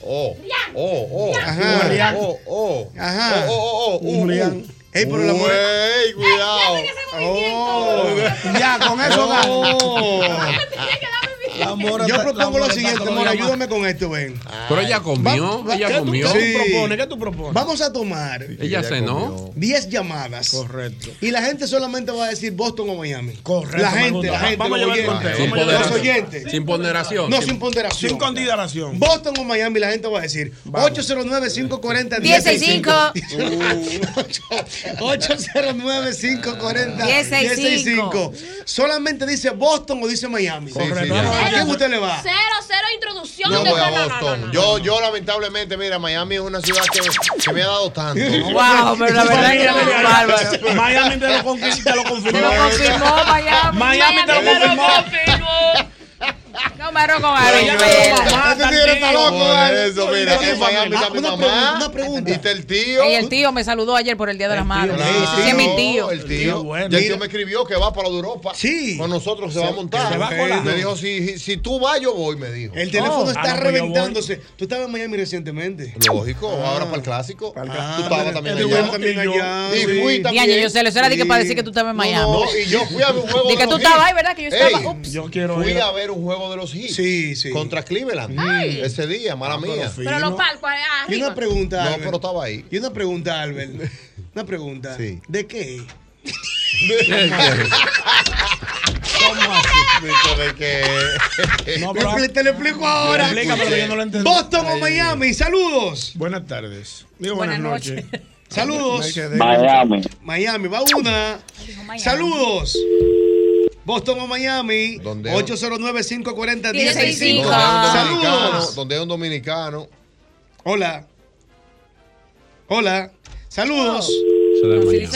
Speaker 7: Oh, oh, oh.
Speaker 8: Ajá.
Speaker 7: Ajá. Oh, oh.
Speaker 8: Ajá.
Speaker 7: Oh, oh, oh.
Speaker 8: Un rián. Ey, pero la mujer. Oh.
Speaker 7: Ey, cuidado. Oh.
Speaker 29: Ya, con eso da.
Speaker 8: <laughs>
Speaker 29: La mora
Speaker 8: Yo
Speaker 29: está-
Speaker 8: propongo
Speaker 29: la
Speaker 8: lo
Speaker 29: mora
Speaker 8: siguiente,
Speaker 29: está-
Speaker 8: Mora, ayúdame con esto, ven.
Speaker 2: Ah, Pero ella comió, ella
Speaker 8: ¿qué tú-
Speaker 2: comió.
Speaker 8: ¿Qué tú
Speaker 2: Sí.
Speaker 8: propones? ¿Qué tú propones? Vamos a tomar.
Speaker 2: Ella cenó.
Speaker 8: 10 llamadas. Correcto. Y la gente solamente va a decir Boston o Miami. Correcto. La
Speaker 2: me
Speaker 8: gente,
Speaker 2: gusta.
Speaker 8: la gente.
Speaker 2: Vamos a
Speaker 8: los
Speaker 2: llevar el
Speaker 8: oyentes.
Speaker 2: conteo, vamos a llevar
Speaker 8: Los
Speaker 2: el conteo.
Speaker 8: oyentes.
Speaker 2: Sin ponderación.
Speaker 8: No,
Speaker 2: Sin-
Speaker 8: sin ponderación.
Speaker 2: sin
Speaker 8: consideración. Boston o Miami, la gente va a decir 809-540-165. <laughs> 809-540-165. Solamente dice Boston o dice Miami.
Speaker 7: sí, ya.
Speaker 8: ¿A quién usted le va?
Speaker 11: Cero, cero introducción.
Speaker 7: Yo
Speaker 11: de
Speaker 7: voy a
Speaker 11: no, no, no,
Speaker 7: Boston.
Speaker 11: no, no.
Speaker 7: Yo, yo lamentablemente, mira, Miami es una ciudad que, que me ha dado tanto.
Speaker 6: <laughs> Wow, pero la verdad es que
Speaker 7: Miami,
Speaker 5: <laughs>
Speaker 6: es bárbaro. Miami te lo, conqui- te lo confirmó. Te lo confirmó, Miami. Miami te lo confirmó.
Speaker 25: No, maro con
Speaker 7: Pero
Speaker 25: Ari.
Speaker 7: yo- Este tigre está loco, Por ¿vale? eso, mira, Este es en Miami está mi una mamá, pregunta, una
Speaker 8: pregunta.
Speaker 7: Y está el tío.
Speaker 25: Y el tío me saludó ayer por el Día de las Madres. Ese es mi tío.
Speaker 7: El tío. Ya el tío me escribió que va para Europa. Sí. Con nosotros se, va a montar.
Speaker 8: se va con la-
Speaker 7: Me dijo, si, si tú vas, yo voy, me dijo. Oh. Ah,
Speaker 8: El teléfono está
Speaker 7: pues
Speaker 8: reventándose. Tú estabas en Miami recientemente.
Speaker 7: Lógico,
Speaker 8: Ah.
Speaker 7: ahora para el clásico. tú estabas también
Speaker 8: pero
Speaker 7: allá.
Speaker 8: yo también
Speaker 7: Y yo-
Speaker 8: allá,
Speaker 7: Y
Speaker 8: sí.
Speaker 7: fui
Speaker 8: Y
Speaker 7: también.
Speaker 25: Diaño, yo sé, eso era de que para decir que tú estabas en
Speaker 7: No,
Speaker 25: Miami.
Speaker 7: No, y yo fui a
Speaker 25: <laughs>
Speaker 7: ver un juego
Speaker 25: De que
Speaker 7: los
Speaker 25: tú estabas
Speaker 7: Heat.
Speaker 25: ahí, ¿verdad? Que yo estaba.
Speaker 7: Ey,
Speaker 25: Ups.
Speaker 6: Yo quiero
Speaker 7: Fui
Speaker 6: ir.
Speaker 7: a ver un juego de los Heat. Contra Cleveland.
Speaker 11: Ay.
Speaker 7: Ese día, mala mía.
Speaker 11: Pero los palcos eh,
Speaker 8: Y
Speaker 11: arriba.
Speaker 8: una pregunta,
Speaker 7: No,
Speaker 8: Albert.
Speaker 7: pero estaba ahí.
Speaker 8: Y una pregunta, Albert.
Speaker 7: <laughs>
Speaker 8: Una pregunta. ¿De qué? <laughs>
Speaker 7: ¿De qué?
Speaker 8: No,
Speaker 7: <laughs>
Speaker 8: pero- Le- te lo explico ahora.
Speaker 6: Explícame, pero yo no lo entendí.
Speaker 8: Boston o Miami, saludos.
Speaker 6: Buenas tardes. Digo, buenas,
Speaker 8: Buenas
Speaker 6: noches.
Speaker 8: <laughs> Saludos.
Speaker 6: Miami.
Speaker 8: Miami, va una. Saludos. Boston o Miami.
Speaker 7: ¿Dónde?
Speaker 8: 809-540-165.
Speaker 7: Donde hay un dominicano,
Speaker 8: Saludos.
Speaker 7: Donde hay un dominicano.
Speaker 8: Hola. Hola. Saludos.
Speaker 25: No lo van a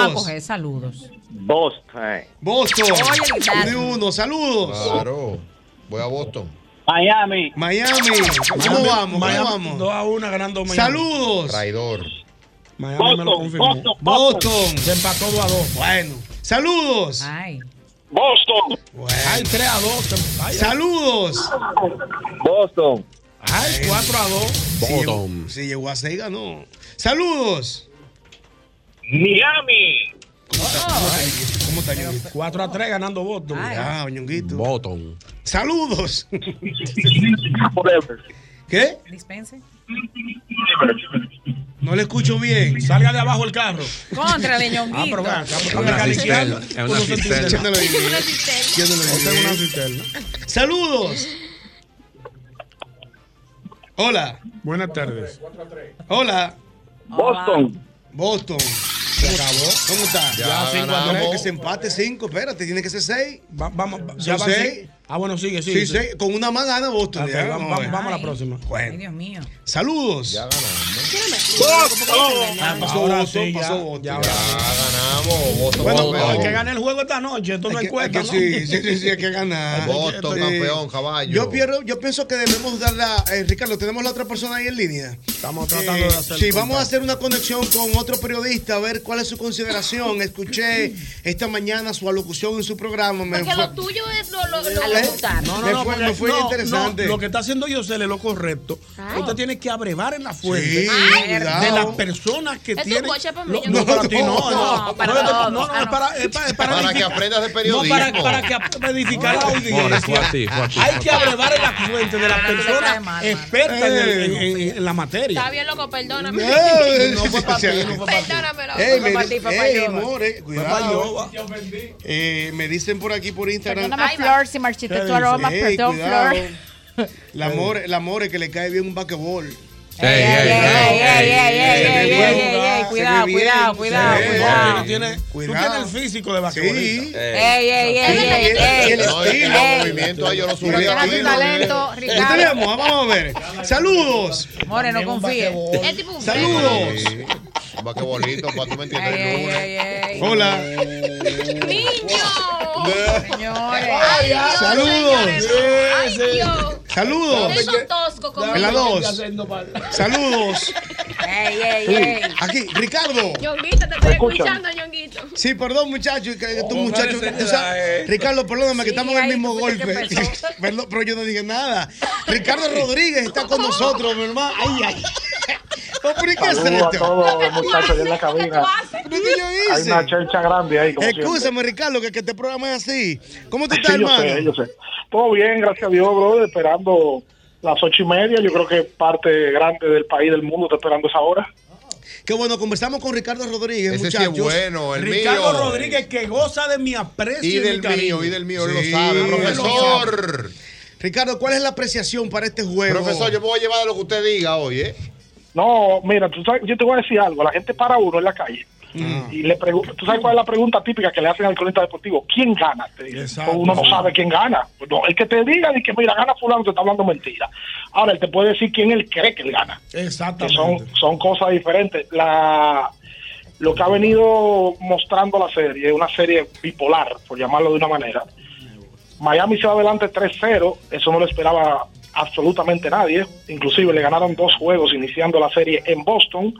Speaker 8: Saludos.
Speaker 25: coger, saludos.
Speaker 13: Boston.
Speaker 8: Boston.
Speaker 25: Oye,
Speaker 8: Uno y uno. Saludos.
Speaker 7: Claro. Voy a Boston.
Speaker 13: Miami.
Speaker 8: Miami. ¿Cómo
Speaker 6: Miami-
Speaker 8: vamos? ¿Cómo
Speaker 6: Miami,
Speaker 8: vamos?
Speaker 6: 2 a 1 ganando Miami.
Speaker 8: Saludos.
Speaker 7: Traidor.
Speaker 6: Miami me lo
Speaker 8: Boston,
Speaker 6: confirmó.
Speaker 8: Boston, Boston.
Speaker 6: Se empató 2 a 2.
Speaker 8: Bueno. Saludos.
Speaker 13: Boston.
Speaker 6: Ay, 3 a 2. Ay,
Speaker 8: Saludos.
Speaker 13: Boston.
Speaker 6: Ay, 4 a 2.
Speaker 8: Si llegó, si llegó a 6, ganó. Saludos.
Speaker 13: Miami.
Speaker 8: ¿Cómo está, Ñonguito?
Speaker 6: 4 a 3 ganando Boston.
Speaker 8: Ah, Ñonguito.
Speaker 2: Boston.
Speaker 6: <laughs>
Speaker 8: Saludos. ¿Qué?
Speaker 25: Dispense.
Speaker 8: No le escucho bien.
Speaker 6: Salga de abajo el carro.
Speaker 25: Contra leñonguito.
Speaker 6: Ah, pero vea, acá
Speaker 8: Es
Speaker 6: está
Speaker 8: una
Speaker 6: caliciando.
Speaker 8: cisterna, es
Speaker 6: Uno
Speaker 8: una
Speaker 6: se
Speaker 8: cisterna.
Speaker 6: entiende.
Speaker 8: Yo no lo digo.
Speaker 6: Es una
Speaker 8: Yo no lo
Speaker 6: Esta es
Speaker 8: digo.
Speaker 6: una cisterna.
Speaker 8: Saludos. Hola.
Speaker 6: Buenas tardes.
Speaker 8: Hola.
Speaker 13: Boston.
Speaker 8: Boston. Se acabó. ¿Cómo está?
Speaker 6: Ya
Speaker 8: cinco
Speaker 6: ganamos.
Speaker 8: a tres. Que se empate 5. Espérate, tiene que ser 6.
Speaker 6: vamos.
Speaker 8: Ya
Speaker 6: van seis. Ah, bueno, sigue, sigue.
Speaker 8: Sí, seis. Con una más gana Boston.
Speaker 6: Ok,
Speaker 8: ya,
Speaker 6: vamos,
Speaker 8: ver.
Speaker 6: vamos, vamos a la próxima.
Speaker 8: Bueno.
Speaker 25: Dios mío.
Speaker 8: Saludos. Ya
Speaker 6: Boston.
Speaker 8: Ah, pasó
Speaker 6: Ahora
Speaker 8: Boston,
Speaker 6: sí, ya.
Speaker 8: pasó Boston.
Speaker 6: Ya,
Speaker 7: ganamos. Boston
Speaker 6: Bueno,
Speaker 7: campeón.
Speaker 6: pero el que gane el juego esta noche, esto no hay cuenta.
Speaker 8: que sí, sí, sí, sí, hay que ganar.
Speaker 7: Boston,
Speaker 8: Sí.
Speaker 7: campeón, caballo.
Speaker 8: Yo, pierdo, yo pienso que debemos darla. eh, Ricardo, tenemos la otra persona ahí en línea. Eh,
Speaker 6: Estamos tratando de hacer
Speaker 8: Sí,
Speaker 6: contacto.
Speaker 8: vamos a hacer una conexión con otro periodista a ver cuál es su consideración. Escuché esta mañana su alocución en su programa. Me
Speaker 11: Porque
Speaker 8: fue-
Speaker 11: lo tuyo es lo, lo, lo,
Speaker 8: ¿Eh?
Speaker 6: No,
Speaker 8: Me
Speaker 6: no, no,
Speaker 8: fue-
Speaker 6: porque-
Speaker 8: me fue
Speaker 6: no,
Speaker 8: interesante.
Speaker 6: no, lo que está haciendo Yosel es lo correcto.
Speaker 11: Claro.
Speaker 6: Usted tiene que abrevar en la fuente
Speaker 8: Sí,
Speaker 11: Ay,
Speaker 6: de
Speaker 8: cuidado.
Speaker 6: las personas que
Speaker 11: Es un
Speaker 6: tienen.
Speaker 11: coche para mí,
Speaker 6: Lo-
Speaker 11: yo
Speaker 6: No,
Speaker 11: no-
Speaker 6: para ti no.
Speaker 11: No,
Speaker 6: No,
Speaker 11: para
Speaker 6: no,
Speaker 11: todos.
Speaker 6: no, no,
Speaker 11: Ah,
Speaker 6: es para, es para, es para,
Speaker 7: Para que
Speaker 6: edificar-
Speaker 7: aprendas de
Speaker 6: No, para,
Speaker 7: periodismo.
Speaker 6: para que ap- para edificar la
Speaker 2: More,
Speaker 6: audiencia.
Speaker 2: fue así, fue así.
Speaker 6: Hay que abrevar en la fuente de las
Speaker 11: Ah, no le cae
Speaker 6: personas
Speaker 11: mal,
Speaker 6: expertas en, el-
Speaker 7: Eh,
Speaker 6: en- en- en la
Speaker 11: Está
Speaker 6: materia.
Speaker 11: bien, loco, perdóname.
Speaker 8: No,
Speaker 11: <laughs>
Speaker 6: No fue para ti, no fue para ti.
Speaker 11: Perdóname, loco.
Speaker 8: Ey, me,
Speaker 11: Papá,
Speaker 8: di-
Speaker 11: ti, papá,
Speaker 8: ey,
Speaker 11: yo.
Speaker 8: more, cuidado. Eh, me dicen por aquí por Instagram.
Speaker 25: Perdóname, Flor, si marchité tu aroma.
Speaker 8: Ey,
Speaker 25: Perdón,
Speaker 8: cuidado.
Speaker 25: Flor.
Speaker 8: La more, la more que le cae bien un basquetbol.
Speaker 25: Cuidado, cuidado, cuidado,
Speaker 6: Ey,
Speaker 25: cuidado.
Speaker 6: tú tienes- Tú tienes el físico de basquetbolista.
Speaker 25: Ey, ey, ey, ey, ey.
Speaker 7: No, el
Speaker 25: Ey.
Speaker 7: movimiento yo lo subí
Speaker 25: Era
Speaker 7: aquí.
Speaker 25: tu talento,
Speaker 8: Entonces,
Speaker 25: Ricardo.
Speaker 8: vamos, vamos a ver. Saludos.
Speaker 25: More, no confíes.
Speaker 11: Es tipo un
Speaker 8: Saludos.
Speaker 7: Va que bonito, para tú me entiendes.
Speaker 25: Ey, ey, ey.
Speaker 8: Hola.
Speaker 11: niño.
Speaker 19: Señores.
Speaker 6: Ay, Dios,
Speaker 8: Saludos.
Speaker 6: señores. Ay, Dios.
Speaker 8: Saludos.
Speaker 6: Eso tosco como
Speaker 8: En la dos. Saludos.
Speaker 19: Ey, ey,
Speaker 8: Sí,
Speaker 19: ey.
Speaker 8: Aquí, Ricardo.
Speaker 6: Ñonguito, te estoy
Speaker 8: Escucha.
Speaker 6: escuchando, Ñonguito.
Speaker 8: Sí, perdón, muchachos. Que, que tú,
Speaker 6: Oh,
Speaker 8: muchacho,
Speaker 6: parece
Speaker 8: tú sabes-
Speaker 6: que da, eh.
Speaker 8: Ricardo, perdóname que
Speaker 6: Sí,
Speaker 8: estamos en el
Speaker 6: ahí
Speaker 8: mismo
Speaker 6: fuiste que
Speaker 8: golpe.
Speaker 6: empezó.
Speaker 8: <laughs> Perdón, pero yo no dije nada. Ricardo Rodríguez está con nosotros, mi hermano. Ay, ay. <laughs> No, pero ¿y ¿Qué es
Speaker 13: Saludos a
Speaker 8: esto?
Speaker 13: todos los muchachos allá en la cabina.
Speaker 8: Pero ¿qué yo
Speaker 13: Hay
Speaker 8: hice?
Speaker 13: una chelcha grande ahí, como
Speaker 8: Escúchame, Ricardo, que, que este programa es así. ¿Cómo tú
Speaker 13: siempre.
Speaker 8: estás,
Speaker 13: Sí, yo
Speaker 8: hermano?
Speaker 13: sé, yo sé. Todo bien, gracias a Dios, brother. Esperando las ocho y media. Yo creo que parte grande del país, del mundo, está esperando esa hora.
Speaker 8: Qué bueno, conversamos con Ricardo Rodríguez,
Speaker 13: Ese sí
Speaker 8: muchachos.
Speaker 13: es bueno, el
Speaker 7: Ricardo
Speaker 13: mío.
Speaker 7: Rodríguez que goza de mi aprecio
Speaker 8: Y
Speaker 7: y,
Speaker 8: del
Speaker 7: mi cariño.
Speaker 8: mío, y del mío,
Speaker 5: él lo sabe, profesor.
Speaker 8: Ricardo, ¿cuál es la apreciación para este juego?
Speaker 5: Profesor, yo me voy a llevar de lo que usted diga hoy, ¿eh?
Speaker 13: No, mira, tú sabes, yo te voy a decir algo. La gente para uno en la calle y le pregunta, ¿tú sabes cuál es la pregunta típica que le hacen al cronista deportivo? ¿Quién gana? Te dicen.
Speaker 31: Exacto.
Speaker 13: Pues uno no sabe quién gana. Pues no, el que te diga de que mira, gana fulano, te está hablando mentira. Ahora, él te puede decir quién él cree que él gana. Que
Speaker 7: Exactamente.
Speaker 13: son, son cosas diferentes. La, lo que ha venido mostrando la serie, una serie bipolar, por llamarlo de una manera. Miami se va adelante 3-0, eso no lo esperaba absolutamente nadie. Inclusive le ganaron dos juegos iniciando la serie en Boston.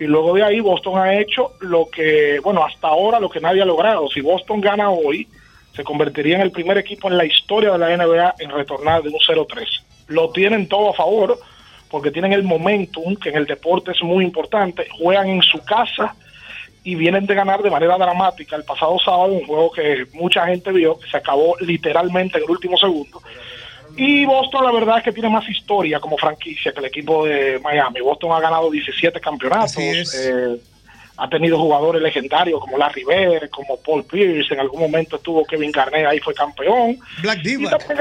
Speaker 13: Y luego de ahí Boston ha hecho lo que, bueno, hasta ahora lo que nadie ha logrado. Si Boston gana hoy, se convertiría en el primer equipo en la historia de la NBA en retornar de un 0-3. Lo tienen todo a favor porque tienen el momentum, que en el deporte es muy importante. Juegan en su casa y vienen de ganar de manera dramática el pasado sábado un juego que mucha gente vio, que se acabó literalmente en el último segundo. Y Boston la verdad es que tiene más historia como franquicia que el equipo de Miami. Boston ha ganado 17 campeonatos, eh, ha tenido jugadores legendarios como Larry Bird, como Paul Pierce, en algún momento estuvo Kevin Garnett, ahí fue campeón.
Speaker 8: Black
Speaker 13: Y también,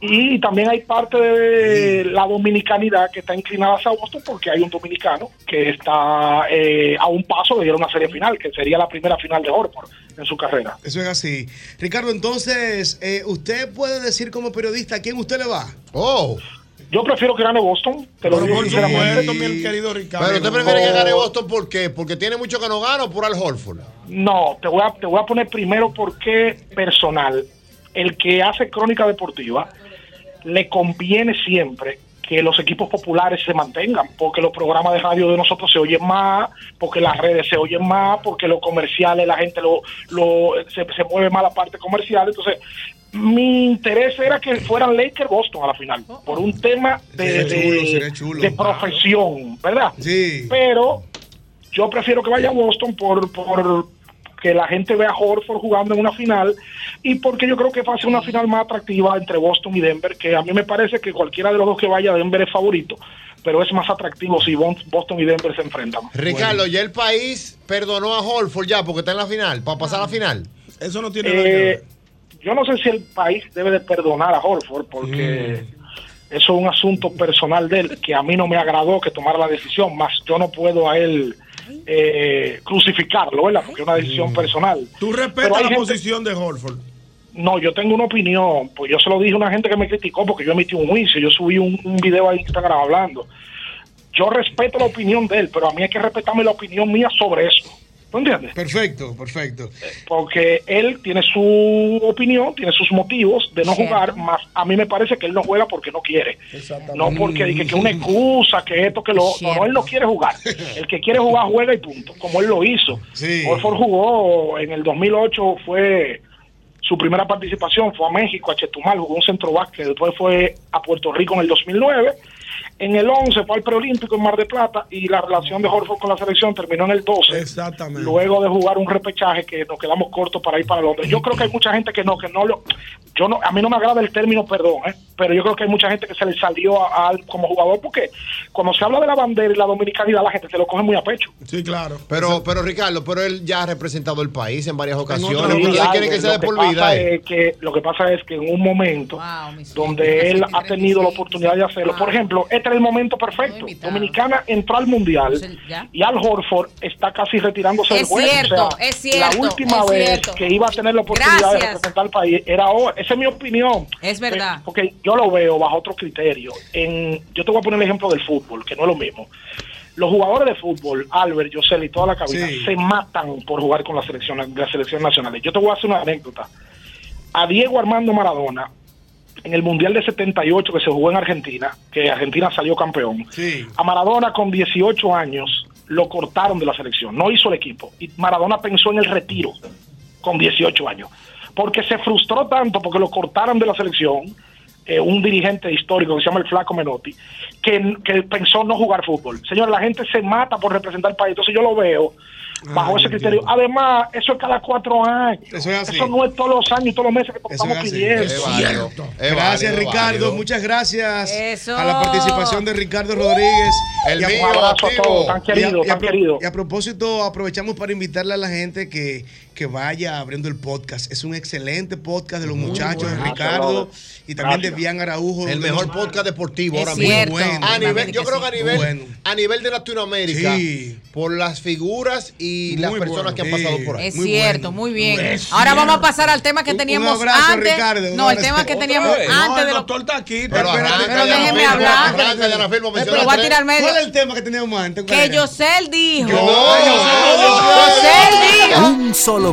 Speaker 13: y también hay parte de la dominicanidad que está inclinada hacia Boston porque hay un dominicano que está eh, a un paso de ir a una serie final, que sería la primera final de Horford en su carrera.
Speaker 8: Eso es así. Ricardo, entonces, eh, ¿usted puede decir como periodista a quién usted le va?
Speaker 5: Oh.
Speaker 13: Yo prefiero que gane Boston, te
Speaker 8: lo
Speaker 5: digo sinceramente.
Speaker 7: mi querido Ricardo.
Speaker 5: Pero usted prefiere
Speaker 13: No.
Speaker 5: que gane Boston, ¿por qué? ¿Porque tiene mucho que no gana o por Al Horford?
Speaker 13: No, te voy a, te voy a poner primero porque personal. El que hace crónica deportiva le conviene siempre que los equipos populares se mantengan, porque los programas de radio de nosotros se oyen más, porque las redes se oyen más, porque los comerciales, la gente lo, lo se, se mueve más la parte comercial. Entonces, mi interés era que fueran Lakers Boston a la final, por un tema de,
Speaker 8: Sería chulo,
Speaker 13: de-
Speaker 8: sería chulo.
Speaker 13: de profesión, ¿verdad? Pero yo prefiero que vaya a Boston por, por que la gente vea a Horford jugando en una final y porque yo creo que va a ser una final más atractiva entre Boston y Denver, que a mí me parece que cualquiera de los dos que vaya Denver es favorito, pero es más atractivo si Bon- Boston y Denver se enfrentan.
Speaker 5: Ricardo, ya el país perdonó a Horford ya porque está en la final, para pasar a la final.
Speaker 7: Eso no
Speaker 5: tiene
Speaker 13: Eh, yo no sé si el país debe de perdonar a Horford
Speaker 7: Mm.
Speaker 13: porque eso es un asunto personal de él que a mí no me agradó que tomara la decisión, más yo no puedo a él eh, crucificarlo, ¿verdad? Porque es una decisión personal.
Speaker 7: Mm. Tú
Speaker 13: Pero
Speaker 7: respetas
Speaker 13: hay
Speaker 7: la
Speaker 13: gente-
Speaker 7: posición de Horford.
Speaker 13: No, yo tengo una opinión, pues yo se lo dije a una gente que me criticó porque yo emití un juicio, yo subí un, un video a Instagram hablando. Yo respeto la opinión de él, pero a mí hay que respetarme la opinión mía sobre eso. ¿Tú entiendes?
Speaker 8: Perfecto, perfecto.
Speaker 13: Porque él tiene su opinión, tiene sus motivos de no
Speaker 8: Cierto.
Speaker 13: jugar, más a mí me parece que él no juega porque no quiere. No porque dije que una
Speaker 8: Mm.
Speaker 13: excusa, que esto, que lo otro. No, él no quiere jugar. El que quiere jugar, juega y punto. Como él lo hizo. Horford jugó en el 2008, fue su primera participación, fue a México, a Chetumal, jugó un centro básquet, después fue a Puerto Rico en el 2009. En el 11 fue al preolímpico en Mar de Plata y la relación de Horford con la selección terminó en el 12.
Speaker 7: Exactamente.
Speaker 13: Luego de jugar un repechaje que nos quedamos cortos para ir para Londres. Yo creo que hay mucha gente que no, que no lo. Yo no, a mí no me agrada el término perdón, ¿eh? pero yo creo que hay mucha gente que se le salió a, a él como jugador porque cuando se habla de la bandera y la dominicanidad, la gente se lo coge muy a pecho.
Speaker 7: Sí, claro.
Speaker 5: Pero, pero Ricardo, pero él ya ha representado el país en varias ocasiones.
Speaker 13: Sí,
Speaker 5: Ustedes
Speaker 13: algo,
Speaker 5: quieren que sea de
Speaker 13: lo que
Speaker 5: por
Speaker 13: pasa
Speaker 5: vida. eh.
Speaker 13: es que- lo que pasa es que en un momento donde él ha tenido la oportunidad de hacerlo, por ejemplo, este era el momento perfecto. Dominicana entró al mundial
Speaker 19: ya.
Speaker 13: y Al Horford está casi retirándose del
Speaker 19: Es
Speaker 13: juego. O
Speaker 19: cierto,
Speaker 13: sea,
Speaker 19: es cierto,
Speaker 13: La última
Speaker 19: es
Speaker 13: vez
Speaker 19: cierto.
Speaker 13: que iba a tener la oportunidad de
Speaker 19: Gracias.
Speaker 13: representar al país era ahora. Esa es mi opinión.
Speaker 19: Es verdad.
Speaker 13: Eh, Porque yo lo veo bajo otro criterio. En, yo te voy a poner el ejemplo del fútbol, que no es lo mismo. Los jugadores de fútbol, Albert, José y toda la cabina,
Speaker 8: Sí.
Speaker 13: se matan por jugar con la selección, las selecciones nacionales. Yo te voy a hacer una anécdota. a Diego Armando Maradona en el Mundial de 78 que se jugó en Argentina, que Argentina salió campeón. A Maradona con 18 años lo cortaron de la selección, no hizo el equipo. Y Maradona pensó en el retiro con 18 años, porque se frustró tanto porque lo cortaron de la selección. eh, un dirigente histórico que se llama el Flaco Menotti, que, que pensó no jugar fútbol. Señor, la gente se mata por representar al país. Entonces yo lo veo bajo
Speaker 12: Ah,
Speaker 13: ese
Speaker 12: yo
Speaker 13: criterio. Además, eso es cada cuatro años. Eso, no es todos los años y todos los meses que estamos
Speaker 12: así.
Speaker 13: pidiendo.
Speaker 12: Es válido. Es
Speaker 8: gracias,
Speaker 12: válido,
Speaker 8: Ricardo.
Speaker 12: válido.
Speaker 8: Muchas gracias a la participación de
Speaker 25: Uh.
Speaker 8: Ricardo Rodríguez.
Speaker 13: El
Speaker 8: a-
Speaker 13: mío, Un abrazo a activo. todos, tan querido,
Speaker 8: y a,
Speaker 13: tan querido.
Speaker 8: y a propósito, aprovechamos para invitarle a la gente que, que vaya abriendo el podcast. Es un excelente podcast de los muchachos, de
Speaker 7: bueno.
Speaker 8: Ricardo y también de
Speaker 7: Gracias.
Speaker 8: Bian Araujo.
Speaker 7: El
Speaker 8: donde
Speaker 7: mejor
Speaker 8: nos-
Speaker 7: podcast deportivo
Speaker 8: Es
Speaker 7: ahora mismo.
Speaker 8: cierto. Bueno.
Speaker 7: a nivel, yo
Speaker 8: Muy
Speaker 7: creo que a nivel,
Speaker 8: bueno.
Speaker 7: a nivel de Latinoamérica,
Speaker 8: Sí.
Speaker 7: por las figuras y las personas que han pasado por ahí.
Speaker 25: Es cierto, muy bien.
Speaker 7: Es
Speaker 25: Ahora vamos a
Speaker 7: cierto.
Speaker 25: pasar al tema que
Speaker 7: Un- un
Speaker 25: teníamos
Speaker 7: abrazo,
Speaker 25: antes.
Speaker 7: Ricardo, un
Speaker 25: no, el
Speaker 7: abrazo.
Speaker 25: tema que
Speaker 7: Otra
Speaker 25: teníamos
Speaker 7: vez.
Speaker 25: antes
Speaker 7: No, el
Speaker 25: de los
Speaker 7: doctor
Speaker 6: está aquí.
Speaker 7: Pero arranca,
Speaker 25: Pero
Speaker 7: ya,
Speaker 25: déjeme
Speaker 7: Rafael,
Speaker 25: hablar.
Speaker 7: arranca, ya, Rafael, porque
Speaker 25: Eh,
Speaker 7: menciona
Speaker 25: pero voy a
Speaker 7: tres.
Speaker 25: tirar medio.
Speaker 8: ¿Cuál es el tema que teníamos antes?
Speaker 25: Que Yosel dijo.
Speaker 8: No,
Speaker 32: Ah,
Speaker 8: Yosel.
Speaker 25: Yosel dijo.
Speaker 3: Un solo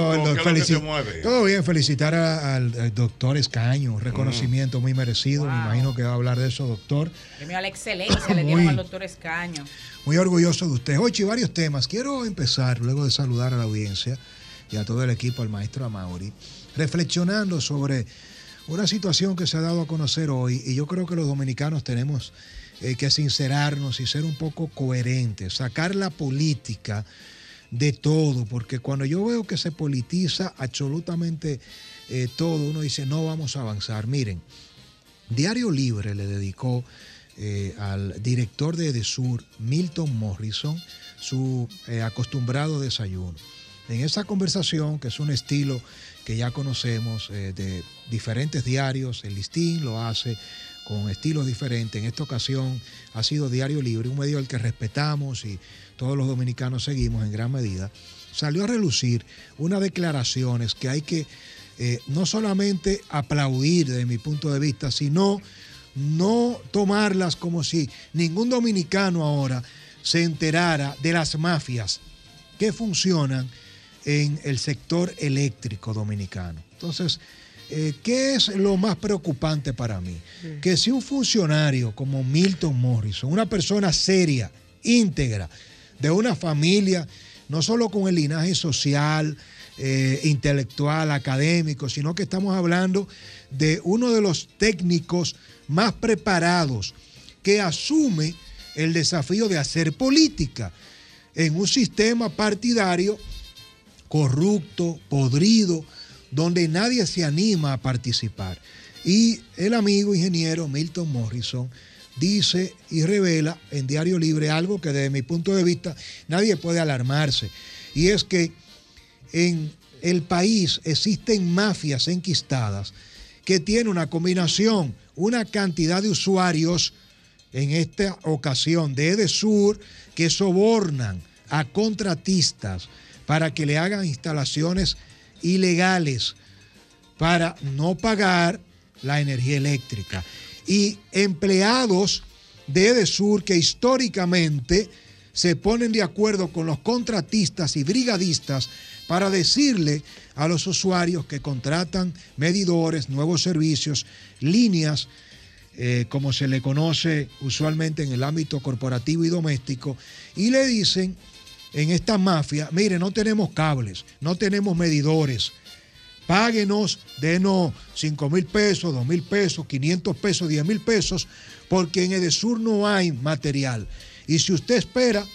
Speaker 4: ¿qué es lo que te
Speaker 33: felici-
Speaker 4: mueve?
Speaker 33: todo bien, felicitar a- al, al doctor Escaño, un reconocimiento muy merecido, me imagino que va a hablar de eso, doctor.
Speaker 25: Premio a la excelencia le dieron
Speaker 33: Uy.
Speaker 25: al doctor Escaño.
Speaker 33: Muy orgulloso de usted. Ochi, varios temas. Quiero empezar, luego de saludar a la audiencia y a todo el equipo, al maestro Amauri, reflexionando sobre una situación que se ha dado a conocer hoy y yo creo que los dominicanos tenemos eh, que sincerarnos y ser un poco coherentes, sacar la política de todo, porque cuando yo veo que se politiza absolutamente eh, todo, uno dice, no vamos a avanzar. Miren, Diario Libre le dedicó eh, al director de Edesur, Milton Morrison, su eh, acostumbrado desayuno. En esa conversación, que es un estilo que ya conocemos eh, de diferentes diarios, el listín lo hace con estilos diferentes. En esta ocasión ha sido Diario Libre, un medio al que respetamos y todos los dominicanos seguimos en gran medida. Salió a relucir unas declaraciones que hay que eh, no solamente aplaudir desde mi punto de vista, sino no tomarlas como si ningún dominicano ahora se enterara de las mafias que funcionan en el sector eléctrico dominicano. Entonces, eh, ¿qué es lo más preocupante para mí?
Speaker 12: Mm.
Speaker 33: Que si un funcionario como Milton Morrison, una persona seria, íntegra, de una familia, no solo con el linaje social, eh, intelectual, académico, sino que estamos hablando de uno de los técnicos más preparados que asume el desafío de hacer política en un sistema partidario corrupto, podrido, donde nadie se anima a participar. Y el amigo ingeniero Milton Morrison dice y revela en Diario Libre algo que desde mi punto de vista nadie puede alarmarse. Y es que en el país existen mafias enquistadas que tienen una combinación, una cantidad de usuarios en esta ocasión de EDESUR que sobornan a contratistas para que le hagan instalaciones ilegales para no pagar la energía eléctrica. Y empleados de EDESUR que históricamente se ponen de acuerdo con los contratistas y brigadistas para decirle a los usuarios que contratan medidores, nuevos servicios, líneas, eh, como se le conoce usualmente en el ámbito corporativo y doméstico, y le dicen en esta mafia, mire, no tenemos cables, no tenemos medidores, Páguenos, denos 5 mil pesos, 2 mil pesos, 500 pesos, 10 mil pesos, porque en Edesur no hay material. Y si usted espera,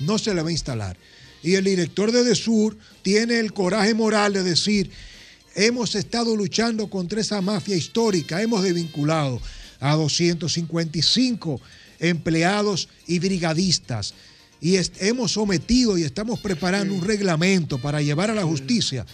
Speaker 33: no se le va a instalar. Y el director de Edesur tiene el coraje moral de decir, hemos estado luchando contra esa mafia histórica, hemos desvinculado a 255 empleados y brigadistas y est- hemos sometido y estamos preparando un reglamento para llevar a la justicia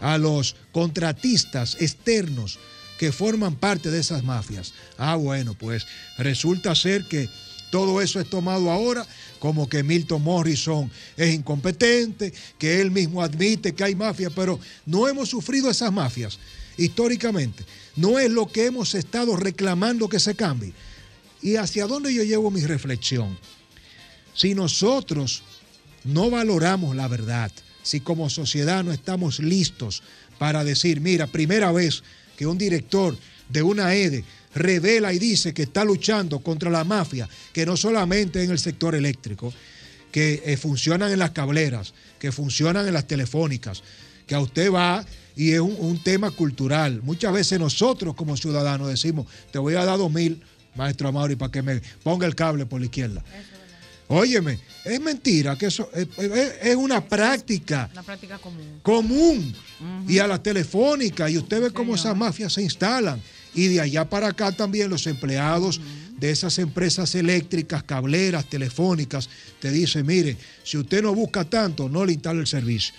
Speaker 33: a los contratistas externos que forman parte de esas mafias. Ah, bueno, pues resulta ser que todo eso es tomado ahora como que Milton Morrison es incompetente, que él mismo admite que hay mafia, pero no hemos sufrido esas mafias históricamente. No es lo que hemos estado reclamando que se cambie. ¿Y hacia dónde yo llevo mi reflexión? Si nosotros no valoramos la verdad, si como sociedad no estamos listos para decir, mira, primera vez que un director de una EDE revela y dice que está luchando contra la mafia, que no solamente en el sector eléctrico, que eh, funcionan en las cableras, que funcionan en las telefónicas, que a usted va y es un, un tema cultural. Muchas veces nosotros como ciudadanos decimos, te voy a dar dos mil, maestro Amaury, para que me ponga el cable por la izquierda. Óyeme, es mentira que eso eh, eh, es, una práctica
Speaker 25: La práctica común.
Speaker 33: común y a la telefónica y usted ve cómo esas mafias se instalan y de allá para acá también los empleados de esas empresas eléctricas, cableras, telefónicas, te dicen, mire, si usted no busca tanto, no le instala el servicio.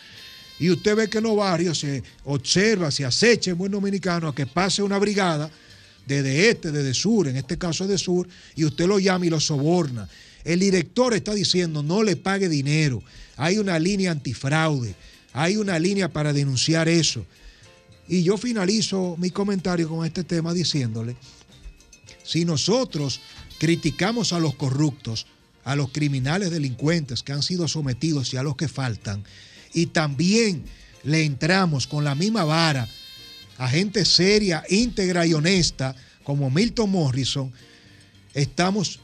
Speaker 33: Y usted ve que en los barrios se observa, se acecha en buen dominicano a que pase una brigada desde este, desde sur, en este caso de sur, y usted lo llama y lo soborna. El director está diciendo no le pague dinero. Hay una línea antifraude, hay una línea para denunciar eso. Y yo finalizo mi comentario con este tema diciéndole, si nosotros criticamos a los corruptos, a los criminales delincuentes que han sido sometidos y a los que faltan, y también le entramos con la misma vara a gente seria, íntegra y honesta como Milton Morrison, estamos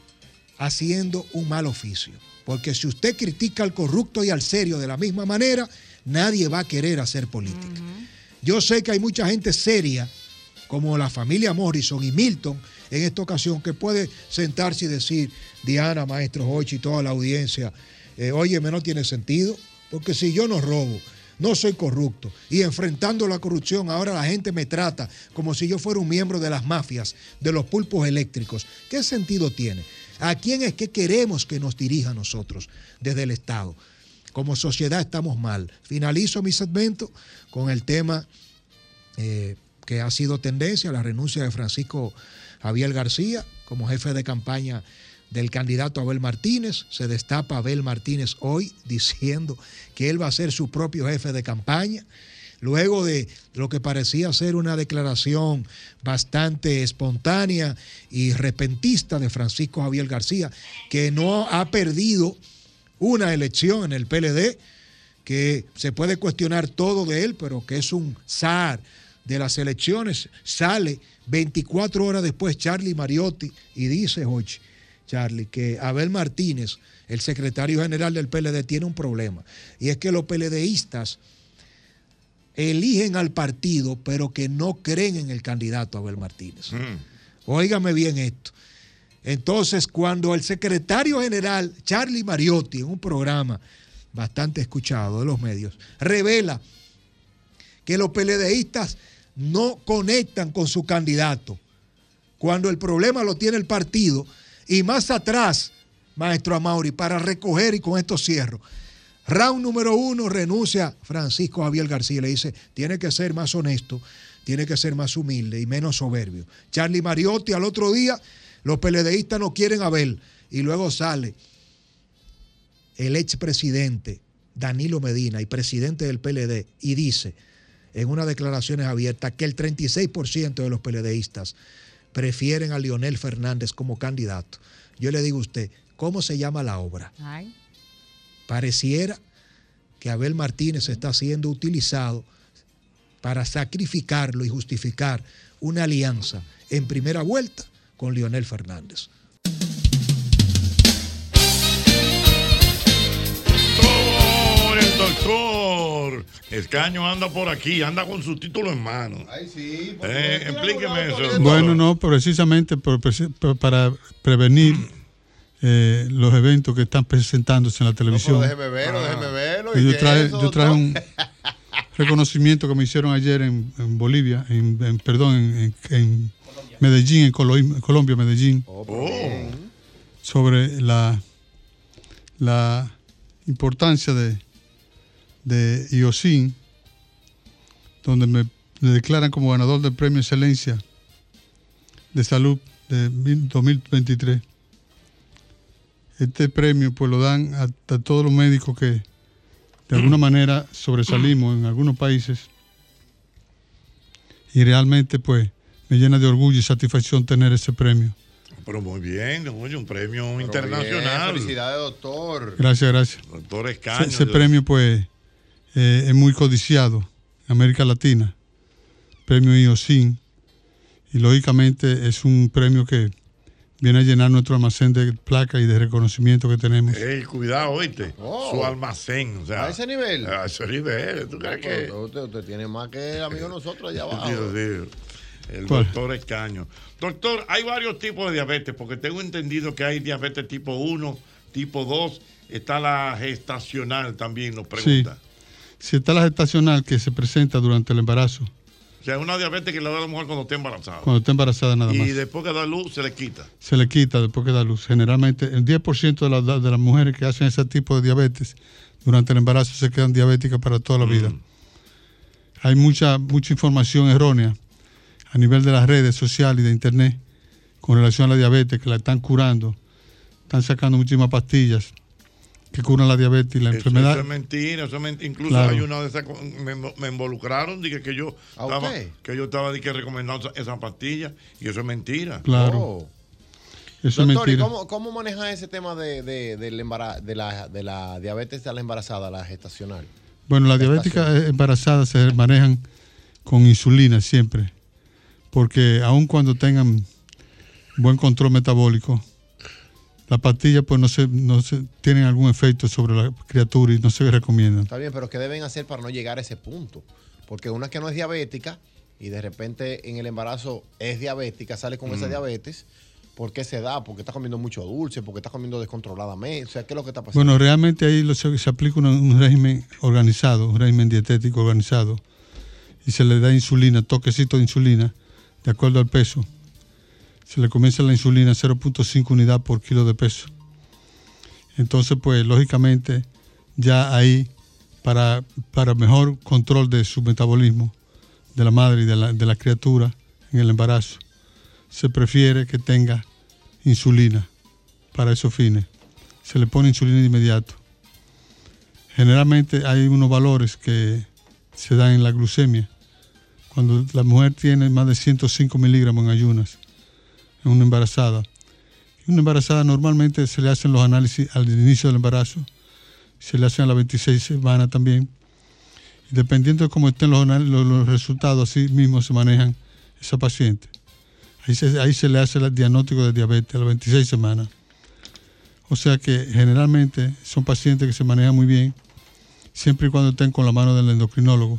Speaker 33: haciendo un mal oficio. Porque si usted critica al corrupto y al serio de la misma manera, nadie va a querer hacer política. Yo sé que hay mucha gente seria, como la familia Morrison y Milton, en esta ocasión, que puede sentarse y decir, Diana, maestro Hochi y toda la audiencia, eh, óyeme, no tiene sentido, porque si yo no robo, no soy corrupto, y enfrentando la corrupción, ahora la gente me trata como si yo fuera un miembro de las mafias, de los pulpos eléctricos. ¿Qué sentido tiene? ¿A quién es que queremos que nos dirija a nosotros desde el Estado? Como sociedad estamos mal. Finalizo mi segmento con el tema eh, que ha sido tendencia, la renuncia de Francisco Javier García como jefe de campaña del candidato Abel Martínez. Se destapa Abel Martínez hoy diciendo que él va a ser su propio jefe de campaña. Luego de lo que parecía ser una declaración bastante espontánea y repentista de Francisco Javier García, que no ha perdido una elección en el PLD, que se puede cuestionar todo de él, pero que es un zar de las elecciones, sale 24 horas después Charlie Mariotti y dice, Hochi, Charlie, que Abel Martínez, el secretario general del PLD, tiene un problema. Y es que los PLDistas eligen al partido, pero que no creen en el candidato Abel Martínez. Óigame bien esto. Entonces, cuando el secretario general Charlie Mariotti, en un programa bastante escuchado de los medios, revela que los PLDistas no conectan con su candidato, cuando el problema lo tiene el partido, y más atrás, maestro Amauri, para recoger y con esto cierro. Round número uno renuncia Francisco Javier García. Le dice, tiene que ser más honesto, tiene que ser más humilde y menos soberbio. Charlie Mariotti al otro día, los peledeístas no quieren a Abel. Y luego sale el expresidente Danilo Medina y presidente del PLD y dice en unas declaraciones abiertas que el 36% de los PLDistas prefieren a Leonel Fernández como candidato. Yo le digo a usted, ¿cómo se llama la obra?
Speaker 25: Ay.
Speaker 33: pareciera que Abel Martínez está siendo utilizado para sacrificarlo y justificar una alianza en primera vuelta con Leonel Fernández.
Speaker 4: Por el doctor Escaño anda por aquí, anda con su título en mano. Ay, sí. explíqueme eso. doctor.
Speaker 24: Bueno, no, precisamente por- por- para prevenir eh, los eventos que están presentándose en la televisión.
Speaker 7: déjeme verlo, déjeme verlo.
Speaker 24: Y
Speaker 7: ¿y
Speaker 24: yo
Speaker 7: qué
Speaker 24: traje,
Speaker 7: es eso,
Speaker 24: yo
Speaker 7: doctor?
Speaker 24: traje un reconocimiento que me hicieron ayer en, en Bolivia, en, en- perdón, en, en- en Medellín, en Colo- Colombia, Medellín,
Speaker 7: Oh,
Speaker 24: sobre la, la importancia de, de IOSIN, donde me, me declaran como ganador del Premio Excelencia de Salud de mil- 2023. Este premio pues lo dan a, a todos los médicos que, de alguna manera sobresalimos en algunos países y realmente pues me llena de orgullo y satisfacción tener ese premio.
Speaker 4: Pero muy bien, oye, un premio internacional.
Speaker 7: felicidades, doctor.
Speaker 24: Gracias, gracias.
Speaker 4: Doctor
Speaker 24: Ese,
Speaker 4: Escaño.
Speaker 24: ese premio pues eh, es muy codiciado en América Latina, premio IOSIN, y lógicamente es un premio que viene a llenar nuestro almacén de placa y de reconocimiento que tenemos.
Speaker 4: Ey, cuidado, oíste.
Speaker 7: Oh.
Speaker 4: Su almacén. O sea,
Speaker 7: A ese nivel.
Speaker 4: A ese nivel. ¿Tú crees que.?
Speaker 7: Usted, usted tiene más que el amigo de nosotros allá abajo.
Speaker 4: Dios mío. El
Speaker 24: ¿Cuál?
Speaker 4: doctor Escaño. Doctor, hay varios tipos de diabetes, porque tengo entendido que hay diabetes tipo 1, tipo 2, está la gestacional también, nos pregunta.
Speaker 24: Si está la gestacional que se presenta durante el embarazo,
Speaker 4: O sea, una diabetes que le da a la mujer cuando está embarazada.
Speaker 24: cuando está embarazada nada
Speaker 4: y
Speaker 24: más.
Speaker 4: después que da luz se le quita.
Speaker 24: se le quita después que da luz. Generalmente el 10% de, la- de las mujeres que hacen ese tipo de diabetes durante el embarazo se quedan diabéticas para toda la
Speaker 7: Mm.
Speaker 24: vida. Hay mucha, mucha información errónea a nivel de las redes sociales y de internet con relación a la diabetes, que la están curando, están sacando muchísimas pastillas que curan la diabetes y la enfermedad.
Speaker 4: Eso es mentira, eso es mentira. Incluso
Speaker 24: Claro.
Speaker 4: hay una de esas co- me, me involucraron, dije que yo estaba,
Speaker 24: usted?
Speaker 4: que yo estaba dije, recomendando esa, esa pastilla y eso es mentira.
Speaker 24: Claro.
Speaker 7: Oh,
Speaker 24: Eso es
Speaker 7: Doctor, ¿y
Speaker 24: mentira.
Speaker 7: cómo, cómo maneja ese tema de, de, del embara- de, la, de la diabetes de la embarazada, la gestacional?
Speaker 24: Bueno, las diabéticas embarazadas se manejan con insulina siempre, porque aun cuando tengan buen control metabólico, las pastillas pues no se, no se- tienen algún efecto sobre la criatura y no se recomiendan.
Speaker 7: Está bien, pero ¿qué deben hacer para no llegar a ese punto? Porque una que no es diabética y de repente en el embarazo es diabética, sale con
Speaker 8: Mm.
Speaker 7: esa diabetes, ¿por qué se da? Porque está comiendo mucho dulce, porque está comiendo descontroladamente. O sea, ¿qué es lo que está pasando?
Speaker 24: Bueno, realmente ahí lo- se, se aplica una- un régimen organizado, un régimen dietético organizado, y se le da insulina, toquecito de insulina, de acuerdo al peso. Se le comienza la insulina 0.5 unidad por kilo de peso. Entonces, pues lógicamente, ya ahí, para, para mejor control de su metabolismo, de la madre y de la, de la criatura en el embarazo, se prefiere que tenga insulina para esos fines se le pone insulina de inmediato. Generalmente hay unos valores que se dan en la glucemia. Cuando la mujer tiene más de 105 miligramos en ayunas, en una embarazada. En una embarazada normalmente se le hacen los análisis al inicio del embarazo, se le hacen a las 26 semanas también. Y dependiendo de cómo estén los, anal- los- los resultados, así mismo se manejan esa paciente. Ahí se, ahí se le hace el diagnóstico de diabetes a las 26 semanas. O sea que generalmente son pacientes que se manejan muy bien, siempre y cuando estén con la mano del endocrinólogo,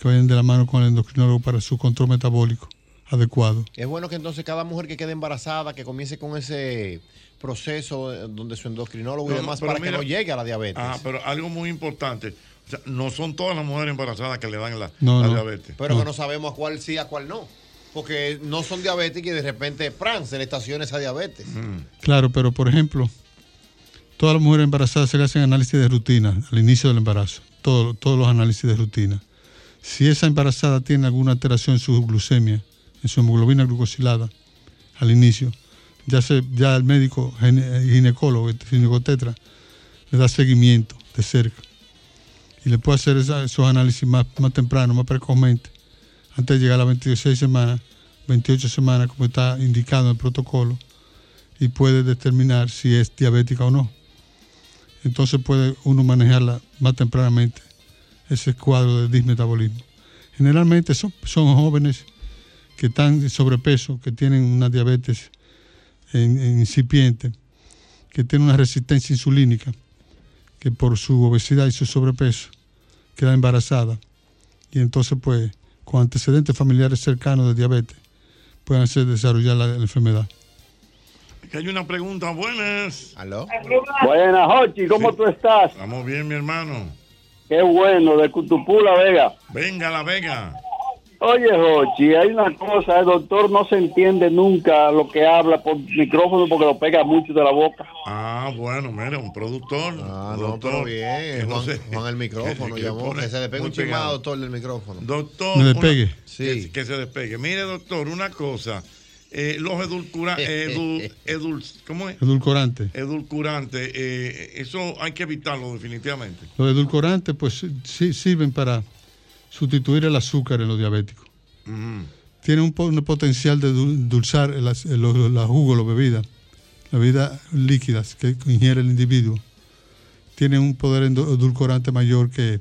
Speaker 24: que vayan de la mano con el endocrinólogo para su control metabólico adecuado.
Speaker 7: Es bueno que entonces cada mujer que quede embarazada, que comience con ese proceso eh, donde su endocrinólogo y
Speaker 4: No,
Speaker 7: demás,
Speaker 4: pero
Speaker 7: para que
Speaker 4: mira-
Speaker 7: no llegue a la diabetes.
Speaker 4: Ah, pero algo muy importante. O sea, no son todas las mujeres embarazadas que le dan la,
Speaker 24: No,
Speaker 4: la
Speaker 24: no.
Speaker 4: diabetes.
Speaker 7: Pero que no sabemos a cuál sí, a cuál no. Porque no son diabéticas y de repente, ¡pran! se le estaciona esa diabetes.
Speaker 4: Mm.
Speaker 24: Claro, pero por ejemplo, todas las mujeres embarazadas se le hacen análisis de rutina al inicio del embarazo, todo- todos los análisis de rutina. Si esa embarazada tiene alguna alteración en su glucemia, en su hemoglobina glucosilada, al inicio, ya, se, ya el médico gine- ginecólogo, el ginecotetra, le da seguimiento de cerca y le puede hacer esa- esos análisis más, más temprano, más precozmente, antes de llegar a las 26 semanas, 28 semanas, como está indicado en el protocolo y puede determinar si es diabética o no. Entonces puede uno manejarla más tempranamente, ese cuadro de dismetabolismo. Generalmente son, son jóvenes que están de sobrepeso, que tienen una diabetes en- en incipiente, que tienen una resistencia insulínica, que por su obesidad y su sobrepeso queda embarazada. Y entonces, pues, con antecedentes familiares cercanos de diabetes, pueden hacer desarrollar la, la enfermedad.
Speaker 4: Que hay una pregunta, buenas. ¿Aló?
Speaker 18: Buenas, Jochi, ¿cómo tú estás?
Speaker 4: Estamos bien, mi hermano.
Speaker 18: Qué bueno, de Cutupula, Vega.
Speaker 4: Venga, La Vega.
Speaker 18: Oye, Jochi, hay una cosa, el doctor no se entiende nunca lo que habla por micrófono porque lo pega mucho de la boca.
Speaker 4: Ah, bueno, mira, un productor. Ah,
Speaker 7: no, pero bien. Eh, Juan, Juan
Speaker 4: <laughs>
Speaker 7: el micrófono llamó. Que se le pegue un chimado, doctor, del micrófono.
Speaker 4: Doctor.
Speaker 24: Me
Speaker 4: Oh, una-
Speaker 24: despegue.
Speaker 4: que, que se despegue. Mire, doctor, una cosa. eh,
Speaker 7: <laughs>
Speaker 4: los edulcurantes. ¿Cómo es?
Speaker 24: Edulcorante.
Speaker 4: Edulcurantes. eh, eso hay que evitarlo, definitivamente.
Speaker 24: Los edulcorantes, pues, sí- sirven para sustituir el azúcar en los diabéticos. Tiene un, po- un potencial de dul- dulzar el, az- el- los, los jugos, las bebidas, las bebidas líquidas que ingiere el individuo. Tiene un poder endo- edulcorante mayor que,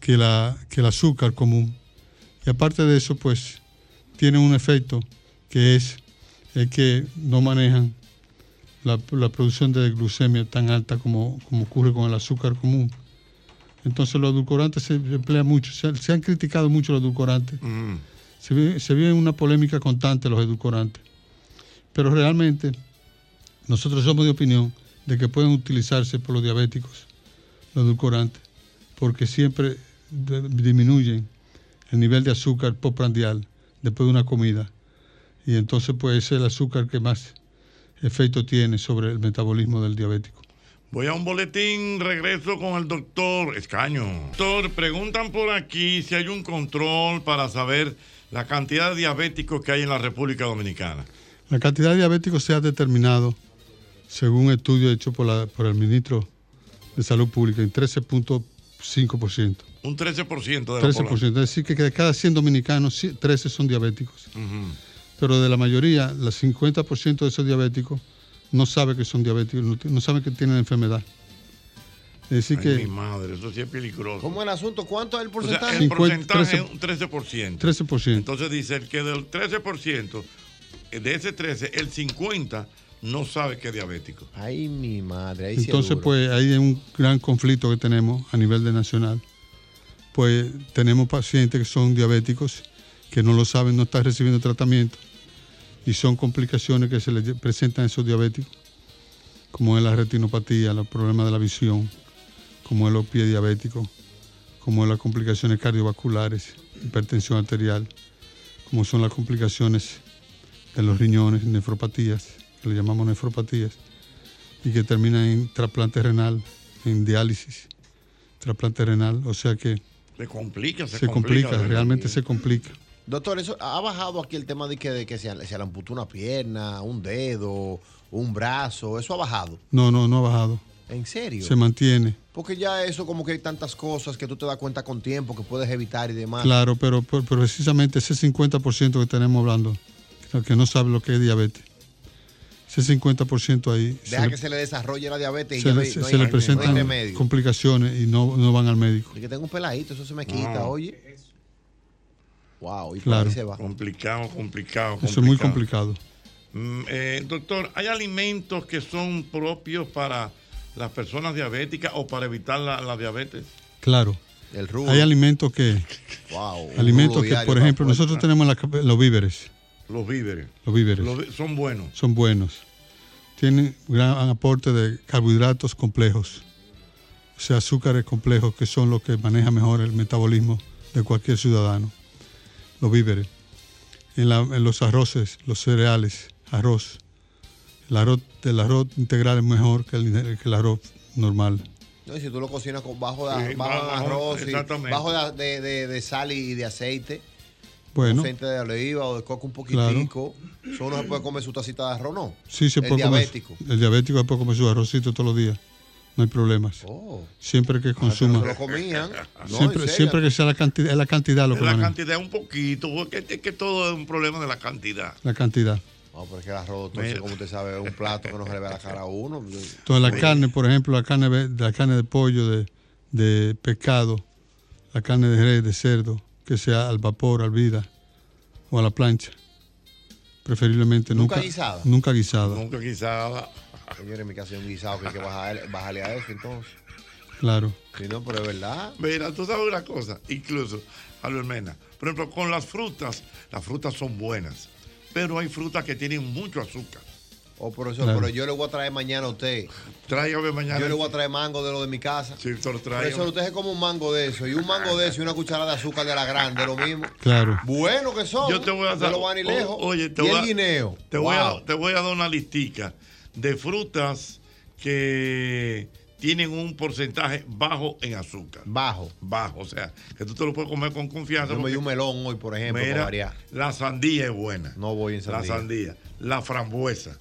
Speaker 24: que, la, que el azúcar común. Y aparte de eso, pues, tiene un efecto que es el que no manejan la, la producción de glucemia tan alta como, como ocurre con el azúcar común. Entonces los edulcorantes se emplean mucho, se, han- se han criticado mucho los edulcorantes. Se, vive, se vive una polémica constante los edulcorantes. Pero realmente nosotros somos de opinión de que pueden utilizarse por los diabéticos los edulcorantes, porque siempre de- disminuyen el nivel de azúcar postprandial después de una comida. Y entonces pues es el azúcar que más efecto tiene sobre el metabolismo del diabético.
Speaker 4: Voy a un boletín, regreso con el doctor Escaño. Doctor, preguntan por aquí si hay un control para saber la cantidad de diabéticos que hay en la República Dominicana.
Speaker 24: La cantidad de diabéticos se ha determinado, según un estudio hecho por, la- por el ministro de Salud Pública, en 13.5%.
Speaker 4: Un 13% de la
Speaker 24: 13%.
Speaker 4: población.
Speaker 24: Es decir, que de cada 100 dominicanos, sí, 13 son diabéticos.
Speaker 4: Ujú.
Speaker 24: Pero de la mayoría, el 50% de esos diabéticos no sabe que son diabéticos, no, ti- no sabe que tienen la enfermedad. Es decir,
Speaker 4: Ay,
Speaker 24: que
Speaker 4: mi madre, eso sí es peligroso.
Speaker 7: ¿Cómo el asunto? ¿Cuánto es el
Speaker 4: O sea,
Speaker 7: porcentaje?
Speaker 4: el
Speaker 24: 50,
Speaker 4: porcentaje es
Speaker 24: 13%.
Speaker 4: un 13%.
Speaker 24: 13%.
Speaker 4: Entonces dice el que del 13%, eh, de ese 13, el 50 no sabe que es diabético.
Speaker 7: Ay, mi madre. Ahí sí es
Speaker 24: Entonces,
Speaker 7: duro.
Speaker 24: pues ahí es un gran conflicto que tenemos a nivel de nacional. Pues tenemos pacientes que son diabéticos, que no lo saben, no están recibiendo tratamiento y son complicaciones que se les lle- presentan a esos diabéticos, como es la retinopatía, los problemas de la visión, como es los pies diabéticos, como es las complicaciones cardiovasculares, hipertensión arterial, como son las complicaciones de los riñones, nefropatías, que le llamamos nefropatías y que termina en trasplante renal, en diálisis, trasplante renal, o sea que
Speaker 4: Se complica, se,
Speaker 24: se, complica,
Speaker 4: ¿verdad?
Speaker 24: realmente se complica.
Speaker 7: Doctor, eso ha bajado aquí el tema de que, de que se, se le amputó una pierna, un dedo, un brazo. Eso ha bajado.
Speaker 24: No, no, no ha bajado,
Speaker 7: ¿En serio?
Speaker 24: se mantiene,
Speaker 7: Porque ya eso como que hay tantas cosas que tú te das cuenta con tiempo que puedes evitar y demás.
Speaker 24: claro, pero, pero precisamente ese 50% que tenemos hablando, que no sabe lo que es diabetes, ese 50% ahí se
Speaker 7: Deja
Speaker 24: le,
Speaker 7: que se le desarrolle la diabetes y
Speaker 24: se
Speaker 7: ya
Speaker 24: le-
Speaker 7: no hay-
Speaker 24: se-
Speaker 7: no hay-
Speaker 24: se le
Speaker 7: no hay
Speaker 24: presentan
Speaker 7: remedio.
Speaker 24: complicaciones y no, no van al médico.
Speaker 7: Y que tengo un peladito, eso se me quita,
Speaker 4: No.
Speaker 7: oye. Wow, y por
Speaker 24: Claro.
Speaker 7: ahí se va.
Speaker 4: Complicado, complicado, complicado.
Speaker 24: Eso es muy complicado.
Speaker 4: Mm, eh, doctor, ¿hay alimentos que son propios para las personas diabéticas o para evitar la, la diabetes?
Speaker 24: Claro.
Speaker 7: El
Speaker 24: Hay alimentos que,
Speaker 7: Wow, un
Speaker 24: alimentos
Speaker 4: rulo
Speaker 24: que,
Speaker 4: diario
Speaker 24: por
Speaker 4: va
Speaker 24: ejemplo,
Speaker 5: pues,
Speaker 4: fuerte.
Speaker 5: ah,
Speaker 24: nosotros tenemos la cap- los víveres.
Speaker 4: Los víveres.
Speaker 24: Los víveres.
Speaker 4: Los vi- son buenos.
Speaker 24: son buenos. Tienen gran aporte de carbohidratos complejos, o sea, azúcares complejos que son los que maneja mejor el metabolismo de cualquier ciudadano. Los víveres. En, la- en los arroces, los cereales, arroz. El arroz, el arroz integral es mejor que el, que el arroz normal.
Speaker 7: No, y si tú lo cocinas con bajo de,
Speaker 4: Sí,
Speaker 7: bajo de
Speaker 4: bajo,
Speaker 7: arroz, y
Speaker 4: exactamente.
Speaker 7: bajo de, de- de- de sal y de aceite,
Speaker 24: Bueno,
Speaker 7: aceite de oliva o de coco un
Speaker 24: Claro.
Speaker 7: poquitico, solo uno se puede comer su tacita de arroz, ¿no?
Speaker 24: sí se
Speaker 7: El
Speaker 24: puede comer.
Speaker 7: diabético.
Speaker 24: El diabético puede comer su arrocito todos los días. No hay problemas. Siempre que consuma.
Speaker 7: Se lo comían. No,
Speaker 24: siempre,
Speaker 7: en serio.
Speaker 24: siempre que sea la cantidad, es la cantidad lo
Speaker 4: Es
Speaker 24: que
Speaker 4: la
Speaker 24: maneja.
Speaker 4: cantidad un poquito, porque es que todo es un problema de la cantidad.
Speaker 24: la cantidad.
Speaker 7: No, pero es que el arroz, doctor, sí, como usted sabe, es un plato que no se le ve la cara a uno.
Speaker 24: Entonces la carne, por ejemplo, la carne de, la carne de pollo, de, de pescado, la carne de res, de cerdo, que sea al vapor, al vida o a la plancha. Preferiblemente
Speaker 7: Nunca
Speaker 24: nunca,
Speaker 7: guisada.
Speaker 24: Nunca guisada.
Speaker 4: Nunca guisada.
Speaker 7: Señores, en mi casa hay un guisado que hay que bajar- bajarle a eso, entonces.
Speaker 24: Claro.
Speaker 5: Sí, no, pero es verdad.
Speaker 4: Mira, tú sabes una cosa, incluso, Albert Mena, por ejemplo, con las frutas, las frutas son buenas, pero hay frutas que tienen mucho azúcar.
Speaker 5: Oh, profesor,
Speaker 4: Claro.
Speaker 5: pero yo le voy a traer mañana a usted.
Speaker 4: Tráigame mañana.
Speaker 5: Yo le voy a traer mango de lo de mi casa.
Speaker 4: Sí, doctor,
Speaker 5: Profesor, usted es como un mango de eso, y un mango de eso, y una cucharada de azúcar de la grande, lo mismo.
Speaker 24: Claro.
Speaker 5: Bueno que son.
Speaker 4: Yo te voy a
Speaker 5: No
Speaker 4: dar.
Speaker 5: lo van ni
Speaker 4: o-
Speaker 5: lejos.
Speaker 4: Oye, te
Speaker 5: y
Speaker 4: voy
Speaker 5: el
Speaker 4: a-
Speaker 5: guineo.
Speaker 4: Te, voy
Speaker 5: Wow.
Speaker 4: a, te voy a dar una listica de frutas que tienen un porcentaje bajo en azúcar.
Speaker 5: Bajo.
Speaker 4: Bajo. O sea, que tú te lo puedes comer con confianza.
Speaker 5: Yo me di
Speaker 4: porque-
Speaker 5: un melón hoy, por ejemplo, para
Speaker 4: Mira,
Speaker 5: variar.
Speaker 4: la sandía es buena.
Speaker 5: No voy en sandía.
Speaker 4: La sandía. La frambuesa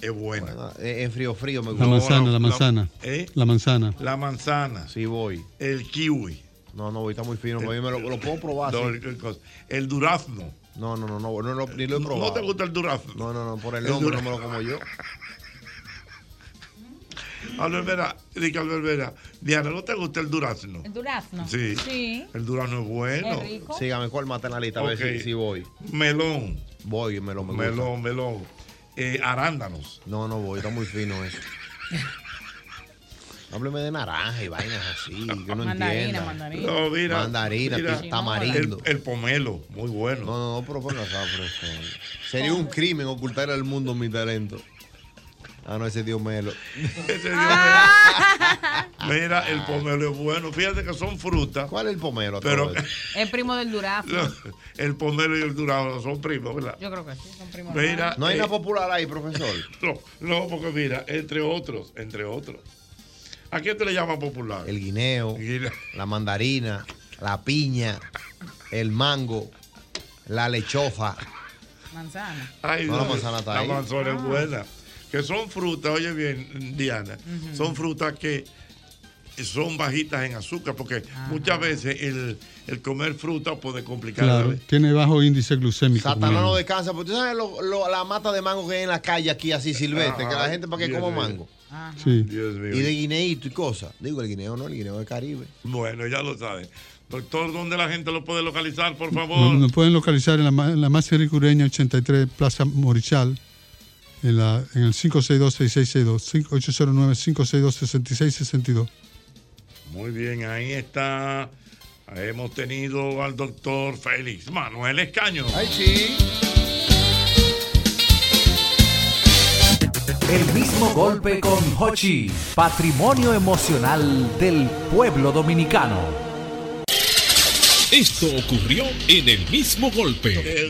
Speaker 4: es buena.
Speaker 5: Ah, eh, en frío frío me
Speaker 24: La manzana, la manzana. La manzana.
Speaker 4: ¿Eh? La manzana.
Speaker 5: Sí, voy.
Speaker 4: El kiwi.
Speaker 5: No, no, voy, está muy fino. pero yo me lo, lo puedo probar.
Speaker 4: No,
Speaker 5: sí.
Speaker 4: el- el- El durazno.
Speaker 5: No, no, no, no, no, no, ni lo he
Speaker 4: ¿No
Speaker 5: probado.
Speaker 4: te gusta el durazno?
Speaker 5: No, no, no, por el nombre no
Speaker 4: durazno.
Speaker 5: me lo como yo.
Speaker 4: <laughs> Albert Vera, Ricky Albert Vera. Diana, ¿no te gusta el durazno?
Speaker 19: El durazno.
Speaker 4: Sí. El durazno es bueno.
Speaker 19: Es rico.
Speaker 5: Sígame, cuál en la lista, a ver
Speaker 4: Ok.
Speaker 5: si, si voy.
Speaker 4: Melón.
Speaker 5: Voy, melón, me gusta.
Speaker 4: Melón, melón. Eh, arándanos.
Speaker 5: No, no voy, está muy fino eso. Hábleme de naranja y vainas así, yo no
Speaker 4: Mandarina,
Speaker 5: entiendo.
Speaker 4: mandarina. No, mira,
Speaker 5: mandarina,
Speaker 4: mira.
Speaker 5: pi- tamarindo.
Speaker 4: El, pomelo, muy bueno.
Speaker 5: No, no, no, pero ponga acá, profesor. Sería un crimen ocultar al mundo mi talento. Ah, no, ese Dios melo.
Speaker 4: Ese Dios me- Mira, el pomelo es bueno. Fíjate que son frutas.
Speaker 5: ¿Cuál es el pomelo?
Speaker 4: Pero <laughs>
Speaker 19: Es primo del durazno.
Speaker 4: el pomelo y el durazno son primos, ¿verdad?
Speaker 19: Yo creo que sí, son primos.
Speaker 4: Mira,
Speaker 5: No hay
Speaker 4: eh,
Speaker 5: nada popular ahí, profesor.
Speaker 4: <laughs> No, no, porque mira, entre otros, entre otros. ¿A quién te le llaman popular?
Speaker 5: El guineo, la mandarina, la piña, el mango, la lechofa.
Speaker 19: Manzana.
Speaker 4: Ay,
Speaker 5: No, la
Speaker 4: Dios,
Speaker 5: manzana está
Speaker 4: la
Speaker 5: ahí.
Speaker 4: manzana es
Speaker 5: Ah.
Speaker 4: buena. Que son frutas, oye bien, Diana,
Speaker 19: Ujú.
Speaker 4: son frutas que son bajitas en azúcar, porque muchas veces el, el comer fruta puede complicar la
Speaker 24: Claro.
Speaker 4: vida.
Speaker 24: Tiene bajo índice glucémico.
Speaker 5: Satanás no
Speaker 24: como-
Speaker 5: descansa, porque tú sabes lo- lo- la mata de mango que hay en la calle aquí, así silvestre, que la
Speaker 4: Ay,
Speaker 5: gente para que
Speaker 4: Dios
Speaker 5: coma
Speaker 4: mío.
Speaker 5: mango.
Speaker 24: Sí.
Speaker 5: Y de guineíto y cosas. Digo, el guineo no, el guineo del Caribe.
Speaker 4: Bueno, ya lo saben. Doctor, ¿dónde la gente lo puede localizar, por favor?
Speaker 24: No- Nos pueden localizar en la, ma- en la más ricureña 83 Plaza Morichal, en, la, en el 562-6662, 809-562-6662.
Speaker 4: Muy bien, ahí está. Hemos tenido al doctor Félix Manuel Escaño.
Speaker 5: Ay, sí.
Speaker 32: El mismo golpe con Hochi, patrimonio emocional del pueblo dominicano.
Speaker 2: Esto ocurrió en el mismo golpe.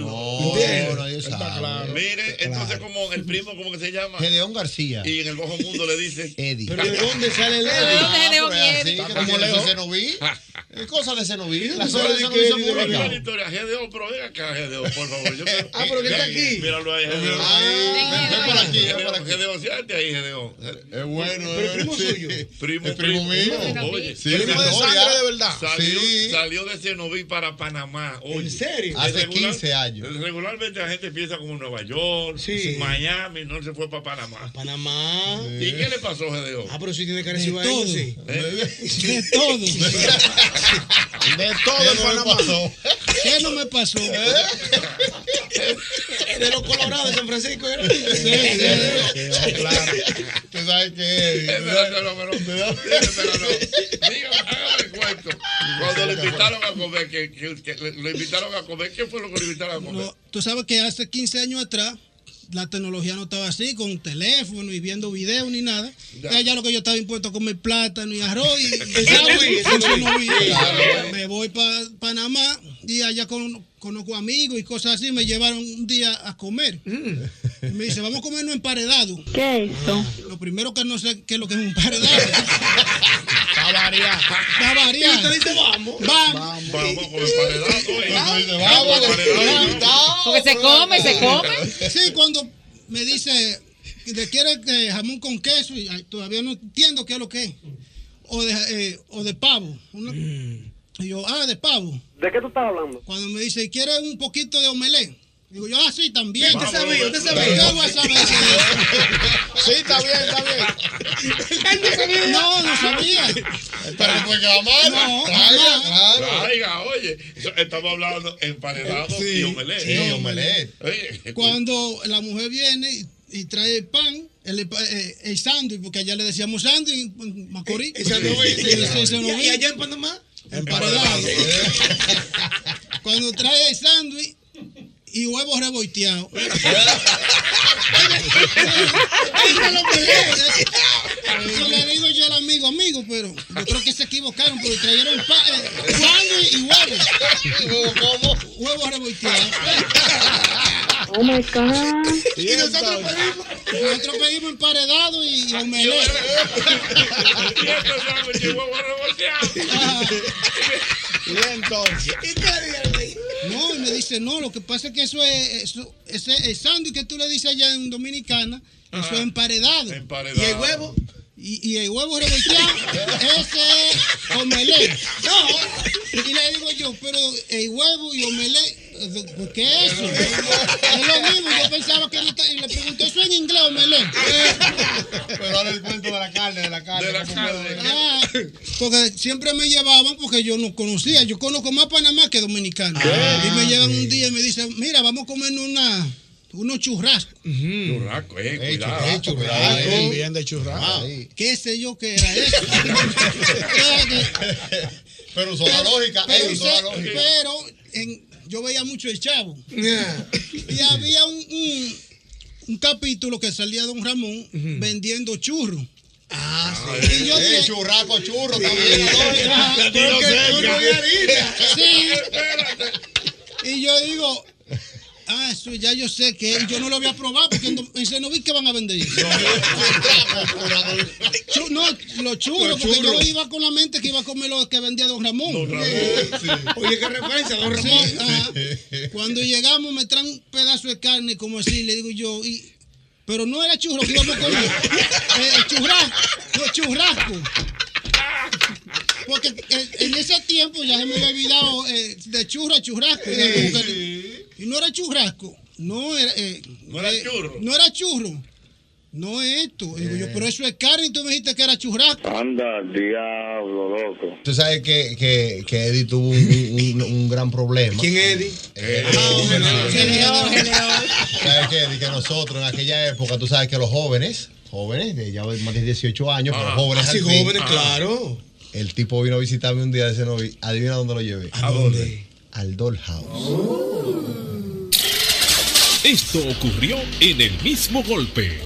Speaker 4: Mire, entonces como el primo, ¿cómo que se llama?
Speaker 7: Gedeón García.
Speaker 4: Y en el bajo mundo le dice
Speaker 7: <laughs> Eddie.
Speaker 4: ¿Pero de dónde sale el
Speaker 7: Eddie?
Speaker 4: ¿Dónde
Speaker 7: Ah, pero
Speaker 4: Gedeón y
Speaker 7: es
Speaker 4: Eddie?
Speaker 7: así,
Speaker 4: Está
Speaker 7: que
Speaker 4: como
Speaker 7: tiene
Speaker 4: lejos.
Speaker 7: ese Senoví.
Speaker 4: Ah.
Speaker 7: Es cosa de Senoví.
Speaker 4: Tú
Speaker 7: Las
Speaker 4: sabes
Speaker 7: obras de
Speaker 4: que
Speaker 7: Senoví son
Speaker 4: Eddie de la
Speaker 7: públicas.
Speaker 4: historia. Gedeón, pero ven acá, Gedeón, por
Speaker 7: <laughs>
Speaker 4: favor. Yo quiero-
Speaker 7: Ah, pero que está aquí. Ah.
Speaker 4: Míralo ahí, Gedeón. Ven por aquí, ven por aquí. Gedeón, siéntate ahí, Gedeón. Es bueno,
Speaker 7: Pero es primo
Speaker 4: suyo. Primo,
Speaker 7: Es primo mío.
Speaker 4: Oye,
Speaker 7: Sí, primo de
Speaker 4: salió-
Speaker 7: sangre de verdad.
Speaker 4: Salió,
Speaker 7: Sí.
Speaker 4: salió de Senoví para Panamá. Oye, ¿En serio?
Speaker 7: Hace 15 años.
Speaker 4: Regularmente la gente piensa como Nueva York,
Speaker 7: Sí.
Speaker 4: Miami, no se fue para Panamá. Panamá. ¿Y qué le pasó, Gedeón?
Speaker 8: Ah, pero sí tiene que recibir eso, sí.
Speaker 16: De todo.
Speaker 4: De
Speaker 8: todo en Panamá.
Speaker 16: ¿Qué no me pasó?
Speaker 8: <laughs>
Speaker 4: ¿Eh?
Speaker 16: ¿Eh?
Speaker 8: De los colorados de San Francisco. ¿eh?
Speaker 7: Tú sabes
Speaker 4: <laughs>
Speaker 7: que Eddie.
Speaker 4: Cuando lo invitaron a comer, que, que- que le- lo invitaron a comer, ¿qué fue lo que lo invitaron a comer?
Speaker 16: No, tú sabes que hace 15 años atrás la tecnología no estaba así, con teléfono y viendo videos ni nada.
Speaker 4: Ya.
Speaker 16: Ya, ya lo que yo estaba impuesto a comer plátano y
Speaker 4: <laughs>
Speaker 16: arroz y
Speaker 4: Ese
Speaker 16: sándwich,
Speaker 4: sí, ese
Speaker 16: eso
Speaker 4: sí.
Speaker 16: no vi.
Speaker 4: Claro.
Speaker 16: Me voy para Panamá y allá con- conozco amigos y cosas así. Me llevaron un día a comer.
Speaker 4: Mm.
Speaker 16: Y me dice, vamos a comernos emparedado. ¿Qué es eso? Lo primero que no sé qué es lo que es un emparedado. Está variado. Está variado.
Speaker 8: Y usted dice, vamos.
Speaker 16: Vamos.
Speaker 4: Vamos con el paredado. eh.
Speaker 16: Vamos,
Speaker 19: Porque se come, se come.
Speaker 16: Sí, cuando me dice, ¿le quiere eh, jamón con queso? Y ay, todavía no entiendo qué es lo que es. O de, eh, o de pavo. Uno- Y yo, ah, de pavo.
Speaker 34: ¿De qué tú estás hablando?
Speaker 16: Cuando me dice, ¿quiere un poquito de omelé? Digo yo, ah, sí, también.
Speaker 8: Usted sabía, usted
Speaker 16: ¿Por
Speaker 8: sabía.
Speaker 16: qué voy a saber si es?
Speaker 7: Sí, está bien, está
Speaker 4: <laughs>
Speaker 7: bien. <laughs>
Speaker 16: No, no sabía.
Speaker 7: Pero fue que vamos.
Speaker 16: No,
Speaker 7: Traiga,
Speaker 16: jamás. Eh,
Speaker 7: claro.
Speaker 4: Traiga, oye. eso- Estamos hablando emparedado y omelette.
Speaker 7: sí, omelette.
Speaker 4: Oye,
Speaker 16: Cuando la mujer viene y, y trae el pan, El, eh, el sándwich, porque allá le decíamos sándwich en- en Macorís.
Speaker 33: Eh,
Speaker 12: El sándwich.
Speaker 16: Sí, sí, sí,
Speaker 12: ¿Y- y allá
Speaker 16: en Panamá? Cuando trae el sándwich y huevos reboiteados. Eso lo peleé. Eso le digo yo al amigo, amigo, pero yo creo que se equivocaron porque trajeron pa- eh, sándwich y huevos. Huevos reboiteados.
Speaker 23: Oh my God.
Speaker 16: Y nosotros pedimos, nosotros pedimos emparedado y
Speaker 4: eh. <laughs>
Speaker 16: omelette.
Speaker 4: este
Speaker 16: Y entonces. No, y me dice, no, lo que pasa es que eso es, eso, ese, el sándwich que tú le dices allá en Dominicana, eso
Speaker 4: Ajá.
Speaker 16: es emparedado.
Speaker 4: Emparedado.
Speaker 16: Y el huevo. Y, y el huevo
Speaker 4: <laughs>
Speaker 16: revolteado, ese es omelette. No. Y le digo yo, pero el huevo y omelette, ¿por qué es
Speaker 4: <laughs>
Speaker 16: eso? Es lo mismo, yo pensaba que no está- y le pregunté eso en inglés, omelette.
Speaker 7: Pero ahora el cuento de la carne, de la carne. De la
Speaker 16: Ah, porque siempre me llevaban porque yo no conocía. Yo conozco más Panamá que Dominicana. Y me llevan un día y me dicen, mira, vamos a comer una, unos churrascos.
Speaker 4: Churrasco, eh, cuidado.
Speaker 12: Bien, bien de churrasco.
Speaker 16: ¿Qué sé yo qué era eso?
Speaker 21: Pero usó la lógica,
Speaker 16: Pero,
Speaker 21: eh, usó la
Speaker 16: sé-
Speaker 21: lógica.
Speaker 16: pero en- yo veía mucho el chavo. <laughs> Y había un, un, un capítulo que salía Don Ramón vendiendo churros. Ah,
Speaker 21: sí. Eh, churraco, churro, también,
Speaker 16: <laughs>
Speaker 21: la lógica. La tiró cerca. <laughs>
Speaker 16: Sí. Y yo digo, ah, eso ya yo sé que yo no lo voy a probar porque en, Do- en Cenoví que van a
Speaker 23: <laughs>
Speaker 16: vender. Chu- no, los churros,
Speaker 23: Los
Speaker 16: porque
Speaker 23: churros.
Speaker 16: yo iba con la mente que iba a comer lo que vendía Don Ramón.
Speaker 23: Oye, qué referencia, don
Speaker 16: Sí,
Speaker 23: Ramón.
Speaker 16: ajá. Cuando llegamos me traen un pedazo de carne como así, le digo yo, y- pero no era churro que íbamos a comer. Eh, churrasco, no, churrasco. Porque eh, en ese tiempo ya se me había olvidado eh, de churro a churrasco. Era como que- Y no era churrasco. No era, eh,
Speaker 4: No era
Speaker 16: eh,
Speaker 4: churro. Eh.
Speaker 16: No era churro. No es esto. Digo yo, pero eso es carne y tú me dijiste que era churrasco.
Speaker 28: Anda, diablo, loco.
Speaker 5: Tú sabes que, que, que Eddie tuvo un, un- un- un gran problema. Eh, ¿Quién es Eddie? Ah, eh, <laughs> ¿Sabes qué? De que nosotros en aquella época, tú sabes que los jóvenes, jóvenes, de ya más de 18 años,
Speaker 12: Ah,
Speaker 5: pero jóvenes.
Speaker 12: así
Speaker 5: al fin. ah,
Speaker 12: jóvenes, claro.
Speaker 5: El tipo vino a visitarme un día de Cenoví. Adivina dónde lo llevé. ¿A dónde? Al Dollhouse.
Speaker 1: Esto ocurrió en el mismo golpe.